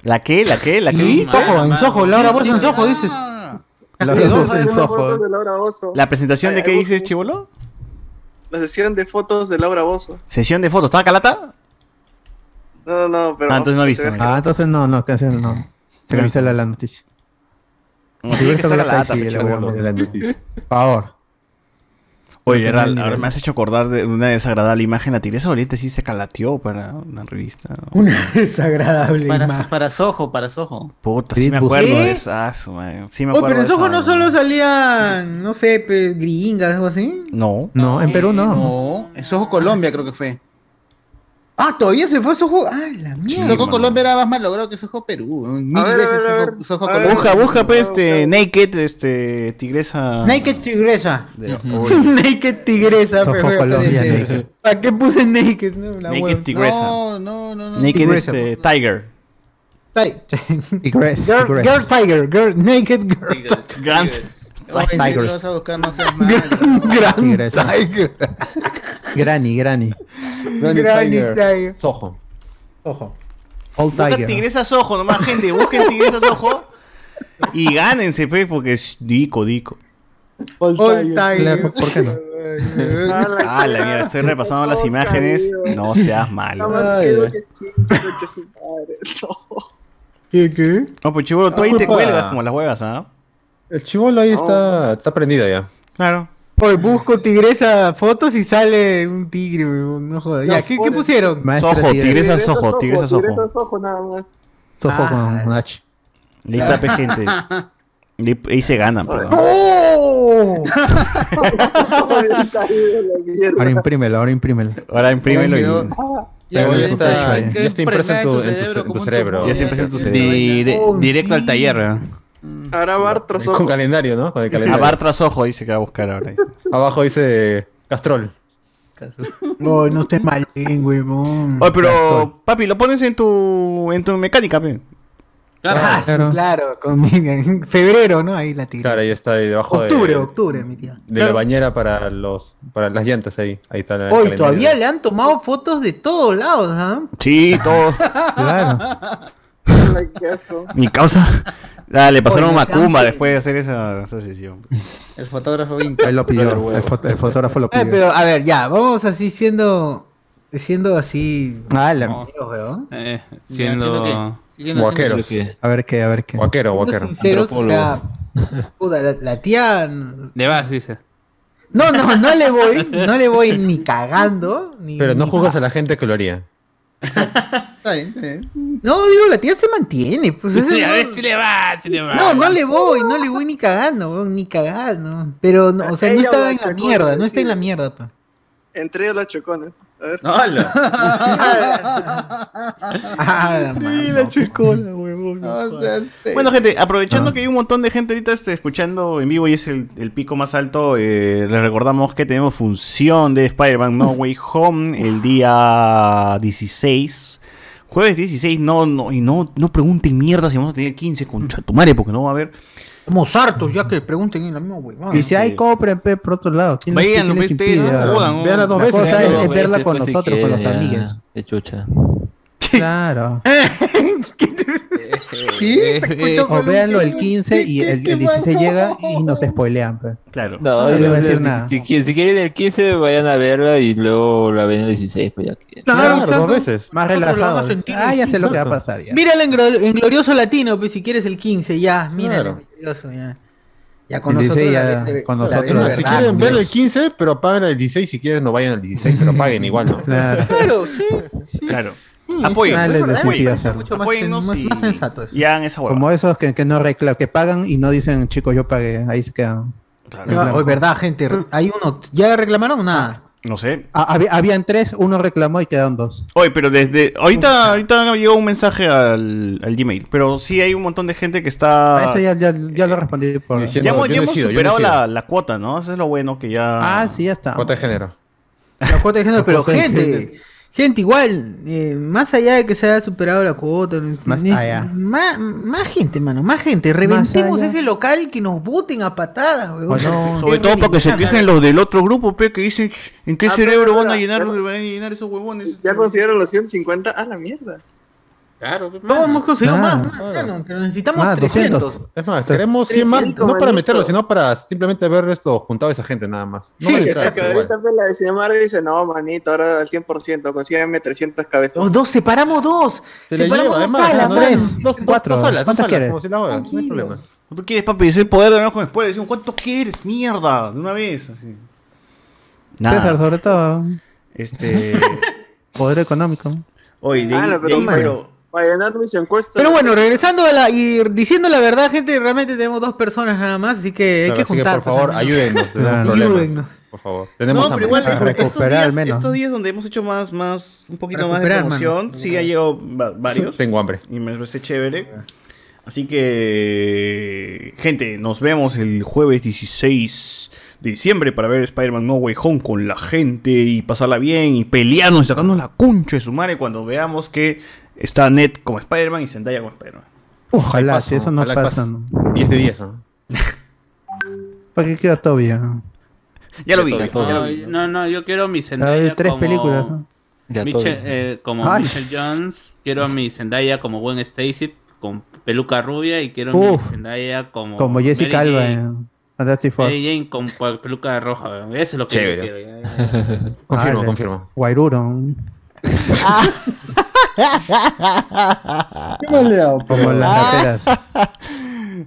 Speaker 6: ¿La qué? ¿La qué? ¿La qué?
Speaker 4: Sí, Soho, en Soho, Laura Bozo en Soho,
Speaker 6: dices.
Speaker 4: Sí, vamos a ver unas fotos de Laura Bozo.
Speaker 6: ¿La presentación de
Speaker 4: Ay,
Speaker 6: qué
Speaker 4: ay,
Speaker 6: dices, Chibolo?
Speaker 4: La sesión de fotos de Laura Bozo.
Speaker 6: Sesión de fotos. ¿Estaba calata?
Speaker 4: No, no, no, pero.
Speaker 6: Ah, entonces no he visto.
Speaker 2: Ah, entonces no, no, cancela, no. Se cancela la noticia.
Speaker 6: No,
Speaker 2: Si hubiera estado
Speaker 6: tiene que estar
Speaker 2: Black
Speaker 6: calata,
Speaker 2: Eyed, sí,
Speaker 6: pecho,
Speaker 2: la
Speaker 6: gordo. (laughs)
Speaker 2: hubiéramos-
Speaker 11: (laughs)
Speaker 2: Por favor.
Speaker 6: Oye,
Speaker 2: Pero
Speaker 6: Gerald,
Speaker 2: tenía
Speaker 6: ahora
Speaker 2: nivel.
Speaker 6: me has hecho acordar de una desagradable imagen. La tiresa doliente sí se calateó para una revista.
Speaker 11: Una desagradable
Speaker 10: Para,
Speaker 11: imagen.
Speaker 10: para Soho, para Soho.
Speaker 6: Puta, sí
Speaker 10: Chris
Speaker 6: me
Speaker 2: pues,
Speaker 6: acuerdo
Speaker 11: Bus-
Speaker 6: de
Speaker 11: ¿Sí?
Speaker 6: esa. ah, su madre. Sí me
Speaker 11: Oh,
Speaker 6: acuerdo
Speaker 11: pero en
Speaker 6: de esa,
Speaker 11: Soho no
Speaker 6: weón.
Speaker 11: solo salían, no sé, pe, gringas, algo así.
Speaker 6: No.
Speaker 2: No, en
Speaker 11: Eh,
Speaker 2: Perú no.
Speaker 10: No, en Soho Colombia creo que fue.
Speaker 11: Ah, todavía se fue Soho. Ah, la mierda.
Speaker 10: Soho Colombia era más logrado que Soho Perú. Mil
Speaker 11: A ver, a
Speaker 10: veces
Speaker 11: ver, a
Speaker 10: Soho-
Speaker 11: ver.
Speaker 10: Soho
Speaker 11: A
Speaker 10: Colombia.
Speaker 6: Busca, busca, pues, este, Naked, este, tigresa.
Speaker 11: Naked ah, Tigresa.
Speaker 6: De-
Speaker 11: (laughs)
Speaker 6: Uy.
Speaker 11: naked Tigresa.
Speaker 6: Soho
Speaker 11: pe, weón,
Speaker 6: Colombia,
Speaker 11: parece.
Speaker 6: naked.
Speaker 11: ¿Para qué puse Naked? No, este, la
Speaker 6: Naked
Speaker 11: hueva.
Speaker 6: Tigresa.
Speaker 11: No, no, no. no.
Speaker 6: Naked,
Speaker 11: Tigresa.
Speaker 6: este, Tiger. (laughs)
Speaker 11: Ti-
Speaker 2: Tigresa,
Speaker 11: Girl,
Speaker 2: tigresa.
Speaker 11: girl Tiger, Girl Naked Girl
Speaker 6: Grand
Speaker 10: Oye, ¿en serio
Speaker 2: Tigers.
Speaker 10: vas a buscar? No seas
Speaker 2: (laughs)
Speaker 10: malo.
Speaker 2: Gran Tiger. Granny, Granny.
Speaker 10: Granny Granny Tiger. Tiger.
Speaker 5: Soho.
Speaker 11: Ojo.
Speaker 2: Old
Speaker 6: Busca
Speaker 2: Tiger.
Speaker 6: tigresas ojo, nomás, gente. Busquen tigresas ojo. Y gánense, pe, porque es dico, dico.
Speaker 11: Old Tiger.
Speaker 2: Claro, ¿Por qué no?
Speaker 6: Ah,
Speaker 2: (laughs)
Speaker 6: la mierda, estoy repasando las imágenes. No seas malo.
Speaker 11: (laughs) ¿Qué, qué?
Speaker 6: No, pues
Speaker 5: Ah,
Speaker 6: chivolo, tú ahí te
Speaker 5: Disculpa.
Speaker 6: cuelgas como las huevas, ¿ah?
Speaker 5: El chivolo ahí está, está prendido ya.
Speaker 6: Claro.
Speaker 11: Hoy Pues busco tigresa fotos y sale un tigre, weón, no jodas. Ya, ¿qué, qué pusieron?
Speaker 6: Sojo, tigresa sojo, tigresa sojo.
Speaker 4: Tigresa sojo, nada más.
Speaker 2: Sojo con H.
Speaker 6: Lista pe Ah.
Speaker 2: (laughs)
Speaker 6: pues, gente. Lip- Ahí se ganan, pues. pero.
Speaker 11: ¡Oh!
Speaker 2: Ahora imprímelo, ahora imprímelo.
Speaker 6: Ahora imprímelo y.
Speaker 2: Ya,
Speaker 5: Pero
Speaker 2: ya
Speaker 5: ya
Speaker 2: está-
Speaker 5: está,
Speaker 2: ya
Speaker 5: ya está impreso en tu, en tu- en tu cerebro.
Speaker 6: Ya está impreso en tu cerebro.
Speaker 3: Dire-
Speaker 6: Oh,
Speaker 3: directo al taller. ¿verdad?
Speaker 4: Ahora Bar tras
Speaker 5: Con
Speaker 4: ojo.
Speaker 5: calendario, ¿no? Con el
Speaker 6: A
Speaker 5: calendario.
Speaker 6: bar tras ojo dice que va a buscar ahora.
Speaker 5: Abajo dice Castrol.
Speaker 11: Hoy no estés mal, weón.
Speaker 6: Oye, pero papi, lo pones en tu en tu mecánica, pe.
Speaker 11: Ah, sí, (laughs) claro, con en febrero, ¿no? Ahí la tira.
Speaker 5: Claro, ahí está ahí debajo de-
Speaker 11: Octubre,
Speaker 5: de,
Speaker 11: octubre, mi tía.
Speaker 5: la bañera para los para las llantas ahí. Ahí está la
Speaker 11: Hoy todavía le han tomado fotos de todos lados, ¿ah?
Speaker 6: Sí, todo.
Speaker 2: Claro.
Speaker 4: Ay, qué asco.
Speaker 6: Mi causa. Ah, le pasaron
Speaker 11: Oye, no sean
Speaker 6: Macumba
Speaker 11: pe-
Speaker 6: después de hacer esa, esa sesión.
Speaker 7: El fotógrafo Vinca.
Speaker 2: Él lo pidió, el, fot- el fotógrafo lo
Speaker 11: (laughs) Eh,
Speaker 2: pidió.
Speaker 11: pero a ver, ya, vamos así siendo siendo así,
Speaker 2: Ah, la-
Speaker 5: Oh,
Speaker 11: amigos, weón.
Speaker 3: Eh,
Speaker 7: haciendo
Speaker 3: siendo.
Speaker 7: qué? Siguiendo haciendo
Speaker 5: Guaqueros.
Speaker 7: qué.
Speaker 2: A ver qué, a ver qué.
Speaker 5: Guaquero,
Speaker 11: Siendo
Speaker 5: guaquero.
Speaker 11: sinceros, o sea, puta, la, la tía
Speaker 3: De vas, dice.
Speaker 11: No, no, no le voy, no le voy ni cagando, ni-
Speaker 5: Pero no
Speaker 11: ni-
Speaker 5: juzgas a la gente que lo haría.
Speaker 7: (laughs) Está bien, está bien.
Speaker 11: No, digo, la tía se mantiene, (laughs) pues ese
Speaker 3: Sí, a
Speaker 11: no-
Speaker 3: ver si le va, si le va.
Speaker 11: No, no le voy, no le voy ni cagando, weón, ni cagando. Pero, no, o sea, no
Speaker 4: Ella
Speaker 11: está
Speaker 4: lo
Speaker 11: en la
Speaker 4: sacó,
Speaker 11: mierda, no está en la
Speaker 4: sí.
Speaker 11: mierda, pues.
Speaker 6: (laughs)
Speaker 11: pa.
Speaker 4: (laughs) Entre ellos los chocones. A ver.
Speaker 11: Ah, la mano.
Speaker 6: chuecola, huevón.
Speaker 7: No seas feo.
Speaker 6: Bueno, gente,
Speaker 5: Ah.
Speaker 6: aprovechando que hay un montón de gente ahorita este, escuchando en vivo y es el, el pico más alto, eh, les recordamos que tenemos función de Spider-Man No Way Home el día 16. Jueves 16, no, no, y no, no pregunten mierda si vamos a tener 15 con chatumare, porque no va a haber.
Speaker 11: Somos hartos, ya que pregunten en la misma huevada.
Speaker 2: Y si hay, compren, pe, por otro lado. ¿Quién les-
Speaker 6: Vayan,
Speaker 2: quién les
Speaker 6: vete,
Speaker 2: impide? Ah,
Speaker 6: no jodan,
Speaker 5: Vean las dos
Speaker 2: La
Speaker 5: veces.
Speaker 2: cosa
Speaker 5: ¿no?
Speaker 2: es- es
Speaker 8: Veces,
Speaker 2: verla con
Speaker 8: pues, si
Speaker 2: nosotros, con los
Speaker 8: quieren, ya.
Speaker 5: (laughs)
Speaker 2: amigues.
Speaker 8: Qué chucha.
Speaker 2: Claro.
Speaker 3: Eh, eh,
Speaker 11: escucho
Speaker 2: O véanlo el 15 y el, el 16 llega y nos spoilean. pe.
Speaker 6: Claro.
Speaker 8: No,
Speaker 2: No le
Speaker 8: no,
Speaker 2: voy a
Speaker 8: o sea,
Speaker 2: decir
Speaker 8: si-
Speaker 2: nada.
Speaker 8: Si, qui- si quieren el 15, vayan a verla y luego la ven el 16, pues ya que.
Speaker 11: Claro,
Speaker 5: Claro,
Speaker 11: exacto.
Speaker 5: dos veces.
Speaker 2: Más
Speaker 11: Nosotros lo
Speaker 2: relajado.
Speaker 11: vamos a sentir
Speaker 2: Ah, ya sé lo que va a
Speaker 5: distinto.
Speaker 2: pasar. ya.
Speaker 11: Mírala en, glo- en Glorioso Latino, pues si quieres el 15, ya, míralo.
Speaker 5: Claro.
Speaker 11: glorioso, ya. Ya con
Speaker 2: El 16
Speaker 11: nosotros. la
Speaker 2: ya,
Speaker 11: ves de-
Speaker 2: con
Speaker 11: la ves
Speaker 2: nosotros
Speaker 11: de
Speaker 2: la-
Speaker 5: No, si
Speaker 11: verdad,
Speaker 5: quieren
Speaker 11: pues.
Speaker 5: ver el 15, pero pagan el 16. Si quieren, no vayan al 16, pero paguen igual, ¿no?
Speaker 2: Claro.
Speaker 11: Claro, sí.
Speaker 6: Claro.
Speaker 11: sí,
Speaker 6: Apoyen,
Speaker 11: sí,
Speaker 2: Ah,
Speaker 11: es
Speaker 2: les
Speaker 11: verdad,
Speaker 2: decidí
Speaker 11: es
Speaker 2: hacerlo.
Speaker 11: mucho más,
Speaker 6: Apóyennos
Speaker 11: más-
Speaker 6: y-
Speaker 11: más sensato eso.
Speaker 6: Y hagan esa huevada.
Speaker 2: Como esos que, que no reclaman, que pagan y no dicen, chicos, yo pagué. Ahí se quedan.
Speaker 6: Claro.
Speaker 11: Hoy, verdad, gente.
Speaker 2: Mm.
Speaker 11: Hay uno. ¿Ya reclamaron? Nada.
Speaker 6: No sé.
Speaker 2: Ah, hab- habían tres, uno reclamó y quedan dos.
Speaker 6: Oye, pero desde. Ahorita, ahorita no llegó un mensaje al, al Gmail. Pero sí hay un montón de gente
Speaker 2: Ah,
Speaker 6: que está.
Speaker 2: eso ya, ya, ya lo respondí por.
Speaker 5: Diciendo-
Speaker 6: Ya hemos,
Speaker 5: Yo
Speaker 6: ya
Speaker 5: no he
Speaker 6: hemos
Speaker 5: sido, yo no he
Speaker 6: superado
Speaker 5: sido.
Speaker 6: la, la cuota, ¿no? Eso es lo bueno que ya.
Speaker 2: Ah, sí, ya está.
Speaker 5: Cuota de género.
Speaker 11: La cuota de género,
Speaker 2: (laughs) La
Speaker 11: pero
Speaker 2: cuota de
Speaker 11: gente,
Speaker 2: género.
Speaker 11: gente, igual, eh, más allá de que se haya superado la cuota,
Speaker 2: Más
Speaker 11: es-
Speaker 2: allá.
Speaker 11: Más, más gente, mano, más gente. Reventemos
Speaker 2: allá.
Speaker 11: ese local que nos boten a patadas, weón.
Speaker 2: O no.
Speaker 6: Sobre todo porque se quejen los del otro grupo, pe, que dicen, "Ch, ¿en qué
Speaker 4: Ah,
Speaker 6: cerebro
Speaker 4: pero
Speaker 6: van a
Speaker 4: ya-
Speaker 6: llenar,
Speaker 4: ya-
Speaker 6: van a llenar esos huevones?
Speaker 4: Ya consiguieron los 150. Ah, la mierda.
Speaker 3: Claro, pe,
Speaker 11: No, hemos
Speaker 3: mano.
Speaker 11: conseguido
Speaker 2: Nada.
Speaker 11: más, más, mano, (laughs) pero necesitamos
Speaker 2: Ah,
Speaker 11: 300.
Speaker 2: 200.
Speaker 5: Es más, queremos 100 más, no para meterlo, sino para simplemente ver esto juntado a esa gente nada más. No
Speaker 11: Sí,
Speaker 5: van a entrar,
Speaker 4: Porque
Speaker 5: pero igual.
Speaker 4: ahorita pues, la de Cinemargo dice, no, manito, ahora al 100%, consígueme 300 cabezas.
Speaker 11: Dos, dos, separamos dos.
Speaker 5: Se le
Speaker 11: separamos
Speaker 5: lleva,
Speaker 11: dos
Speaker 5: además.
Speaker 11: palas,
Speaker 5: no,
Speaker 11: mano.
Speaker 5: tres, dos,
Speaker 2: cuatro.
Speaker 5: cuatro. Dos salas, dos
Speaker 2: ¿Cuántas
Speaker 5: salas,
Speaker 2: quieres?
Speaker 5: como si las horas, no hay
Speaker 11: Tranquilo.
Speaker 5: problema.
Speaker 6: Tú quieres, papi, ese poder de hablar con spoilers. Dicen, ¿cuánto quieres? Mierda, de una vez. Así. Nada.
Speaker 2: César, sobre todo.
Speaker 6: Este.
Speaker 2: (laughs) Poder económico.
Speaker 6: Oye, de,
Speaker 4: Ah,
Speaker 6: ahí-
Speaker 4: no,
Speaker 6: de
Speaker 4: pero,
Speaker 6: ahí, pero.
Speaker 4: Para llenar mis encuestas.
Speaker 11: Pero bueno, regresando a la y diciendo la verdad, gente, realmente tenemos dos personas nada más, así que hay
Speaker 5: Claro,
Speaker 11: que
Speaker 5: así que,
Speaker 11: juntar.
Speaker 5: por favor,
Speaker 11: (laughs)
Speaker 5: ayúdennos. tenemos
Speaker 2: pues, Claro.
Speaker 5: problemas,
Speaker 11: Ayúdennos.
Speaker 5: Por favor. Tenemos
Speaker 6: no, pero
Speaker 5: hambre.
Speaker 6: igual
Speaker 2: Para
Speaker 6: estos- estos,
Speaker 2: recuperar al
Speaker 6: días,
Speaker 2: menos.
Speaker 6: estos días donde hemos hecho más, más, un poquito
Speaker 11: Para
Speaker 6: más de
Speaker 11: recuperar, mano.
Speaker 6: promoción, sí
Speaker 2: Ah.
Speaker 6: ha llegado va- varios.
Speaker 5: Tengo hambre.
Speaker 6: Y me parece chévere. Así que, gente, nos vemos el jueves 16 de diciembre para ver Spider-Man No Way Home con la gente y pasarla bien y pelearnos y sacarnos la concha de su madre cuando veamos que está Ned como Spider-Man y Zendaya como Spider-Man.
Speaker 2: Ojalá,
Speaker 5: Paso,
Speaker 2: si eso no
Speaker 5: ojalá que
Speaker 2: pasa.
Speaker 5: pase.
Speaker 2: ¿no?
Speaker 5: 10 de 10, ¿no?
Speaker 2: ¿Para qué queda todo bien?
Speaker 6: Ya lo vi,
Speaker 8: Ya
Speaker 6: ya,
Speaker 8: todo.
Speaker 6: ya lo
Speaker 3: No,
Speaker 6: vi.
Speaker 3: no, no, yo quiero mi
Speaker 2: A ver,
Speaker 3: Zendaya
Speaker 2: tres
Speaker 3: como...
Speaker 2: películas. ¿no? Ah.
Speaker 8: Ya todo.
Speaker 3: Michelle, eh, como
Speaker 2: Ay.
Speaker 3: Michelle Jones, quiero a mi Zendaya como Gwen Stacy con peluca rubia y quiero a
Speaker 2: Uf.
Speaker 3: mi Zendaya como
Speaker 2: Como Jessica
Speaker 3: Mary
Speaker 2: Alba
Speaker 3: Jane-
Speaker 2: en Fantastic Four.
Speaker 3: Mary Jane con pa- peluca roja, weón. eso es lo que yo
Speaker 5: Chévere.
Speaker 3: quiero.
Speaker 2: (laughs)
Speaker 3: ya, ya.
Speaker 5: Confirmo,
Speaker 2: Ah,
Speaker 5: confirmo.
Speaker 2: Guairuro.
Speaker 6: (laughs)
Speaker 2: Como las rateras.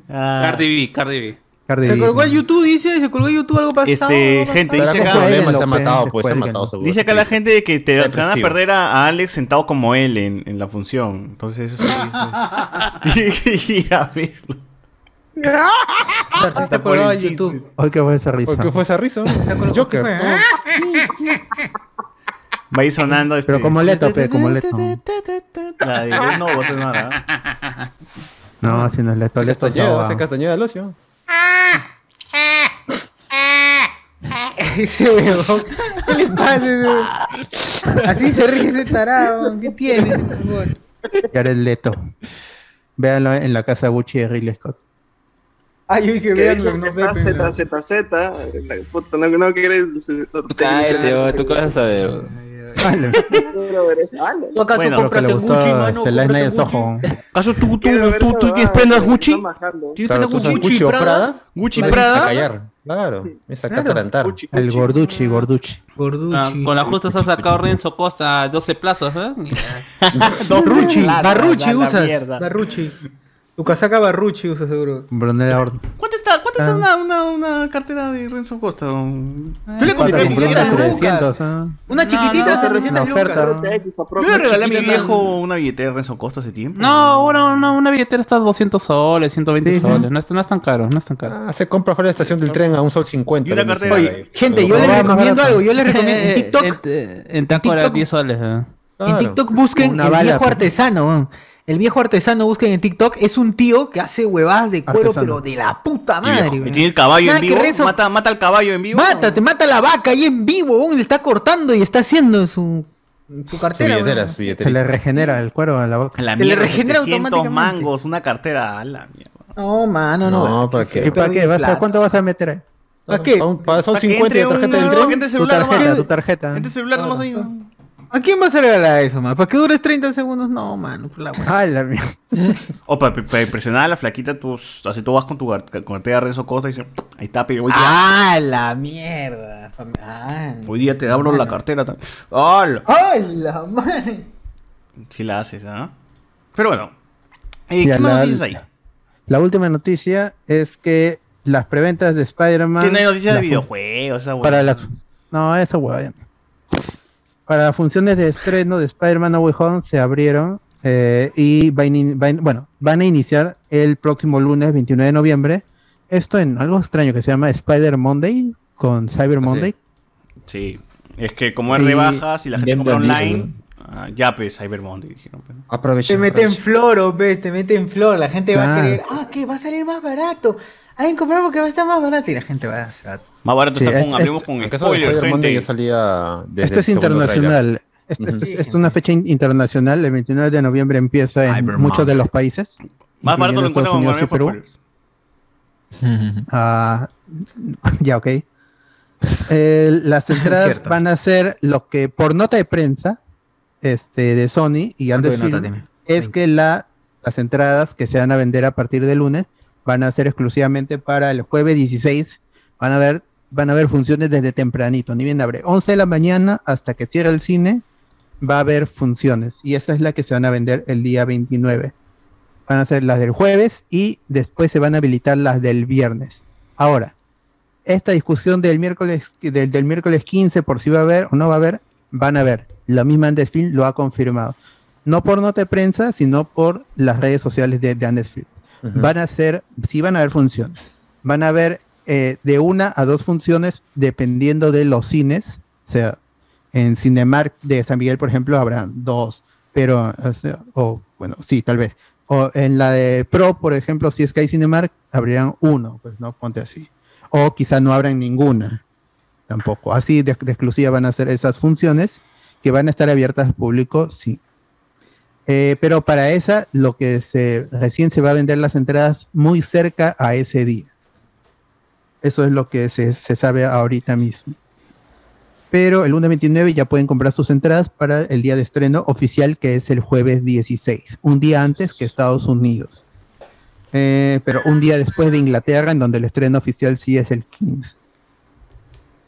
Speaker 6: Ah,
Speaker 3: Cardi B, Cardi B.
Speaker 2: Cardi
Speaker 11: Se
Speaker 2: B.
Speaker 11: colgó el YouTube, dice, se colgó el YouTube algo pasado.
Speaker 6: Este,
Speaker 11: algo
Speaker 6: gente,
Speaker 11: pasado.
Speaker 6: dice acá.
Speaker 5: problema, se ha matado, pues, se ha matado seguro.
Speaker 6: Dice acá la gente que te, se van a
Speaker 5: Depresivo.
Speaker 6: perder a, a Alex sentado como él en, en la función. Entonces, eso sí. eso- Tiene (laughs) que ir a verlo.
Speaker 2: Está
Speaker 6: por
Speaker 2: colgado
Speaker 6: el
Speaker 2: el YouTube. Hoy que fue esa risa.
Speaker 5: ¿Por qué fue esa risa? Joker.
Speaker 6: ¿eh? Va a ir sonando. Este...
Speaker 2: Pero como Leto, pe, como
Speaker 6: (laughs)
Speaker 2: Leto.
Speaker 6: La de- no, vos es nada.
Speaker 2: No, si no es Leto, Leto se
Speaker 5: Castañeda,
Speaker 2: va.
Speaker 5: hace Castañeda al ocio.
Speaker 11: (laughs) Ese huevón. ¿Qué le pasa? ese huevón? Así se ríe ese tarado. ¿Qué tiene? por favor?
Speaker 2: Jared Leto. Véanlo en la casa Gucci de Ridley Scott.
Speaker 11: Ay, yo dije,
Speaker 4: Que
Speaker 11: vean,
Speaker 4: dicen que
Speaker 11: no sé.
Speaker 4: está
Speaker 11: pero-
Speaker 4: Z, Z, Z, eh, la puta, no, no quieres... no te
Speaker 8: Cállate, bro,
Speaker 4: ilusiones.
Speaker 8: tú qué vas a saber.
Speaker 4: Quiero ver esa- ah, no.
Speaker 11: ¿Tú acaso
Speaker 6: Bueno,
Speaker 2: Creo que
Speaker 11: compras
Speaker 2: le
Speaker 11: en
Speaker 2: gustó
Speaker 11: Gucci, mano?
Speaker 2: este Last
Speaker 11: ¿Compras
Speaker 2: Night
Speaker 11: en
Speaker 2: en Soho.
Speaker 6: ¿Acaso tú, tú,
Speaker 4: Quiero ver
Speaker 6: tú, tú
Speaker 4: esa vaina,
Speaker 6: tienes prendas
Speaker 4: que
Speaker 6: Gucci?
Speaker 4: están bajando.
Speaker 6: ¿Tienes
Speaker 5: Claro, tú
Speaker 6: prendas
Speaker 5: sabes,
Speaker 6: Gucci?
Speaker 5: Gucci o Prada.
Speaker 6: ¿Gucci
Speaker 5: Vas a
Speaker 6: Prada?
Speaker 5: callar. Claro, es acá
Speaker 11: Claro.
Speaker 5: atarantar.
Speaker 4: Gucci,
Speaker 2: El
Speaker 4: Gucci.
Speaker 2: Gorducci, Gorducci.
Speaker 11: Gorducci.
Speaker 3: Ah, con la justa se ha sacado Renzo Costa
Speaker 8: (laughs)
Speaker 3: 12 plazos, ¿eh?
Speaker 11: Barrucci,
Speaker 6: La- la-
Speaker 11: Barrucci
Speaker 6: la- la
Speaker 11: usas.
Speaker 6: mierda.
Speaker 11: Barrucci. Tu casaca Barrucci usas seguro.
Speaker 2: Brunel Horn.
Speaker 6: ¿Cuánto está, cuánto
Speaker 2: Ah.
Speaker 6: está una, una, una cartera de Renzo Costa?
Speaker 11: Ah.
Speaker 6: Yo le
Speaker 2: Cuatro
Speaker 6: compré mi
Speaker 2: compró
Speaker 6: vida,
Speaker 2: una
Speaker 11: lucas.
Speaker 2: 300, ¿ah?
Speaker 11: Una
Speaker 3: No,
Speaker 11: chiquitita
Speaker 3: no,
Speaker 11: se
Speaker 3: no,
Speaker 11: recién
Speaker 2: una oferta.
Speaker 11: lucas.
Speaker 4: X,
Speaker 6: Yo
Speaker 4: aprovecha,
Speaker 6: le regalé a mi
Speaker 4: chiquita,
Speaker 6: viejo una billetera de Renzo Costa hace tiempo.
Speaker 3: No, ahora una, una billetera está a 200 soles, 120
Speaker 2: Sí, sí.
Speaker 3: soles. No es, no es tan caro, no es tan caro.
Speaker 5: Ah, se compra fuera de la estación del tren a un sol 50.
Speaker 6: Y una
Speaker 5: le
Speaker 6: cartera.
Speaker 5: dicen.
Speaker 6: Oye,
Speaker 11: Gente, yo
Speaker 5: Pero
Speaker 11: les
Speaker 5: más
Speaker 11: recomiendo
Speaker 5: barato.
Speaker 11: algo. Yo les recomiendo
Speaker 3: (laughs)
Speaker 11: en TikTok.
Speaker 3: En, en, Tacora,
Speaker 11: TikTok.
Speaker 3: 10 soles. ¿eh?
Speaker 5: Claro.
Speaker 11: En TikTok busquen
Speaker 2: Una
Speaker 11: el
Speaker 2: bala,
Speaker 11: viejo
Speaker 2: pues.
Speaker 11: artesano. weón. El viejo artesano busquen en TikTok. Es un tío que hace huevadas de cuero,
Speaker 2: Artesano.
Speaker 11: pero de la puta
Speaker 6: Y
Speaker 11: madre.
Speaker 6: viejo,
Speaker 11: weón.
Speaker 6: tiene el caballo
Speaker 11: Nada
Speaker 6: en vivo.
Speaker 11: que Renzo-
Speaker 6: Mata, mata al caballo en vivo.
Speaker 11: Mata, te mata la vaca ahí en vivo. weón. Le está cortando y está haciendo en su, en su
Speaker 5: Su
Speaker 11: cartera.
Speaker 5: billetera,
Speaker 11: weón.
Speaker 5: su
Speaker 2: Se
Speaker 5: billetera.
Speaker 2: le regenera el cuero a la boca.
Speaker 6: La
Speaker 11: Te le
Speaker 6: mierda,
Speaker 11: regenera
Speaker 6: 700
Speaker 11: automáticamente.
Speaker 6: mangos, una cartera a la mierda.
Speaker 11: No, mano, no.
Speaker 5: No, ¿para
Speaker 2: ¿Y
Speaker 5: qué?
Speaker 2: para qué? ¿Vas a, ¿Cuánto vas a meter ahí?
Speaker 11: ¿Para qué?
Speaker 5: Para un- Para sol
Speaker 6: Para que
Speaker 5: 50 de
Speaker 6: entre
Speaker 5: tarjeta
Speaker 6: un-
Speaker 5: del
Speaker 6: que
Speaker 5: tren.
Speaker 6: entre
Speaker 2: Tu
Speaker 6: celular
Speaker 2: tarjeta,
Speaker 6: nomás.
Speaker 2: tu tarjeta.
Speaker 6: Entre Este celular nomás ahí.
Speaker 11: ¿A quién vas a regalar eso, man? ¿Para que dures 30 segundos? No, mano. por la
Speaker 2: Ah, la mierda.
Speaker 6: O para, para impresionar a la flaquita, tú, así tú vas con tu gar- cartera de Renzo Costa y dices, ahí está, pero hoy día,
Speaker 11: Ah, la mierda. Ah,
Speaker 6: hoy día te abro la cartera. tam- ¡Hala!
Speaker 11: ¡Ay, la madre!
Speaker 6: Si la haces, ¿ah? Pero bueno. Eh,
Speaker 2: Ya
Speaker 6: ¿Qué más
Speaker 2: la-
Speaker 6: noticias hay?
Speaker 2: La última noticia es que las preventas de Spider-Man.
Speaker 6: Tiene noticias de
Speaker 2: la fun-
Speaker 6: videojuegos, esa
Speaker 2: Para
Speaker 6: huevada.
Speaker 2: las. No, esa hueá. ya no. Para las funciones de estreno de Spider-Man No Way Home se abrieron eh, y va a ini- va a in- bueno, van a iniciar el próximo lunes 29 de noviembre. Esto en algo extraño que se llama Spider Monday con Cyber Monday.
Speaker 6: Sí. Es que como es
Speaker 2: Y-
Speaker 6: rebajas y la gente
Speaker 8: Bien
Speaker 6: compra
Speaker 8: vendido,
Speaker 6: online, ah, ya pues Cyber Monday dijeron. pues, ¿no?
Speaker 11: Te meten flor, oh, pe, te meten flor. La gente va a
Speaker 2: Claro.
Speaker 11: querer, ah, que va a salir más barato. Alguien comprar porque va a estar más barato. Y la gente va a. se va a-
Speaker 6: Más barato
Speaker 2: Sí,
Speaker 6: está
Speaker 2: es-
Speaker 6: con, hablemos
Speaker 2: es-
Speaker 6: con
Speaker 5: En caso de
Speaker 6: spoiler,
Speaker 5: Spider-Man
Speaker 6: gente.
Speaker 5: ya salía
Speaker 2: Esto
Speaker 5: desde el
Speaker 2: Este es
Speaker 5: segundo tráiler.
Speaker 2: internacional. Esto- esto es, es una fecha in- internacional. El 29 de noviembre empieza en
Speaker 6: Cyber
Speaker 2: muchos
Speaker 6: Monday.
Speaker 2: de los países.
Speaker 6: Más barato lo
Speaker 2: incluyendo Estados
Speaker 6: encuentran con
Speaker 2: Unidos y Perú.
Speaker 6: Manuel por spoilers.
Speaker 2: Ah, (laughs) ya, ok. Eh, las entradas
Speaker 11: Cierto.
Speaker 2: van a ser lo que, por nota de prensa este, de Sony y
Speaker 11: ¿Cuánto
Speaker 2: Andes
Speaker 11: de nota
Speaker 2: Film,
Speaker 11: tiene?
Speaker 2: es que la, las entradas que se van a vender a partir de lunes van a ser exclusivamente para el jueves 16. Van a ver, van a haber funciones desde tempranito, ni bien abre. 11 de la mañana hasta que cierre el cine va a haber funciones y esa es la que se van a vender el día 29. Van a ser las del jueves y después se van a habilitar las del viernes. Ahora, esta discusión del miércoles, del, del miércoles 15 por si va a haber o no va a haber, van a ver. La misma Andesfilm lo ha confirmado. No por nota de prensa, sino por las redes sociales de, de Andesfilm.
Speaker 5: Ujú.
Speaker 2: Van a ser, sí van a haber funciones. Van a haber eh, de una a dos funciones dependiendo de los cines. O sea, en Cinemark de San Miguel, por ejemplo, habrá dos. Pero, o, sea, o, bueno, sí, tal vez. O en la de Pro, por ejemplo, si es que hay Cinemark, habrían uno, pues no, ponte así. O quizá no abran ninguna tampoco. Así de, de exclusiva van a ser esas funciones que van a estar abiertas al público, sí. Eh, pero para esa, lo que se, recién se va a vender las entradas muy cerca a ese día. Eso es lo que se, se sabe ahorita mismo. Pero el 1.29 ya pueden comprar sus entradas para el día de estreno oficial, que es el jueves 16, un día antes que Estados Unidos. Eh, pero un día después de Inglaterra, en donde el estreno oficial sí es el 15.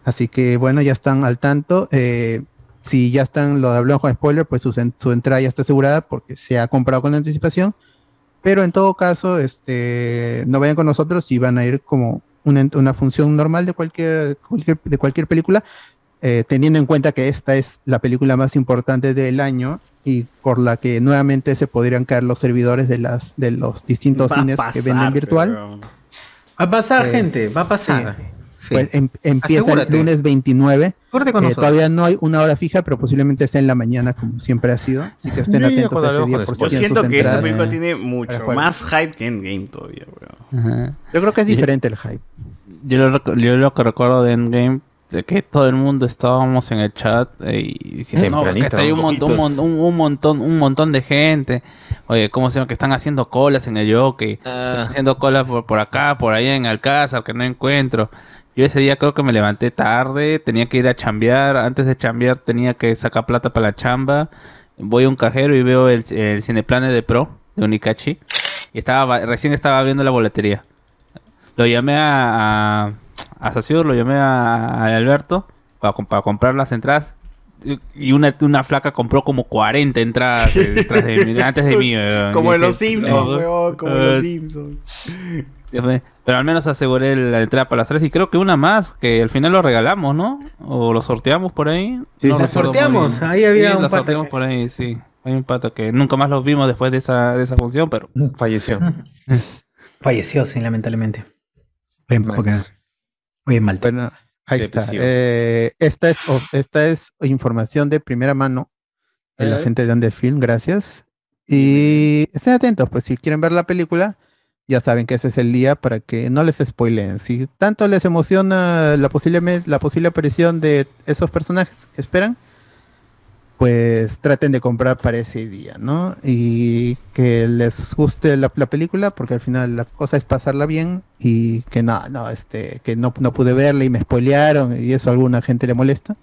Speaker 2: Así que bueno, ya están al tanto. Eh, si ya están, lo hablamos con spoiler, pues su, en- su entrada ya está asegurada porque se ha comprado con anticipación. Pero en todo caso, este, no vayan con nosotros si van a ir como una, ent- una función normal de cualquier, cualquier- de cualquier película, eh, teniendo en cuenta que esta es la película más importante del año y por la que nuevamente se podrían caer los servidores de, las, de los distintos
Speaker 11: Va a
Speaker 2: cines que
Speaker 11: pasar,
Speaker 2: venden virtual.
Speaker 11: Va a pasar,
Speaker 2: Eh,
Speaker 11: gente, va a pasar.
Speaker 2: Sí. Pues em- empieza
Speaker 11: Asegúrate.
Speaker 2: el lunes 29.
Speaker 11: Asegúrate con
Speaker 2: Eh,
Speaker 11: nosotros.
Speaker 2: todavía no hay una hora fija, pero posiblemente sea en la mañana, como siempre ha sido. Así que estén
Speaker 6: Yo ya
Speaker 2: atentos a
Speaker 6: cuando
Speaker 2: ese día
Speaker 6: hablamos
Speaker 2: por
Speaker 6: con
Speaker 2: si
Speaker 6: eso.
Speaker 2: tienen
Speaker 6: Yo siento
Speaker 2: sus
Speaker 6: que esta
Speaker 2: entradas.
Speaker 6: película tiene
Speaker 2: para
Speaker 6: mucho
Speaker 2: jugar.
Speaker 6: más hype que Endgame todavía, weón.
Speaker 2: Yo creo que es diferente el hype.
Speaker 3: Yo lo, recu- yo lo que recuerdo de Endgame, de que todo el mundo estábamos en el chat eh, y diciendo, no,
Speaker 5: Tempranito,
Speaker 3: que está ahí un, mon- un, mon- un- un montón, un montón de gente. Oye, ¿cómo se llama? Que están haciendo colas en el jockey. Están haciendo colas por, por acá, por ahí en Alcázar, que no encuentro. Yo ese día creo que me levanté tarde, tenía que ir a chambear. Antes de chambear tenía que sacar plata para la chamba. Voy a un cajero y veo el, el Cineplane de Pro, de Unicachi. Y estaba, va- recién estaba viendo la boletería. Lo llamé a, a, a Saciur, lo llamé a, a Alberto para, com- para comprar las entradas. Y- Y una, una flaca compró como 40 entradas eh, detrás
Speaker 2: (laughs)
Speaker 3: de mí- antes de
Speaker 6: (laughs)
Speaker 3: mí. weón.
Speaker 6: Como
Speaker 3: Y este
Speaker 6: en los
Speaker 3: dije,
Speaker 6: Simpsons,
Speaker 3: no,
Speaker 6: weón. Como en los
Speaker 3: eh,
Speaker 6: Simpsons.
Speaker 3: ya fue. Pero al menos aseguré la entrada para las tres y creo que una más, que al final lo regalamos, ¿no? O lo sorteamos por ahí.
Speaker 11: Sí,
Speaker 3: No
Speaker 11: sí,
Speaker 3: recuerdo muy
Speaker 11: sorteamos,
Speaker 3: bien.
Speaker 11: ahí había
Speaker 3: Sí,
Speaker 11: un
Speaker 3: la
Speaker 11: pata
Speaker 3: sorteamos por ahí, sí. Hay un pata que nunca más los vimos después de esa, de esa
Speaker 11: (laughs)
Speaker 3: función, pero... (laughs)
Speaker 5: Falleció.
Speaker 2: (laughs)
Speaker 11: Falleció, sí, lamentablemente. Oye, porque... Oye, mal.
Speaker 2: Bueno, ahí está.
Speaker 11: Depresivo.
Speaker 2: Eh, esta, es, of- esta es información de primera mano de la
Speaker 11: Eh.
Speaker 2: gente de Underfilm, gracias. Y estén atentos, pues si quieren ver la película, ya saben que ese es el día para que no les spoileen. Si tanto les emociona la posible, me- la posible aparición de esos personajes que esperan, pues traten de comprar para ese día, ¿no? Y que les guste la, la película, porque al final la cosa es pasarla bien y que no, no, este, que no, no pude verla y me spoilearon y eso a alguna gente le molesta.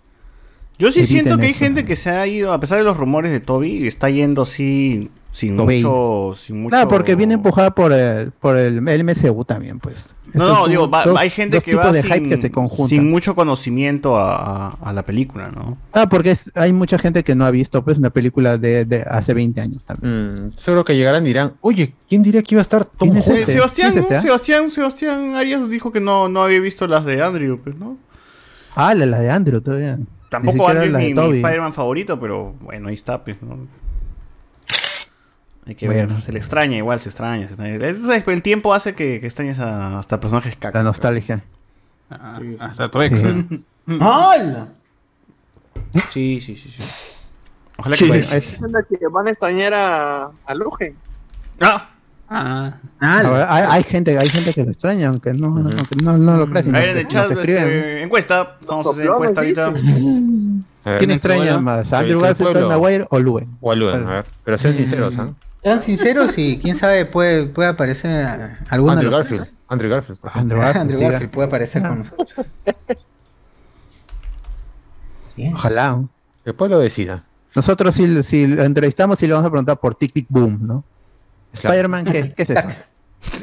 Speaker 6: Yo sí
Speaker 2: Eviten
Speaker 6: siento que hay
Speaker 2: eso.
Speaker 6: gente que se ha ido, a pesar de los rumores de Toby, está yendo así sin
Speaker 2: Toby.
Speaker 6: mucho, sin mucho.
Speaker 2: Claro, porque viene empujada por el, por el, el MCU también, pues.
Speaker 6: No,
Speaker 2: Esos
Speaker 6: no,
Speaker 2: son
Speaker 6: digo, va-
Speaker 2: dos-
Speaker 6: hay gente
Speaker 2: dos
Speaker 6: que
Speaker 2: tipos
Speaker 6: va
Speaker 2: de
Speaker 6: sin,
Speaker 2: hype que se conjuntan.
Speaker 6: sin mucho conocimiento a, a- a la película, ¿no?
Speaker 2: Ah, porque es- hay mucha gente que no ha visto pues una película de, de hace 20 años también.
Speaker 5: Mm, seguro que llegarán y dirán, oye, ¿quién diría que iba a estar Tom
Speaker 2: es
Speaker 6: Eh,
Speaker 2: este?
Speaker 6: Sebastián,
Speaker 2: ¿Quién es este,
Speaker 6: ¿no?
Speaker 2: ah?
Speaker 6: Sebastián, Sebastián Arias dijo que no, no había visto las de Andrew, pues, ¿no?
Speaker 2: Ah, la, la de Andrew todavía. Ni
Speaker 6: Tampoco
Speaker 2: siquiera
Speaker 6: Andrew es
Speaker 2: la de
Speaker 6: mi, mi
Speaker 2: Toby.
Speaker 6: Spider-Man favorito, pero bueno, ahí está, pues, ¿no? Hay que
Speaker 2: Bueno.
Speaker 6: ver, se le extraña, igual se extraña. se extraña. Es- es- el tiempo hace que, que extrañes a- hasta personajes caca.
Speaker 2: La nostalgia.
Speaker 3: hasta tu ex.
Speaker 2: Sí.
Speaker 6: ¿no?
Speaker 11: ¡Hola!
Speaker 6: Sí, sí, sí, sí. Ojalá
Speaker 2: Ojalá
Speaker 6: que
Speaker 2: que-
Speaker 6: bueno,
Speaker 2: Bueno, es-
Speaker 4: Dicen de que van a extrañar a, a Lugen.
Speaker 6: Ah.
Speaker 2: Ahora, hay, hay gente, hay gente que lo extraña, aunque no, aunque no, no lo creas. y
Speaker 6: Ahí
Speaker 2: nos-
Speaker 6: en el
Speaker 2: nos
Speaker 6: chat,
Speaker 2: escriben.
Speaker 6: este, encuesta. Vamos a hacer
Speaker 4: sopló,
Speaker 6: encuesta
Speaker 4: nos
Speaker 6: ahorita.
Speaker 2: ¿Quién extraña más? ¿Andrew Garfield, Tobey Maguire o Luen? Mm.
Speaker 5: O a Luen, a ver. Pero sean sinceros, ¿ah?
Speaker 11: Sean sinceros y quién sabe, puede, puede aparecer a- alguno
Speaker 5: Andrew
Speaker 11: de los...
Speaker 5: Garfield. Andrew pues. Garfield. por
Speaker 2: Andrew
Speaker 11: Ah,
Speaker 2: Garfield,
Speaker 11: (laughs) Andrew
Speaker 2: sí,
Speaker 11: Garfield puede aparecer con nosotros.
Speaker 6: este,
Speaker 11: Bien.
Speaker 2: Ojalá. ¿no?
Speaker 5: ejemplo. Que Después lo decida.
Speaker 2: Nosotros si, si lo entrevistamos y le vamos a preguntar por Tic Tic Boom, ¿no? Spider-Man, ¿qué, qué es
Speaker 6: (laughs)
Speaker 2: eso?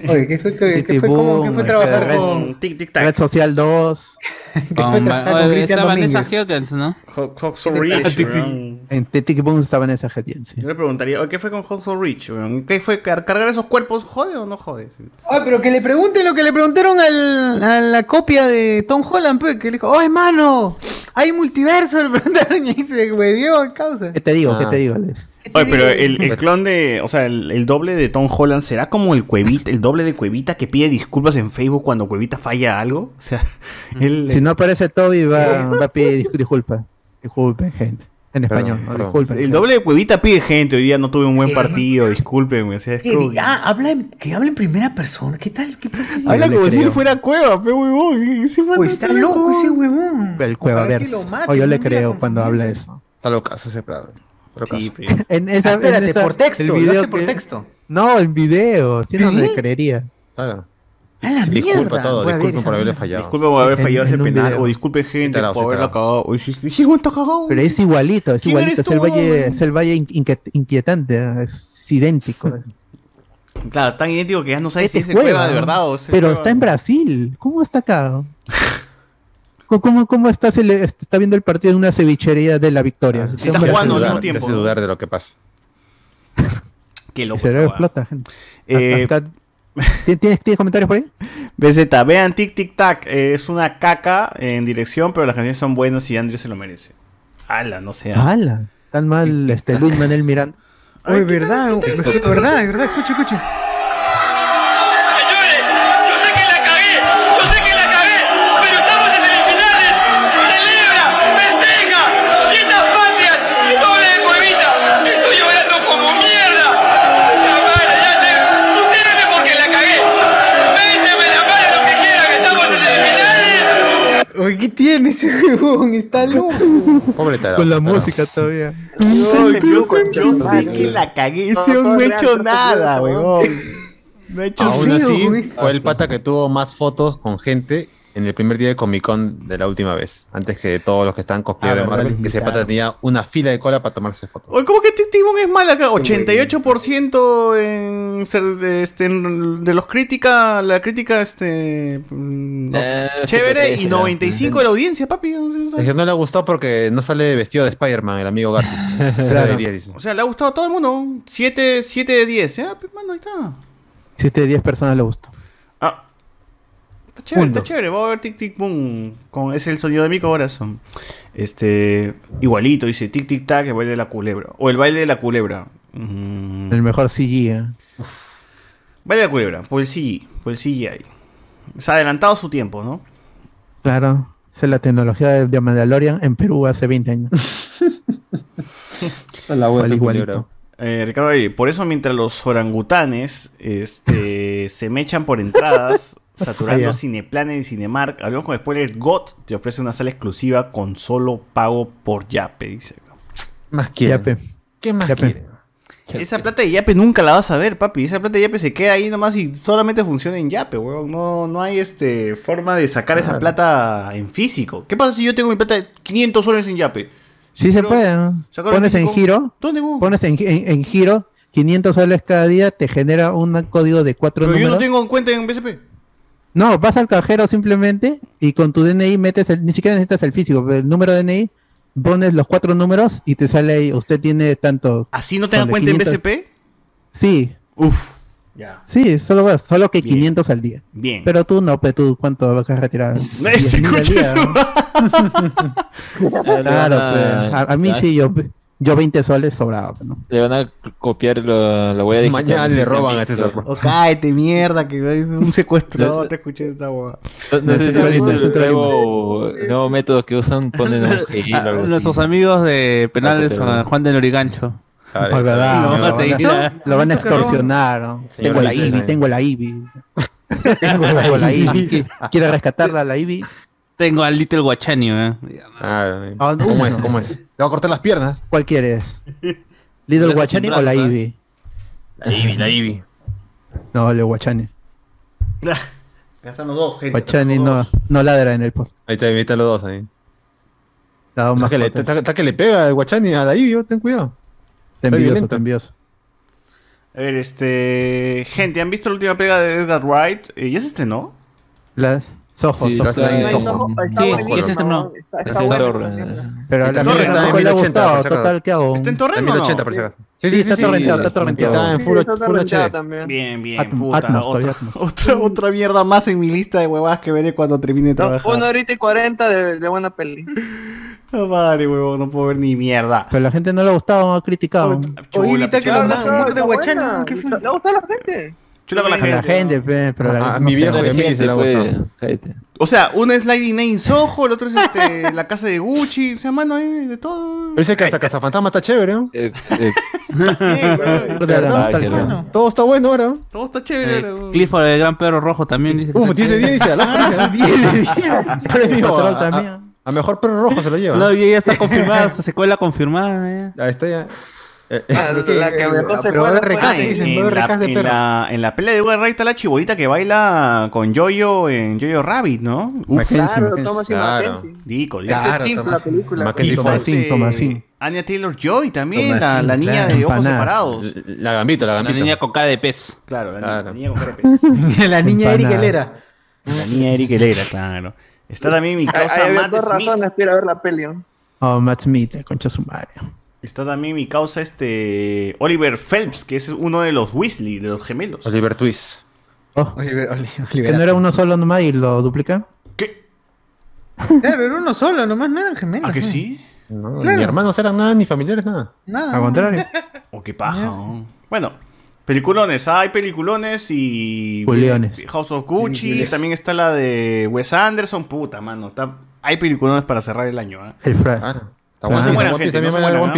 Speaker 11: Oye, ¿qué, fue- qué-
Speaker 2: Tic
Speaker 11: qué
Speaker 2: Tic
Speaker 11: fue, cómo- qué
Speaker 2: Boom,
Speaker 11: fue
Speaker 2: este,
Speaker 11: trabajar
Speaker 2: Red-
Speaker 6: con Tic Tic Tac?
Speaker 2: Red Social
Speaker 11: (laughs)
Speaker 2: 2.
Speaker 11: fue
Speaker 3: Ah,
Speaker 11: trabajar con
Speaker 3: eh,
Speaker 11: Christian
Speaker 3: Estaban esas
Speaker 11: Domínguez?
Speaker 3: Hawkins, ¿no?
Speaker 6: Ho- Hawks of Reach. weón.
Speaker 2: En Tic Tic Boom estaban esas gente.
Speaker 6: Yo le preguntaría, "Oye, ¿qué fue con Hawks of Reach? weón? ¿Qué fue? ¿Car- ¿Cargar esos cuerpos jode o no jode?
Speaker 11: Ay, Ah, pero que le pregunten lo que le preguntaron al- a la copia de Tom Holland, pues, que le dijo, ¡Oh, hermano! ¡Hay multiverso! (laughs) Le preguntaron y se huevió en causa.
Speaker 2: ¿Qué te digo?
Speaker 6: Ah.
Speaker 2: ¿Qué te digo, Alex?
Speaker 6: Oye, pero el, el clon de. O sea, el, el doble de Tom Holland será como el cuevita, el doble de cuevita que pide disculpas en Facebook cuando cuevita falla algo. (laughs) O sea, él.
Speaker 2: Si no aparece Toby, va, va a pedir dis- disculpas. Disculpen, gente. En español, ¿no? disculpen.
Speaker 6: El doble de cuevita pide gente. Hoy día no tuve un buen partido, discúlpenme. O sea, es
Speaker 11: Que
Speaker 6: como-
Speaker 11: diga, ah, habla en- que habla en primera persona. ¿Qué tal? ¿Qué pasa?
Speaker 6: Habla
Speaker 2: No le
Speaker 6: como si
Speaker 2: creo.
Speaker 6: él fuera cueva, pe huevón. Ese man
Speaker 11: Pues está loco ese huevón.
Speaker 2: El cueva verse.
Speaker 11: Ojalá que lo maten,
Speaker 2: O yo le
Speaker 11: no mira
Speaker 2: creo
Speaker 11: con
Speaker 2: cuando habla eso.
Speaker 5: Está loca, ese Prado.
Speaker 6: Sí, pe.
Speaker 2: (laughs) En esa, en
Speaker 11: Ah, Espérate,
Speaker 2: esa-
Speaker 11: por texto,
Speaker 2: el
Speaker 11: lo
Speaker 2: video
Speaker 11: hace por
Speaker 2: que-
Speaker 11: texto.
Speaker 2: No, el video. Si no le
Speaker 11: ¿Sí?
Speaker 2: creería.
Speaker 5: Claro.
Speaker 11: A la
Speaker 5: Disculpa
Speaker 11: mierda.
Speaker 5: todo,
Speaker 11: Voy a ver
Speaker 5: disculpen
Speaker 11: esa
Speaker 5: por haberle
Speaker 11: mierda.
Speaker 5: fallado.
Speaker 6: Disculpen por haber
Speaker 2: En-
Speaker 6: fallado
Speaker 2: en
Speaker 6: ese
Speaker 2: un
Speaker 6: penal.
Speaker 2: video.
Speaker 6: O disculpe, gente,
Speaker 5: tarado,
Speaker 6: por
Speaker 5: sí,
Speaker 6: haberlo
Speaker 5: tarado.
Speaker 6: cagado. Oye, sí, sí, sí, güey, está cagado.
Speaker 2: Pero es igualito, es
Speaker 6: ¿Quién
Speaker 2: igualito.
Speaker 6: eres
Speaker 2: Es el
Speaker 6: tú,
Speaker 2: valle,
Speaker 6: weón?
Speaker 2: es el valle inquiet- inquietante. ¿eh? Es idéntico.
Speaker 6: (laughs) Claro, tan idéntico que ya no sabes si
Speaker 2: Este
Speaker 6: es el
Speaker 2: es
Speaker 6: cueva
Speaker 2: Cueva,
Speaker 6: de
Speaker 2: ¿no?
Speaker 6: verdad o es el
Speaker 2: Pero
Speaker 6: Cueva.
Speaker 2: está en Brasil. ¿Cómo está
Speaker 6: (laughs)
Speaker 2: acá? ¿Cómo- ¿Cómo, cómo está, se le- está viendo el partido en una cevichería de la victoria?
Speaker 6: Ah, sí,
Speaker 2: Está
Speaker 6: está
Speaker 2: en
Speaker 6: jugando al
Speaker 2: Brasil.
Speaker 6: mismo
Speaker 5: Te
Speaker 6: tiempo.
Speaker 5: hace
Speaker 6: (laughs)
Speaker 5: dudar de lo que pasa.
Speaker 6: Qué
Speaker 2: El
Speaker 6: loco. esa
Speaker 2: cerebro
Speaker 6: huevada.
Speaker 2: explota, gente.
Speaker 6: Eh,
Speaker 2: Acá- ¿Tienes, ¿Tienes comentarios por ahí?
Speaker 6: BZ, vean Tic Tic Tac. eh, es una caca en dirección, pero las canciones son buenas y Andrew se lo merece. Ala, no sé.
Speaker 2: ¡Hala! Tan mal este Luis Manuel
Speaker 6: (laughs)
Speaker 2: Miranda.
Speaker 11: Oye, verdad, oye, verdad, verdad, escucha, escucha. Oye, ¿qué tiene ese huevón? Está loco.
Speaker 5: Pobre tarado.
Speaker 2: Con la
Speaker 5: tarado.
Speaker 2: música todavía.
Speaker 6: No,
Speaker 11: Yo
Speaker 6: yo,
Speaker 11: sé-
Speaker 6: yo sé que la cagué. Ese
Speaker 11: No,
Speaker 6: no,
Speaker 11: todo
Speaker 6: he
Speaker 11: real,
Speaker 6: hecho
Speaker 11: todo
Speaker 6: nada,
Speaker 11: real,
Speaker 6: weón. No he hecho
Speaker 5: Aún
Speaker 6: nada.
Speaker 5: así, fue el pata que tuvo más fotos con gente en el primer día de Comic Con de la última vez. Antes que todos los que estaban cosplayados de
Speaker 6: Ah, verdad,
Speaker 5: Marvel, que ese pata tenía una fila de cola para tomarse fotos.
Speaker 6: Oye, ¿cómo que Tic Tic Boom es mala acá? 88% en ser de, este, en- de los crítica, la crítica este mm,
Speaker 8: Eh,
Speaker 6: chévere y
Speaker 5: 73,
Speaker 6: 95 de la audiencia, papi.
Speaker 5: Es que no le ha gustado porque no sale vestido de Spider-Man, el
Speaker 2: (laughs)
Speaker 5: amigo Gato.
Speaker 6: O sea, le ha gustado a todo el mundo. 7, de 10. Ah, pues, mano, ahí está.
Speaker 2: 7 de 10 personas le gustó.
Speaker 6: Está chévere,
Speaker 2: Punto.
Speaker 6: está chévere. Vamos a ver Tic Tic Boom. Con, es el sonido de mi corazón. Este, igualito, dice Tic Tic Tac, el baile de la culebra. O el baile de la culebra. Mm.
Speaker 2: El mejor CG. ¿eh?
Speaker 6: Baile de la culebra, por el CGI. Por el CGI. Se ha adelantado su tiempo, ¿no?
Speaker 2: Claro. Esa es la tecnología de, de Mandalorian en Perú hace 20 años. vuelta
Speaker 5: La
Speaker 2: Igual, al igualito.
Speaker 6: Eh, Ricardo, Aguirre, por eso mientras los orangutanes este, se mechan por
Speaker 2: (laughs)
Speaker 6: entradas, saturando
Speaker 2: Ah, ya.
Speaker 6: Cineplanet y Cinemark, hablamos con spoiler, GOT te ofrece una sala exclusiva con solo pago por Yape, dice.
Speaker 5: Más
Speaker 2: Yape.
Speaker 5: ¿Qué más
Speaker 6: Esa plata de Yape nunca la vas a ver, papi. Esa plata de Yape se queda ahí nomás y solamente funciona en Yape, weón. No, no hay este, forma de sacar esa plata en físico. ¿Qué pasa si yo tengo mi plata de 500 soles en Yape?
Speaker 2: Sí se puede. ¿eh?
Speaker 6: sacar
Speaker 2: Pones en
Speaker 6: físico.
Speaker 2: giro. Pones en, gi- en- en giro 500 soles cada día. Te genera un código de 4
Speaker 6: Pero yo
Speaker 2: números.
Speaker 6: no tengo en cuenta en BCP.
Speaker 2: No, vas al cajero simplemente y con tu DNI metes el, ni siquiera necesitas el físico, el número de DNI, pones los cuatro números y te sale ahí, usted tiene tanto.
Speaker 6: ¿Así no tengo
Speaker 2: con
Speaker 6: cuenta en
Speaker 2: 500.
Speaker 6: BCP?
Speaker 2: Sí.
Speaker 6: Uf. Ya.
Speaker 2: Sí, solo vas, solo que 500 al día.
Speaker 6: Bien.
Speaker 2: Pero tú no, pero tú cuánto vas a
Speaker 6: (laughs)
Speaker 2: retirar.
Speaker 6: Se
Speaker 2: 10.000 al
Speaker 6: escucha
Speaker 2: día.
Speaker 6: su-
Speaker 2: Claro, pues, a, a mí sí, yo, yo 20 soles sobraba. ¿no?
Speaker 8: Ah, Le van a copiar la, la huella digital.
Speaker 5: Mañana le
Speaker 8: Sí,
Speaker 5: roban
Speaker 8: sí,
Speaker 5: a este
Speaker 2: este
Speaker 8: sí.
Speaker 5: César.
Speaker 6: O cállate, mierda, que es un secuestrador. te escuché esta hueá.
Speaker 8: No, no
Speaker 2: No,
Speaker 8: sé
Speaker 2: es
Speaker 8: si
Speaker 2: el
Speaker 8: han visto
Speaker 2: centro
Speaker 8: el
Speaker 2: de
Speaker 8: nuevo, nuevo método que
Speaker 2: (laughs)
Speaker 8: usan, ponen un gel o
Speaker 3: Ah,
Speaker 8: algo así.
Speaker 3: nuestros amigos de penales
Speaker 8: Ah, que te-
Speaker 3: a Juan del Origancho.
Speaker 5: Ah,
Speaker 2: Es verdad,
Speaker 3: Lo van a
Speaker 2: lo van a-
Speaker 3: seguir, ¿eh?
Speaker 2: lo van a extorsionar. ¿no?
Speaker 5: Señor
Speaker 2: Tengo la
Speaker 5: Disney.
Speaker 2: IBI, tengo la IBI. tengo la, la IBI.
Speaker 5: (laughs)
Speaker 2: que- Quiere rescatarla la IBI.
Speaker 3: Tengo al Little Guachanio, eh.
Speaker 5: Ah,
Speaker 2: Ah, no,
Speaker 5: ¿Cómo es?
Speaker 2: no.
Speaker 5: ¿Cómo es? Le va a cortar las piernas.
Speaker 2: ¿Cuál quieres? ¿Little
Speaker 5: Las
Speaker 2: Guachani o la
Speaker 5: entradas,
Speaker 2: Ivy?
Speaker 5: La Ivy, la
Speaker 6: (laughs)
Speaker 5: Ivy.
Speaker 2: No, Little Guachani.
Speaker 6: Acá están los dos, gente.
Speaker 2: Guachani no, no ladra en el post.
Speaker 5: Ahí está, ahí están los dos ahí.
Speaker 2: Te ha dado
Speaker 5: Está
Speaker 2: más
Speaker 5: que, le,
Speaker 2: fotos.
Speaker 5: está- está que le pega al Guachani a la Ivy, oh, ten cuidado.
Speaker 2: Te
Speaker 5: está
Speaker 2: envidioso,
Speaker 5: violento.
Speaker 2: te envidioso.
Speaker 6: A ver, este. Gente, ¿han visto la última pega de Edgar Wright? Eh, ¿Ya se estrenó?
Speaker 2: Las ojos,
Speaker 8: Sí,
Speaker 2: ojos.
Speaker 8: está en
Speaker 4: Está
Speaker 8: Soho.
Speaker 4: está
Speaker 2: Sí,
Speaker 4: buenísimo,
Speaker 2: ese estrenó.
Speaker 4: Está, está
Speaker 8: Está en
Speaker 4: bueno.
Speaker 8: Torre.
Speaker 2: Pero a la
Speaker 6: Torre
Speaker 2: mía
Speaker 6: está
Speaker 2: tampoco
Speaker 5: en
Speaker 2: le ha
Speaker 5: 1080,
Speaker 2: gustado.
Speaker 5: por si acaso.
Speaker 2: Total, ¿qué hago?
Speaker 6: ¿Está en
Speaker 5: Está
Speaker 6: torre
Speaker 5: en
Speaker 6: o no?
Speaker 5: 1080, por si acaso.
Speaker 2: Sí, está torrenteado, está torrenteado.
Speaker 5: Está en
Speaker 4: Sí,
Speaker 5: full,
Speaker 4: está
Speaker 5: full
Speaker 4: torrenteada
Speaker 5: HD.
Speaker 4: también.
Speaker 6: Bien, bien,
Speaker 2: Atm-
Speaker 6: puta.
Speaker 2: Atmos, todavía
Speaker 6: (laughs) otra,
Speaker 2: Atmos.
Speaker 6: otra, otra mierda más en mi lista de huevadas que veré cuando termine de
Speaker 4: No,
Speaker 6: trabajar.
Speaker 4: una horita y cuarenta de, de buena peli.
Speaker 6: Ah, madre, huevón, no puedo ver ni mierda.
Speaker 2: Pero a la gente no le ha gustado, ha criticado.
Speaker 11: Oye,
Speaker 6: Chula,
Speaker 11: evita que
Speaker 6: chula,
Speaker 11: lo
Speaker 4: Claro,
Speaker 11: más
Speaker 6: con
Speaker 4: no,
Speaker 11: humor de
Speaker 4: está
Speaker 11: Guachana.
Speaker 4: buena.
Speaker 11: ¿Qué fue?
Speaker 4: Le gusta a la gente.
Speaker 6: chula con la
Speaker 2: A la
Speaker 6: gente.
Speaker 2: gente, pe, pero a la
Speaker 5: Ah,
Speaker 2: gente.
Speaker 5: mi viejo y a mí
Speaker 8: Gente,
Speaker 5: se le ha
Speaker 8: pues,
Speaker 5: gustado.
Speaker 8: cállate.
Speaker 6: O sea, uno es Lightning Name Soho, el otro
Speaker 4: (laughs)
Speaker 6: es este, la casa de Gucci. O sea, mano, hay de todo.
Speaker 5: Pero dice que hasta Cazafantasma está chévere, ¿no?
Speaker 8: Eh,
Speaker 6: (laughs)
Speaker 8: eh,
Speaker 6: Bien, huevón.
Speaker 8: Ah, qué
Speaker 5: Todo está bueno ahora.
Speaker 6: Todo está
Speaker 3: Eh,
Speaker 6: chévere. huevón.
Speaker 3: Clifford, el gran perro rojo, también dice. Ah, que
Speaker 5: Uf,
Speaker 3: está
Speaker 5: 10 de 10 Uh, dice. A,
Speaker 6: Ah,
Speaker 5: la (laughs) Premio
Speaker 2: Patrol
Speaker 5: a- a-
Speaker 2: también.
Speaker 5: a mejor perro rojo se lo lleva.
Speaker 3: No, y ya está confirmada, esta secuela confirmada.
Speaker 5: Ahí está ya. Eh, eh.
Speaker 7: Ah,
Speaker 4: La, la que mejor se
Speaker 11: Pero ahora
Speaker 4: acuerda fue
Speaker 11: recae.
Speaker 4: la de-
Speaker 11: dicen,
Speaker 6: pues, en,
Speaker 11: nueve
Speaker 6: la,
Speaker 11: rejas de
Speaker 6: en
Speaker 11: perro.
Speaker 6: la- en la pelea de Edgar Wright está la chibolita que baila con Yoyo en Yoyo Rabbit, ¿no? Uf,
Speaker 4: Claro, Thomas y
Speaker 5: Claro.
Speaker 4: Mackenzie.
Speaker 6: Dico, dico.
Speaker 4: Ese es Sims, la película.
Speaker 5: Mackenzie
Speaker 6: Y
Speaker 5: Fox.
Speaker 2: Thomasin,
Speaker 6: este,
Speaker 2: Thomasin.
Speaker 6: Anya Taylor Joy también, la,
Speaker 2: Thomasin,
Speaker 6: la niña
Speaker 2: claro.
Speaker 6: de ojos
Speaker 2: Empanada.
Speaker 6: separados.
Speaker 5: La gambito, la
Speaker 3: ¿eh? La
Speaker 5: gambito.
Speaker 3: niña con cara de pez.
Speaker 6: Claro, la,
Speaker 5: Claro.
Speaker 6: niña con herpes.
Speaker 11: La niña Eric
Speaker 2: Empanadas.
Speaker 11: Helera.
Speaker 6: la niña Eric Helera, claro. Está también mi
Speaker 4: Hay,
Speaker 6: causa
Speaker 4: hay
Speaker 6: Matt
Speaker 4: dos
Speaker 6: Smith.
Speaker 4: razones para ir a ver la peli. ¿no?
Speaker 2: Oh, Matt Smith, eh, concha su madre.
Speaker 6: Está también mi causa este Oliver Phelps, que es uno de los Weasley, de los gemelos.
Speaker 5: Oliver Twist.
Speaker 2: Oh. Que no era uno solo nomás y lo duplica.
Speaker 11: Claro, era uno solo, nomás no eran gemelos.
Speaker 6: ¿A que
Speaker 11: ¿no?
Speaker 6: sí?
Speaker 5: No,
Speaker 11: Claro.
Speaker 5: ni hermanos
Speaker 11: (laughs)
Speaker 5: eran nada, ni familiares nada.
Speaker 11: Nada.
Speaker 2: Al
Speaker 6: (laughs)
Speaker 2: contrario.
Speaker 6: O Ah. Oh, qué paja. ¿no? Bueno, peliculones. Hay peliculones y. eh,
Speaker 2: Culeones.
Speaker 6: House of Gucci. También está la de Wes Anderson. Puta, mano. Está... Hay peliculones para cerrar el año. ¿ah?
Speaker 2: El Fred.
Speaker 6: Está bueno. No se mueran, gente, no se mueran, ¿ah?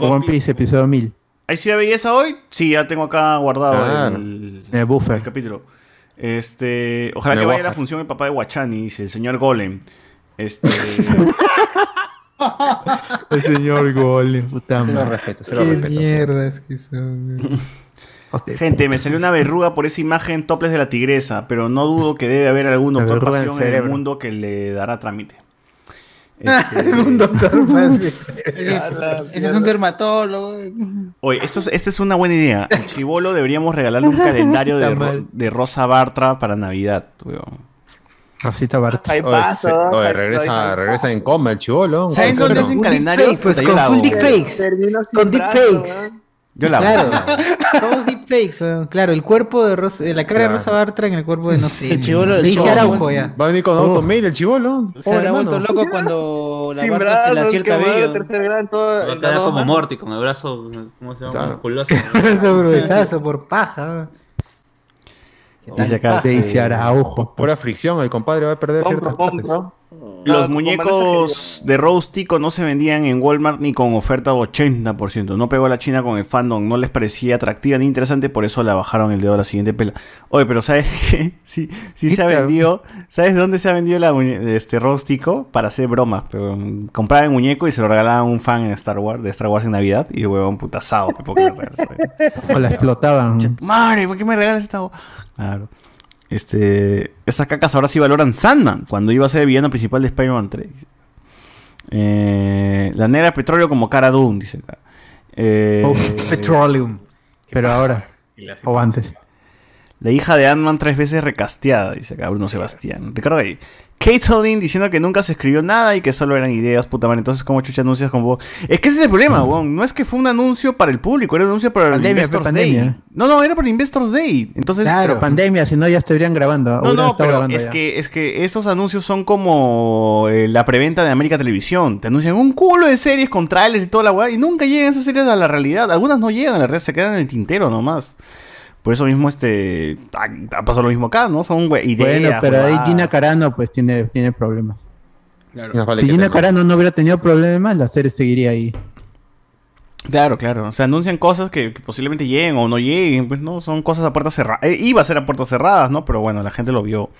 Speaker 2: One Piece, episodio 1000.
Speaker 6: ¿Hay Ciudad Belleza hoy? Sí, ya tengo acá guardado
Speaker 2: Claro.
Speaker 6: el,
Speaker 2: El Eh, buffer.
Speaker 6: el capítulo. Este, ojalá
Speaker 2: Me
Speaker 6: que vaya a
Speaker 2: baja.
Speaker 6: la función el papá de Guachani, dice el señor Golem.
Speaker 2: (laughs)
Speaker 6: Este,
Speaker 2: El señor Golem, puta madre.
Speaker 11: Qué mierdas que son. güey.
Speaker 7: (laughs)
Speaker 6: gente, me salió una verruga por esa imagen toples de la tigresa, pero no dudo que debe haber algún
Speaker 2: La
Speaker 6: doctor
Speaker 2: verruga en
Speaker 6: pasión en el
Speaker 2: cerebro.
Speaker 6: mundo que le dará trámite.
Speaker 11: Un
Speaker 10: (laughs)
Speaker 11: doctor fácil.
Speaker 10: Este, Ese es, ese es un dermatólogo.
Speaker 6: Oye, esto es- esta es una buena idea. Al chivolo deberíamos
Speaker 2: (laughs)
Speaker 6: regalarle un calendario de, Ro- de Rosa Bartra para Navidad. weón.
Speaker 2: Rosita Bartra.
Speaker 5: Oye, se- oye, regresa, regresa en coma el chivolo.
Speaker 6: ¿Saben
Speaker 5: Oye,
Speaker 6: dónde
Speaker 5: pero-
Speaker 6: hacen calendario? Fake, pues, Puta, yo con la full hago. dick fakes.
Speaker 11: Termino sin
Speaker 4: Con
Speaker 11: brazo,
Speaker 4: deepfakes.
Speaker 11: weón.
Speaker 6: Yo la
Speaker 11: Claro, todos deepfakes, weón. Claro, el cuerpo de Rosa, eh, la cara de
Speaker 5: Claro.
Speaker 11: Rosa Bartra en (laughs) el cuerpo de, no sé,
Speaker 5: El chibolo, el
Speaker 11: de Izzy
Speaker 5: chibolo.
Speaker 11: Araujo ya.
Speaker 5: Va a venir con
Speaker 11: Oh.
Speaker 5: automail el chivolo.
Speaker 11: Se habrá
Speaker 5: hermano.
Speaker 11: vuelto
Speaker 7: loco cuando la
Speaker 4: Sin
Speaker 7: barba se le
Speaker 4: brazos,
Speaker 7: hacía el
Speaker 4: que va de
Speaker 7: cabello.
Speaker 4: tercer grado, todo.
Speaker 3: Va a
Speaker 4: en
Speaker 3: quedar
Speaker 4: las dos
Speaker 3: como
Speaker 4: manos.
Speaker 3: Morty, con el brazo, ¿cómo se
Speaker 5: (laughs)
Speaker 3: llama? Musculoso.
Speaker 11: (laughs) Eso gruesazo por paja.
Speaker 6: Dice acá,
Speaker 2: Se dice Araujo.
Speaker 5: Pura fricción, el compadre va a perder
Speaker 4: Compro,
Speaker 5: ciertas partes.
Speaker 4: compro.
Speaker 6: Los
Speaker 4: con
Speaker 6: muñecos de Rose Tico no se vendían en Walmart ni con oferta de 80%. No pegó a la China con el fandom, no les parecía atractiva ni interesante, por eso la bajaron el dedo a la siguiente pela. Oye, pero ¿sabes (laughs) qué? Sí, sí se ha vendido. ¿Sabes dónde se ha vendido la muñe- este Rose Tico? Para hacer bromas. Pero, mm, compraba el muñeco y se lo regalaba a un fan en Star Wars, de Star Wars en Navidad. Y huevón putasado. pe, porque lo regalas, oye.
Speaker 2: O la explotaban.
Speaker 6: Madre, ¿por qué me regalas esta? hue- Claro. Este, esas cacas ahora sí valoran Sandman, cuando iba a ser el villano principal de Spider-Man 3. Eh, la negra petróleo como Cara Dune, dice acá. Eh,
Speaker 2: Uf, Petroleum. Oh, Pero ahora. O antes.
Speaker 6: La hija de Ant-Man tres veces recasteada, dice acá Bruno Sebastián. Ricardo ahí. Caitlyn diciendo que nunca se escribió nada y que solo eran ideas, puta madre. Entonces, ¿cómo chucha anuncias con vos? Es que ese es el problema, weón. No es que fue un anuncio para el público, era un anuncio para el
Speaker 2: Mm. Pandemia,
Speaker 6: Investors
Speaker 2: fue pandemia.
Speaker 6: Day. No, no, era para Investors Day. Entonces,
Speaker 2: claro,
Speaker 6: pero-
Speaker 2: pandemia, si no ya estarían grabando.
Speaker 6: No,
Speaker 2: Hubieran
Speaker 6: no,
Speaker 2: estado
Speaker 6: pero
Speaker 2: grabando
Speaker 6: es
Speaker 2: Ah, ya.
Speaker 6: que, es que esos anuncios son como eh, la preventa de América Televisión. Te anuncian un culo de series con trailers y toda la weá y nunca llegan esas series a la realidad. Algunas no llegan a la realidad, se quedan en el tintero nomás. Por eso mismo este ha, ha pasado lo mismo acá, ¿no? Son we- ideas.
Speaker 2: Bueno, pero ahí
Speaker 6: huevadas.
Speaker 2: Gina Carano pues tiene, tiene problemas.
Speaker 6: Claro.
Speaker 2: si Gina Carano no hubiera tenido problemas, la serie seguiría ahí.
Speaker 6: Claro, claro. O sea, anuncian cosas que, que posiblemente lleguen o no lleguen. Pues no, son cosas a puertas cerradas. iba a ser a puertas cerradas, ¿no? Pero bueno, la gente lo vio.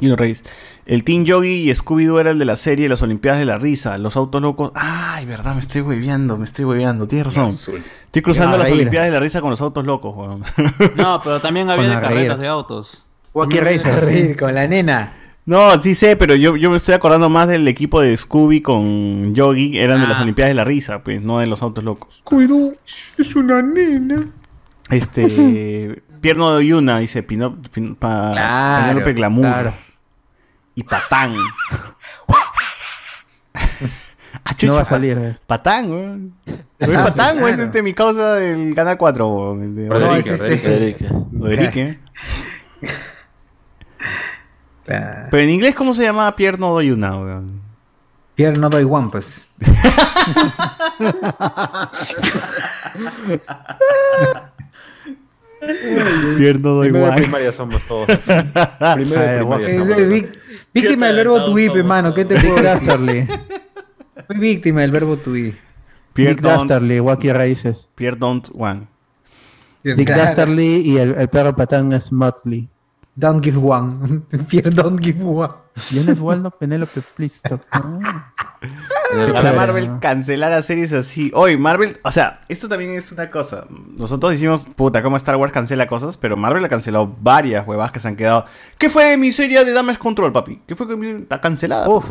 Speaker 6: Y los reyes. El Team Yogi y Scooby-Doo era el de la serie Las Olimpiadas de la Risa. Los autos locos. ah, Ay, verdad, me estoy hueveando, me estoy hueveando. Tienes razón. Estoy cruzando
Speaker 2: Ah,
Speaker 6: las
Speaker 2: reír.
Speaker 6: Olimpiadas de la Risa con los autos locos, weón. (laughs)
Speaker 3: No, pero también había
Speaker 6: Con
Speaker 3: de
Speaker 6: la
Speaker 3: carreras
Speaker 6: reír.
Speaker 3: de autos.
Speaker 2: Wacky Racer. sí.
Speaker 11: con la nena.
Speaker 6: No, sí sé, pero yo, yo me estoy acordando más del equipo de Scooby con Yogi. Eran de las
Speaker 3: Ah.
Speaker 6: Olimpiadas de la Risa, pues, no de los autos locos.
Speaker 11: Cuidado, es una nena.
Speaker 6: Este. Pierno de Yuna, dice Pino, Pin- pa,
Speaker 11: Claro,
Speaker 6: Penélope Glamour.
Speaker 2: claro.
Speaker 6: Y Patán. Ah, chucha,
Speaker 2: No va a
Speaker 6: pa-
Speaker 2: salir. eh. de-
Speaker 6: Patán, weón.
Speaker 11: (laughs)
Speaker 6: ¿No es Patán o es este mi causa del Canal 4? weón? El de-
Speaker 5: Roderick,
Speaker 6: No, es este-
Speaker 5: Roderick.
Speaker 6: Roderick, ¿eh?
Speaker 11: (laughs)
Speaker 6: Pero en inglés, ¿cómo se llamaba Pierno de Yuna, weón?
Speaker 11: Pierre no doy one,
Speaker 6: (laughs)
Speaker 11: pues.
Speaker 6: Pierno doy
Speaker 5: Primero de
Speaker 6: one.
Speaker 5: primaria somos
Speaker 2: (laughs)
Speaker 5: todos. Primero de primaria
Speaker 11: Es,
Speaker 5: somos
Speaker 11: eh, vic- víctima del verbo to be, pe, mano. ¿Qué te puedo
Speaker 2: Dick
Speaker 11: decir?
Speaker 2: Dastardly.
Speaker 11: Fui víctima del verbo to be.
Speaker 2: Dick
Speaker 6: Pierno
Speaker 2: Dastardly, Wacky Races.
Speaker 6: Don't One.
Speaker 2: Dick
Speaker 11: Claro.
Speaker 2: Dastardly y el, el perro patán es Motley.
Speaker 11: Don't give one. (laughs) Pierre, don't give one.
Speaker 2: Yo no es Waldo Penélope, please stop.
Speaker 6: Ojalá
Speaker 2: Chévere,
Speaker 6: Marvel
Speaker 2: ¿no?
Speaker 6: cancelara series así. Hoy, Marvel, o sea, esto también es una cosa. Nosotros decimos, puta, cómo Star Wars cancela cosas, pero Marvel ha cancelado varias huevas que se han quedado. ¿Qué fue de mi serie de Damage Control, papi? ¿Qué fue que mi- está cancelada?
Speaker 2: Uf,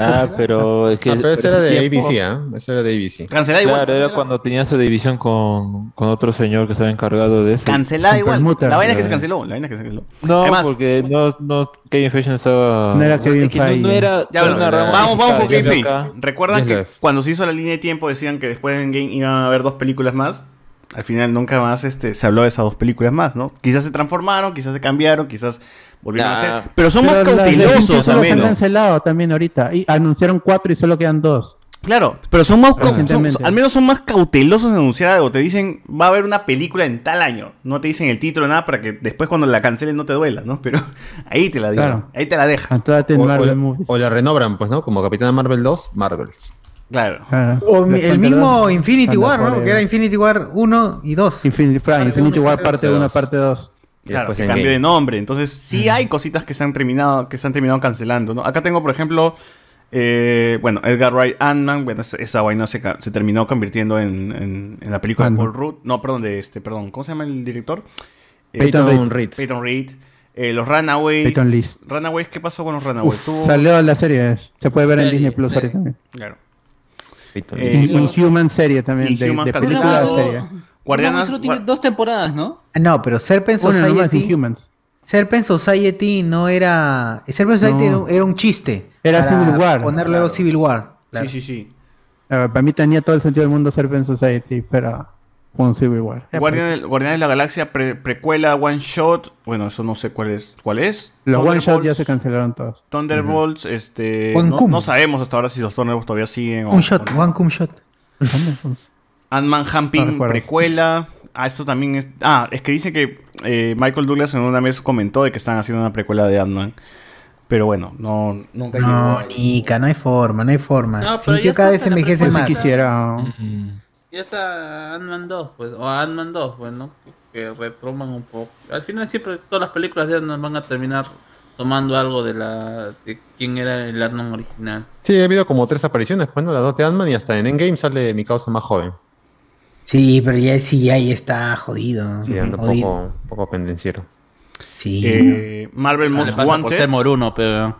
Speaker 8: Ah, pero es que.
Speaker 5: Ah, pero ese era de
Speaker 8: ese tiempo-
Speaker 5: ABC, ¿ah? Ese era de ABC.
Speaker 6: Cancelada igual.
Speaker 8: Claro, era cuando tenía su división con, con otro señor que estaba encargado de eso.
Speaker 6: Cancelada igual.
Speaker 2: permuta. eh.
Speaker 6: La vaina es que
Speaker 8: Ya.
Speaker 6: se canceló, la vaina es que se canceló.
Speaker 8: No,
Speaker 6: Además,
Speaker 8: porque no, no, Kevin Feige no estaba.
Speaker 2: No era Kevin
Speaker 8: Es que no-
Speaker 2: Feige.
Speaker 8: No, era.
Speaker 6: ya bueno,
Speaker 8: no era rama
Speaker 6: vamos, vamos con
Speaker 8: unificada,
Speaker 6: Game
Speaker 8: yo
Speaker 6: Face.
Speaker 8: acá-
Speaker 6: Recuerdan
Speaker 5: Yes,
Speaker 6: que
Speaker 5: Life.
Speaker 6: cuando se hizo la línea de tiempo decían que después en Game iban a haber dos películas más. Al final nunca más este, se habló de esas dos películas más, ¿no? Quizás se transformaron, quizás se cambiaron, quizás volvieron
Speaker 2: Ah.
Speaker 6: a hacer. (laughs) Pero son más
Speaker 2: las de Simpsons
Speaker 6: cautelosos, al
Speaker 2: solo se han
Speaker 6: menos.
Speaker 2: cancelado también ahorita. Y anunciaron cuatro y solo quedan dos.
Speaker 6: Claro, pero son más, cau- son-
Speaker 2: Recientemente.
Speaker 6: al menos son más cautelosos en anunciar algo. Te dicen, va a haber una película en tal año. No te dicen el título, nada, para que después cuando la cancelen no te duela, ¿no? Pero (laughs) ahí te la digo,
Speaker 5: Claro.
Speaker 6: ahí te la dejan.
Speaker 5: o, o la- o la renovran, pues, ¿no? Como Capitana Marvel 2, Marvels.
Speaker 6: Claro.
Speaker 11: O mi- el mismo Infinity War, ¿no?
Speaker 5: Forever.
Speaker 11: Que era Infinity War 1 y 2.
Speaker 2: Infinity, ah, Infinity War parte 1, parte 2.
Speaker 6: Claro, que cambio de nombre. Entonces, sí hay cositas que se han terminado, que se han terminado cancelando, ¿no? Acá tengo, por ejemplo, eh, bueno, Edgar Wright Ant-Man, bueno, esa, esa vaina se, ca- se terminó convirtiendo en, en- en la película de Paul Rudd. No, perdón, de este, perdón, ¿cómo se llama el director? Eh,
Speaker 2: Peyton Peyton Reed. Reed.
Speaker 6: Peyton Reed. Eh, los Runaways.
Speaker 2: Peyton List.
Speaker 6: Runaways, ¿qué pasó con los Runaways?
Speaker 2: Uf,
Speaker 6: Tuvo-
Speaker 2: salió la serie. eh. Se puede ver en
Speaker 6: Serie,
Speaker 2: Disney Plus
Speaker 6: serie.
Speaker 2: ahorita también.
Speaker 6: Claro. Eh,
Speaker 5: Eh,
Speaker 2: In- Inhuman serie también. De,
Speaker 6: Inhuman
Speaker 2: de
Speaker 6: cancelado.
Speaker 2: película a
Speaker 6: No,
Speaker 2: serie.
Speaker 6: Guardianas-
Speaker 10: Solo tiene dos temporadas, ¿no?
Speaker 11: No, pero Serpent
Speaker 2: Bueno, nomás,
Speaker 11: Society. Serpent Society no era. Serpent Society
Speaker 2: No.
Speaker 11: era un chiste.
Speaker 2: Era
Speaker 11: para
Speaker 2: Civil War.
Speaker 11: Poner luego Civil War. Claro.
Speaker 6: Sí, sí, sí.
Speaker 2: Eh, para mí tenía todo el sentido del mundo Serpent Society, pero con Civil War. Eh,
Speaker 6: Guardianes, Guardianes de la Galaxia, pre- precuela, One Shot. Bueno, eso no sé cuál es. ¿Cuál es?
Speaker 2: Los one shot
Speaker 6: Thunderbolts.
Speaker 2: ya se cancelaron todos.
Speaker 6: Thunderbolts, este.
Speaker 2: One
Speaker 6: No,
Speaker 2: Cum.
Speaker 6: no sabemos hasta ahora si los Thunderbolts todavía siguen. o-
Speaker 11: Un shot, one cum shot.
Speaker 6: Ant-Man Humping,
Speaker 11: recuerdo.
Speaker 6: precuela. Ah, esto también es. Ah, es que dice que eh, Michael Douglas en una vez comentó de que están haciendo una precuela de Ant-Man. Pero bueno, no, nunca
Speaker 11: No,
Speaker 6: llegó.
Speaker 11: Nica, no hay forma, no hay forma.
Speaker 3: No,
Speaker 11: Sin
Speaker 3: pero ya
Speaker 11: que cada
Speaker 3: está
Speaker 11: vez
Speaker 3: en la
Speaker 11: envejece
Speaker 3: precuela.
Speaker 11: más.
Speaker 3: Sí quisiera.
Speaker 2: Ujú.
Speaker 3: Ya está Ant-Man 2, pues, o Ant-Man 2, pues, ¿no? Que retroman un poco. Al final siempre todas las películas de Ant-Man van a terminar tomando algo de la de quién era el Ant-Man original.
Speaker 5: Sí, ha habido como tres apariciones, pues, ¿no? Las dos de Ant-Man y hasta en Endgame sale mi causa más joven.
Speaker 11: Sí, pero ya el CGI está jodido.
Speaker 5: Sí, anda un
Speaker 11: jodido.
Speaker 5: poco, un poco pendenciero.
Speaker 11: Sí.
Speaker 6: Eh, Marvel
Speaker 3: Ah, Le
Speaker 6: Most
Speaker 3: pasa por
Speaker 6: Wanted.
Speaker 3: ser moruno, pero.
Speaker 2: Ah.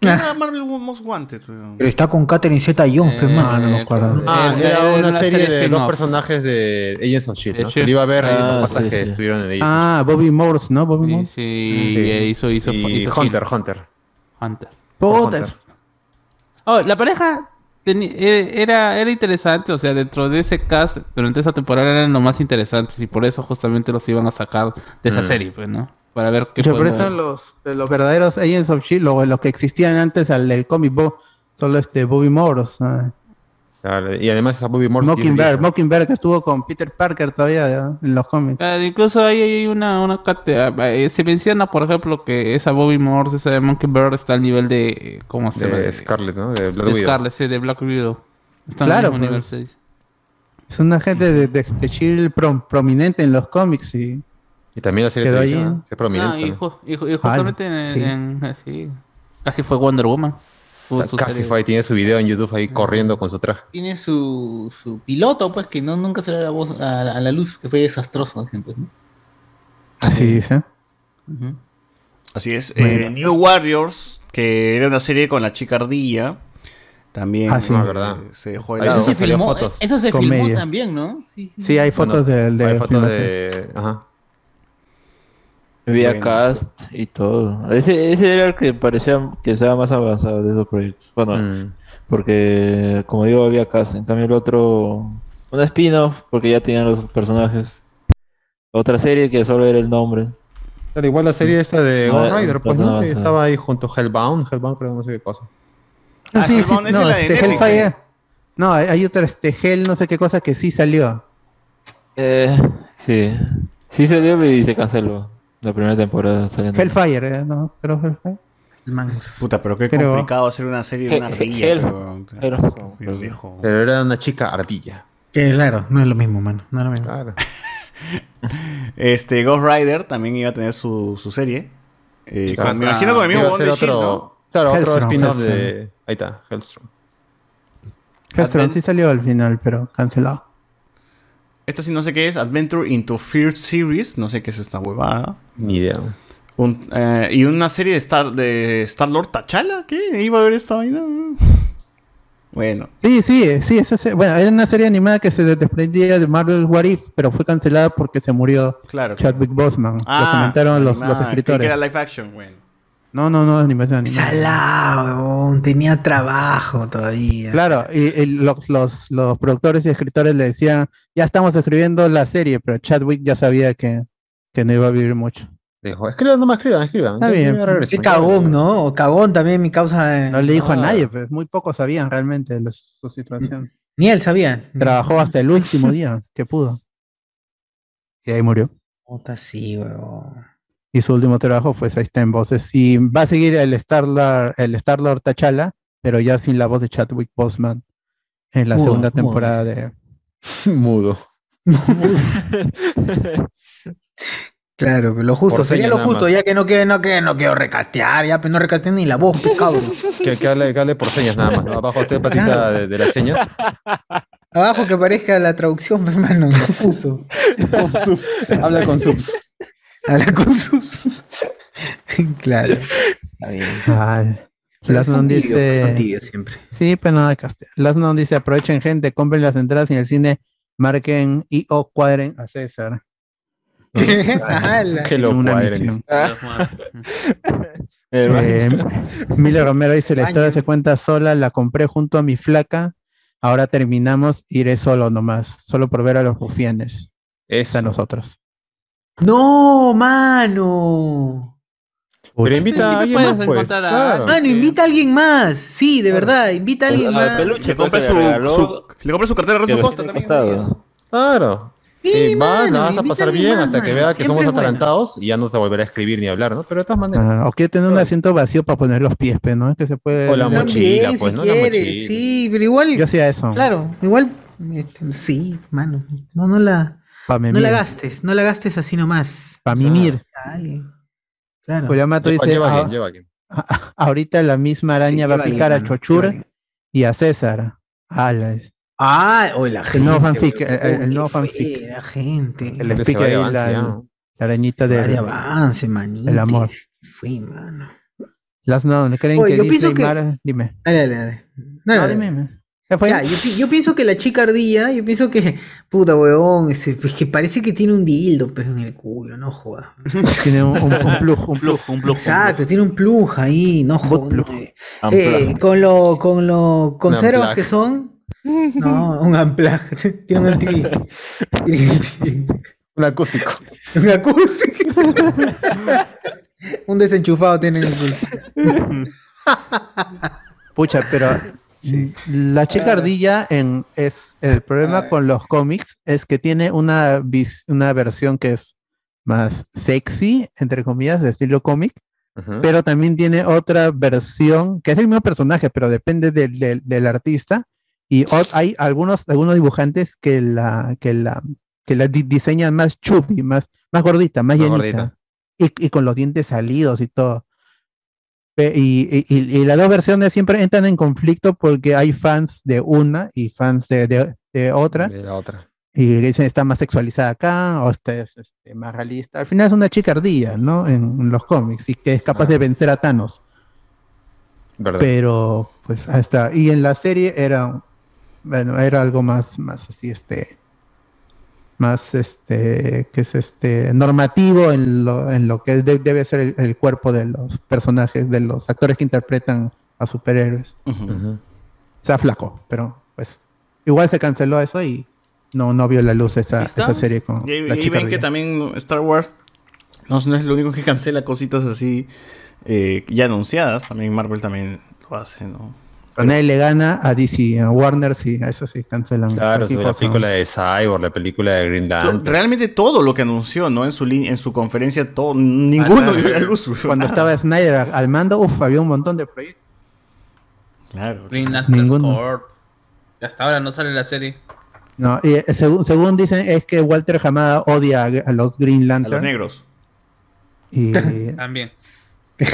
Speaker 6: ¿Qué era Marvel Most Wanted? weón?
Speaker 11: Pero está con Catherine Zeta Jones,
Speaker 6: Eh,
Speaker 11: pero
Speaker 6: ah, no me acuerdo.
Speaker 5: Ah,
Speaker 6: Eh,
Speaker 5: era
Speaker 6: era
Speaker 5: una,
Speaker 6: una
Speaker 5: serie,
Speaker 6: serie
Speaker 5: de dos
Speaker 6: spin-off.
Speaker 5: personajes de Agents of S.H.I.E.L.D., ¿no?
Speaker 3: Eh,
Speaker 5: Que le iba a ver y
Speaker 3: ah,
Speaker 5: los patas
Speaker 3: sí,
Speaker 5: que
Speaker 3: sí.
Speaker 5: estuvieron en Agents.
Speaker 2: Ah, Bobby Morse, ¿no? Bobby Morse.
Speaker 3: Sí,
Speaker 5: Sí.
Speaker 3: eh, hizo, hizo,
Speaker 5: Y
Speaker 3: hizo
Speaker 5: Hunter,
Speaker 3: Hill.
Speaker 5: Hunter.
Speaker 3: Hunter.
Speaker 2: Puta,
Speaker 3: Oh, la pareja teni- eh, era, era interesante, o sea, dentro de ese cast, durante esa temporada eran los más interesantes y por eso justamente los iban a sacar de esa
Speaker 2: Mm.
Speaker 3: serie, pues, ¿no? Para ver qué
Speaker 2: Yo por
Speaker 3: podemos-
Speaker 2: eso los, de los verdaderos Agents of Shield, o los que existían antes al del cómic, Bo- solo este Bobby Morse. ¿no?
Speaker 5: Claro, Y además esa Bobby Morse. sí es
Speaker 2: Mockingbird,
Speaker 5: vieja.
Speaker 2: Mockingbird que estuvo con Peter Parker todavía ¿no? en los cómics.
Speaker 3: Claro, incluso ahí hay una, una cate- ah, eh, se menciona, por ejemplo, que esa Bobby Morse, esa de Monkey Bird está al nivel de, eh, ¿cómo se llama?
Speaker 5: De Scarlett, ¿no? De Black
Speaker 3: de
Speaker 5: Widow.
Speaker 3: Scarlett, sí, de Black Widow. Está al
Speaker 2: Claro,
Speaker 3: mismo nivel
Speaker 2: pues.
Speaker 3: seis.
Speaker 2: Es una gente de, de, de Shield prom- prominente en los cómics y
Speaker 5: Y también la serie
Speaker 2: Quedó
Speaker 5: de
Speaker 2: ahí,
Speaker 5: televisión,
Speaker 2: ¿eh?
Speaker 5: ¿no? Es prominente.
Speaker 3: Ah, y,
Speaker 5: ¿no?
Speaker 3: ju- y ju- y justamente en,
Speaker 2: sí.
Speaker 3: en- así, casi fue Wonder Woman. Tuvo su
Speaker 5: Casi
Speaker 3: serie.
Speaker 5: fue ahí, tiene su video en YouTube ahí corriendo con su traje.
Speaker 10: Tiene su, su piloto, pues, que no, nunca salió a la, voz, a, la- a la luz, que fue desastroso, dicen, pues, ¿no?
Speaker 2: así dice.
Speaker 6: Así es.
Speaker 2: Bueno.
Speaker 6: eh, New Warriors, que era una serie con la chica ardilla. También
Speaker 2: Ah, sí.
Speaker 6: eh,
Speaker 2: Ah,
Speaker 5: verdad.
Speaker 6: se dejó de
Speaker 5: Ahí
Speaker 6: lado.
Speaker 5: sí se Salió filmó,
Speaker 10: fotos. Eso se
Speaker 2: Comedia.
Speaker 10: filmó también, ¿no? Sí, sí.
Speaker 2: Sí, hay fotos del de,
Speaker 5: Hay fotos
Speaker 2: filmación.
Speaker 5: de. Ajá.
Speaker 8: Vía
Speaker 5: Bueno.
Speaker 8: cast y todo. Ese, ese era el que parecía que estaba más avanzado de esos proyectos. Bueno,
Speaker 6: Mm.
Speaker 8: porque como digo, había cast. En cambio, el otro, un spin-off, porque ya tenían los personajes. Otra serie que solo era el nombre.
Speaker 5: Claro, igual la serie esta de
Speaker 8: Ah,
Speaker 5: Ghost Rider, pues,
Speaker 8: no,
Speaker 5: ¿no? Que
Speaker 8: sí.
Speaker 5: Estaba ahí junto a Hellbound, Hellbound creo, no sé qué cosa.
Speaker 2: Ah, sí, sí,
Speaker 6: Hellbound, esa
Speaker 2: no,
Speaker 6: es la de
Speaker 2: este
Speaker 6: Netflix,
Speaker 2: Hellfire. No, hay, hay otra, este Hell, no sé qué cosa que sí salió.
Speaker 8: Eh, sí. Sí salió y se canceló la primera temporada. saliendo.
Speaker 5: (laughs)
Speaker 2: Hellfire, ¿eh? ¿no? Creo Hellfire.
Speaker 6: Puta, pero qué
Speaker 2: Creo-
Speaker 6: complicado hacer una serie de una
Speaker 8: Hell-
Speaker 6: ardilla.
Speaker 8: Hell-
Speaker 6: weón. O sea,
Speaker 8: Hellfire.
Speaker 6: pendejo.
Speaker 5: Pero era una chica ardilla.
Speaker 11: Que claro, no es lo mismo, mano. No es lo mismo.
Speaker 5: Claro.
Speaker 6: Este, Ghost Rider también iba a tener su, su serie. Eh,
Speaker 5: Claro, Ah,
Speaker 6: con- me imagino con el mismo
Speaker 5: iba a
Speaker 6: Bond
Speaker 5: ser
Speaker 6: de
Speaker 5: otro-
Speaker 6: Shield, ¿no?
Speaker 5: Claro, otro
Speaker 2: Hellstrom,
Speaker 5: spin-off de.
Speaker 2: Hellstrom.
Speaker 5: Ahí está, Hellstrom.
Speaker 2: Hellstrom sí salió al final, pero cancelado.
Speaker 6: Esta sí no sé qué es, Adventure into Fear Series, no sé qué es esta huevada.
Speaker 5: Ni idea.
Speaker 6: Un- eh, y una serie de Star de Star Lord Tachala, ¿qué? ¿Iba a haber esta vaina? (laughs) Bueno,
Speaker 2: Sí, sí, sí, esa se- bueno, era una serie animada que se desprendía de Marvel What If, pero fue cancelada porque se murió
Speaker 6: Claro.
Speaker 2: Chadwick Boseman.
Speaker 6: Ah,
Speaker 2: lo comentaron los,
Speaker 6: animada,
Speaker 2: los
Speaker 6: creí que
Speaker 2: escritores.
Speaker 6: era live action, bueno.
Speaker 2: No, no, no, animación, animación.
Speaker 11: Salado, huevón, tenía trabajo todavía.
Speaker 2: Claro, y, y los, los, los productores y escritores le decían, ya estamos escribiendo la serie, pero Chadwick ya sabía que, que no iba a vivir mucho.
Speaker 5: Dijo, escriban, no me escriban, escriban.
Speaker 2: Está
Speaker 5: Yo- yo
Speaker 2: bien.
Speaker 5: me regreso,
Speaker 11: Qué
Speaker 5: yo
Speaker 11: cagón, ¿no? O cagón también, mi causa.
Speaker 2: No le dijo a nadie, pues muy pocos sabían realmente de los- su situación.
Speaker 11: Ni él sabía.
Speaker 2: Trabajó hasta el último día que pudo. (clears throat) Y ahí murió.
Speaker 11: Puta, sí, huevón.
Speaker 2: Y su último trabajo, pues ahí está en voces. Y va a seguir el Star-Lord el Star -Lord T'Challa, pero ya sin la voz de Chadwick Boseman en la
Speaker 5: Mudo,
Speaker 2: segunda
Speaker 5: mudo.
Speaker 2: temporada de...
Speaker 5: Mudo.
Speaker 11: (laughs) Claro, pero lo justo,
Speaker 5: Por
Speaker 11: sería
Speaker 5: señas
Speaker 11: lo
Speaker 5: nada
Speaker 11: justo,
Speaker 5: más.
Speaker 11: ya que no quiero, no quiero, no quiero recastear, ya pues no recasteé ni la voz,
Speaker 5: (laughs)
Speaker 11: pues, cabrón.
Speaker 5: Que, que hable, que hable por señas nada más. ¿no? Abajo estoy patita de, de las señas.
Speaker 11: Abajo que aparezca la traducción, pues, hermano, lo
Speaker 5: (laughs)
Speaker 11: justo.
Speaker 5: Habla con subs.
Speaker 11: Habla con subs. (laughs) claro. Está bien.
Speaker 2: Ay, Lasnon
Speaker 11: son tibios,
Speaker 2: dice...
Speaker 11: son tibios siempre.
Speaker 2: Sí, pero nada, castear. Lasnon dice, aprovechen gente, compren las entradas en el cine, marquen y o cuadren a César.
Speaker 11: (laughs) Ala.
Speaker 2: Que lo Una cuadren. misión. Eh, (laughs)
Speaker 9: Eh,
Speaker 2: Miller Romero dice, la
Speaker 9: Baño.
Speaker 2: historia se cuenta sola, la compré junto a mi flaca, ahora terminamos, iré solo nomás, solo por ver a los rufianes.
Speaker 5: Es
Speaker 2: a nosotros.
Speaker 11: No, mano.
Speaker 2: Pero
Speaker 5: invita a alguien más, pues. Claro.
Speaker 11: Mano, Ah, invita a alguien más. Sí, de verdad, invita a
Speaker 2: ah,
Speaker 11: alguien
Speaker 5: Al-
Speaker 11: más.
Speaker 5: al peluche,
Speaker 6: Le compra su, su- le compra su cartera a Renzo Costa también.
Speaker 5: Claro. Y va, la vas a
Speaker 6: invítale
Speaker 5: pasar bien
Speaker 6: más,
Speaker 5: hasta que
Speaker 6: mano.
Speaker 5: vea que
Speaker 6: Siempre
Speaker 5: somos
Speaker 6: es bueno.
Speaker 5: atarantados y ya no te volverá a escribir ni hablar, ¿no? Pero de todas maneras.
Speaker 2: Ah, o quiero tener un asiento vacío para poner los pies, pe, ¿no? Que se puede...
Speaker 5: O la
Speaker 2: También,
Speaker 5: mochila,
Speaker 2: si
Speaker 5: pues, ¿no? La
Speaker 2: quieres.
Speaker 5: mochila.
Speaker 11: Sí, pero igual.
Speaker 2: Yo hacía eso.
Speaker 11: Claro, igual. este, sí, mano. No, no la.
Speaker 2: Pa'
Speaker 11: no la
Speaker 2: mimir.
Speaker 11: gastes, no la gastes así nomás.
Speaker 2: Pa' mimir.
Speaker 11: A alguien. Claro.
Speaker 2: Julián Mato dice,
Speaker 5: lleva
Speaker 2: ah,
Speaker 5: bien, lleva bien.
Speaker 2: ahorita la misma araña va a
Speaker 11: lleva bien,
Speaker 2: picar a
Speaker 11: mano,
Speaker 2: Chochura
Speaker 11: lleva
Speaker 2: y a César. Ala, es-
Speaker 11: Ah, o la gente.
Speaker 2: El nuevo fanfic,
Speaker 11: weón.
Speaker 2: el- el- el nuevo
Speaker 11: Qué fue,
Speaker 2: fanfic.
Speaker 11: La gente.
Speaker 2: que les pique ahí la, la arañita
Speaker 11: Va de
Speaker 2: de
Speaker 11: avance, manito.
Speaker 2: el amor.
Speaker 11: Fui, mano.
Speaker 2: Las no, ¿no creen
Speaker 11: Oye,
Speaker 2: que
Speaker 11: yo pienso
Speaker 2: Disney
Speaker 11: que-
Speaker 2: Mar- dime.
Speaker 11: Dale, dale, dale.
Speaker 2: No,
Speaker 11: Nada.
Speaker 2: dime, dime. ¿Ya fue?
Speaker 11: Ya, yo, pi- yo pienso que la chica ardilla, yo pienso que, puta weón, ese, pues que parece que tiene un dildo pues, en el culo, no joda.
Speaker 2: (laughs) Tiene un, un, un plug, un plug.
Speaker 3: un plug.
Speaker 11: Exacto, tiene un plug ahí, no joda. Eh,
Speaker 2: Un
Speaker 11: eh,
Speaker 2: plug.
Speaker 11: con lo, con lo conservas
Speaker 2: unplug.
Speaker 11: que son. No, un amplag. (laughs) Tiene un MTV. Tiene un MTV.
Speaker 5: Un acústico.
Speaker 11: Un acústico. (laughs) un desenchufado tiene en el
Speaker 2: (laughs)
Speaker 11: culo.
Speaker 2: Pucha, pero la chica ardilla en es el problema con los cómics es que tiene una vis- una versión que es más sexy entre comillas de estilo cómic,
Speaker 5: Ujú.
Speaker 2: pero también tiene otra versión que es el mismo personaje, pero depende del- del- del artista y ot- hay algunos algunos dibujantes que la que la que la di- diseñan más chupi, más más gordita, más,
Speaker 5: Más
Speaker 2: llenita. Y, y con los dientes salidos y todo. Pe- Y, y- y- y las dos versiones siempre entran en conflicto porque hay fans de una y fans de, de- de otra.
Speaker 5: De la otra.
Speaker 2: Y dicen, está más sexualizada acá o esta es este, más realista. Al final es una chica ardilla, ¿no? En los cómics y que es capaz de vencer a Thanos.
Speaker 5: ¿Verdad?
Speaker 2: Pero, pues, hasta. Y en la serie era. Bueno, era algo más, más así, este. Más, este. Que es este. Normativo en lo, en lo que de- debe ser el, el cuerpo de los personajes, de los actores que interpretan a superhéroes. O sea, flaco, pero, pues. Igual se canceló eso y no, no vio la luz esa, esa serie con
Speaker 6: Y,
Speaker 2: la
Speaker 6: y
Speaker 2: chica.
Speaker 6: ven que
Speaker 2: ardilla.
Speaker 6: también Star Wars no, no es lo único que cancela cositas así eh, ya anunciadas. También Marvel también lo hace, ¿no?
Speaker 2: Pero nadie le gana a DC, a Warner, sí, a eso sí cancelan.
Speaker 5: Claro,
Speaker 2: cualquier
Speaker 5: sobre la
Speaker 2: cosa, ¿no?
Speaker 5: película de Cyborg, la película de Green
Speaker 6: To-
Speaker 5: Lantern.
Speaker 6: Realmente todo lo que anunció, ¿no? En su, lin- en su conferencia, todo, ninguno
Speaker 5: claro.
Speaker 6: vio la luz.
Speaker 2: Cuando estaba Snyder al mando, uff, había un montón de proyectos.
Speaker 6: Claro.
Speaker 3: Green Lantern
Speaker 2: Ninguno.
Speaker 3: Corp. Hasta ahora no sale la serie.
Speaker 2: No, y, eh, según, según dicen es que Walter Hamada odia a, a los Green Lantern.
Speaker 6: negros.
Speaker 3: (laughs)
Speaker 2: Y
Speaker 3: También.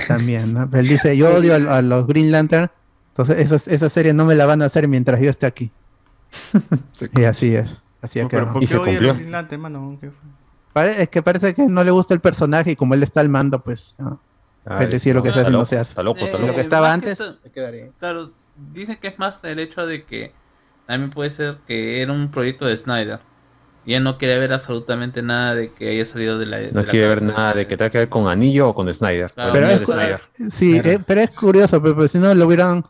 Speaker 2: también, ¿no? Él dice, yo odio a, a los Green Lantern, entonces esas, esa serie no me la van a hacer mientras yo esté aquí. y así es. Así ha quedado.
Speaker 6: ¿Por qué odia el Green Lantern, mano? ¿Qué fue?
Speaker 2: Pare- es que parece que no le gusta el personaje y como él está al mando, pues... ¿no?
Speaker 5: Ay,
Speaker 2: Él decide lo que
Speaker 5: Ah, no,
Speaker 2: se hace
Speaker 5: está
Speaker 2: no
Speaker 5: loco,
Speaker 2: se hace.
Speaker 5: está loco, está
Speaker 2: Y
Speaker 5: loco.
Speaker 2: Lo que estaba
Speaker 3: Más que
Speaker 2: antes...
Speaker 3: eso-
Speaker 2: quedaría.
Speaker 3: Claro, dicen que es más el hecho de que también puede ser que era un proyecto de Snyder. Ya no quiere ver absolutamente nada de que haya salido de la. de
Speaker 5: No
Speaker 3: la
Speaker 5: quiere ver
Speaker 3: cárcel.
Speaker 5: nada de que tenga que ver con Anillo o con Snyder.
Speaker 3: Claro.
Speaker 5: Con el
Speaker 3: Pero
Speaker 5: anillo
Speaker 3: es
Speaker 5: de
Speaker 3: cu-
Speaker 5: Snyder.
Speaker 2: Sí, eh, pero es curioso, pero, si no le hubieran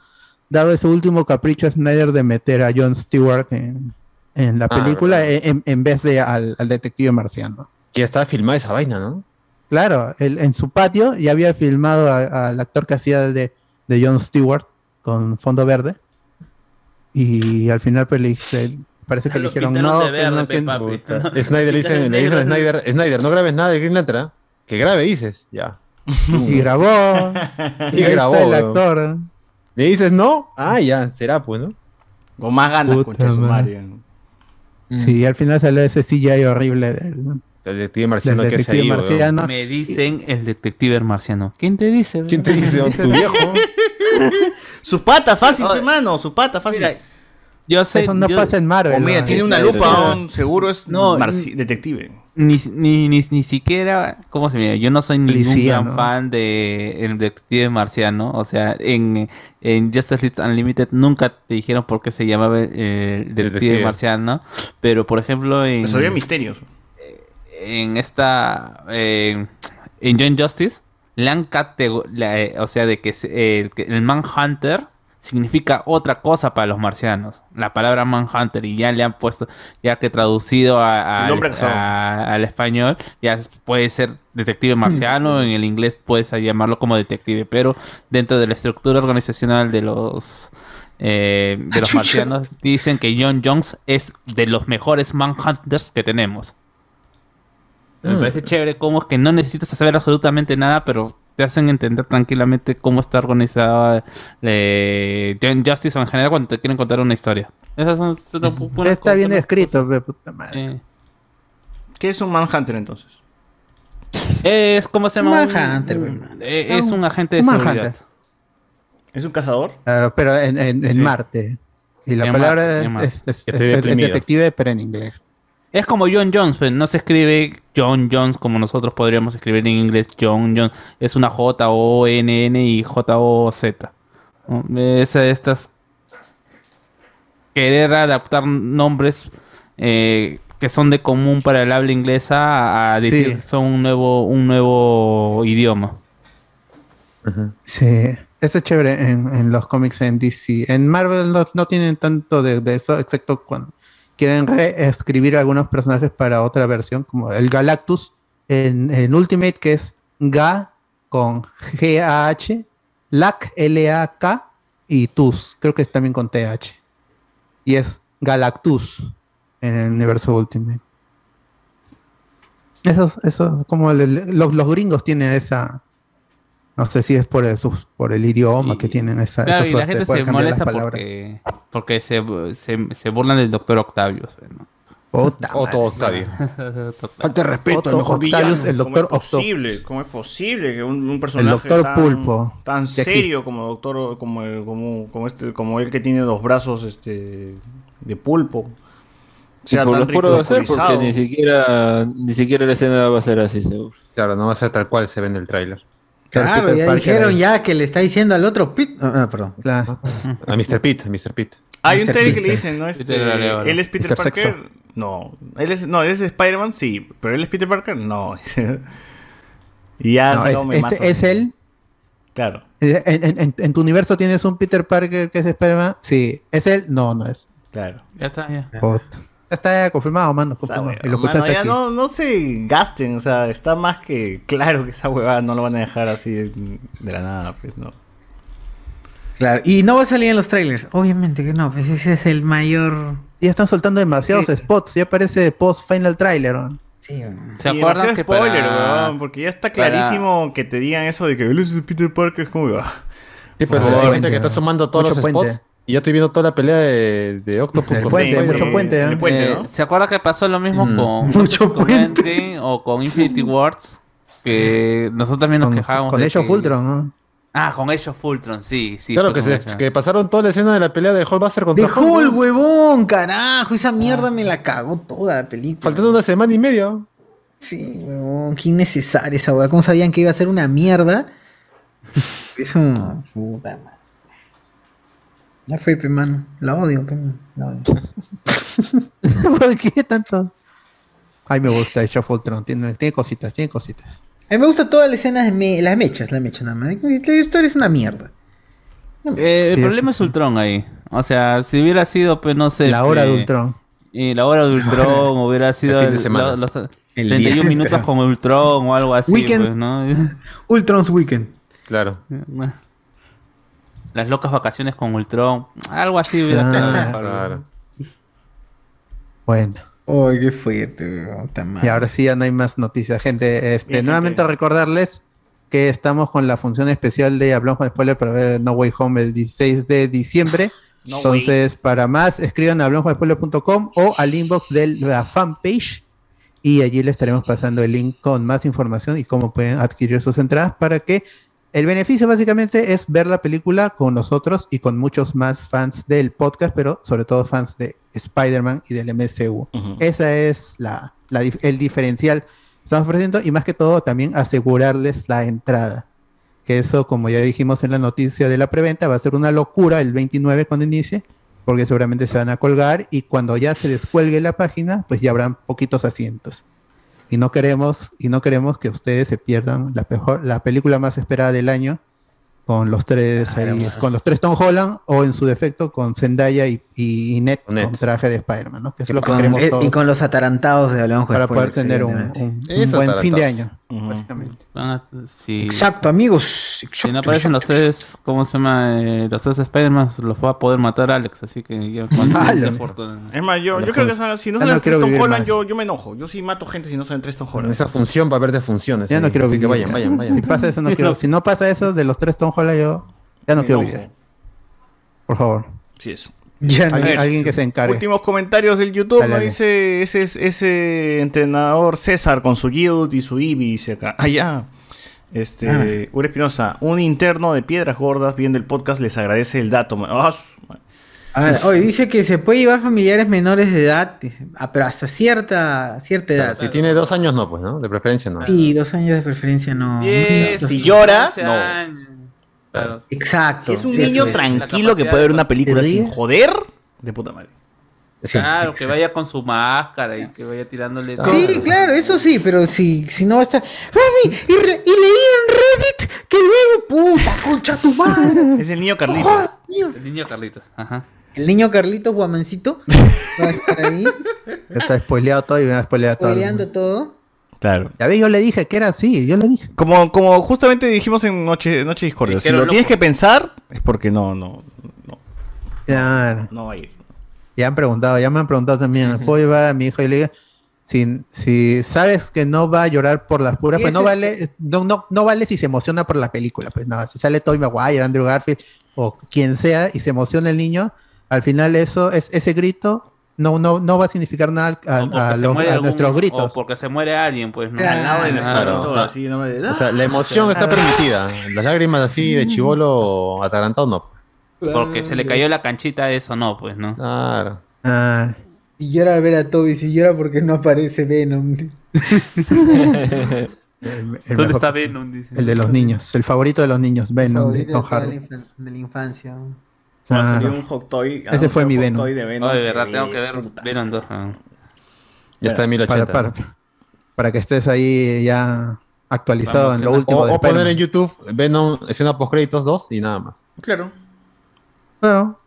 Speaker 2: dado ese último capricho a Snyder de meter a John Stewart en, en la
Speaker 5: Ah,
Speaker 2: película en, en vez de al, al detective marciano.
Speaker 5: Que ya estaba filmada esa vaina, ¿no?
Speaker 2: Claro, él en su patio ya había filmado a- al actor que hacía de, de John Stewart con fondo verde. Y al final pues, le dice- parece
Speaker 5: (laughs)
Speaker 2: que le dijeron no,
Speaker 3: pintaron de
Speaker 2: que
Speaker 3: verde,
Speaker 2: no,
Speaker 3: pe,
Speaker 2: que-
Speaker 3: papi.
Speaker 5: Puta. Snyder le dicen, le dicen a Snyder, Snyder, no grabes nada de Green Lantern, ¿ah? que grabe, dices, ya.
Speaker 2: y
Speaker 5: (laughs)
Speaker 2: grabó.
Speaker 5: Y
Speaker 2: ahí
Speaker 5: grabó,
Speaker 2: está el
Speaker 5: weón.
Speaker 2: actor.
Speaker 5: Le dices no, ah, ya, será pues, ¿no?
Speaker 6: Con más ganas,
Speaker 2: Puta
Speaker 6: concha de su
Speaker 2: madre.
Speaker 6: madre.
Speaker 5: Mm.
Speaker 2: Sí, al final salió ese CGI horrible del,
Speaker 5: El detective marciano
Speaker 2: del
Speaker 5: que hace
Speaker 2: detective
Speaker 5: ahí, weón.
Speaker 2: marciano.
Speaker 3: Me dicen el detective marciano. ¿Quién te dice?
Speaker 5: ¿Quién te dice?
Speaker 3: (laughs)
Speaker 5: Tu viejo.
Speaker 10: (laughs)
Speaker 6: Su pata fácil,
Speaker 3: Oye.
Speaker 6: hermano, su pata fácil.
Speaker 3: Yo sé,
Speaker 2: Eso no
Speaker 3: yo-
Speaker 2: pasa en Marvel.
Speaker 6: o Oh, mira,
Speaker 2: ¿no?
Speaker 6: tiene una
Speaker 3: Claro.
Speaker 6: lupa, aún, seguro es
Speaker 3: No,
Speaker 6: marci-
Speaker 3: y-
Speaker 6: detective.
Speaker 3: Ni, ni, ni, ni siquiera, ¿cómo se mira? Yo no soy ningún
Speaker 2: Policía,
Speaker 3: gran
Speaker 2: ¿no?
Speaker 3: fan de el detective marciano. O sea, en, en Justice League Unlimited nunca te dijeron por qué se llamaba eh, el detective,
Speaker 5: Detective.
Speaker 3: marciano. Pero por ejemplo en,
Speaker 6: Resolvía misterios.
Speaker 3: Eh, en esta eh, en John Justice le han catego- la, eh, o sea de que se- eh, el, que- el Manhunter significa otra cosa para los marcianos la palabra Manhunter y ya le han puesto ya que traducido a- a-
Speaker 6: El hombre cazador.
Speaker 3: a- al español ya puede ser detective
Speaker 6: Mm.
Speaker 3: marciano en el inglés puedes llamarlo como detective pero dentro de la estructura organizacional de los eh, de los
Speaker 6: Chucha.
Speaker 3: marcianos dicen que John Jones es de los mejores Manhunters que tenemos me
Speaker 5: Mm.
Speaker 3: parece chévere cómo es que no necesitas saber absolutamente nada, pero te hacen entender tranquilamente cómo está organizada eh, Young Justice o en general cuando te quieren contar una historia. Esas son, son buenas
Speaker 2: Está
Speaker 3: cosas,
Speaker 2: bien
Speaker 3: ¿no?
Speaker 2: escrito, pe, puta madre.
Speaker 3: Sí.
Speaker 6: ¿Qué es un Manhunter entonces?
Speaker 3: Es como se llama. Un-
Speaker 11: Manhunter, güey,
Speaker 3: un- eh,
Speaker 6: Ah,
Speaker 3: es un agente de
Speaker 2: Un
Speaker 3: seguridad.
Speaker 2: Manhunter.
Speaker 6: ¿Es un cazador?
Speaker 2: Claro, pero en, en- en
Speaker 3: Sí.
Speaker 2: Marte. Y la
Speaker 3: En
Speaker 2: palabra
Speaker 3: Marte, en Marte.
Speaker 2: es, es-
Speaker 5: Que
Speaker 2: es-
Speaker 5: estoy
Speaker 2: es
Speaker 5: deprimido.
Speaker 2: detective, pero en inglés.
Speaker 3: Es como John Jones, pero no se escribe John Jones como nosotros podríamos escribir en inglés John Jones. Es una J O N N y J O Z. ¿no? Es estas querer adaptar nombres eh, que son de común para el habla inglesa a- a decir
Speaker 2: Sí.
Speaker 3: que son un nuevo un nuevo idioma.
Speaker 2: Sí. Eso es chévere en, en los cómics en DC. En Marvel no, no tienen tanto de, de eso, excepto cuando quieren reescribir algunos personajes para otra versión, como el Galactus en, en Ultimate, que es Ga con G-A-H, LAC, L-A-K y TUS, creo que es también con T-H. Y es Galactus en el universo Ultimate. Esos, esos, como el- el- los, los gringos tienen esa. No sé si es por el, sus- por el idioma
Speaker 3: Y-
Speaker 2: que tienen esa, esa
Speaker 3: Claro, y la
Speaker 2: suerte de
Speaker 3: gente
Speaker 2: poder
Speaker 3: se
Speaker 2: cambiar las
Speaker 3: molesta
Speaker 2: palabras.
Speaker 3: porque, porque se, se, se burlan del doctor Octavio. pues, ¿no?
Speaker 2: Puta
Speaker 5: Otto
Speaker 2: madre.
Speaker 5: Octavio.
Speaker 3: Total.
Speaker 2: de respeto, el mejor Octavius, el doctor
Speaker 6: ¿Cómo es
Speaker 2: Octo.
Speaker 6: posible? ¿Cómo es posible que un, un personaje
Speaker 2: doctor
Speaker 6: tan,
Speaker 2: Pulpo
Speaker 6: tan
Speaker 2: ya
Speaker 6: serio como doctor como, el- como, como este como él que tiene los brazos este de pulpo
Speaker 8: Sí,
Speaker 6: sea
Speaker 8: por
Speaker 6: tan
Speaker 8: lo juro de ser, porque
Speaker 6: ridiculizado?
Speaker 8: ni siquiera, ni siquiera la escena va a ser así, seguro.
Speaker 5: Claro, no va a ser tal cual se ve en el tráiler.
Speaker 11: Claro,
Speaker 2: Peter
Speaker 11: ya
Speaker 2: Parker
Speaker 11: dijeron
Speaker 2: ahí.
Speaker 11: ya que le está diciendo al otro Pit. Ah, ah, perdón.
Speaker 2: Claro.
Speaker 5: A Mr. Pitt, a Mr. Pitt.
Speaker 6: Hay
Speaker 11: Mr.
Speaker 6: un trailer que le
Speaker 11: Peter.
Speaker 6: dicen, ¿no? Este,
Speaker 3: Peter O'Leary.
Speaker 6: él es Peter
Speaker 2: Mr.
Speaker 6: Parker.
Speaker 2: Sexo.
Speaker 6: No, él es no, él es Spider-Man sí, pero él es Peter Parker no. (laughs) y ya
Speaker 2: No,
Speaker 6: no,
Speaker 2: es,
Speaker 6: me
Speaker 2: es,
Speaker 6: mazo.
Speaker 2: es él.
Speaker 6: Claro.
Speaker 2: Eh, En, en- en tu universo tienes un Peter Parker que es Spider-Man. Sí, es él. No, no es.
Speaker 6: Claro.
Speaker 3: Ya está, ya.
Speaker 2: Puta. Ya Está confirmado, mano. confirmado.
Speaker 6: Esa
Speaker 2: Y lo
Speaker 6: hueva, Ah. mano,
Speaker 2: escuchaste
Speaker 6: ya
Speaker 2: aquí.
Speaker 6: no, no se gasten, o sea, está más que claro que esa huevada no lo van a dejar así de, de la nada, pues no.
Speaker 11: Claro. Y no va a salir en los trailers. Obviamente que no, pues ese es el mayor.
Speaker 2: Ya están soltando demasiados
Speaker 11: Sí.
Speaker 2: spots. Ya parece post-final trailer. ¿no?
Speaker 11: Sí, bueno.
Speaker 3: ¿Se
Speaker 6: Y
Speaker 3: acuerdan
Speaker 6: demasiado
Speaker 3: que
Speaker 6: spoiler,
Speaker 3: para-
Speaker 6: huevón, porque ya está
Speaker 3: para-
Speaker 6: clarísimo que te digan eso de que él es Peter Parker, es como que, ah,
Speaker 5: Sí, pues, pero
Speaker 2: Mucho
Speaker 5: te das cuenta
Speaker 2: puente,
Speaker 5: que está
Speaker 2: ¿no?
Speaker 5: sumando todos
Speaker 2: Mucho
Speaker 5: los
Speaker 2: puente.
Speaker 5: spots. Y ya estoy viendo toda la pelea de, de Octopus.
Speaker 2: Del
Speaker 5: con
Speaker 2: puente,
Speaker 5: Spider-Man.
Speaker 2: mucho puente, ¿eh?
Speaker 6: El puente, ¿no?
Speaker 3: Eh, ¿Se acuerda que pasó lo mismo
Speaker 5: Mm.
Speaker 3: con, no sé si con Endgame o con Infinity Wars? Que nosotros también nos
Speaker 2: Con,
Speaker 3: quejábamos.
Speaker 2: con
Speaker 5: eh,
Speaker 3: de
Speaker 2: ellos
Speaker 3: que-
Speaker 2: Fultron, ¿no?
Speaker 3: Ah, con Age of Fultron, sí, sí.
Speaker 5: Claro,
Speaker 3: fue
Speaker 5: que,
Speaker 3: con
Speaker 5: se-
Speaker 3: Age of-
Speaker 5: que pasaron toda la escena de la pelea de Hulkbuster
Speaker 11: De
Speaker 5: contra
Speaker 11: Hulk,
Speaker 5: Hulk.
Speaker 11: huevón, carajo. Esa mierda me la cagó toda la película.
Speaker 5: Faltando una semana y media.
Speaker 11: Sí, huevón, qué innecesaria esa hueá. ¿Cómo sabían que iba a ser una (laughs) mierda? Es un... Puta madre. Ya fue, pe, mano. La odio, pe, mano. La odio.
Speaker 2: ¿Por qué tanto? Ay, me gusta el Shuffle Tron. Tiene, tiene cositas, tiene cositas.
Speaker 11: A mí me gusta toda la escena de me- las mechas, la mecha nada más. La historia es una mierda.
Speaker 3: Eh, el
Speaker 11: Sí,
Speaker 3: problema es Ultron ahí. O sea, si hubiera sido, pues no sé.
Speaker 2: La hora
Speaker 3: eh,
Speaker 2: de Ultron.
Speaker 3: Y la hora de Ultron hubiera sido
Speaker 2: fin de
Speaker 3: el-
Speaker 2: semana.
Speaker 3: lo- los
Speaker 2: El
Speaker 3: 31
Speaker 2: día.
Speaker 3: minutos con Ultron o algo así,
Speaker 11: Weekend.
Speaker 3: pues, ¿no?
Speaker 11: Ultron's Weekend.
Speaker 5: Claro.
Speaker 3: Las locas vacaciones con Ultron. Algo así hubiera
Speaker 2: Claro.
Speaker 3: estado mejor.
Speaker 2: Bueno.
Speaker 11: Uy, qué fuerte, weón. Está mal.
Speaker 2: Y ahora sí ya no hay más noticias, gente. Este,
Speaker 11: Bien,
Speaker 2: nuevamente recordarles que estamos con la función especial de Hablamos con Spoiler para ver No Way Home el 16 de diciembre.
Speaker 12: No way.
Speaker 2: Entonces, para más, escriban a hablamosconspoiler.com o al inbox de la fanpage y allí les estaremos pasando el link con más información y cómo pueden adquirir sus entradas para que el beneficio básicamente es ver la película con nosotros y con muchos más fans del podcast, pero sobre todo fans de Spider-Man y del MCU. Esa es la, la dif- el diferencial que estamos ofreciendo y más que todo también asegurarles la entrada. Que eso, como ya dijimos en la noticia de la preventa, va a ser una locura el 29 cuando inicie, porque seguramente se van a colgar y cuando ya se descuelgue la página, pues ya habrán poquitos asientos. Y no queremos, y no queremos que ustedes se pierdan la, peor- la película más esperada del año con los
Speaker 11: Ah,
Speaker 2: tres ahí- con los tres Tom Holland o en su defecto con Zendaya y, y Ned con traje de Spider-Man, ¿no? Que es lo que
Speaker 11: Con-
Speaker 2: queremos
Speaker 11: eh,
Speaker 2: todos
Speaker 11: Y con los atarantados de Hablamos con
Speaker 2: para
Speaker 11: Spoiler,
Speaker 2: poder tener un,
Speaker 11: evidentemente.
Speaker 2: un- un buen fin de año. básicamente.
Speaker 3: Van a- Ah, sí.
Speaker 11: Exacto, amigos.
Speaker 3: Si no aparecen los tres, ¿cómo se llama? Eh, los tres Spider-Man los va a poder matar Alex, así que ya con
Speaker 6: Malo.
Speaker 3: qué fortuna. pues,
Speaker 6: Es más, yo, yo creo que son, si no
Speaker 3: Ya
Speaker 6: son
Speaker 3: no
Speaker 6: las
Speaker 3: quiero
Speaker 6: Tristan
Speaker 3: vivir
Speaker 6: Holland,
Speaker 3: más.
Speaker 6: yo, yo me enojo. Yo sí mato gente si no son Tristan
Speaker 5: En
Speaker 6: Holland.
Speaker 5: esa función va a haber defunciones.
Speaker 2: Ya no
Speaker 5: ahí,
Speaker 2: quiero
Speaker 5: Así
Speaker 2: vivir.
Speaker 5: que vayan, vayan, vayan.
Speaker 2: Si pasa eso, (laughs) no quiero. Si no pasa eso de los tres Tom Holland, yo ya no quiero vivir. Por favor.
Speaker 6: Sí, eso.
Speaker 2: Ya no.
Speaker 6: A ver,
Speaker 2: Alguien que se encargue.
Speaker 6: Últimos comentarios del YouTube.
Speaker 2: Dale,
Speaker 6: nos
Speaker 2: dale.
Speaker 6: dice ese, ese entrenador César con su Guild y su Ibi. Dice acá. Allá. Este,
Speaker 12: Ah.
Speaker 6: Ure Espinosa, un interno de Piedras Gordas viendo el podcast les agradece el dato. Ah, su-
Speaker 11: Ah, oye, dice que se puede llevar familiares menores de edad, dice. Ah, pero hasta cierta, cierta edad.
Speaker 5: Claro, si tiene dos años, no, pues, ¿no? De preferencia, no.
Speaker 11: Sí, dos años de preferencia no.
Speaker 6: Diez,
Speaker 11: No,
Speaker 6: si
Speaker 11: dos-
Speaker 6: llora,
Speaker 11: doce
Speaker 6: no.
Speaker 11: años.
Speaker 3: Claro.
Speaker 11: Exacto.
Speaker 6: Si es un
Speaker 11: eso
Speaker 6: niño
Speaker 11: es.
Speaker 6: tranquilo que puede ver una película sin joder, de puta madre.
Speaker 3: claro, que vaya con su máscara y que vaya tirándole.
Speaker 11: Sí, claro, eso sí, pero si, si no va a estar. "Mami, y, re- y leí en Reddit que luego. ¡Puta concha tu madre!
Speaker 6: (laughs) Es el niño Carlitos.
Speaker 11: Joder, mío.
Speaker 3: El niño Carlitos, ajá.
Speaker 11: El niño Carlitos Guamancito va a
Speaker 2: (laughs)
Speaker 11: estar ahí,
Speaker 2: Ya Está spoileado todo y me ha spoileado todo.
Speaker 11: peleando todo.
Speaker 6: Claro.
Speaker 2: Ya ves, yo le dije que era así, yo le dije.
Speaker 6: Como, como justamente dijimos en Noche, noche Discordia, si
Speaker 2: Dijeron
Speaker 6: lo
Speaker 2: loco.
Speaker 6: tienes que pensar, es porque no, no.
Speaker 2: Claro.
Speaker 6: No va a ir.
Speaker 2: Ya han preguntado, ya me han preguntado también. ¿Puedo llevar a mi hijo y le digo, si, si sabes que no va a llorar por las puras,
Speaker 11: Sí,
Speaker 2: pues no
Speaker 11: ese-
Speaker 2: vale, no, no, no vale si se emociona por la película. Pues no, si sale Tobey Maguire, Andrew Garfield o quien sea y se emociona el niño, al final eso es ese grito no, no, no va a significar nada a,
Speaker 3: O porque
Speaker 2: a
Speaker 3: se
Speaker 2: los-
Speaker 3: muere
Speaker 2: a
Speaker 3: algún-
Speaker 2: nuestros gritos.
Speaker 3: O porque se muere alguien, pues, ¿no?
Speaker 2: Al lado de nuestro
Speaker 6: grito,
Speaker 5: o sea,
Speaker 6: así, no me- "Ah".
Speaker 5: o sea, la emoción está permitida. Las lágrimas así de chivolo atarantado, no.
Speaker 3: Porque se le cayó la canchita, eso no, pues, ¿no?
Speaker 6: Ah,
Speaker 5: Claro.
Speaker 2: Ah.
Speaker 11: Y llora al ver a Toby, si llora porque no aparece Venom. (laughs)
Speaker 2: El
Speaker 3: ¿Dónde
Speaker 2: mejor-
Speaker 3: está Venom? Dice.
Speaker 2: El de los niños, el favorito de los niños, Venom de Tom
Speaker 11: Favorito de toda la
Speaker 2: Hardy.
Speaker 11: infan- de la infancia.
Speaker 6: Cuando
Speaker 2: Claro.
Speaker 6: salió un hot toy.
Speaker 2: Ese fue mi Venom.
Speaker 6: Venom. de Venom
Speaker 3: Oye,
Speaker 6: se
Speaker 3: de verdad,
Speaker 6: ve-
Speaker 3: tengo
Speaker 2: (laughs)
Speaker 3: que ver Venom 2. ah.
Speaker 5: Ya está en 1080.
Speaker 2: Para, para, para que estés ahí ya actualizado en lo último
Speaker 5: O,
Speaker 2: de
Speaker 5: o poner
Speaker 2: Spider-Man.
Speaker 5: en YouTube Venom escena post créditos 2 y nada más.
Speaker 6: Claro.
Speaker 2: Claro.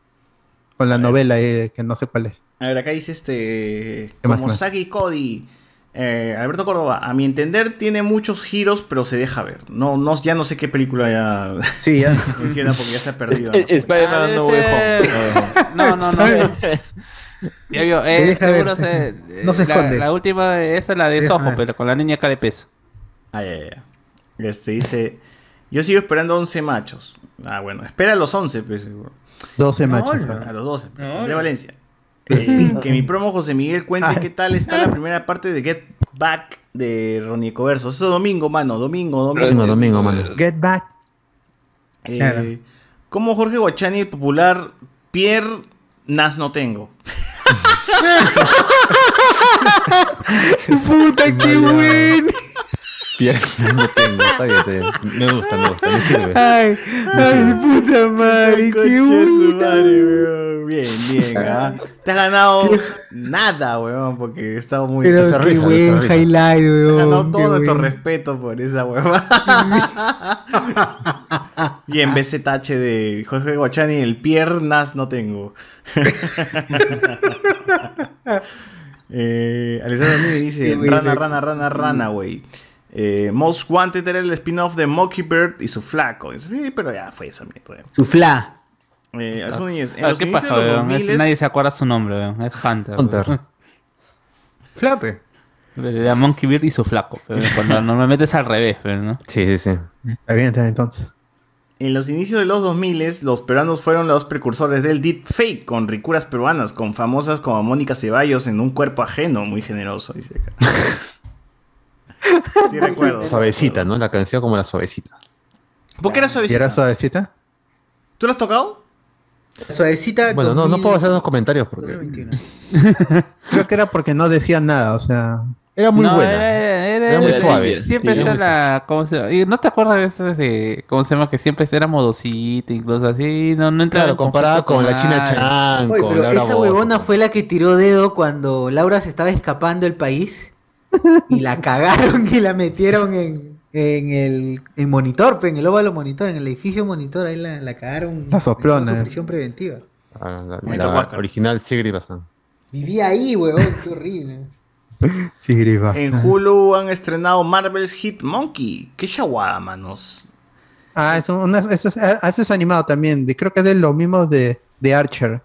Speaker 2: Con la novela ahí, que no sé cuál es.
Speaker 6: A ver, acá dice este.
Speaker 2: ¿Qué más,
Speaker 6: Como
Speaker 2: qué más?
Speaker 6: Saki Cody. eh, Alberto Córdoba, a mi entender, tiene muchos giros, pero se deja ver. No, no, ya no sé qué película ya.
Speaker 2: Sí, ya.
Speaker 6: (laughs) menciona porque ya se ha perdido.
Speaker 8: Eh, eh, Spider-Man
Speaker 6: Ah, debe
Speaker 8: No Way Home.
Speaker 6: ser.
Speaker 8: No Way Home.
Speaker 3: No, no, no. Ya vio,
Speaker 11: Se
Speaker 3: eh,
Speaker 11: deja
Speaker 3: seguro
Speaker 11: ver.
Speaker 3: se, eh,
Speaker 11: No se
Speaker 3: la,
Speaker 11: esconde.
Speaker 3: La última, esa es la de
Speaker 6: Deja
Speaker 3: Soho,
Speaker 6: ver.
Speaker 3: pero con la niña cara de pez.
Speaker 6: Ah, ya, ya, ya. Este dice: Yo sigo esperando 11 machos. Ah, bueno, espera a los 11, pues. seguro.
Speaker 2: 12 machos.
Speaker 6: A los 12. de Valencia. Eh, que mi promo José Miguel cuente qué tal está la primera parte de Get Back de Ronnie Coverso. Eso domingo, mano. Domingo, domingo.
Speaker 5: Domingo, domingo, mano.
Speaker 2: Get back.
Speaker 6: Eh,
Speaker 2: Claro.
Speaker 6: ¿Cómo Jorge Guachani, el popular Pierre Nas no tengo?
Speaker 11: Puta, qué bueno.
Speaker 5: Piernas (laughs) no tengo, está bien, está bien. Me gusta, me gusta, me sirve.
Speaker 11: Ay,
Speaker 5: Me
Speaker 11: ay,
Speaker 5: sirve.
Speaker 11: puta madre, qué bonita.
Speaker 6: Bien, bien, ¿ah? Te has ganado nada, weón, porque he estado muy...
Speaker 11: Pero
Speaker 6: nuestra
Speaker 11: qué
Speaker 6: risa,
Speaker 11: buen
Speaker 6: nuestra risa.
Speaker 11: highlight,
Speaker 6: Te has
Speaker 11: weón,
Speaker 6: ganado
Speaker 11: qué
Speaker 6: todo nuestro
Speaker 11: buen.
Speaker 6: respeto por
Speaker 11: (laughs)
Speaker 6: esa weón. bien, BZH de José Guachani, el piernas
Speaker 11: (laughs)
Speaker 6: no tengo. eh, Alessandro Nive
Speaker 10: Qué
Speaker 6: dice,
Speaker 10: buen
Speaker 6: rana,
Speaker 10: récord.
Speaker 6: rana, rana, rana, güey. Eh, Most Wanted era el spin-off de Mockingbird y su flaco. Dice, "Sí, Pero ya fue esa mierda.
Speaker 11: Tu fla.
Speaker 6: Eh, hace unos años- en
Speaker 3: Ah,
Speaker 6: los
Speaker 3: ¿Qué
Speaker 6: inicios
Speaker 3: pasa,
Speaker 6: de los
Speaker 3: weón? Es-
Speaker 6: 2000s
Speaker 3: Nadie se acuerda su nombre, weón. Es Hunter.
Speaker 6: Hunter.
Speaker 3: weón.
Speaker 11: Flape.
Speaker 3: Era Monkey Bird y su flaco. pero cuando (laughs) normalmente es al revés, pero, ¿no?
Speaker 5: Sí, sí, sí.
Speaker 2: Está bien, está bien, entonces.
Speaker 6: En los inicios de los 2000, los peruanos fueron los precursores del deepfake con ricuras peruanas, con famosas como Mónica Ceballos en un cuerpo ajeno, muy generoso, dice acá. Sí recuerdo.
Speaker 5: Suavecita, ¿no? La canción como la suavecita.
Speaker 6: ¿Por qué era
Speaker 2: ¿Y
Speaker 6: suavecita?
Speaker 2: era suavecita?
Speaker 6: ¿Tú lo has tocado?
Speaker 7: Suavecita.
Speaker 5: Bueno, no, no puedo hacer los comentarios porque.
Speaker 2: (laughs) Creo que era porque no decía nada, o sea.
Speaker 5: Era
Speaker 3: No, era- era-
Speaker 5: Era muy
Speaker 3: era-
Speaker 5: suave.
Speaker 3: Siempre
Speaker 5: Sí, era
Speaker 3: está
Speaker 5: muy
Speaker 3: la. ¿Cómo se llama? Y ¿No te acuerdas de esas de. ¿Cómo se llama? Que siempre era modosita, incluso así. No, no entraba
Speaker 5: Claro,
Speaker 3: en
Speaker 5: comparada
Speaker 3: conflicto
Speaker 5: con la China
Speaker 3: nadie.
Speaker 5: Chan,
Speaker 12: Oye,
Speaker 5: con
Speaker 12: pero
Speaker 5: Laura
Speaker 12: esa
Speaker 5: Bozo.
Speaker 12: huevona fue la que tiró dedo cuando Laura se estaba escapando del
Speaker 2: (laughs)
Speaker 12: país y la cagaron y la metieron en, en el en monitor, pe, en el óvalo monitor, en el edificio monitor, ahí la, la cagaron.
Speaker 2: La soplona,
Speaker 12: metieron
Speaker 2: eh.
Speaker 12: su prisión preventiva.
Speaker 5: Ah, la-
Speaker 6: Mónica
Speaker 5: la
Speaker 6: Huáscar.
Speaker 5: original Sigrid Bazán.
Speaker 12: Vivía ahí,
Speaker 2: (laughs)
Speaker 12: weón, qué horrible.
Speaker 2: Sí, gripa.
Speaker 6: En Hulu han estrenado Marvel's Hit Monkey. Qué chaguada, manos.
Speaker 2: Ah, es, un- una- es, es- ah, eso es animado también. de- creo que es de los mismos de, de Archer.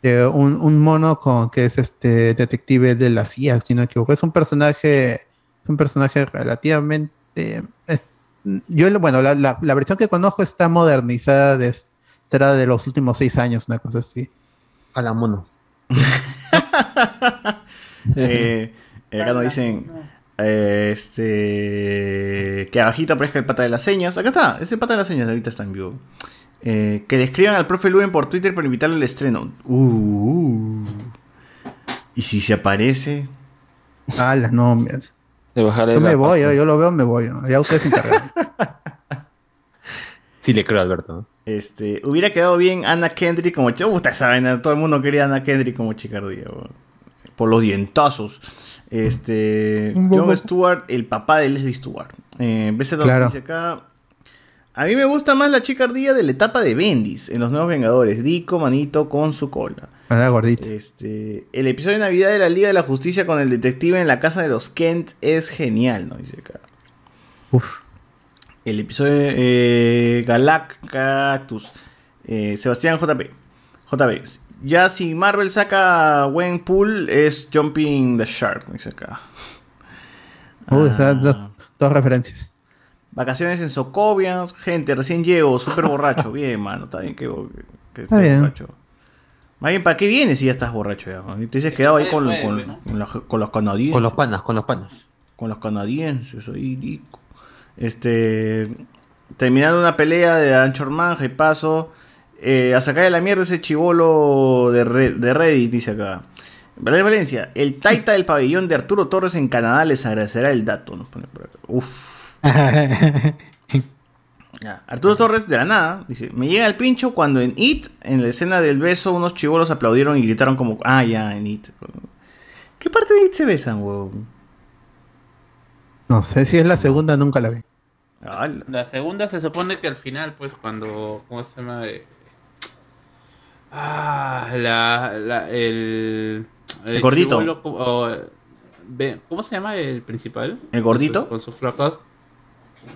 Speaker 2: De un, un mono con, que es este detective de la CIA, si no me equivoco. Es un personaje, es un personaje relativamente. es- yo, lo- bueno, la, la- la versión que conozco está modernizada desde de los últimos seis años, una cosa así.
Speaker 5: A la mono.
Speaker 6: Eh, eh, acá nos dicen. eh, este. Que abajito aparezca el pata de las señas. Acá está, ese pata de las señas ahorita está en vivo. Eh, que le escriban al profe Luen por Twitter para invitarle al estreno. Uh. Y si se
Speaker 12: (laughs)
Speaker 6: aparece.
Speaker 2: Ah, las nomias.
Speaker 8: bajaré
Speaker 2: Yo
Speaker 8: la
Speaker 2: me voy,
Speaker 8: página.
Speaker 2: yo, yo lo veo, me voy. ¿no? Ya ustedes se encargan.
Speaker 5: (laughs) Sí, le creo a Alberto. ¿no?
Speaker 6: Este, hubiera quedado bien Ana Kendrick como chica. Ustedes saben, todo el mundo quería a Ana Kendrick como chicardía. weón. Por los dientazos. Este,
Speaker 2: Un poco.
Speaker 6: John Stewart, el papá de Leslie Stewart. Eh, BZ
Speaker 2: Claro.
Speaker 6: dice acá. A mí me gusta más la chicardía de la etapa de Bendis en Los Nuevos Vengadores. Dico, manito, con su cola.
Speaker 2: Anda gordito.
Speaker 6: Este, el episodio de Navidad de la Liga de la Justicia con el detective en la casa de los Kent es genial, ¿no? Dice acá. El episodio eh, Galactus. Eh, Sebastián JP. JP. Ya si Marvel saca Gwen Pool es Jumping the Shark, dice acá. Ah.
Speaker 2: Uy, o sea, dos, dos referencias.
Speaker 6: Vacaciones en Socovia. Gente, recién llego, súper
Speaker 5: (laughs)
Speaker 6: borracho. Bien, mano, está bien que, que
Speaker 2: Está
Speaker 6: estés
Speaker 2: bien.
Speaker 6: borracho. Más bien, ¿para qué vienes si ya estás borracho? Ya? Y Te dices quedado ahí con,
Speaker 3: Puede, puede,
Speaker 6: con- con los, con los canadienses.
Speaker 5: Con los panas, con los panas.
Speaker 6: con los canadienses, ahí rico. Este, terminando una pelea de Anchorman, paso eh, a sacar de la mierda ese chivolo de, Re- de Reddit, dice acá. Valeria Valencia, el taita del pabellón de Arturo Torres en Canadá les agradecerá el dato. Nos pone por acá. Uf. Ya, Arturo Torres, de la nada, dice: Me llega el pincho cuando en It, en la escena del beso, unos chivolos aplaudieron y gritaron como: Ah, ya, en It. ¿Qué parte de It se besan, huevón?
Speaker 2: No sé si es la segunda, nunca la vi.
Speaker 6: Ala.
Speaker 3: La segunda se supone que al final, pues cuando. ¿Cómo se llama? Eh, Ah, la. la- el.
Speaker 6: El gordito.
Speaker 3: chibolo, o, eh, Ben- ¿Cómo se llama el principal?
Speaker 6: ¿El gordito?
Speaker 3: Con sus, con sus flacas.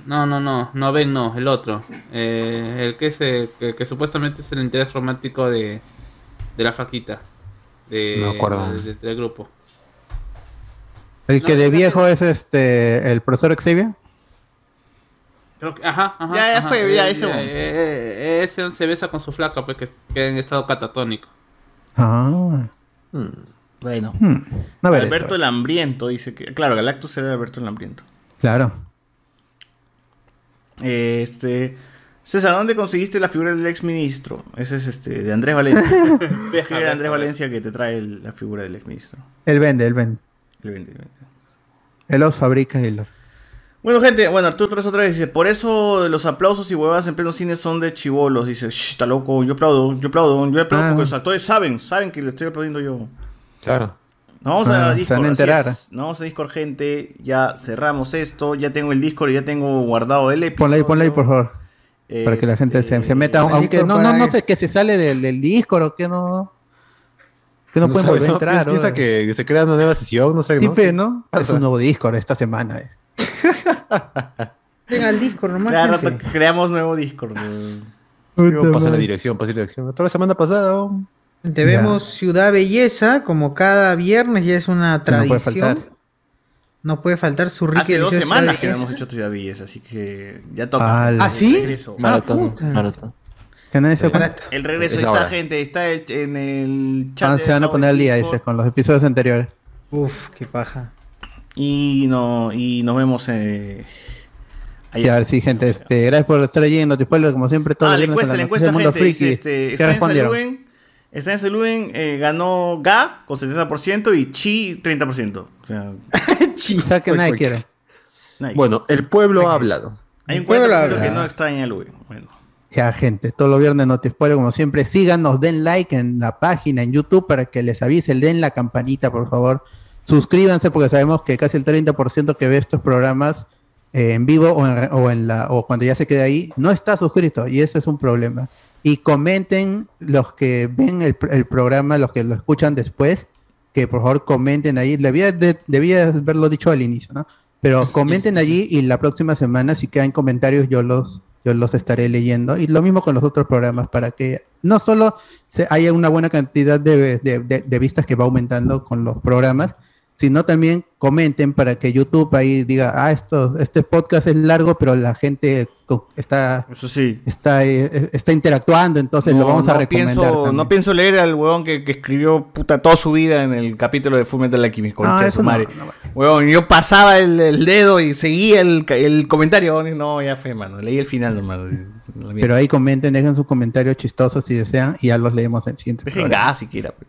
Speaker 3: No, no, no, no Ben, no, el otro. Eh, el que se, que, que supuestamente es el interés romántico de, de la flaquita. De,
Speaker 5: No me acuerdo.
Speaker 3: de- de- del grupo.
Speaker 2: El que de viejo es este el profesor Xavier.
Speaker 3: Creo que- ajá, ajá.
Speaker 6: Ya, ya
Speaker 3: ajá,
Speaker 6: fue, ya, ese once.
Speaker 3: eh, eh, ese once se besa con su flaca, pues que queda en estado catatónico.
Speaker 2: Ah.
Speaker 6: Bueno.
Speaker 2: Hmm. No veré
Speaker 6: Alberto
Speaker 2: eso.
Speaker 6: el Hambriento dice que. Claro, Galactus era Alberto el Hambriento.
Speaker 2: Claro.
Speaker 6: Eh, Este. César, ¿dónde conseguiste la figura del ex ministro? Ese es este, de Andrés Valencia. La figura de Andrés Valencia que te trae el- la figura del ex ministro.
Speaker 2: Él vende, él vende.
Speaker 6: El 20, el 20.
Speaker 2: Él los fabrica y los.
Speaker 6: Bueno, gente, bueno, Arturo Torres otra vez dice, por eso los aplausos y huevadas en pleno cine son de chivolos. Dice, "Shh, está loco, yo aplaudo, yo aplaudo, yo
Speaker 2: Ah,
Speaker 6: aplaudo, porque los actores saben, saben que le estoy aplaudiendo yo.
Speaker 5: Claro.
Speaker 6: No vamos a
Speaker 2: Ah, se
Speaker 6: Discord.
Speaker 2: van a
Speaker 6: así
Speaker 2: enterar.
Speaker 6: es. No vamos a Discord, gente. Ya cerramos esto. Ya tengo el Discord y ya tengo guardado el episodio.
Speaker 2: Ponla ahí, ponla ahí, por favor.
Speaker 6: Eh,
Speaker 2: para que la gente se, se meta,
Speaker 6: Discord
Speaker 2: aunque no,
Speaker 6: para
Speaker 2: no, no
Speaker 6: que-
Speaker 2: sé, que se sale del, del Discord o que no, que no, pueden
Speaker 5: sabe,
Speaker 2: volver a entrar.
Speaker 5: pi- Piensa
Speaker 2: o-
Speaker 5: que se crea una nueva sesión, no sé,
Speaker 2: Sí,
Speaker 5: ¿no?
Speaker 2: fe, ¿no?
Speaker 5: ¿Qué
Speaker 2: Es
Speaker 5: pasa?
Speaker 2: un nuevo Discord esta semana. eh.
Speaker 11: Venga al Discord nomás.
Speaker 6: Cada
Speaker 11: gente.
Speaker 6: rato creamos nuevo Discord. weón.
Speaker 5: Luego pasa la
Speaker 11: madre.
Speaker 5: dirección, pasa la dirección. Toda la semana pasada. oh.
Speaker 11: Te vemos Ciudad Belleza, como cada viernes ya es una tradición. No puede faltar. su rica
Speaker 6: Hace dos
Speaker 11: deliciosa
Speaker 6: semanas que no
Speaker 11: belleza.
Speaker 6: hemos hecho Ciudad Villas, así que ya toca.
Speaker 2: Al- ¿Ah, sí?
Speaker 6: El regreso.
Speaker 2: Maratón,
Speaker 6: Ah, puta.
Speaker 2: maratón. Que nadie se acuerda.
Speaker 6: El regreso
Speaker 2: Es
Speaker 6: está,
Speaker 2: ahora.
Speaker 6: gente. Está el- en el chat.
Speaker 2: Ah,
Speaker 6: de
Speaker 2: se van a
Speaker 6: Discord.
Speaker 2: poner al día, dice, con los episodios anteriores.
Speaker 11: Uf, qué paja.
Speaker 6: Y, no, y nos vemos. Eh, ahí.
Speaker 2: Ya, a ver, sí, gente, este, gracias por estar allí en spoiler como siempre, todos
Speaker 6: Ah,
Speaker 2: los
Speaker 6: la
Speaker 2: viernes
Speaker 6: encuesta,
Speaker 2: en
Speaker 6: la
Speaker 2: la
Speaker 6: encuesta,
Speaker 2: noticia del mundo
Speaker 6: gente. dice,
Speaker 2: friki.
Speaker 6: Este,
Speaker 2: ¿Qué
Speaker 6: está en
Speaker 2: respondieron?
Speaker 6: Saluden. Está en Saluden. eh, ganó Ga con 70% y Chi 30%. O sea,
Speaker 2: Quizá que nadie quiere.
Speaker 5: Bueno, el pueblo ha hablado.
Speaker 6: hay un
Speaker 2: Pueblo
Speaker 6: 40%
Speaker 2: habla.
Speaker 6: que no extraña el Lumen. Bueno.
Speaker 2: Ya, gente, todos los viernes no te spoiler, como siempre. Síganos, den like en la página, en YouTube, para que les avise, den la campanita, por favor. Suscríbanse, porque sabemos que casi el 30% que ve estos programas eh, en vivo o, en, o en la, o cuando ya se queda ahí, no está suscrito, y ese es un problema. Y comenten los que ven el, pr- el programa, los que lo escuchan después, que por favor comenten ahí. Debía, de- debía haberlo dicho al inicio, ¿no?
Speaker 6: (laughs)
Speaker 2: Pero comenten allí y la próxima semana, si quedan comentarios, yo los, yo los estaré leyendo. Y lo mismo con los otros programas, para que no solo se haya una buena cantidad de, de- de- de vistas que va aumentando con los programas, sino también comenten para que YouTube ahí diga, ah, esto, este podcast es largo, pero la gente co- está, está, eh, está interactuando, entonces lo vamos a recomendar.
Speaker 6: Pienso,
Speaker 2: también.
Speaker 6: no pienso leer al huevón que, que escribió puta toda su vida en el capítulo de Fullmetal Alchemist.
Speaker 2: No,
Speaker 6: concha de
Speaker 2: eso
Speaker 6: su
Speaker 2: no,
Speaker 6: madre. Huevón, yo pasaba el, el dedo y seguía el, ca- el comentario. huevón, y No, ya fue, mano. Leí el final nomás. La mierda.
Speaker 2: Pero ahí comenten, dejen sus comentarios chistosos si desean y ya los leemos en el siguiente
Speaker 6: Dejen
Speaker 2: programa.
Speaker 6: gas siquiera. pues.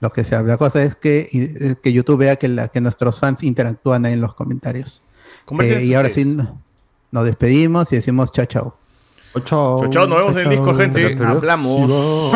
Speaker 2: Lo que sea. La cosa es que, eh, que YouTube vea que, la, que nuestros fans interactúan ahí en los comentarios.
Speaker 6: Conversen
Speaker 2: Eh,
Speaker 6: entre
Speaker 2: y ahora sí,
Speaker 6: ustedes.
Speaker 2: no- nos despedimos y decimos chao, chao.
Speaker 5: Chao,
Speaker 6: chao, nos vemos en el Discord, gente. Hablamos.